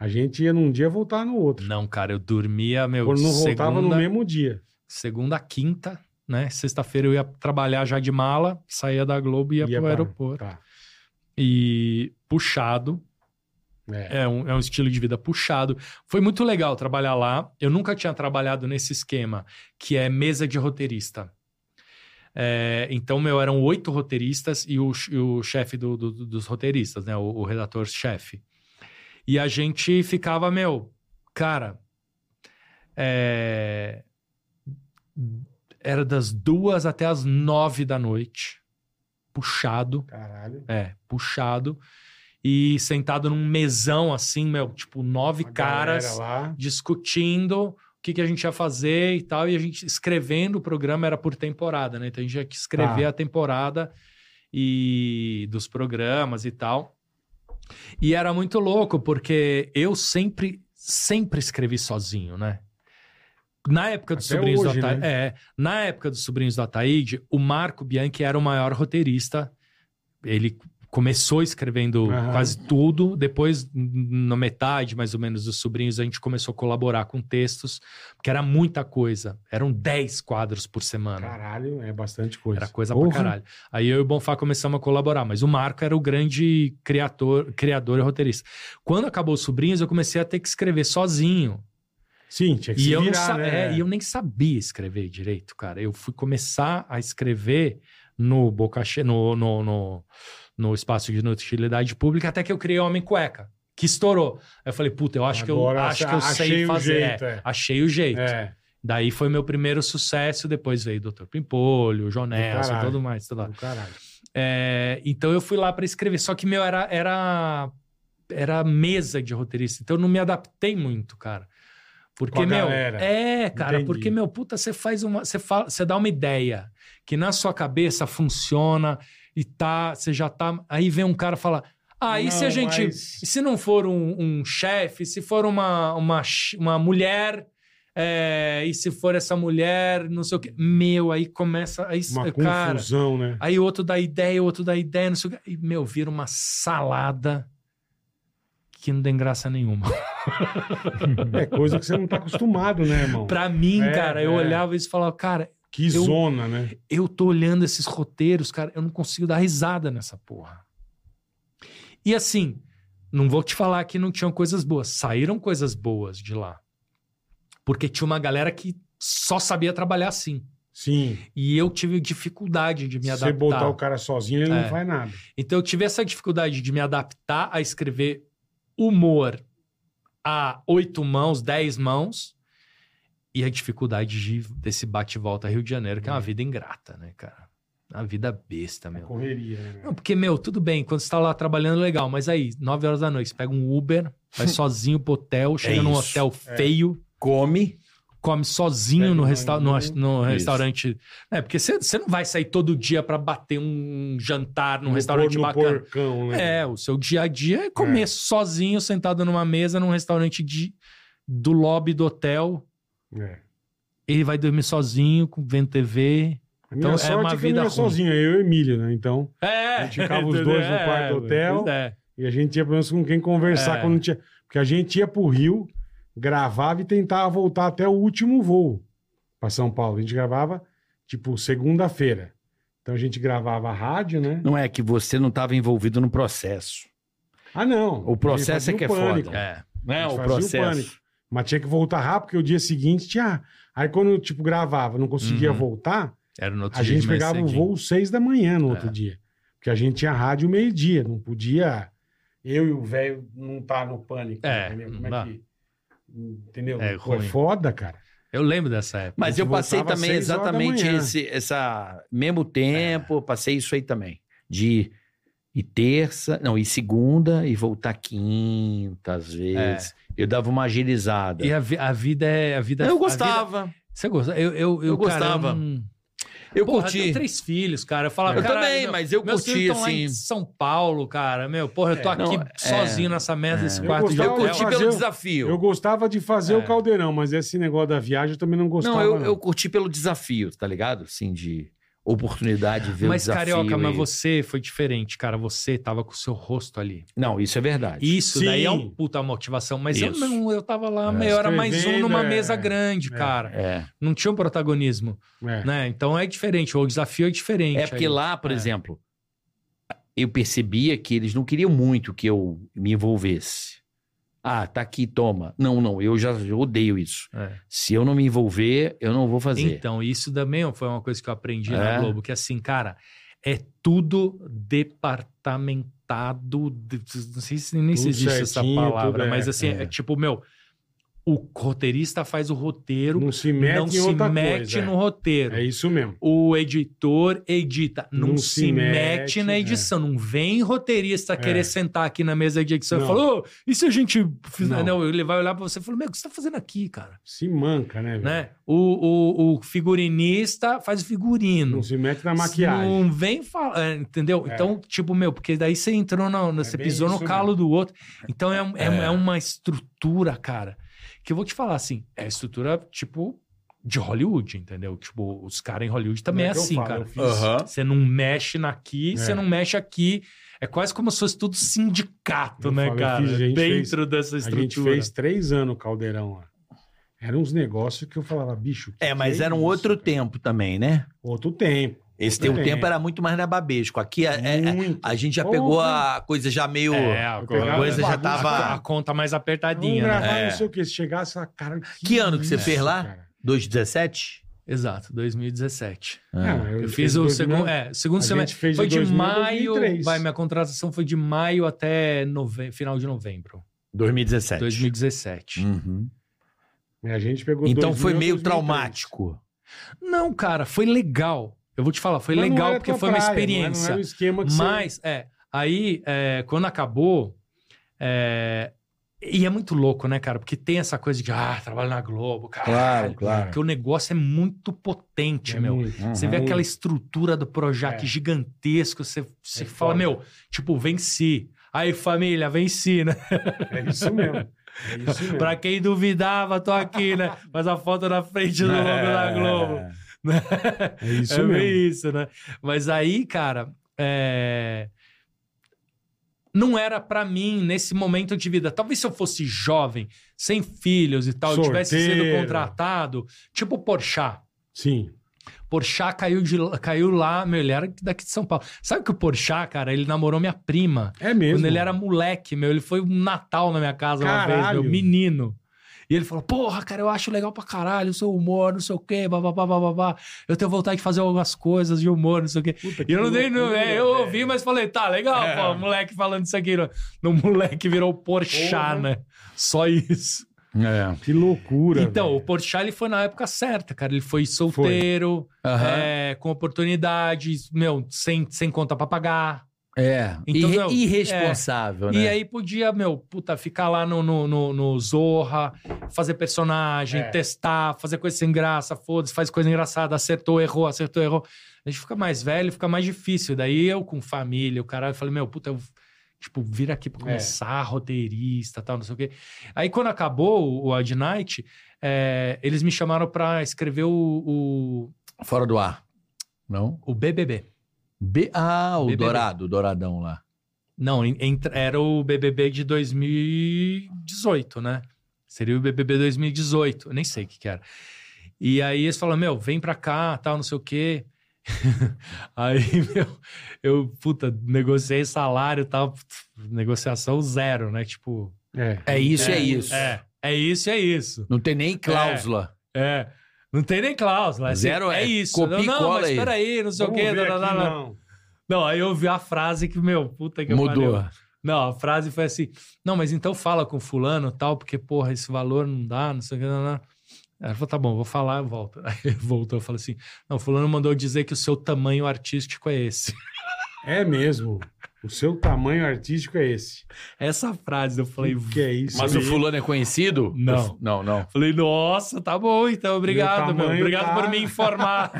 Speaker 5: A gente ia num dia e voltava no outro.
Speaker 7: Não, cara, eu dormia, meu,
Speaker 5: Quando não voltava no
Speaker 7: segunda-
Speaker 5: mesmo dia.
Speaker 7: segunda a quinta, né? Sexta-feira eu ia trabalhar já de mala, saía da Globo e ia, pro
Speaker 5: pra-
Speaker 7: aeroporto.
Speaker 5: Tá.
Speaker 7: E puxado,
Speaker 5: É.
Speaker 7: é um, é um estilo de vida puxado. Foi muito legal trabalhar lá. Eu nunca tinha trabalhado nesse esquema, que é mesa de roteirista. É, então, meu, eram oito roteiristas e o, ch- e o chefe do- do- do- dos roteiristas, né? O, o redator-chefe. E a gente ficava, meu, cara. é, era das duas até as nove da noite, puxado.
Speaker 5: Caralho.
Speaker 7: É, puxado. E sentado num mesão, assim, meu, tipo, nove
Speaker 5: Uma
Speaker 7: caras
Speaker 5: galera lá.
Speaker 7: discutindo o que, que a gente ia fazer e tal. E a gente escrevendo o programa era por temporada, né? Então a gente tinha que escrever
Speaker 5: Tá.
Speaker 7: a temporada e dos programas e tal. E era muito louco, porque eu sempre, sempre escrevi sozinho, né? Na época dos
Speaker 5: Até
Speaker 7: Sobrinhos
Speaker 5: hoje, né?
Speaker 7: do Ataíde, é, na época dos Sobrinhos do Ataíde, o Marco Bianchi era o maior roteirista. Ele começou escrevendo
Speaker 5: Aham.
Speaker 7: quase tudo. Depois, n- na metade, mais ou menos, dos sobrinhos, a gente começou a colaborar com textos, porque era muita coisa. Eram 10 quadros por semana.
Speaker 5: Caralho, é bastante coisa.
Speaker 7: Era coisa
Speaker 5: Porra.
Speaker 7: pra caralho. Aí eu e o Bonfá começamos a colaborar, mas o Marco era o grande criador, criador e roteirista. Quando acabou os sobrinhos, eu comecei a ter que escrever sozinho.
Speaker 5: Sim, tinha que
Speaker 7: E
Speaker 5: se
Speaker 7: eu, não
Speaker 5: virar,
Speaker 7: sa-
Speaker 5: né?
Speaker 7: é, e eu nem sabia escrever direito, cara. Eu fui começar a escrever no Boca Cheia, no, no, no, no espaço de inutilidade pública, até que eu criei o Homem Cueca, que estourou. Aí eu falei, puta, eu acho que eu,
Speaker 5: Agora
Speaker 7: acho que eu
Speaker 5: achei
Speaker 7: sei
Speaker 5: o
Speaker 7: fazer.
Speaker 5: jeito,
Speaker 7: É,
Speaker 5: é.
Speaker 7: Achei o jeito.
Speaker 5: É,
Speaker 7: Daí foi meu primeiro sucesso, depois veio o Dr. Pimpolho, o Jonelson e
Speaker 5: caralho.
Speaker 7: tudo mais. Tudo lá.
Speaker 5: do caralho.
Speaker 7: É, então eu fui lá pra escrever, só que meu era, era, era mesa de roteirista, então eu não me adaptei muito, cara.
Speaker 5: Com
Speaker 7: Porque,
Speaker 5: a
Speaker 7: meu.
Speaker 5: galera.
Speaker 7: É, cara,
Speaker 5: Entendi.
Speaker 7: porque, meu, puta, você faz uma. Você, fala, você dá uma ideia que na sua cabeça funciona e tá. Você já tá. Aí vem um cara falar. Aí se a
Speaker 5: Não,
Speaker 7: gente.
Speaker 5: mas-
Speaker 7: E se não for um, um chefe, se for uma, uma, ch- uma mulher, é, e se for essa mulher, não sei o quê. Meu, aí começa. Aí,
Speaker 5: Uma
Speaker 7: cara,
Speaker 5: confusão, né?
Speaker 7: aí outro dá ideia, outro dá ideia, não sei o quê. E, meu, vira uma salada que não tem graça nenhuma.
Speaker 5: [LAUGHS] É coisa que você não tá acostumado, né, irmão?
Speaker 7: pra mim,
Speaker 5: É,
Speaker 7: cara, eu
Speaker 5: é.
Speaker 7: olhava isso e falava, cara,
Speaker 5: Que
Speaker 7: eu-
Speaker 5: zona, né?
Speaker 7: eu tô olhando esses roteiros, cara, eu não consigo dar risada nessa porra. E assim, não vou te falar que não tinham coisas boas. Saíram coisas boas de lá. Porque tinha uma galera que só sabia trabalhar assim.
Speaker 5: Sim.
Speaker 7: E eu tive dificuldade de me
Speaker 5: Se
Speaker 7: adaptar.
Speaker 5: você botar o cara sozinho, ele não
Speaker 7: É.
Speaker 5: faz nada.
Speaker 7: Então eu tive essa dificuldade de me adaptar a escrever humor a oito mãos, dez mãos, e a dificuldade de- desse bate-volta Rio de Janeiro,
Speaker 5: Uhum.
Speaker 7: que é uma vida ingrata, né, cara? Uma vida besta, meu.
Speaker 5: Correria, né?
Speaker 7: Não, porque, meu, tudo bem, quando você tá lá trabalhando, legal, mas aí, nove horas da noite, você pega um Uber,
Speaker 5: [LAUGHS]
Speaker 7: vai sozinho pro hotel,
Speaker 5: É
Speaker 7: chega num
Speaker 6: isso.
Speaker 7: hotel feio,
Speaker 6: Come.
Speaker 7: come sozinho
Speaker 5: Pega
Speaker 7: no,
Speaker 5: um
Speaker 7: resta no,
Speaker 5: banho.
Speaker 7: no restaurante. É, porque você você não vai sair todo dia pra bater um jantar num
Speaker 5: No
Speaker 7: restaurante
Speaker 5: por- no
Speaker 7: bacana.
Speaker 5: porcão, né?
Speaker 7: É, o seu dia a dia é comer sozinho, sentado numa mesa, num restaurante de, do lobby do hotel.
Speaker 5: É.
Speaker 7: Ele vai dormir sozinho, com- vendo TV.
Speaker 5: A
Speaker 7: Então,
Speaker 5: minha
Speaker 7: é
Speaker 5: sorte
Speaker 7: uma
Speaker 5: é que eu
Speaker 7: vida
Speaker 5: não ia
Speaker 7: ruim.
Speaker 5: sozinho, eu e o Emílio, né? Então,
Speaker 7: É,
Speaker 5: A gente ficava os dois no quarto do hotel.
Speaker 7: pois É.
Speaker 5: e a gente tinha pelo menos com quem conversar
Speaker 7: É.
Speaker 5: quando tinha. Porque a gente ia pro Rio, gravava e tentava voltar até o último voo pra São Paulo. A gente gravava, tipo, segunda-feira. Então a gente gravava a rádio, né?
Speaker 6: Não é que você não estava envolvido no processo.
Speaker 5: Ah, não.
Speaker 6: O processo é que é
Speaker 5: pânico.
Speaker 6: foda.
Speaker 7: É.
Speaker 6: Não
Speaker 5: A
Speaker 6: é
Speaker 5: gente
Speaker 6: o
Speaker 5: fazia o
Speaker 6: processo.
Speaker 5: pânico. Mas tinha que voltar rápido, porque o dia seguinte tinha. Aí quando eu, tipo, gravava, não conseguia
Speaker 7: Uhum.
Speaker 5: voltar,
Speaker 7: Era no outro
Speaker 5: a
Speaker 7: dia de
Speaker 5: gente
Speaker 7: manhã
Speaker 5: pegava o
Speaker 7: cedinho.
Speaker 5: voo seis da manhã no outro
Speaker 7: É.
Speaker 5: dia. Porque a gente tinha rádio meio-dia, não podia. Eu e o velho não tá no pânico.
Speaker 7: É,
Speaker 5: entendeu?
Speaker 7: não
Speaker 5: Como é
Speaker 7: dá.
Speaker 5: que. Entendeu?
Speaker 7: É
Speaker 5: Pô,
Speaker 7: ruim.
Speaker 5: foda, cara.
Speaker 7: Eu lembro dessa época.
Speaker 6: Mas
Speaker 5: A
Speaker 6: eu
Speaker 5: gente
Speaker 6: passei
Speaker 5: voltava
Speaker 6: também
Speaker 5: às seis horas da
Speaker 6: exatamente
Speaker 5: manhã.
Speaker 6: esse essa mesmo tempo,
Speaker 7: É.
Speaker 6: eu passei isso aí também. De e terça, não, e segunda e voltar quinta às vezes. Eu dava uma agilizada.
Speaker 7: É. E a, vi- a vida é. A vida, a
Speaker 6: eu
Speaker 7: vida-
Speaker 6: gostava.
Speaker 7: Você gostava? Eu, eu, eu,
Speaker 6: Eu
Speaker 7: cara,
Speaker 6: gostava.
Speaker 7: não-
Speaker 6: Eu
Speaker 7: Porra,
Speaker 6: curti.
Speaker 7: tenho três filhos, cara. Eu falava,
Speaker 6: Eu
Speaker 7: "Caralho,
Speaker 6: também,
Speaker 7: meu,
Speaker 6: mas eu
Speaker 7: meus
Speaker 6: curti
Speaker 7: filhos tão lá em
Speaker 6: assim.
Speaker 7: São Paulo, cara. Meu, porra, eu tô
Speaker 6: É,
Speaker 7: aqui
Speaker 6: não, é.
Speaker 7: sozinho nessa merda, nesse
Speaker 5: Eu
Speaker 7: quarto de
Speaker 5: gostava
Speaker 6: Eu
Speaker 7: hotel.
Speaker 5: de
Speaker 6: curti
Speaker 5: fazer
Speaker 6: pelo
Speaker 5: o-
Speaker 6: desafio.
Speaker 5: Eu gostava de fazer
Speaker 7: É.
Speaker 5: o caldeirão, mas esse negócio da viagem eu também não gostava.
Speaker 6: não,
Speaker 7: né?
Speaker 6: eu, eu curti pelo desafio, tá ligado? Assim, de oportunidade de ver o um
Speaker 7: Mas,
Speaker 6: desafio.
Speaker 7: Carioca, mas
Speaker 6: e-
Speaker 7: você foi diferente, cara. Você tava com o seu rosto ali.
Speaker 6: Não, isso é verdade.
Speaker 7: Isso
Speaker 5: Sim.
Speaker 7: daí é uma puta motivação. Mas eu
Speaker 6: Isso.
Speaker 7: não, eu tava lá, mas eu era mais um
Speaker 5: Escrevendo,
Speaker 7: numa
Speaker 5: é.
Speaker 7: mesa grande,
Speaker 5: É.
Speaker 7: cara.
Speaker 6: É.
Speaker 7: Não tinha um protagonismo,
Speaker 5: É.
Speaker 7: né? Então é diferente, o desafio é diferente.
Speaker 6: É porque
Speaker 7: aí.
Speaker 6: lá, por
Speaker 7: É.
Speaker 6: exemplo, eu percebia que eles não queriam muito que eu me envolvesse. Ah, tá aqui, toma. Não, não, eu já eu odeio isso.
Speaker 7: É.
Speaker 6: Se eu não me envolver, eu não vou fazer.
Speaker 7: Então, isso também foi uma coisa que eu aprendi na
Speaker 6: É.
Speaker 7: Globo, que assim, cara, é tudo departamentado. de- Não sei se nem se
Speaker 5: Tudo
Speaker 7: existe
Speaker 5: certinho,
Speaker 7: essa palavra,
Speaker 5: tudo é,
Speaker 7: mas assim,
Speaker 5: é.
Speaker 7: é tipo, meu, o roteirista faz o roteiro,
Speaker 5: Não se mete
Speaker 7: não
Speaker 5: em
Speaker 7: se
Speaker 5: outra
Speaker 7: mete
Speaker 5: coisa.
Speaker 7: no
Speaker 5: é.
Speaker 7: roteiro.
Speaker 5: É isso mesmo.
Speaker 7: O editor edita, não, se, mete, na
Speaker 5: é.
Speaker 7: edição, não vem roteirista querer sentar aqui na mesa de edição
Speaker 5: Não.
Speaker 7: e falar, "Ô, e se a gente fizer?
Speaker 5: Não.
Speaker 7: Não. ele vai olhar pra você e falar, meu, o que você tá fazendo aqui, cara?
Speaker 5: Se manca, né, velho?
Speaker 7: Né? O, o, o figurinista faz o
Speaker 5: Não
Speaker 7: figurino.
Speaker 5: se mete na maquiagem.
Speaker 7: Não vem falar, é, entendeu?
Speaker 5: É.
Speaker 7: Então, tipo, meu, porque daí você entrou, na, você
Speaker 5: bem
Speaker 7: pisou no
Speaker 5: isso
Speaker 7: calo do outro. Então, é, um- é, é uma estrutura, cara, que eu vou te falar assim, é estrutura, tipo, de Hollywood, entendeu? Tipo, os caras em Hollywood também é,
Speaker 5: que eu
Speaker 7: assim,
Speaker 5: falo,
Speaker 7: cara.
Speaker 5: eu fiz.
Speaker 7: Você não mexe naqui,
Speaker 5: É.
Speaker 7: você não mexe aqui. É quase como se fosse tudo sindicato,
Speaker 5: Eu
Speaker 7: né,
Speaker 5: falo, eu
Speaker 7: cara?
Speaker 5: fiz, a gente
Speaker 7: Dentro dessa
Speaker 5: A
Speaker 7: estrutura.
Speaker 5: gente fez três anos o caldeirão lá. Eram uns negócios que eu falava, bicho. que
Speaker 6: É, mas
Speaker 5: que é
Speaker 6: era um
Speaker 5: isso,
Speaker 6: outro
Speaker 5: cara?
Speaker 6: tempo também, né?
Speaker 5: Outro tempo.
Speaker 6: Esse
Speaker 5: Outro
Speaker 6: teu tempo era muito mais na babesco. Aqui é- é-
Speaker 5: Muito.
Speaker 6: a gente já
Speaker 5: Porra.
Speaker 6: pegou a coisa já meio.
Speaker 7: É, a
Speaker 5: pegava
Speaker 6: coisa já
Speaker 7: a-
Speaker 6: tava-
Speaker 7: A, a conta mais apertadinha,
Speaker 5: Vamos
Speaker 7: né?
Speaker 5: gravar,
Speaker 6: É.
Speaker 5: não sei o que. Se chegasse, a cara.
Speaker 6: Que ano que você
Speaker 5: isso,
Speaker 6: fez lá?
Speaker 5: cara?
Speaker 6: 2,17?
Speaker 7: Exato, 2017.
Speaker 5: Ah,
Speaker 7: Eu,
Speaker 5: fiz
Speaker 7: fiz o
Speaker 5: dois
Speaker 7: segundo,
Speaker 5: mil-
Speaker 7: é, segundo
Speaker 5: a gente
Speaker 7: semestre.
Speaker 5: fez de
Speaker 7: foi de
Speaker 5: 2000 a
Speaker 7: maio.
Speaker 5: 2003.
Speaker 7: Vai, minha contratação foi de maio até nove- final de novembro.
Speaker 9: 2017.
Speaker 7: 2017.
Speaker 9: Uhum.
Speaker 5: A gente pegou
Speaker 9: Então
Speaker 5: 2000,
Speaker 9: foi meio
Speaker 5: 2003.
Speaker 9: traumático.
Speaker 7: Não, cara, foi legal. Eu vou te falar, foi
Speaker 5: Mas não
Speaker 7: legal
Speaker 5: era
Speaker 7: porque
Speaker 5: tua
Speaker 7: foi uma
Speaker 5: praia, não era- Não
Speaker 7: experiência.
Speaker 5: era um esquema que
Speaker 7: Mas, é, aí, é, quando acabou, é, e é muito louco, né, cara? Porque tem essa coisa de, ah, trabalho na Globo, cara.
Speaker 9: claro.
Speaker 7: Porque o negócio é muito potente,
Speaker 5: você...
Speaker 7: meu.
Speaker 9: Uhum.
Speaker 7: Você vê
Speaker 5: Uhum.
Speaker 7: aquela estrutura do Projac
Speaker 5: É.
Speaker 7: gigantesco, você, você
Speaker 5: É
Speaker 7: fala,
Speaker 5: foda.
Speaker 7: meu, tipo, venci. Aí, família, venci, né?
Speaker 5: É isso mesmo. É isso mesmo.
Speaker 7: pra quem duvidava, tô aqui, né? Mas a foto na frente do logo da Globo. né?
Speaker 5: É isso
Speaker 7: é
Speaker 5: mesmo.
Speaker 7: bem isso, né? Mas aí, cara, é, não era pra mim nesse momento de vida. Talvez se eu fosse jovem, sem filhos e tal, eu tivesse sido
Speaker 5: Sorteiro.
Speaker 7: contratado, tipo Porchat.
Speaker 5: Sim.
Speaker 7: Porchat caiu, de, caiu lá, meu, ele era daqui de São Paulo. Sabe que o Porchat, cara, ele namorou minha prima.
Speaker 5: É mesmo.
Speaker 7: Quando ele era moleque, meu, ele foi um Natal na minha casa uma vez,
Speaker 5: Caralho.
Speaker 7: meu, menino. E ele falou, porra, cara, eu acho legal pra caralho o seu humor, não sei o quê, bababá, bababá. Eu tenho vontade de fazer algumas coisas de humor, não sei o quê.
Speaker 5: Puta, que
Speaker 7: E eu não dei, não,
Speaker 5: loucura,
Speaker 7: é, eu
Speaker 5: velho.
Speaker 7: ouvi, mas falei, tá, legal,
Speaker 5: É.
Speaker 7: pô, moleque falando isso aqui. No, no moleque virou
Speaker 5: Porra.
Speaker 7: Porchat, né? Só isso.
Speaker 9: É.
Speaker 5: Que loucura.
Speaker 7: Então, o
Speaker 5: velho.
Speaker 7: Porchat, ele foi na época certa, cara. Ele foi solteiro,
Speaker 9: Aham.
Speaker 7: é, com oportunidades, meu, sem, sem conta pra pagar.
Speaker 9: É.
Speaker 7: Então,
Speaker 9: Irre-
Speaker 7: não,
Speaker 9: irresponsável, né?
Speaker 7: E aí podia, meu, puta, ficar lá no, no, no, no Zorra, fazer personagem,
Speaker 5: É.
Speaker 7: testar, fazer coisa sem graça, foda-se, faz coisa engraçada, acertou, errou, acertou, errou. A gente fica mais velho, fica mais difícil. Daí eu com família, o caralho, falei, meu, puta, eu, tipo, vir aqui pra
Speaker 5: É.
Speaker 7: começar, roteirista, tal, não sei o quê. Aí quando acabou o Ad Night, é, eles me chamaram pra escrever o,
Speaker 9: Fora do ar. Não?
Speaker 7: o, o BBB.
Speaker 9: B... Ah, o
Speaker 7: BBB.
Speaker 9: dourado, o douradão lá.
Speaker 7: Não, en- entra- era o BBB de 2018, né? Seria o BBB 2018, eu nem sei o que, que era. E aí eles falaram, meu, vem pra cá, tal, não sei o quê. [LAUGHS] aí, [LAUGHS] meu, eu, puta, negociei salário e tal, putz, negociação zero, né? Tipo...
Speaker 5: É.
Speaker 9: É isso, é, isso.
Speaker 7: É, é isso, é isso.
Speaker 9: Não tem nem cláusula.
Speaker 7: É, não tem nem cláusula. é assim,
Speaker 9: Zero
Speaker 7: é,
Speaker 9: é,
Speaker 7: isso.
Speaker 9: copia e
Speaker 7: não,
Speaker 9: cola
Speaker 7: mas
Speaker 9: aí.
Speaker 7: peraí, não sei
Speaker 5: Vamos
Speaker 7: o quê.
Speaker 5: ver
Speaker 7: Não,
Speaker 5: aqui, né?
Speaker 7: não, não.
Speaker 5: não.
Speaker 7: não, aí eu vi a frase que, meu, puta que pariu.
Speaker 9: Mudou.
Speaker 7: Não, a frase foi assim: não, mas então fala com fulano tal, porque, porra, esse valor não dá, não sei o que. Não, não. Ela falou: tá bom, vou falar, eu volto. [LAUGHS] Aí voltou, eu falei assim: não, fulano mandou dizer que o seu tamanho artístico é esse. [LAUGHS]
Speaker 5: É mesmo. O seu tamanho artístico é esse.
Speaker 7: Essa frase eu falei,
Speaker 5: O que é isso?
Speaker 9: Mas o
Speaker 5: mesmo?
Speaker 9: fulano é conhecido?
Speaker 7: Não.
Speaker 9: O- Não,
Speaker 7: [LAUGHS]
Speaker 9: não.
Speaker 7: falei, nossa, tá bom, então, obrigado, meu.
Speaker 5: tamanho
Speaker 7: Obrigado
Speaker 5: tá-
Speaker 7: por me informar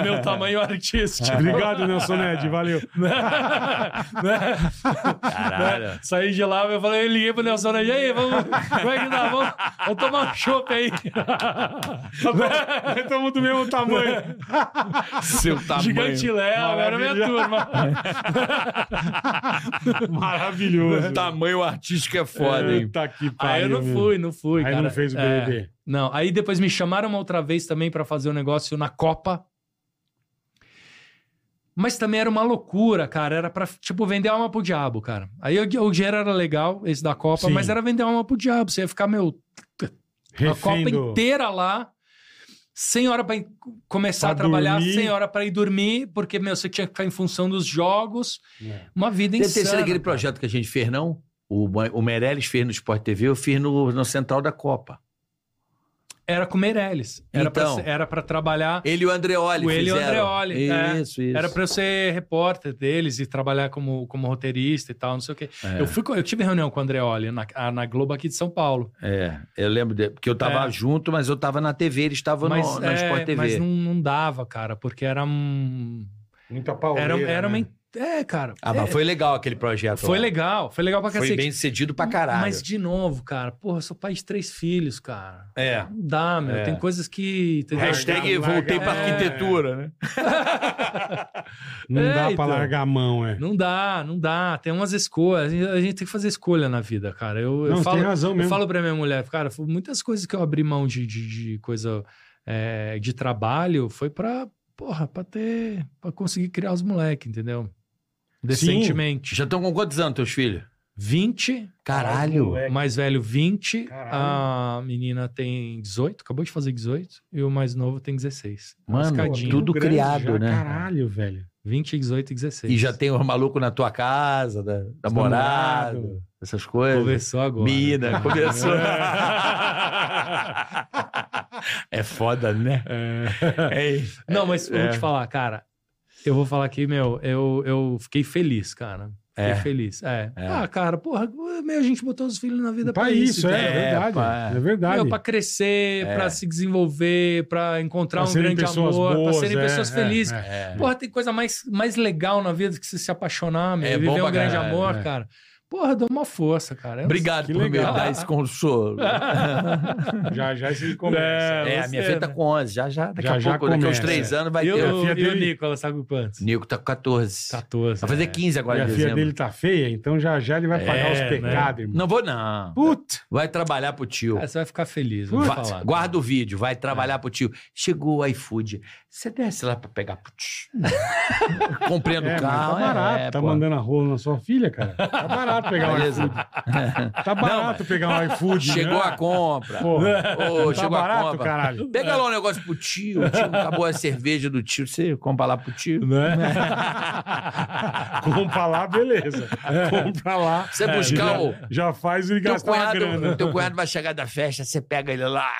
Speaker 7: o meu tamanho artístico.
Speaker 5: [LAUGHS] Obrigado, Nelson Ned. Valeu.
Speaker 7: Né? [LAUGHS] Né?
Speaker 9: Caralho.
Speaker 7: Saí de lá, eu falei, eu liguei pro Nelson, né? e aí, vamos, como é que dá? Vamos, vamos tomar um
Speaker 5: [LAUGHS]
Speaker 7: chopp aí. [LAUGHS]
Speaker 5: Tá
Speaker 7: Né?
Speaker 5: Estamos do mesmo tamanho.
Speaker 9: Seu tamanho.
Speaker 7: Gigante Léo, agora é minha turma.
Speaker 9: [LAUGHS]
Speaker 5: Maravilhoso.
Speaker 9: Tamanho artístico é foda, hein?
Speaker 5: Puta que
Speaker 7: Aí
Speaker 5: pariu,
Speaker 7: eu não
Speaker 5: meu.
Speaker 7: fui, não fui,
Speaker 5: Aí
Speaker 7: cara.
Speaker 5: não fez o
Speaker 7: É,
Speaker 5: BBB.
Speaker 7: não, aí depois me chamaram uma outra vez também pra fazer um negócio na Copa. Mas também era uma loucura, cara. Era pra, tipo, vender alma pro diabo, cara. Aí o, o dinheiro era legal, esse da Copa,
Speaker 5: Sim.
Speaker 7: mas era vender alma pro diabo. Você ia ficar, meu, a Copa
Speaker 5: Refém do-
Speaker 7: inteira lá, sem hora pra en- começar
Speaker 5: Pra
Speaker 7: a trabalhar,
Speaker 5: dormir.
Speaker 7: sem hora pra ir dormir, porque, meu, você tinha que ficar em função dos jogos.
Speaker 5: É.
Speaker 7: Uma vida
Speaker 9: Deve ter sido
Speaker 7: insana.
Speaker 9: aquele projeto que a gente fez, não? O, Ma- o Meirelles fez no Sport TV, eu fiz no, no Central da Copa.
Speaker 7: Era com o Meirelles. Era pra
Speaker 9: Então.
Speaker 7: ser- era pra trabalhar...
Speaker 9: Ele e o Andreoli
Speaker 7: O ele e o
Speaker 9: fizeram.
Speaker 7: Andreoli, é.
Speaker 9: Isso, isso.
Speaker 7: Era pra eu ser repórter deles e trabalhar como, como roteirista e tal, não sei o quê.
Speaker 9: É.
Speaker 7: Eu, fui, co- eu tive reunião com o Andreoli na, a- na Globo aqui de São Paulo.
Speaker 9: É, eu lembro, de, porque eu tava
Speaker 7: É.
Speaker 9: junto, mas eu tava na TV, eles estavam
Speaker 7: Mas,
Speaker 9: no- na
Speaker 7: é,
Speaker 9: Sport TV.
Speaker 7: mas não, não dava, cara, porque era um.
Speaker 5: Muita pauleira,
Speaker 7: Era, um-
Speaker 5: né?
Speaker 7: era uma. in- É, cara.
Speaker 9: Ah, mas
Speaker 7: é,
Speaker 9: foi legal aquele projeto.
Speaker 7: foi
Speaker 9: lá.
Speaker 7: legal. Foi legal pra
Speaker 9: Foi
Speaker 7: cacete.
Speaker 9: bem cedido pra caralho.
Speaker 7: Mas, de novo, cara, porra, eu sou pai de três filhos, cara.
Speaker 9: É.
Speaker 7: Não dá, meu.
Speaker 9: É.
Speaker 7: Tem coisas que. entendeu?
Speaker 9: Hashtag
Speaker 5: Larga,
Speaker 9: voltei
Speaker 5: larga.
Speaker 9: pra
Speaker 7: é.
Speaker 9: arquitetura, né?
Speaker 5: Não dá
Speaker 7: É,
Speaker 5: pra
Speaker 7: então.
Speaker 5: largar a mão, é.
Speaker 7: Não dá, não dá. Tem umas escolhas. A gente, a gente tem que fazer escolha na vida, cara. Eu, eu
Speaker 5: Não, você
Speaker 7: falo,
Speaker 5: tem razão mesmo.
Speaker 7: Eu falo pra minha mulher, cara, foi muitas coisas que eu abri mão de, de, de coisa é, de trabalho foi pra, porra, pra ter. pra conseguir criar os moleques, entendeu? Decentemente.
Speaker 9: Já estão com quantos anos, teus filhos?
Speaker 7: 20,
Speaker 6: Caralho.
Speaker 5: Moleque.
Speaker 7: mais velho 20,
Speaker 5: Caralho.
Speaker 7: a menina tem 18, acabou de fazer 18, e o mais novo tem 16.
Speaker 6: Mano,
Speaker 7: Mascadinho.
Speaker 6: tudo
Speaker 5: grande
Speaker 6: criado,
Speaker 5: já,
Speaker 6: né?
Speaker 5: Caralho, velho.
Speaker 7: 20, 18 e 16.
Speaker 6: E já tem o maluco na tua casa, da, namorado,
Speaker 5: Namorado.
Speaker 6: essas coisas.
Speaker 7: Conversou né? agora. [LAUGHS]
Speaker 6: Mina, começou. é foda, né? É.
Speaker 7: Não, mas eu vou te falar, cara. Eu vou falar aqui, meu, eu, eu fiquei feliz, cara. Fiquei
Speaker 6: É.
Speaker 7: feliz. É.
Speaker 6: É.
Speaker 7: Ah, cara, porra, meu, a gente botou os filhos na vida pra,
Speaker 5: Pra isso, é,
Speaker 7: cara.
Speaker 6: É,
Speaker 5: verdade.
Speaker 6: pá.
Speaker 5: É verdade.
Speaker 7: Meu, pra crescer,
Speaker 6: É.
Speaker 7: pra se desenvolver, pra encontrar
Speaker 5: Pra
Speaker 7: um
Speaker 5: serem
Speaker 7: grande amor,
Speaker 5: pessoas
Speaker 7: pra
Speaker 5: boas,
Speaker 7: serem
Speaker 5: é,
Speaker 7: pessoas
Speaker 5: é,
Speaker 7: felizes.
Speaker 5: é.
Speaker 6: É.
Speaker 7: Porra, tem coisa mais, mais legal na vida do que você se apaixonar, meu,
Speaker 6: É
Speaker 7: e
Speaker 6: bom
Speaker 7: viver
Speaker 6: pra
Speaker 7: um grande
Speaker 6: caralho,
Speaker 7: amor,
Speaker 5: é.
Speaker 7: cara. Porra, dá uma força, cara. Eu não [LAUGHS]
Speaker 6: Obrigado
Speaker 5: Que
Speaker 6: por
Speaker 5: legal.
Speaker 6: me dar esse consolo.
Speaker 5: [LAUGHS]
Speaker 7: É,
Speaker 5: Já, já
Speaker 7: [LAUGHS]
Speaker 5: se começa.
Speaker 6: É, a minha filha tá com 11, já, já, daqui
Speaker 5: Já,
Speaker 6: a
Speaker 5: já
Speaker 6: pouco, daqui a uns
Speaker 5: começa,
Speaker 6: 3 anos vai
Speaker 7: E
Speaker 6: ter. um
Speaker 5: Eu-
Speaker 7: o,
Speaker 5: filha
Speaker 7: e o
Speaker 5: dele-
Speaker 7: Nicolas tá com quantos?
Speaker 6: Nico tá com 14. Vai
Speaker 7: 14.
Speaker 6: né? fazer
Speaker 7: né?
Speaker 6: 15 agora
Speaker 5: E
Speaker 6: em
Speaker 5: a filha
Speaker 6: dezembro.
Speaker 5: dele tá feia, então já já ele vai pagar
Speaker 7: É,
Speaker 5: os pecados, irmão.
Speaker 6: Não vou, não.
Speaker 5: Puta!
Speaker 6: Vai trabalhar pro tio.
Speaker 5: É,
Speaker 7: Cara, É, você vai ficar feliz, vou
Speaker 6: Va-
Speaker 7: te falar.
Speaker 6: Guarda o vídeo, vai trabalhar pro tio. Chegou o iFood. Você desce lá pra pegar
Speaker 5: [LAUGHS]
Speaker 6: pro tio. Comprando
Speaker 5: É,
Speaker 6: o
Speaker 5: mas
Speaker 6: carro.
Speaker 5: tá barato.
Speaker 6: é,
Speaker 5: tá
Speaker 6: pô.
Speaker 5: mandando a rola na sua filha, cara. Tá barato pegar um
Speaker 6: Beleza. [LAUGHS]
Speaker 5: iFood. Tá barato pegar um iFood.
Speaker 6: Chegou a compra.
Speaker 5: Pô,
Speaker 6: Ô,
Speaker 5: tá
Speaker 6: chegou a
Speaker 5: barato,
Speaker 6: compra.
Speaker 5: caralho.
Speaker 6: Pega lá um negócio pro tio, tio, acabou a cerveja do tio, você compra lá pro tio.
Speaker 5: [LAUGHS] Compra lá, beleza. Compra lá.
Speaker 6: Você buscar
Speaker 5: Ah, é, já,
Speaker 6: o-
Speaker 5: Já faz ele
Speaker 6: Teu
Speaker 5: gastar uma grana.
Speaker 6: cunhado, teu cunhado vai chegar da festa, você pega ele lá.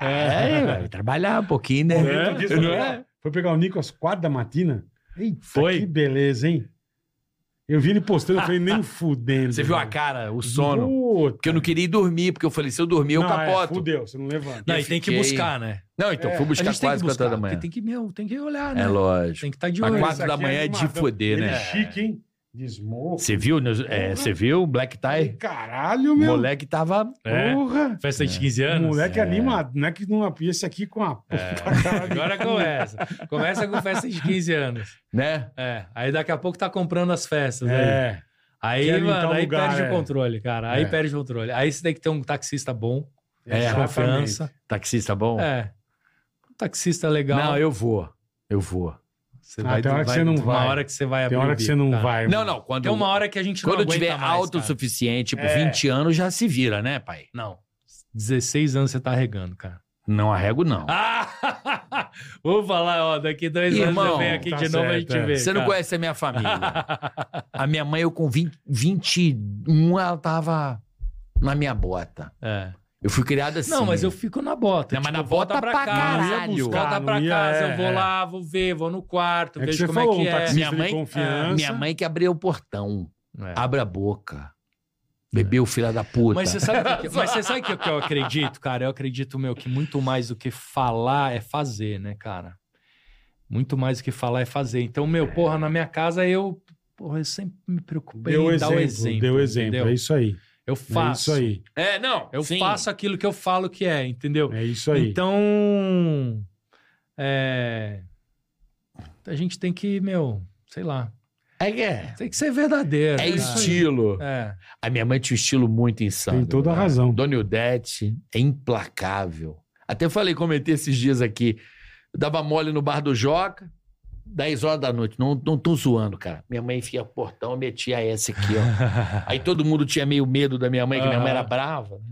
Speaker 6: É, vai trabalhar um pouquinho, né?
Speaker 5: Né? Não é? Foi pegar o Nico às quatro da matina. Eita,
Speaker 7: Foi.
Speaker 5: que beleza, hein? Eu vi ele postando, eu falei,
Speaker 6: [LAUGHS]
Speaker 5: nem fudendo.
Speaker 6: Você viu a
Speaker 5: velho.
Speaker 6: cara, o sono.
Speaker 5: Puta.
Speaker 7: É.
Speaker 6: Porque eu não queria ir dormir, porque eu falei, se eu dormir, eu
Speaker 5: Não, é,
Speaker 6: capoto.
Speaker 5: fudeu, você não levanta.
Speaker 7: Não, e
Speaker 6: Eu
Speaker 7: tem que
Speaker 6: fiquei-
Speaker 7: buscar, né?
Speaker 6: Não, então, fui
Speaker 7: a
Speaker 6: buscar
Speaker 7: gente tem que
Speaker 6: quase 4
Speaker 7: buscar,
Speaker 6: horas da
Speaker 7: porque
Speaker 6: manhã.
Speaker 7: tem que, meu, tem que olhar, né?
Speaker 6: É lógico.
Speaker 7: Tem que estar de
Speaker 6: Mas
Speaker 7: olho. tá
Speaker 6: quase- quatro
Speaker 5: Esse
Speaker 6: da
Speaker 5: aqui
Speaker 6: manhã é
Speaker 5: animadão.
Speaker 6: de fuder,
Speaker 5: Ele
Speaker 6: né?
Speaker 5: é chique, hein? De smoke.
Speaker 6: Você viu, né? É, você viu o Black Tie?
Speaker 5: Caralho,
Speaker 6: O
Speaker 5: meu.
Speaker 6: moleque tava.
Speaker 7: É.
Speaker 5: Porra.
Speaker 7: Festa de 15 anos. É.
Speaker 5: Moleque animado. Não é que não apia esse aqui com a
Speaker 6: É.
Speaker 5: puta cara.
Speaker 7: Agora começa. Começa com festa de 15 anos.
Speaker 6: Né?
Speaker 7: É. Aí daqui a pouco tá comprando as festas. aí.
Speaker 5: É.
Speaker 7: Aí,
Speaker 5: Quer limpar
Speaker 7: mano,
Speaker 5: o
Speaker 7: aí
Speaker 5: lugar,
Speaker 7: perde
Speaker 5: é.
Speaker 7: o controle, cara. Aí
Speaker 5: É.
Speaker 7: perde o controle. Aí você tem que ter um taxista bom,
Speaker 6: É,
Speaker 7: de confiança.
Speaker 6: Taxista bom?
Speaker 7: É. Um taxista legal.
Speaker 6: Não, eu vou. Eu vou.
Speaker 7: Você
Speaker 5: Ah, tem hora que você não
Speaker 7: Uma
Speaker 5: vai.
Speaker 7: hora que você vai
Speaker 5: Tem
Speaker 7: abrir
Speaker 5: hora
Speaker 7: o
Speaker 5: que
Speaker 7: bico,
Speaker 5: você não
Speaker 7: cara.
Speaker 5: vai.
Speaker 6: é Não,
Speaker 5: mano.
Speaker 6: não. Quando,
Speaker 7: Tem uma hora que a gente
Speaker 6: quando
Speaker 7: não
Speaker 6: eu tiver
Speaker 7: aguenta mais,
Speaker 6: alto o
Speaker 7: cara.
Speaker 6: suficiente, tipo,
Speaker 5: É.
Speaker 6: 20 anos já se vira, né, pai?
Speaker 7: Não. 16 anos você tá regando, cara.
Speaker 6: Não arrego, não.
Speaker 5: [LAUGHS]
Speaker 7: Ah! Vou falar, ó, daqui dois anos
Speaker 6: Irmão,
Speaker 7: você vem aqui
Speaker 5: tá
Speaker 7: de novo a gente
Speaker 5: certo, é.
Speaker 7: vê.
Speaker 6: Você não
Speaker 7: cara.
Speaker 6: conhece a minha
Speaker 7: [LAUGHS]
Speaker 6: família. a minha mãe, eu com 20, 21, ela tava na minha bota.
Speaker 7: É.
Speaker 6: Eu fui criado assim.
Speaker 7: Não, mas eu fico na bota.
Speaker 6: Não, mas
Speaker 7: tipo,
Speaker 6: na
Speaker 7: volta
Speaker 6: bota pra
Speaker 7: casa,
Speaker 6: caralho.
Speaker 7: Volta
Speaker 5: Não
Speaker 7: pra
Speaker 5: ia,
Speaker 7: casa,
Speaker 5: é,
Speaker 7: eu vou
Speaker 5: é.
Speaker 7: lá, vou ver, vou no quarto,
Speaker 5: É que
Speaker 7: vejo
Speaker 5: você
Speaker 7: como
Speaker 5: falou,
Speaker 7: é
Speaker 5: um
Speaker 7: que é.
Speaker 5: taxista
Speaker 6: Minha
Speaker 5: de
Speaker 6: mãe-
Speaker 5: confiança.
Speaker 6: Minha mãe que abriu o portão.
Speaker 7: É.
Speaker 6: Abre a boca. Bebeu, filha da puta.
Speaker 7: Mas você
Speaker 5: [LAUGHS]
Speaker 7: sabe o que, que- mas você sabe que, o que eu acredito, cara? Eu acredito, meu, que muito mais do que falar é fazer, né, cara? Muito mais do que falar é fazer. Então, meu, porra, na minha casa eu, porra, eu sempre me preocupei
Speaker 5: Deu
Speaker 7: em dar o
Speaker 5: exemplo,
Speaker 7: exemplo.
Speaker 5: deu exemplo.
Speaker 7: entendeu?
Speaker 5: É isso aí.
Speaker 7: Eu
Speaker 5: É
Speaker 7: faço.
Speaker 5: isso aí.
Speaker 6: É, não.
Speaker 7: Eu
Speaker 6: sim.
Speaker 7: faço aquilo que eu falo que é, entendeu?
Speaker 5: É isso aí. [LAUGHS]
Speaker 7: Então, é, a gente tem que, meu, sei lá,
Speaker 6: É que é.
Speaker 7: tem que ser verdadeiro.
Speaker 6: É
Speaker 7: cara.
Speaker 6: estilo.
Speaker 7: É.
Speaker 6: A minha mãe tinha um estilo muito insano.
Speaker 5: Tem toda a
Speaker 6: né?
Speaker 5: razão.
Speaker 6: Dona Ildete é implacável. Até falei, comentei esses dias aqui. Eu dava mole no bar do Joca, 10 horas da noite. Não, não tô zoando, cara. Minha mãe enfia o portão, metia essa aqui, ó. Aí todo mundo tinha meio medo da minha mãe, que minha mãe era
Speaker 7: Aham.
Speaker 6: brava. né?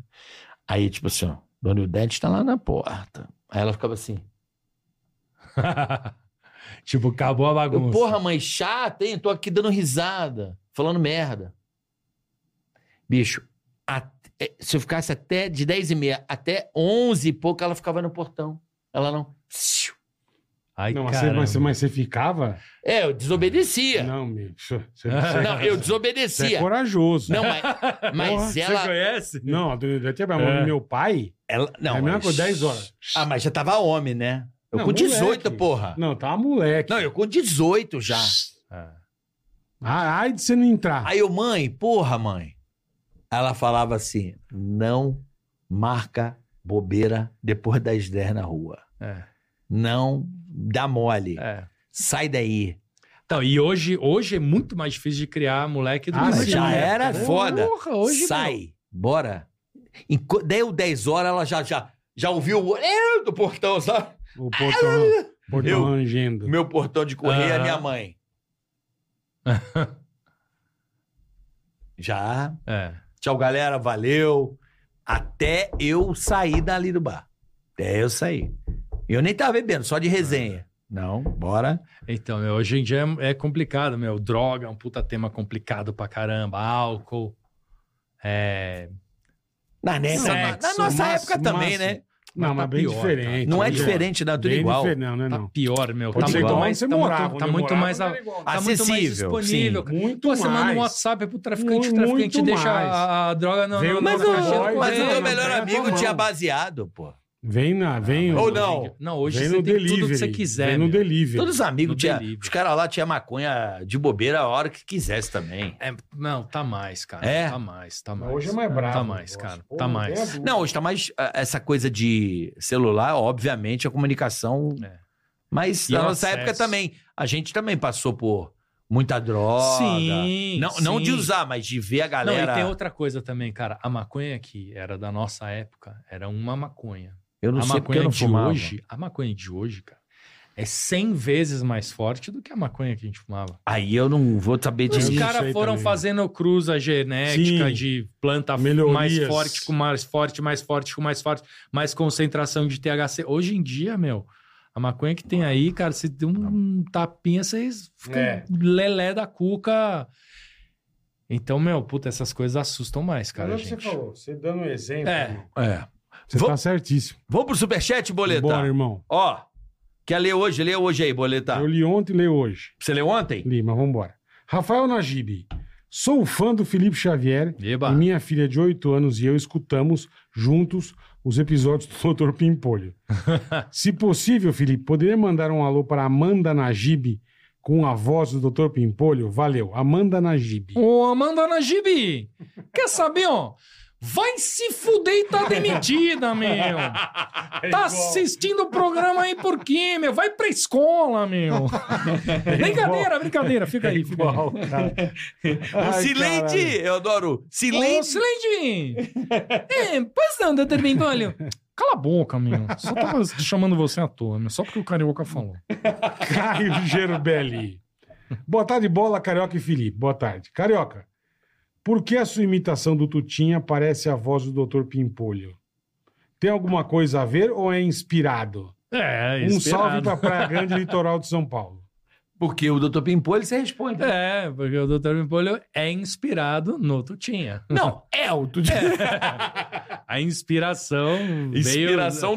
Speaker 6: Aí, tipo assim, ó, Dona Ildete tá lá na porta. Aí ela ficava assim,
Speaker 7: tipo, acabou a
Speaker 6: eu,
Speaker 7: bagunça.
Speaker 6: porra,
Speaker 5: assim?"
Speaker 6: mãe, chata, hein? Tô aqui dando risada, falando merda. Bicho, at- é, se eu ficasse até de 10 e meia até 11 e pouco, ela ficava no portão. Ela não.
Speaker 7: Ai,
Speaker 5: Não, mas, você,
Speaker 7: caramba.
Speaker 5: mas você- mas você ficava?
Speaker 6: É, eu desobedecia.
Speaker 5: Não,
Speaker 6: Não,
Speaker 5: meu. Você,
Speaker 6: [LAUGHS]
Speaker 5: você-
Speaker 6: eu
Speaker 5: você é
Speaker 6: desobedecia.
Speaker 5: corajoso.
Speaker 6: Não,
Speaker 5: [LAUGHS]
Speaker 6: mas, mas
Speaker 5: Porra,
Speaker 6: ela.
Speaker 7: conhece?
Speaker 5: Não, a dona Ivete é brava, mas
Speaker 7: É.
Speaker 5: Meu pai
Speaker 6: ela não,
Speaker 5: é a mesma
Speaker 6: mas-
Speaker 5: coisa, 10 horas.
Speaker 6: Ah, mas já tava homem, né? Eu
Speaker 5: Não,
Speaker 6: com 18,
Speaker 5: moleque.
Speaker 6: porra.
Speaker 5: Não, tá moleque.
Speaker 6: Não, eu com 18 já.
Speaker 5: Ah, Ai de você não entrar.
Speaker 6: Aí eu, mãe, porra, mãe. Ela falava assim: não marca bobeira depois das 10 na rua.
Speaker 7: É.
Speaker 6: Não dá mole.
Speaker 7: É.
Speaker 6: Sai daí.
Speaker 7: Então, e hoje, hoje é muito mais difícil de criar moleque do
Speaker 5: Ah,
Speaker 7: que
Speaker 6: Mas
Speaker 5: sim.
Speaker 6: já
Speaker 5: é,
Speaker 6: era
Speaker 5: cara.
Speaker 6: foda.
Speaker 7: Porra, hoje.
Speaker 6: Sai, bora. Enqu- Deu 10 horas, ela já, já, já ouviu o "Eh", do portão, sabe?
Speaker 5: O portão,
Speaker 7: Ah,
Speaker 5: portão
Speaker 6: Eu-
Speaker 5: rangendo.
Speaker 6: O meu
Speaker 7: [LAUGHS]
Speaker 6: portão de correia é
Speaker 7: Aham.
Speaker 6: minha mãe. Já.
Speaker 7: É.
Speaker 6: Tchau, galera. Valeu. Até eu sair dali do bar. Até eu sair. Eu nem tava bebendo, só de resenha. Não, bora.
Speaker 7: Então, meu, hoje em dia é, é complicado, meu. Droga é um puta tema complicado pra caramba. Álcool. É.
Speaker 6: Na, nessa,
Speaker 7: Sexo,
Speaker 6: na nossa
Speaker 5: massa,
Speaker 6: época também,
Speaker 5: massa.
Speaker 6: né?
Speaker 5: Não,
Speaker 7: Mas
Speaker 5: mas,
Speaker 7: tá
Speaker 5: bem
Speaker 7: pior,
Speaker 5: diferente.
Speaker 6: Não é
Speaker 5: Bem
Speaker 6: diferente, não é tudo
Speaker 5: Bem
Speaker 6: igual.
Speaker 5: diferente, não, não, é
Speaker 7: Tá
Speaker 5: não.
Speaker 7: pior, meu.
Speaker 5: Pode
Speaker 7: Tá
Speaker 5: ser
Speaker 7: muito
Speaker 5: igual
Speaker 7: mais.
Speaker 5: você
Speaker 7: Tá muito,
Speaker 5: morava,
Speaker 7: tá
Speaker 5: onde eu
Speaker 7: muito
Speaker 5: morava,
Speaker 7: mais.
Speaker 5: não
Speaker 7: a-
Speaker 5: era igual.
Speaker 7: Tá muito mais
Speaker 6: Acessível,
Speaker 7: disponível.
Speaker 6: sim.
Speaker 7: cara.
Speaker 5: Muito
Speaker 7: Pô, você manda
Speaker 5: mais.
Speaker 7: um WhatsApp pro traficante,
Speaker 5: Muito
Speaker 7: o traficante deixa
Speaker 5: mais.
Speaker 7: a, a droga na,
Speaker 5: Veio
Speaker 7: na,
Speaker 5: Mas
Speaker 6: Mas
Speaker 7: na
Speaker 5: o-
Speaker 6: o,
Speaker 7: caixinha do
Speaker 5: mas
Speaker 7: correio.
Speaker 5: o
Speaker 6: meu
Speaker 5: não,
Speaker 6: melhor
Speaker 5: não,
Speaker 6: amigo
Speaker 5: não.
Speaker 6: tinha baseado, pô.
Speaker 5: Vem na, vem.
Speaker 6: Ou
Speaker 5: no-
Speaker 6: não?
Speaker 7: Não, Ah, hoje
Speaker 5: vem
Speaker 7: você
Speaker 5: no
Speaker 7: tem
Speaker 5: delivery.
Speaker 7: tudo que você quiser.
Speaker 5: Vem no
Speaker 7: meu.
Speaker 5: delivery.
Speaker 6: Todos os amigos
Speaker 7: No
Speaker 6: tinha.
Speaker 7: delivery.
Speaker 6: Os caras lá tinham maconha de bobeira a hora que quisesse também.
Speaker 7: É, não, tá mais, cara.
Speaker 6: É?
Speaker 7: Tá mais, tá
Speaker 5: Mas
Speaker 7: mais.
Speaker 5: Hoje é mais bravo. é
Speaker 7: Tá
Speaker 5: o
Speaker 7: mais,
Speaker 5: negócio.
Speaker 7: cara.
Speaker 5: Pô,
Speaker 7: Tá
Speaker 5: não tem a
Speaker 7: mais.
Speaker 5: dúvida.
Speaker 6: Não, hoje tá mais ah, essa coisa de celular, obviamente, a comunicação.
Speaker 7: É.
Speaker 6: Mas
Speaker 7: E
Speaker 6: na
Speaker 7: o
Speaker 6: nossa
Speaker 7: acesso.
Speaker 6: época também. A gente também passou por muita droga.
Speaker 7: Sim.
Speaker 6: Não, não
Speaker 7: sim.
Speaker 6: de usar, mas de ver a galera.
Speaker 7: Não, e tem outra coisa também, cara. A maconha que era da nossa época era uma maconha.
Speaker 6: Eu não
Speaker 7: a
Speaker 6: sei porque eu
Speaker 7: maconha
Speaker 6: não
Speaker 7: de
Speaker 6: fumava.
Speaker 7: hoje, a maconha de hoje, cara, é 100 vezes mais forte do que a maconha que a gente fumava.
Speaker 6: Aí eu não vou saber
Speaker 5: Eu
Speaker 7: Os
Speaker 5: não
Speaker 6: de.
Speaker 7: caras
Speaker 5: sei
Speaker 7: foram
Speaker 5: É também.
Speaker 7: fazendo cruz a genética
Speaker 5: Sim.
Speaker 7: de planta
Speaker 5: Melhorias.
Speaker 7: mais forte com mais forte, mais forte com mais forte, mais concentração de THC. Hoje em dia, meu, a maconha que tem aí, cara, se der um tapinha, vocês ficam
Speaker 5: É.
Speaker 7: lelé da cuca. Então, meu, puta, essas coisas assustam mais, cara,
Speaker 5: Mas é o que
Speaker 7: gente.
Speaker 5: você falou. Você dando um exemplo.
Speaker 7: É.
Speaker 5: irmão.
Speaker 6: É.
Speaker 5: Você
Speaker 6: Vou-
Speaker 5: tá certíssimo.
Speaker 6: Vamos pro superchat, boletar?
Speaker 5: Bora, irmão.
Speaker 6: Ó, quer ler hoje? Lê hoje aí,
Speaker 7: Tá.
Speaker 6: boletar.
Speaker 5: Eu li ontem e leio hoje.
Speaker 6: Você leu ontem?
Speaker 5: Lima, vambora. Rafael Najib. Sou fã do Felipe Xavier
Speaker 7: Eba.
Speaker 5: e minha filha de 8 anos e eu escutamos juntos os episódios do Doutor Pimpolho. Se possível, Felipe, poderia mandar um alô para Amanda Najib com a voz do Doutor Pimpolho? Valeu, Amanda Najib.
Speaker 7: Ô, Amanda Najibi, quer saber, ó? Vai se fuder e [LAUGHS] tá demitida, meu. Tá assistindo o programa aí por quê, meu? Vai pra escola, [LAUGHS] meu. É brincadeira, brincadeira. Fica aí, fica aí.
Speaker 5: [LAUGHS] Ai,
Speaker 6: o Silente!
Speaker 5: caralho.
Speaker 6: Eu adoro.
Speaker 7: Ô,
Speaker 6: Silente!
Speaker 7: [LAUGHS] Silente! É, pois não, doutor Bimbólio. Cala a boca, meu. Só [LAUGHS] tava chamando você à toa, meu. Só porque o Carioca falou.
Speaker 5: Caio Gerbelli. Boa tarde, bola, Carioca e Felipe. Boa tarde. Carioca, por que a sua imitação do Tutinha parece a voz do Dr. Pimpolho? Tem alguma coisa a ver ou é inspirado?
Speaker 7: É,
Speaker 5: Um salve pra Praia Grande Litoral de São Paulo.
Speaker 6: Porque o Dr. Pimpolho, você responde.
Speaker 7: É, porque o doutor Bimpolho é inspirado no Tutinha.
Speaker 6: Não, é o Tutinha.
Speaker 7: A inspiração veio-
Speaker 6: Inspiração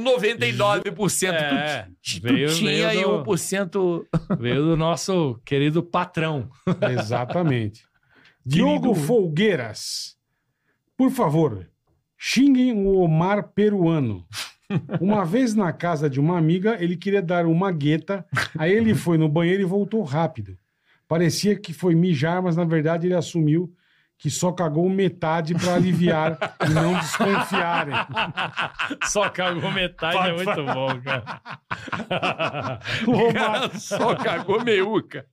Speaker 6: 99%
Speaker 7: É,
Speaker 6: Tuti-
Speaker 7: veio-
Speaker 6: Tutinha
Speaker 7: veio
Speaker 6: e
Speaker 7: do-
Speaker 6: 1%.
Speaker 7: Veio do nosso querido patrão.
Speaker 5: [LAUGHS] Exatamente. Diogo Folgueiras. Por favor, xinguem o Omar peruano. Uma vez na casa de uma amiga, ele queria dar uma gueta, aí ele foi no banheiro e voltou rápido. Parecia que foi mijar, mas na verdade ele assumiu que só cagou metade para aliviar e não desconfiarem.
Speaker 7: Só cagou metade, é muito bom, cara.
Speaker 5: O Omar,
Speaker 4: Cara, só cagou meiuca.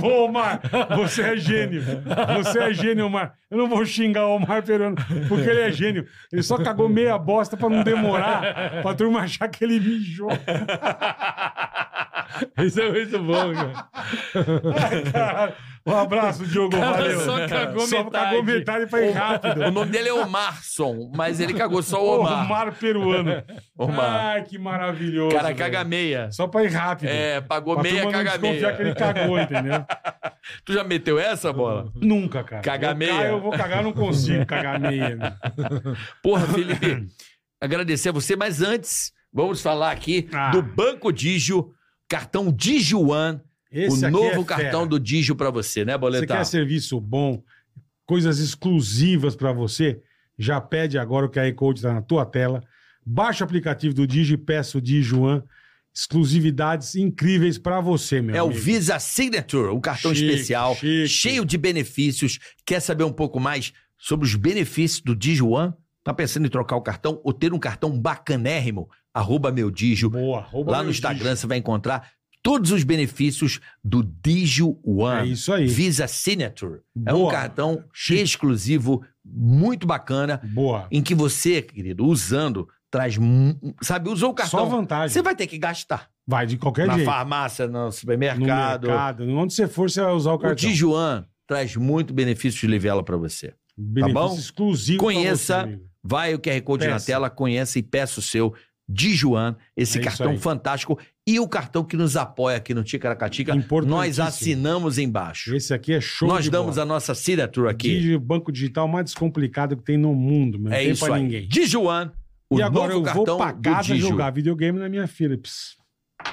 Speaker 5: Pô, Omar, você é gênio. Você é gênio, Omar. Eu não vou xingar o Omar Peruano, porque ele é gênio. Ele só cagou meia bosta pra não demorar, pra turma achar que ele mijou.
Speaker 7: Isso é muito bom, cara.
Speaker 5: Caralho. Um abraço, Diogo.
Speaker 7: Cara,
Speaker 5: valeu.
Speaker 7: só cagou
Speaker 5: Só
Speaker 7: metade.
Speaker 5: cagou metade pra ir rápido.
Speaker 6: O nome dele é Omarson, mas ele cagou só o
Speaker 5: Omar,
Speaker 6: Omar.
Speaker 5: Peruano.
Speaker 6: Omar.
Speaker 5: Ai, que maravilhoso.
Speaker 6: Cara,
Speaker 5: velho.
Speaker 6: caga meia.
Speaker 5: Só pra ir rápido.
Speaker 6: É, pagou
Speaker 5: Pra
Speaker 6: meia,
Speaker 5: turma não
Speaker 6: caga
Speaker 5: desconfiar
Speaker 6: meia.
Speaker 5: que ele cagou, entendeu?
Speaker 6: Tu já meteu essa, bola?
Speaker 5: Nunca, cara.
Speaker 6: Cagar
Speaker 5: eu
Speaker 6: meia?
Speaker 5: caio, eu vou cagar, eu não consigo cagar meia.
Speaker 6: [LAUGHS]
Speaker 5: meu.
Speaker 6: Porra, Felipe, agradecer a você, mas antes, vamos falar aqui
Speaker 5: Ah.
Speaker 6: do Banco Digio, cartão DigiOne,
Speaker 5: Esse
Speaker 6: o
Speaker 5: aqui
Speaker 6: novo
Speaker 5: é
Speaker 6: cartão
Speaker 5: fera.
Speaker 6: do Digio pra você, né,
Speaker 5: Você
Speaker 6: Boletar?
Speaker 5: quer serviço bom, coisas exclusivas para você? Já pede agora o QR Code está na tua tela. Baixa o aplicativo do Digi, peça o Dijuan. Exclusividades incríveis para você, meu
Speaker 6: É o
Speaker 5: amigo.
Speaker 6: Visa Signature, um cartão
Speaker 5: Chique,
Speaker 6: especial,
Speaker 5: chique.
Speaker 6: cheio de benefícios. Quer saber um pouco mais sobre os benefícios do DigiOne? Tá pensando em trocar o cartão ou ter um cartão bacanérrimo? Arroba meu Digio.
Speaker 5: Boa, rouba
Speaker 6: Lá
Speaker 5: meu
Speaker 6: no Instagram
Speaker 5: Digi. É
Speaker 6: você vai encontrar todos os benefícios do Digio
Speaker 5: É
Speaker 6: One.
Speaker 5: isso aí.
Speaker 6: Visa Signature. É um
Speaker 5: Boa.
Speaker 6: cartão exclusivo, muito bacana,
Speaker 5: Boa.
Speaker 6: em que você, querido, usando, traz. mu- Sabe, usou o
Speaker 5: Só
Speaker 6: cartão.
Speaker 5: vantagem.
Speaker 6: Você vai ter que gastar.
Speaker 5: Vai de qualquer
Speaker 6: na
Speaker 5: jeito.
Speaker 6: farmácia, no
Speaker 5: No
Speaker 6: supermercado.
Speaker 5: mercado. Onde você for, você vai usar o
Speaker 6: O
Speaker 5: cartão.
Speaker 6: Dijuan traz muito benefício de livela para você.
Speaker 5: Benefício
Speaker 6: tá bom?
Speaker 5: exclusivo. pra
Speaker 6: Conheça
Speaker 5: você, amigo.
Speaker 6: Vai o QR Code na
Speaker 5: Peça.
Speaker 6: tela, conheça e peça o seu de Joan, esse
Speaker 5: É isso
Speaker 6: cartão
Speaker 5: aí.
Speaker 6: fantástico e o cartão que nos apoia aqui no Ticaracatica.
Speaker 5: Importantíssimo.
Speaker 6: Nós assinamos embaixo.
Speaker 5: Esse aqui é show
Speaker 6: Nós
Speaker 5: de
Speaker 6: damos
Speaker 5: bola.
Speaker 6: a nossa assinatura aqui.
Speaker 5: Digi- banco digital mais descomplicado que tem no mundo, meu. Não
Speaker 6: É
Speaker 5: tem
Speaker 6: isso
Speaker 5: pra
Speaker 6: aí.
Speaker 5: ninguém.
Speaker 6: De Joan, o
Speaker 5: e agora
Speaker 6: novo
Speaker 5: eu
Speaker 6: cartão
Speaker 5: vou pra
Speaker 6: do
Speaker 5: casa
Speaker 6: Digio.
Speaker 5: jogar videogame na minha Philips.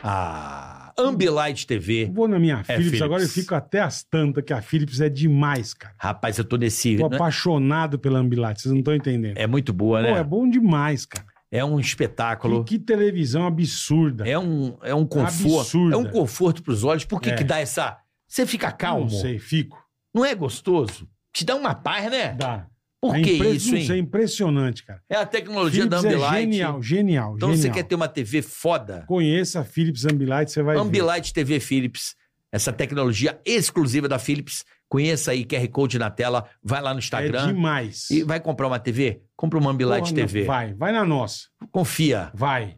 Speaker 6: Ah, Ambilight TV.
Speaker 5: Vou na minha Philips,
Speaker 6: É. Philips.
Speaker 5: agora eu fico até as tantas, que a Philips é demais, cara.
Speaker 6: Rapaz, eu tô nesse...
Speaker 5: Tô
Speaker 6: né?
Speaker 5: apaixonado pela Ambilight, vocês não estão entendendo.
Speaker 6: É muito boa,
Speaker 5: Pô, é
Speaker 6: né?
Speaker 5: bom demais, cara.
Speaker 6: É um espetáculo.
Speaker 5: Que, que televisão absurda.
Speaker 6: É um, é um conforto.
Speaker 5: Absurda.
Speaker 6: É um conforto pros olhos. Por que
Speaker 5: É.
Speaker 6: que dá essa... Você fica
Speaker 5: Não
Speaker 6: calmo.
Speaker 5: sei, fico.
Speaker 6: Não é gostoso? Te dá uma paz, né?
Speaker 5: Dá.
Speaker 6: Por
Speaker 5: É
Speaker 6: que
Speaker 5: impre-
Speaker 6: isso,
Speaker 5: não
Speaker 6: hein?
Speaker 5: sei, é impressionante, cara.
Speaker 6: É a tecnologia
Speaker 5: Philips
Speaker 6: da
Speaker 5: é
Speaker 6: Ambilight.
Speaker 5: genial, genial,
Speaker 6: então
Speaker 5: genial.
Speaker 6: você quer ter uma TV foda?
Speaker 5: Conheça a Philips Ambilight, você vai ver.
Speaker 6: Ambilight TV Philips. Essa tecnologia exclusiva da Philips. Conheça aí, QR Code na tela. Vai lá no
Speaker 5: É
Speaker 6: Instagram.
Speaker 5: demais.
Speaker 6: e vai comprar uma TV? Compra uma
Speaker 5: Porra,
Speaker 6: Ambilight
Speaker 5: não,
Speaker 6: TV.
Speaker 5: Vai, vai na nossa.
Speaker 6: Confia.
Speaker 5: Vai.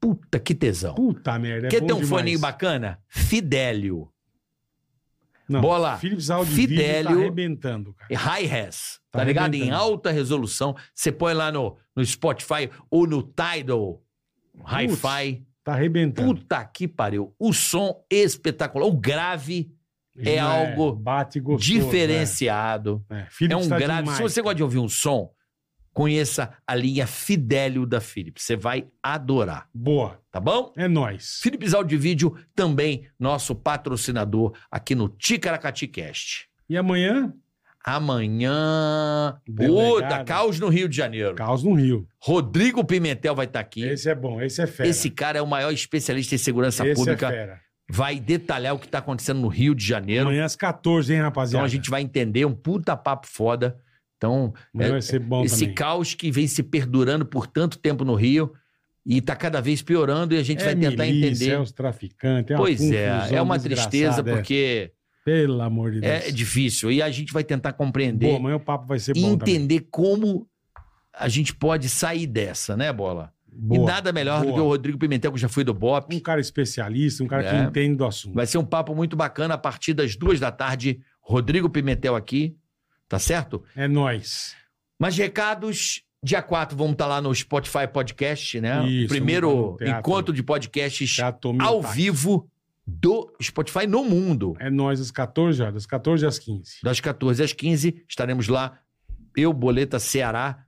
Speaker 6: Puta que tesão.
Speaker 5: Puta merda, é
Speaker 6: Quer
Speaker 5: bom
Speaker 6: ter um
Speaker 5: demais.
Speaker 6: foninho bacana? Fidelio.
Speaker 5: Não,
Speaker 6: Bola.
Speaker 5: Philips Audio e Vídeo tá
Speaker 6: Fidelio. É
Speaker 5: arrebentando, cara.
Speaker 6: Hi-Res, tá,
Speaker 5: Tá
Speaker 6: ligado? Em
Speaker 5: arrebentando.
Speaker 6: alta resolução. Você põe lá no, no Spotify ou no Tidal. Hi-Fi.
Speaker 5: Tá arrebentando.
Speaker 6: Puta que pariu. O som espetacular. O grave é
Speaker 5: Já
Speaker 6: algo
Speaker 5: bate gostoso,
Speaker 6: diferenciado.
Speaker 5: É, É,
Speaker 6: É,
Speaker 5: Philips
Speaker 6: um
Speaker 5: tá
Speaker 6: grave.
Speaker 5: demais,
Speaker 6: Se você
Speaker 5: cara.
Speaker 6: gosta de ouvir um som, conheça a linha Fidelio da Philips. Você vai adorar,
Speaker 5: Boa,
Speaker 6: tá bom?
Speaker 5: é nóis.
Speaker 6: Philips Audio e Vídeo também nosso patrocinador aqui no Ticaracati Cast.
Speaker 5: E amanhã,
Speaker 6: Amanhã,
Speaker 5: Delegado.
Speaker 6: puta, caos no Rio de Janeiro.
Speaker 5: Caos no Rio.
Speaker 6: Rodrigo Pimentel vai estar aqui. Esse,
Speaker 5: Esse é bom, esse é fera.
Speaker 6: cara é o maior especialista em segurança
Speaker 5: Esse é
Speaker 6: pública.
Speaker 5: fera.
Speaker 6: vai detalhar o que está acontecendo no Rio de Janeiro.
Speaker 5: Amanhã às 14, hein, rapaziada?
Speaker 6: então a gente vai entender um puta papo foda. Então,
Speaker 5: Amanhã vai ser é bom
Speaker 6: esse
Speaker 5: também.
Speaker 6: caos que vem se perdurando por tanto tempo no Rio e está cada vez piorando e a gente vai tentar
Speaker 5: É
Speaker 6: entender.
Speaker 5: os traficantes, é uma
Speaker 6: pois é,
Speaker 5: confusão
Speaker 6: é uma
Speaker 5: desgraçada,
Speaker 6: tristeza
Speaker 5: é.
Speaker 6: porque
Speaker 5: Pelo amor de Deus.
Speaker 6: é difícil. E a gente vai tentar compreender
Speaker 5: Boa, amanhã o papo vai ser
Speaker 6: e
Speaker 5: bom também.
Speaker 6: entender como a gente pode sair dessa, né, Bola?
Speaker 5: Boa.
Speaker 6: E nada melhor do
Speaker 5: Boa.
Speaker 6: que o Rodrigo Pimentel, que já foi do BOP.
Speaker 5: Um cara especialista, um cara
Speaker 6: É.
Speaker 5: que entende do assunto.
Speaker 6: Vai ser um papo muito bacana a partir das duas da tarde. Rodrigo Pimentel aqui, tá certo?
Speaker 5: É nóis.
Speaker 6: Mas recados, dia 4 vamos estar lá no Spotify Podcast, né?
Speaker 5: Isso,
Speaker 6: Primeiro
Speaker 5: no teatro.
Speaker 6: encontro de podcasts
Speaker 5: Teatro Mil
Speaker 6: ao
Speaker 5: Tá.
Speaker 6: vivo do Spotify no mundo.
Speaker 5: É nóis às 14 horas, das 14 às 15.
Speaker 6: Das 14 às 15 estaremos lá. Eu, Boleta, Ceará.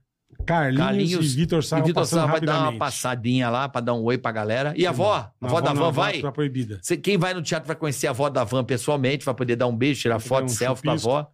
Speaker 5: Carlinhos,
Speaker 6: Carlinhos
Speaker 5: e Vitor Sá
Speaker 6: e Vitor Sá vai dar uma
Speaker 5: rapidamente.
Speaker 6: passadinha lá pra dar um oi pra galera. E a avó? A
Speaker 5: Na
Speaker 6: avó da
Speaker 5: na
Speaker 6: van vai?
Speaker 5: Tá proibida.
Speaker 6: Você- quem vai no teatro vai conhecer a avó da van pessoalmente, vai poder dar um beijo, tirar
Speaker 5: Vai
Speaker 6: foto,
Speaker 5: dar um
Speaker 6: selfie com a
Speaker 5: chupisco.
Speaker 6: avó.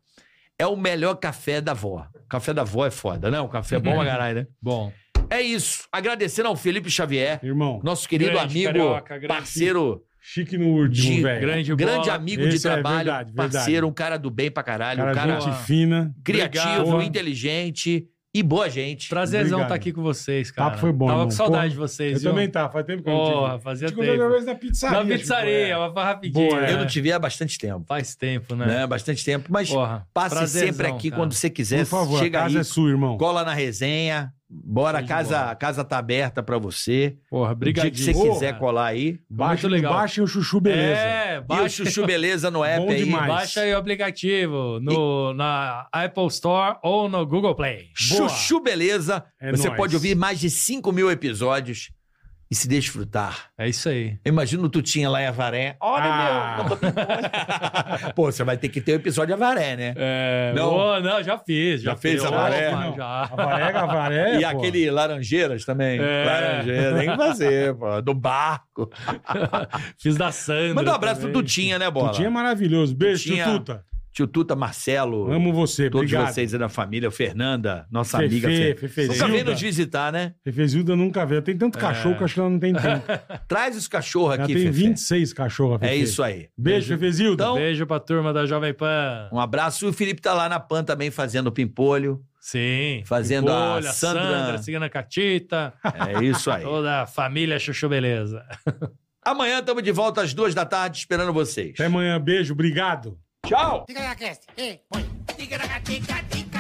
Speaker 6: É o melhor café da avó. Café da avó é foda, né? O café é bom pra caralho,
Speaker 5: [LAUGHS]
Speaker 6: né?
Speaker 7: Bom.
Speaker 6: É isso. Agradecendo ao Felipe Xavier,
Speaker 5: Irmão,
Speaker 6: nosso querido
Speaker 7: Grande
Speaker 6: amigo,
Speaker 7: carioca, grande-
Speaker 6: parceiro,
Speaker 5: chique no último,
Speaker 6: De
Speaker 5: velho.
Speaker 7: Grande,
Speaker 6: grande
Speaker 7: bola.
Speaker 6: amigo de
Speaker 5: Esse é
Speaker 6: trabalho,
Speaker 5: verdade, verdade.
Speaker 6: parceiro, um cara do bem pra caralho,
Speaker 5: Cara,
Speaker 6: um cara
Speaker 5: gente fina.
Speaker 6: criativo,
Speaker 5: Obrigado.
Speaker 6: inteligente e boa gente.
Speaker 7: Prazerzão
Speaker 5: Obrigado.
Speaker 7: estar aqui com vocês, cara.
Speaker 5: Papo foi bom,
Speaker 7: Tava
Speaker 5: irmão.
Speaker 7: com saudade
Speaker 5: Porra,
Speaker 7: de vocês,
Speaker 5: Eu
Speaker 7: viu?
Speaker 5: também tava, faz tempo que Tipo, eu não
Speaker 7: Porra,
Speaker 5: tive.
Speaker 7: fazia
Speaker 5: Te encontrei outra
Speaker 7: tempo.
Speaker 5: vez na pizzaria.
Speaker 7: Na pizzaria,
Speaker 5: Chico,
Speaker 7: mas foi rapidinho.
Speaker 5: Boa, tipo, é.
Speaker 6: Eu
Speaker 7: né?
Speaker 6: não te vi há bastante tempo,
Speaker 7: Faz tempo, né?
Speaker 6: né? Bastante tempo, mas
Speaker 7: Porra,
Speaker 6: passe
Speaker 7: prazerzão,
Speaker 6: sempre aqui
Speaker 7: cara.
Speaker 6: quando você
Speaker 5: é.
Speaker 6: quiser.
Speaker 5: Por favor,
Speaker 6: Chega
Speaker 5: a casa
Speaker 6: aí,
Speaker 5: é sua, irmão.
Speaker 6: Cola na resenha. Bora,
Speaker 7: Show de
Speaker 6: casa,
Speaker 7: bola.
Speaker 6: a casa tá aberta pra você.
Speaker 7: Porra,
Speaker 6: O dia que você
Speaker 7: brigadinho.
Speaker 6: quiser
Speaker 7: Porra.
Speaker 6: colar aí.
Speaker 5: Baixa,
Speaker 7: muito legal.
Speaker 5: baixa o Chuchu Beleza.
Speaker 7: É,
Speaker 6: E o
Speaker 7: baixa,
Speaker 6: Chuchu Beleza no app
Speaker 5: [LAUGHS] Bom
Speaker 6: aí.
Speaker 5: demais.
Speaker 7: baixa aí o aplicativo no, na Apple Store ou no Google Play.
Speaker 5: Boa.
Speaker 6: Chuchu Beleza.
Speaker 5: É
Speaker 6: você
Speaker 5: nóis.
Speaker 6: pode ouvir mais de 5 mil episódios e se desfrutar.
Speaker 7: É isso aí.
Speaker 6: Eu imagino o Tutinha lá em Avaré. [LAUGHS] Olha,
Speaker 5: Ah.
Speaker 6: meu. não tô brincando. Pô, você vai ter que ter o episódio Avaré, né?
Speaker 7: É,
Speaker 6: Não.
Speaker 7: não. não, já fiz. Já,
Speaker 6: Já fez
Speaker 7: fiz,
Speaker 6: a maré?
Speaker 7: opa,
Speaker 5: Não.
Speaker 7: Já.
Speaker 5: A varé, é a varé,
Speaker 6: e
Speaker 5: pô.
Speaker 6: aquele Laranjeiras também.
Speaker 7: É.
Speaker 6: Laranjeiras, tem que fazer, pô. Do
Speaker 5: [LAUGHS]
Speaker 6: barco.
Speaker 7: Fiz da Sandra.
Speaker 6: Manda um abraço
Speaker 7: também.
Speaker 6: pro Tutinha, né, Bola?
Speaker 5: Tutinha é maravilhoso. Beijo,
Speaker 6: Tutinha.
Speaker 5: Tututa.
Speaker 6: Tio Tuta, Marcelo.
Speaker 5: Amo você,
Speaker 6: todos
Speaker 5: obrigado.
Speaker 6: vocês aí da família, Fernanda, nossa
Speaker 5: Fefe,
Speaker 6: amiga Fer... Nunca veio
Speaker 5: Fefezilda.
Speaker 6: nos visitar, né?
Speaker 5: Fefezilda nunca veio. Tem tanto cachorro que eu acho que ela não
Speaker 6: [LAUGHS]
Speaker 5: tem tempo.
Speaker 6: Traz os cachorros
Speaker 5: Ela
Speaker 6: aqui,
Speaker 5: tem
Speaker 6: É. Fefe.
Speaker 5: 26 cachorros,
Speaker 6: É isso aí.
Speaker 5: Beijo, Fefezilda.
Speaker 6: Então,
Speaker 7: Beijo pra turma da Jovem Pan.
Speaker 6: um abraço. E o Felipe tá lá na PAN também fazendo o pimpolho.
Speaker 7: Sim.
Speaker 6: Fazendo a
Speaker 7: Olha,
Speaker 6: Sandra.
Speaker 7: Cigana Catita,
Speaker 6: É isso [LAUGHS]
Speaker 7: [LAUGHS]
Speaker 6: aí.
Speaker 7: toda a família Chuchu Beleza.
Speaker 6: Amanhã estamos de volta às duas da tarde esperando vocês.
Speaker 5: Até amanhã, beijo, obrigado.
Speaker 6: Tchau!
Speaker 1: é Fica na cast. Ei, põe. Fica na catica, tica.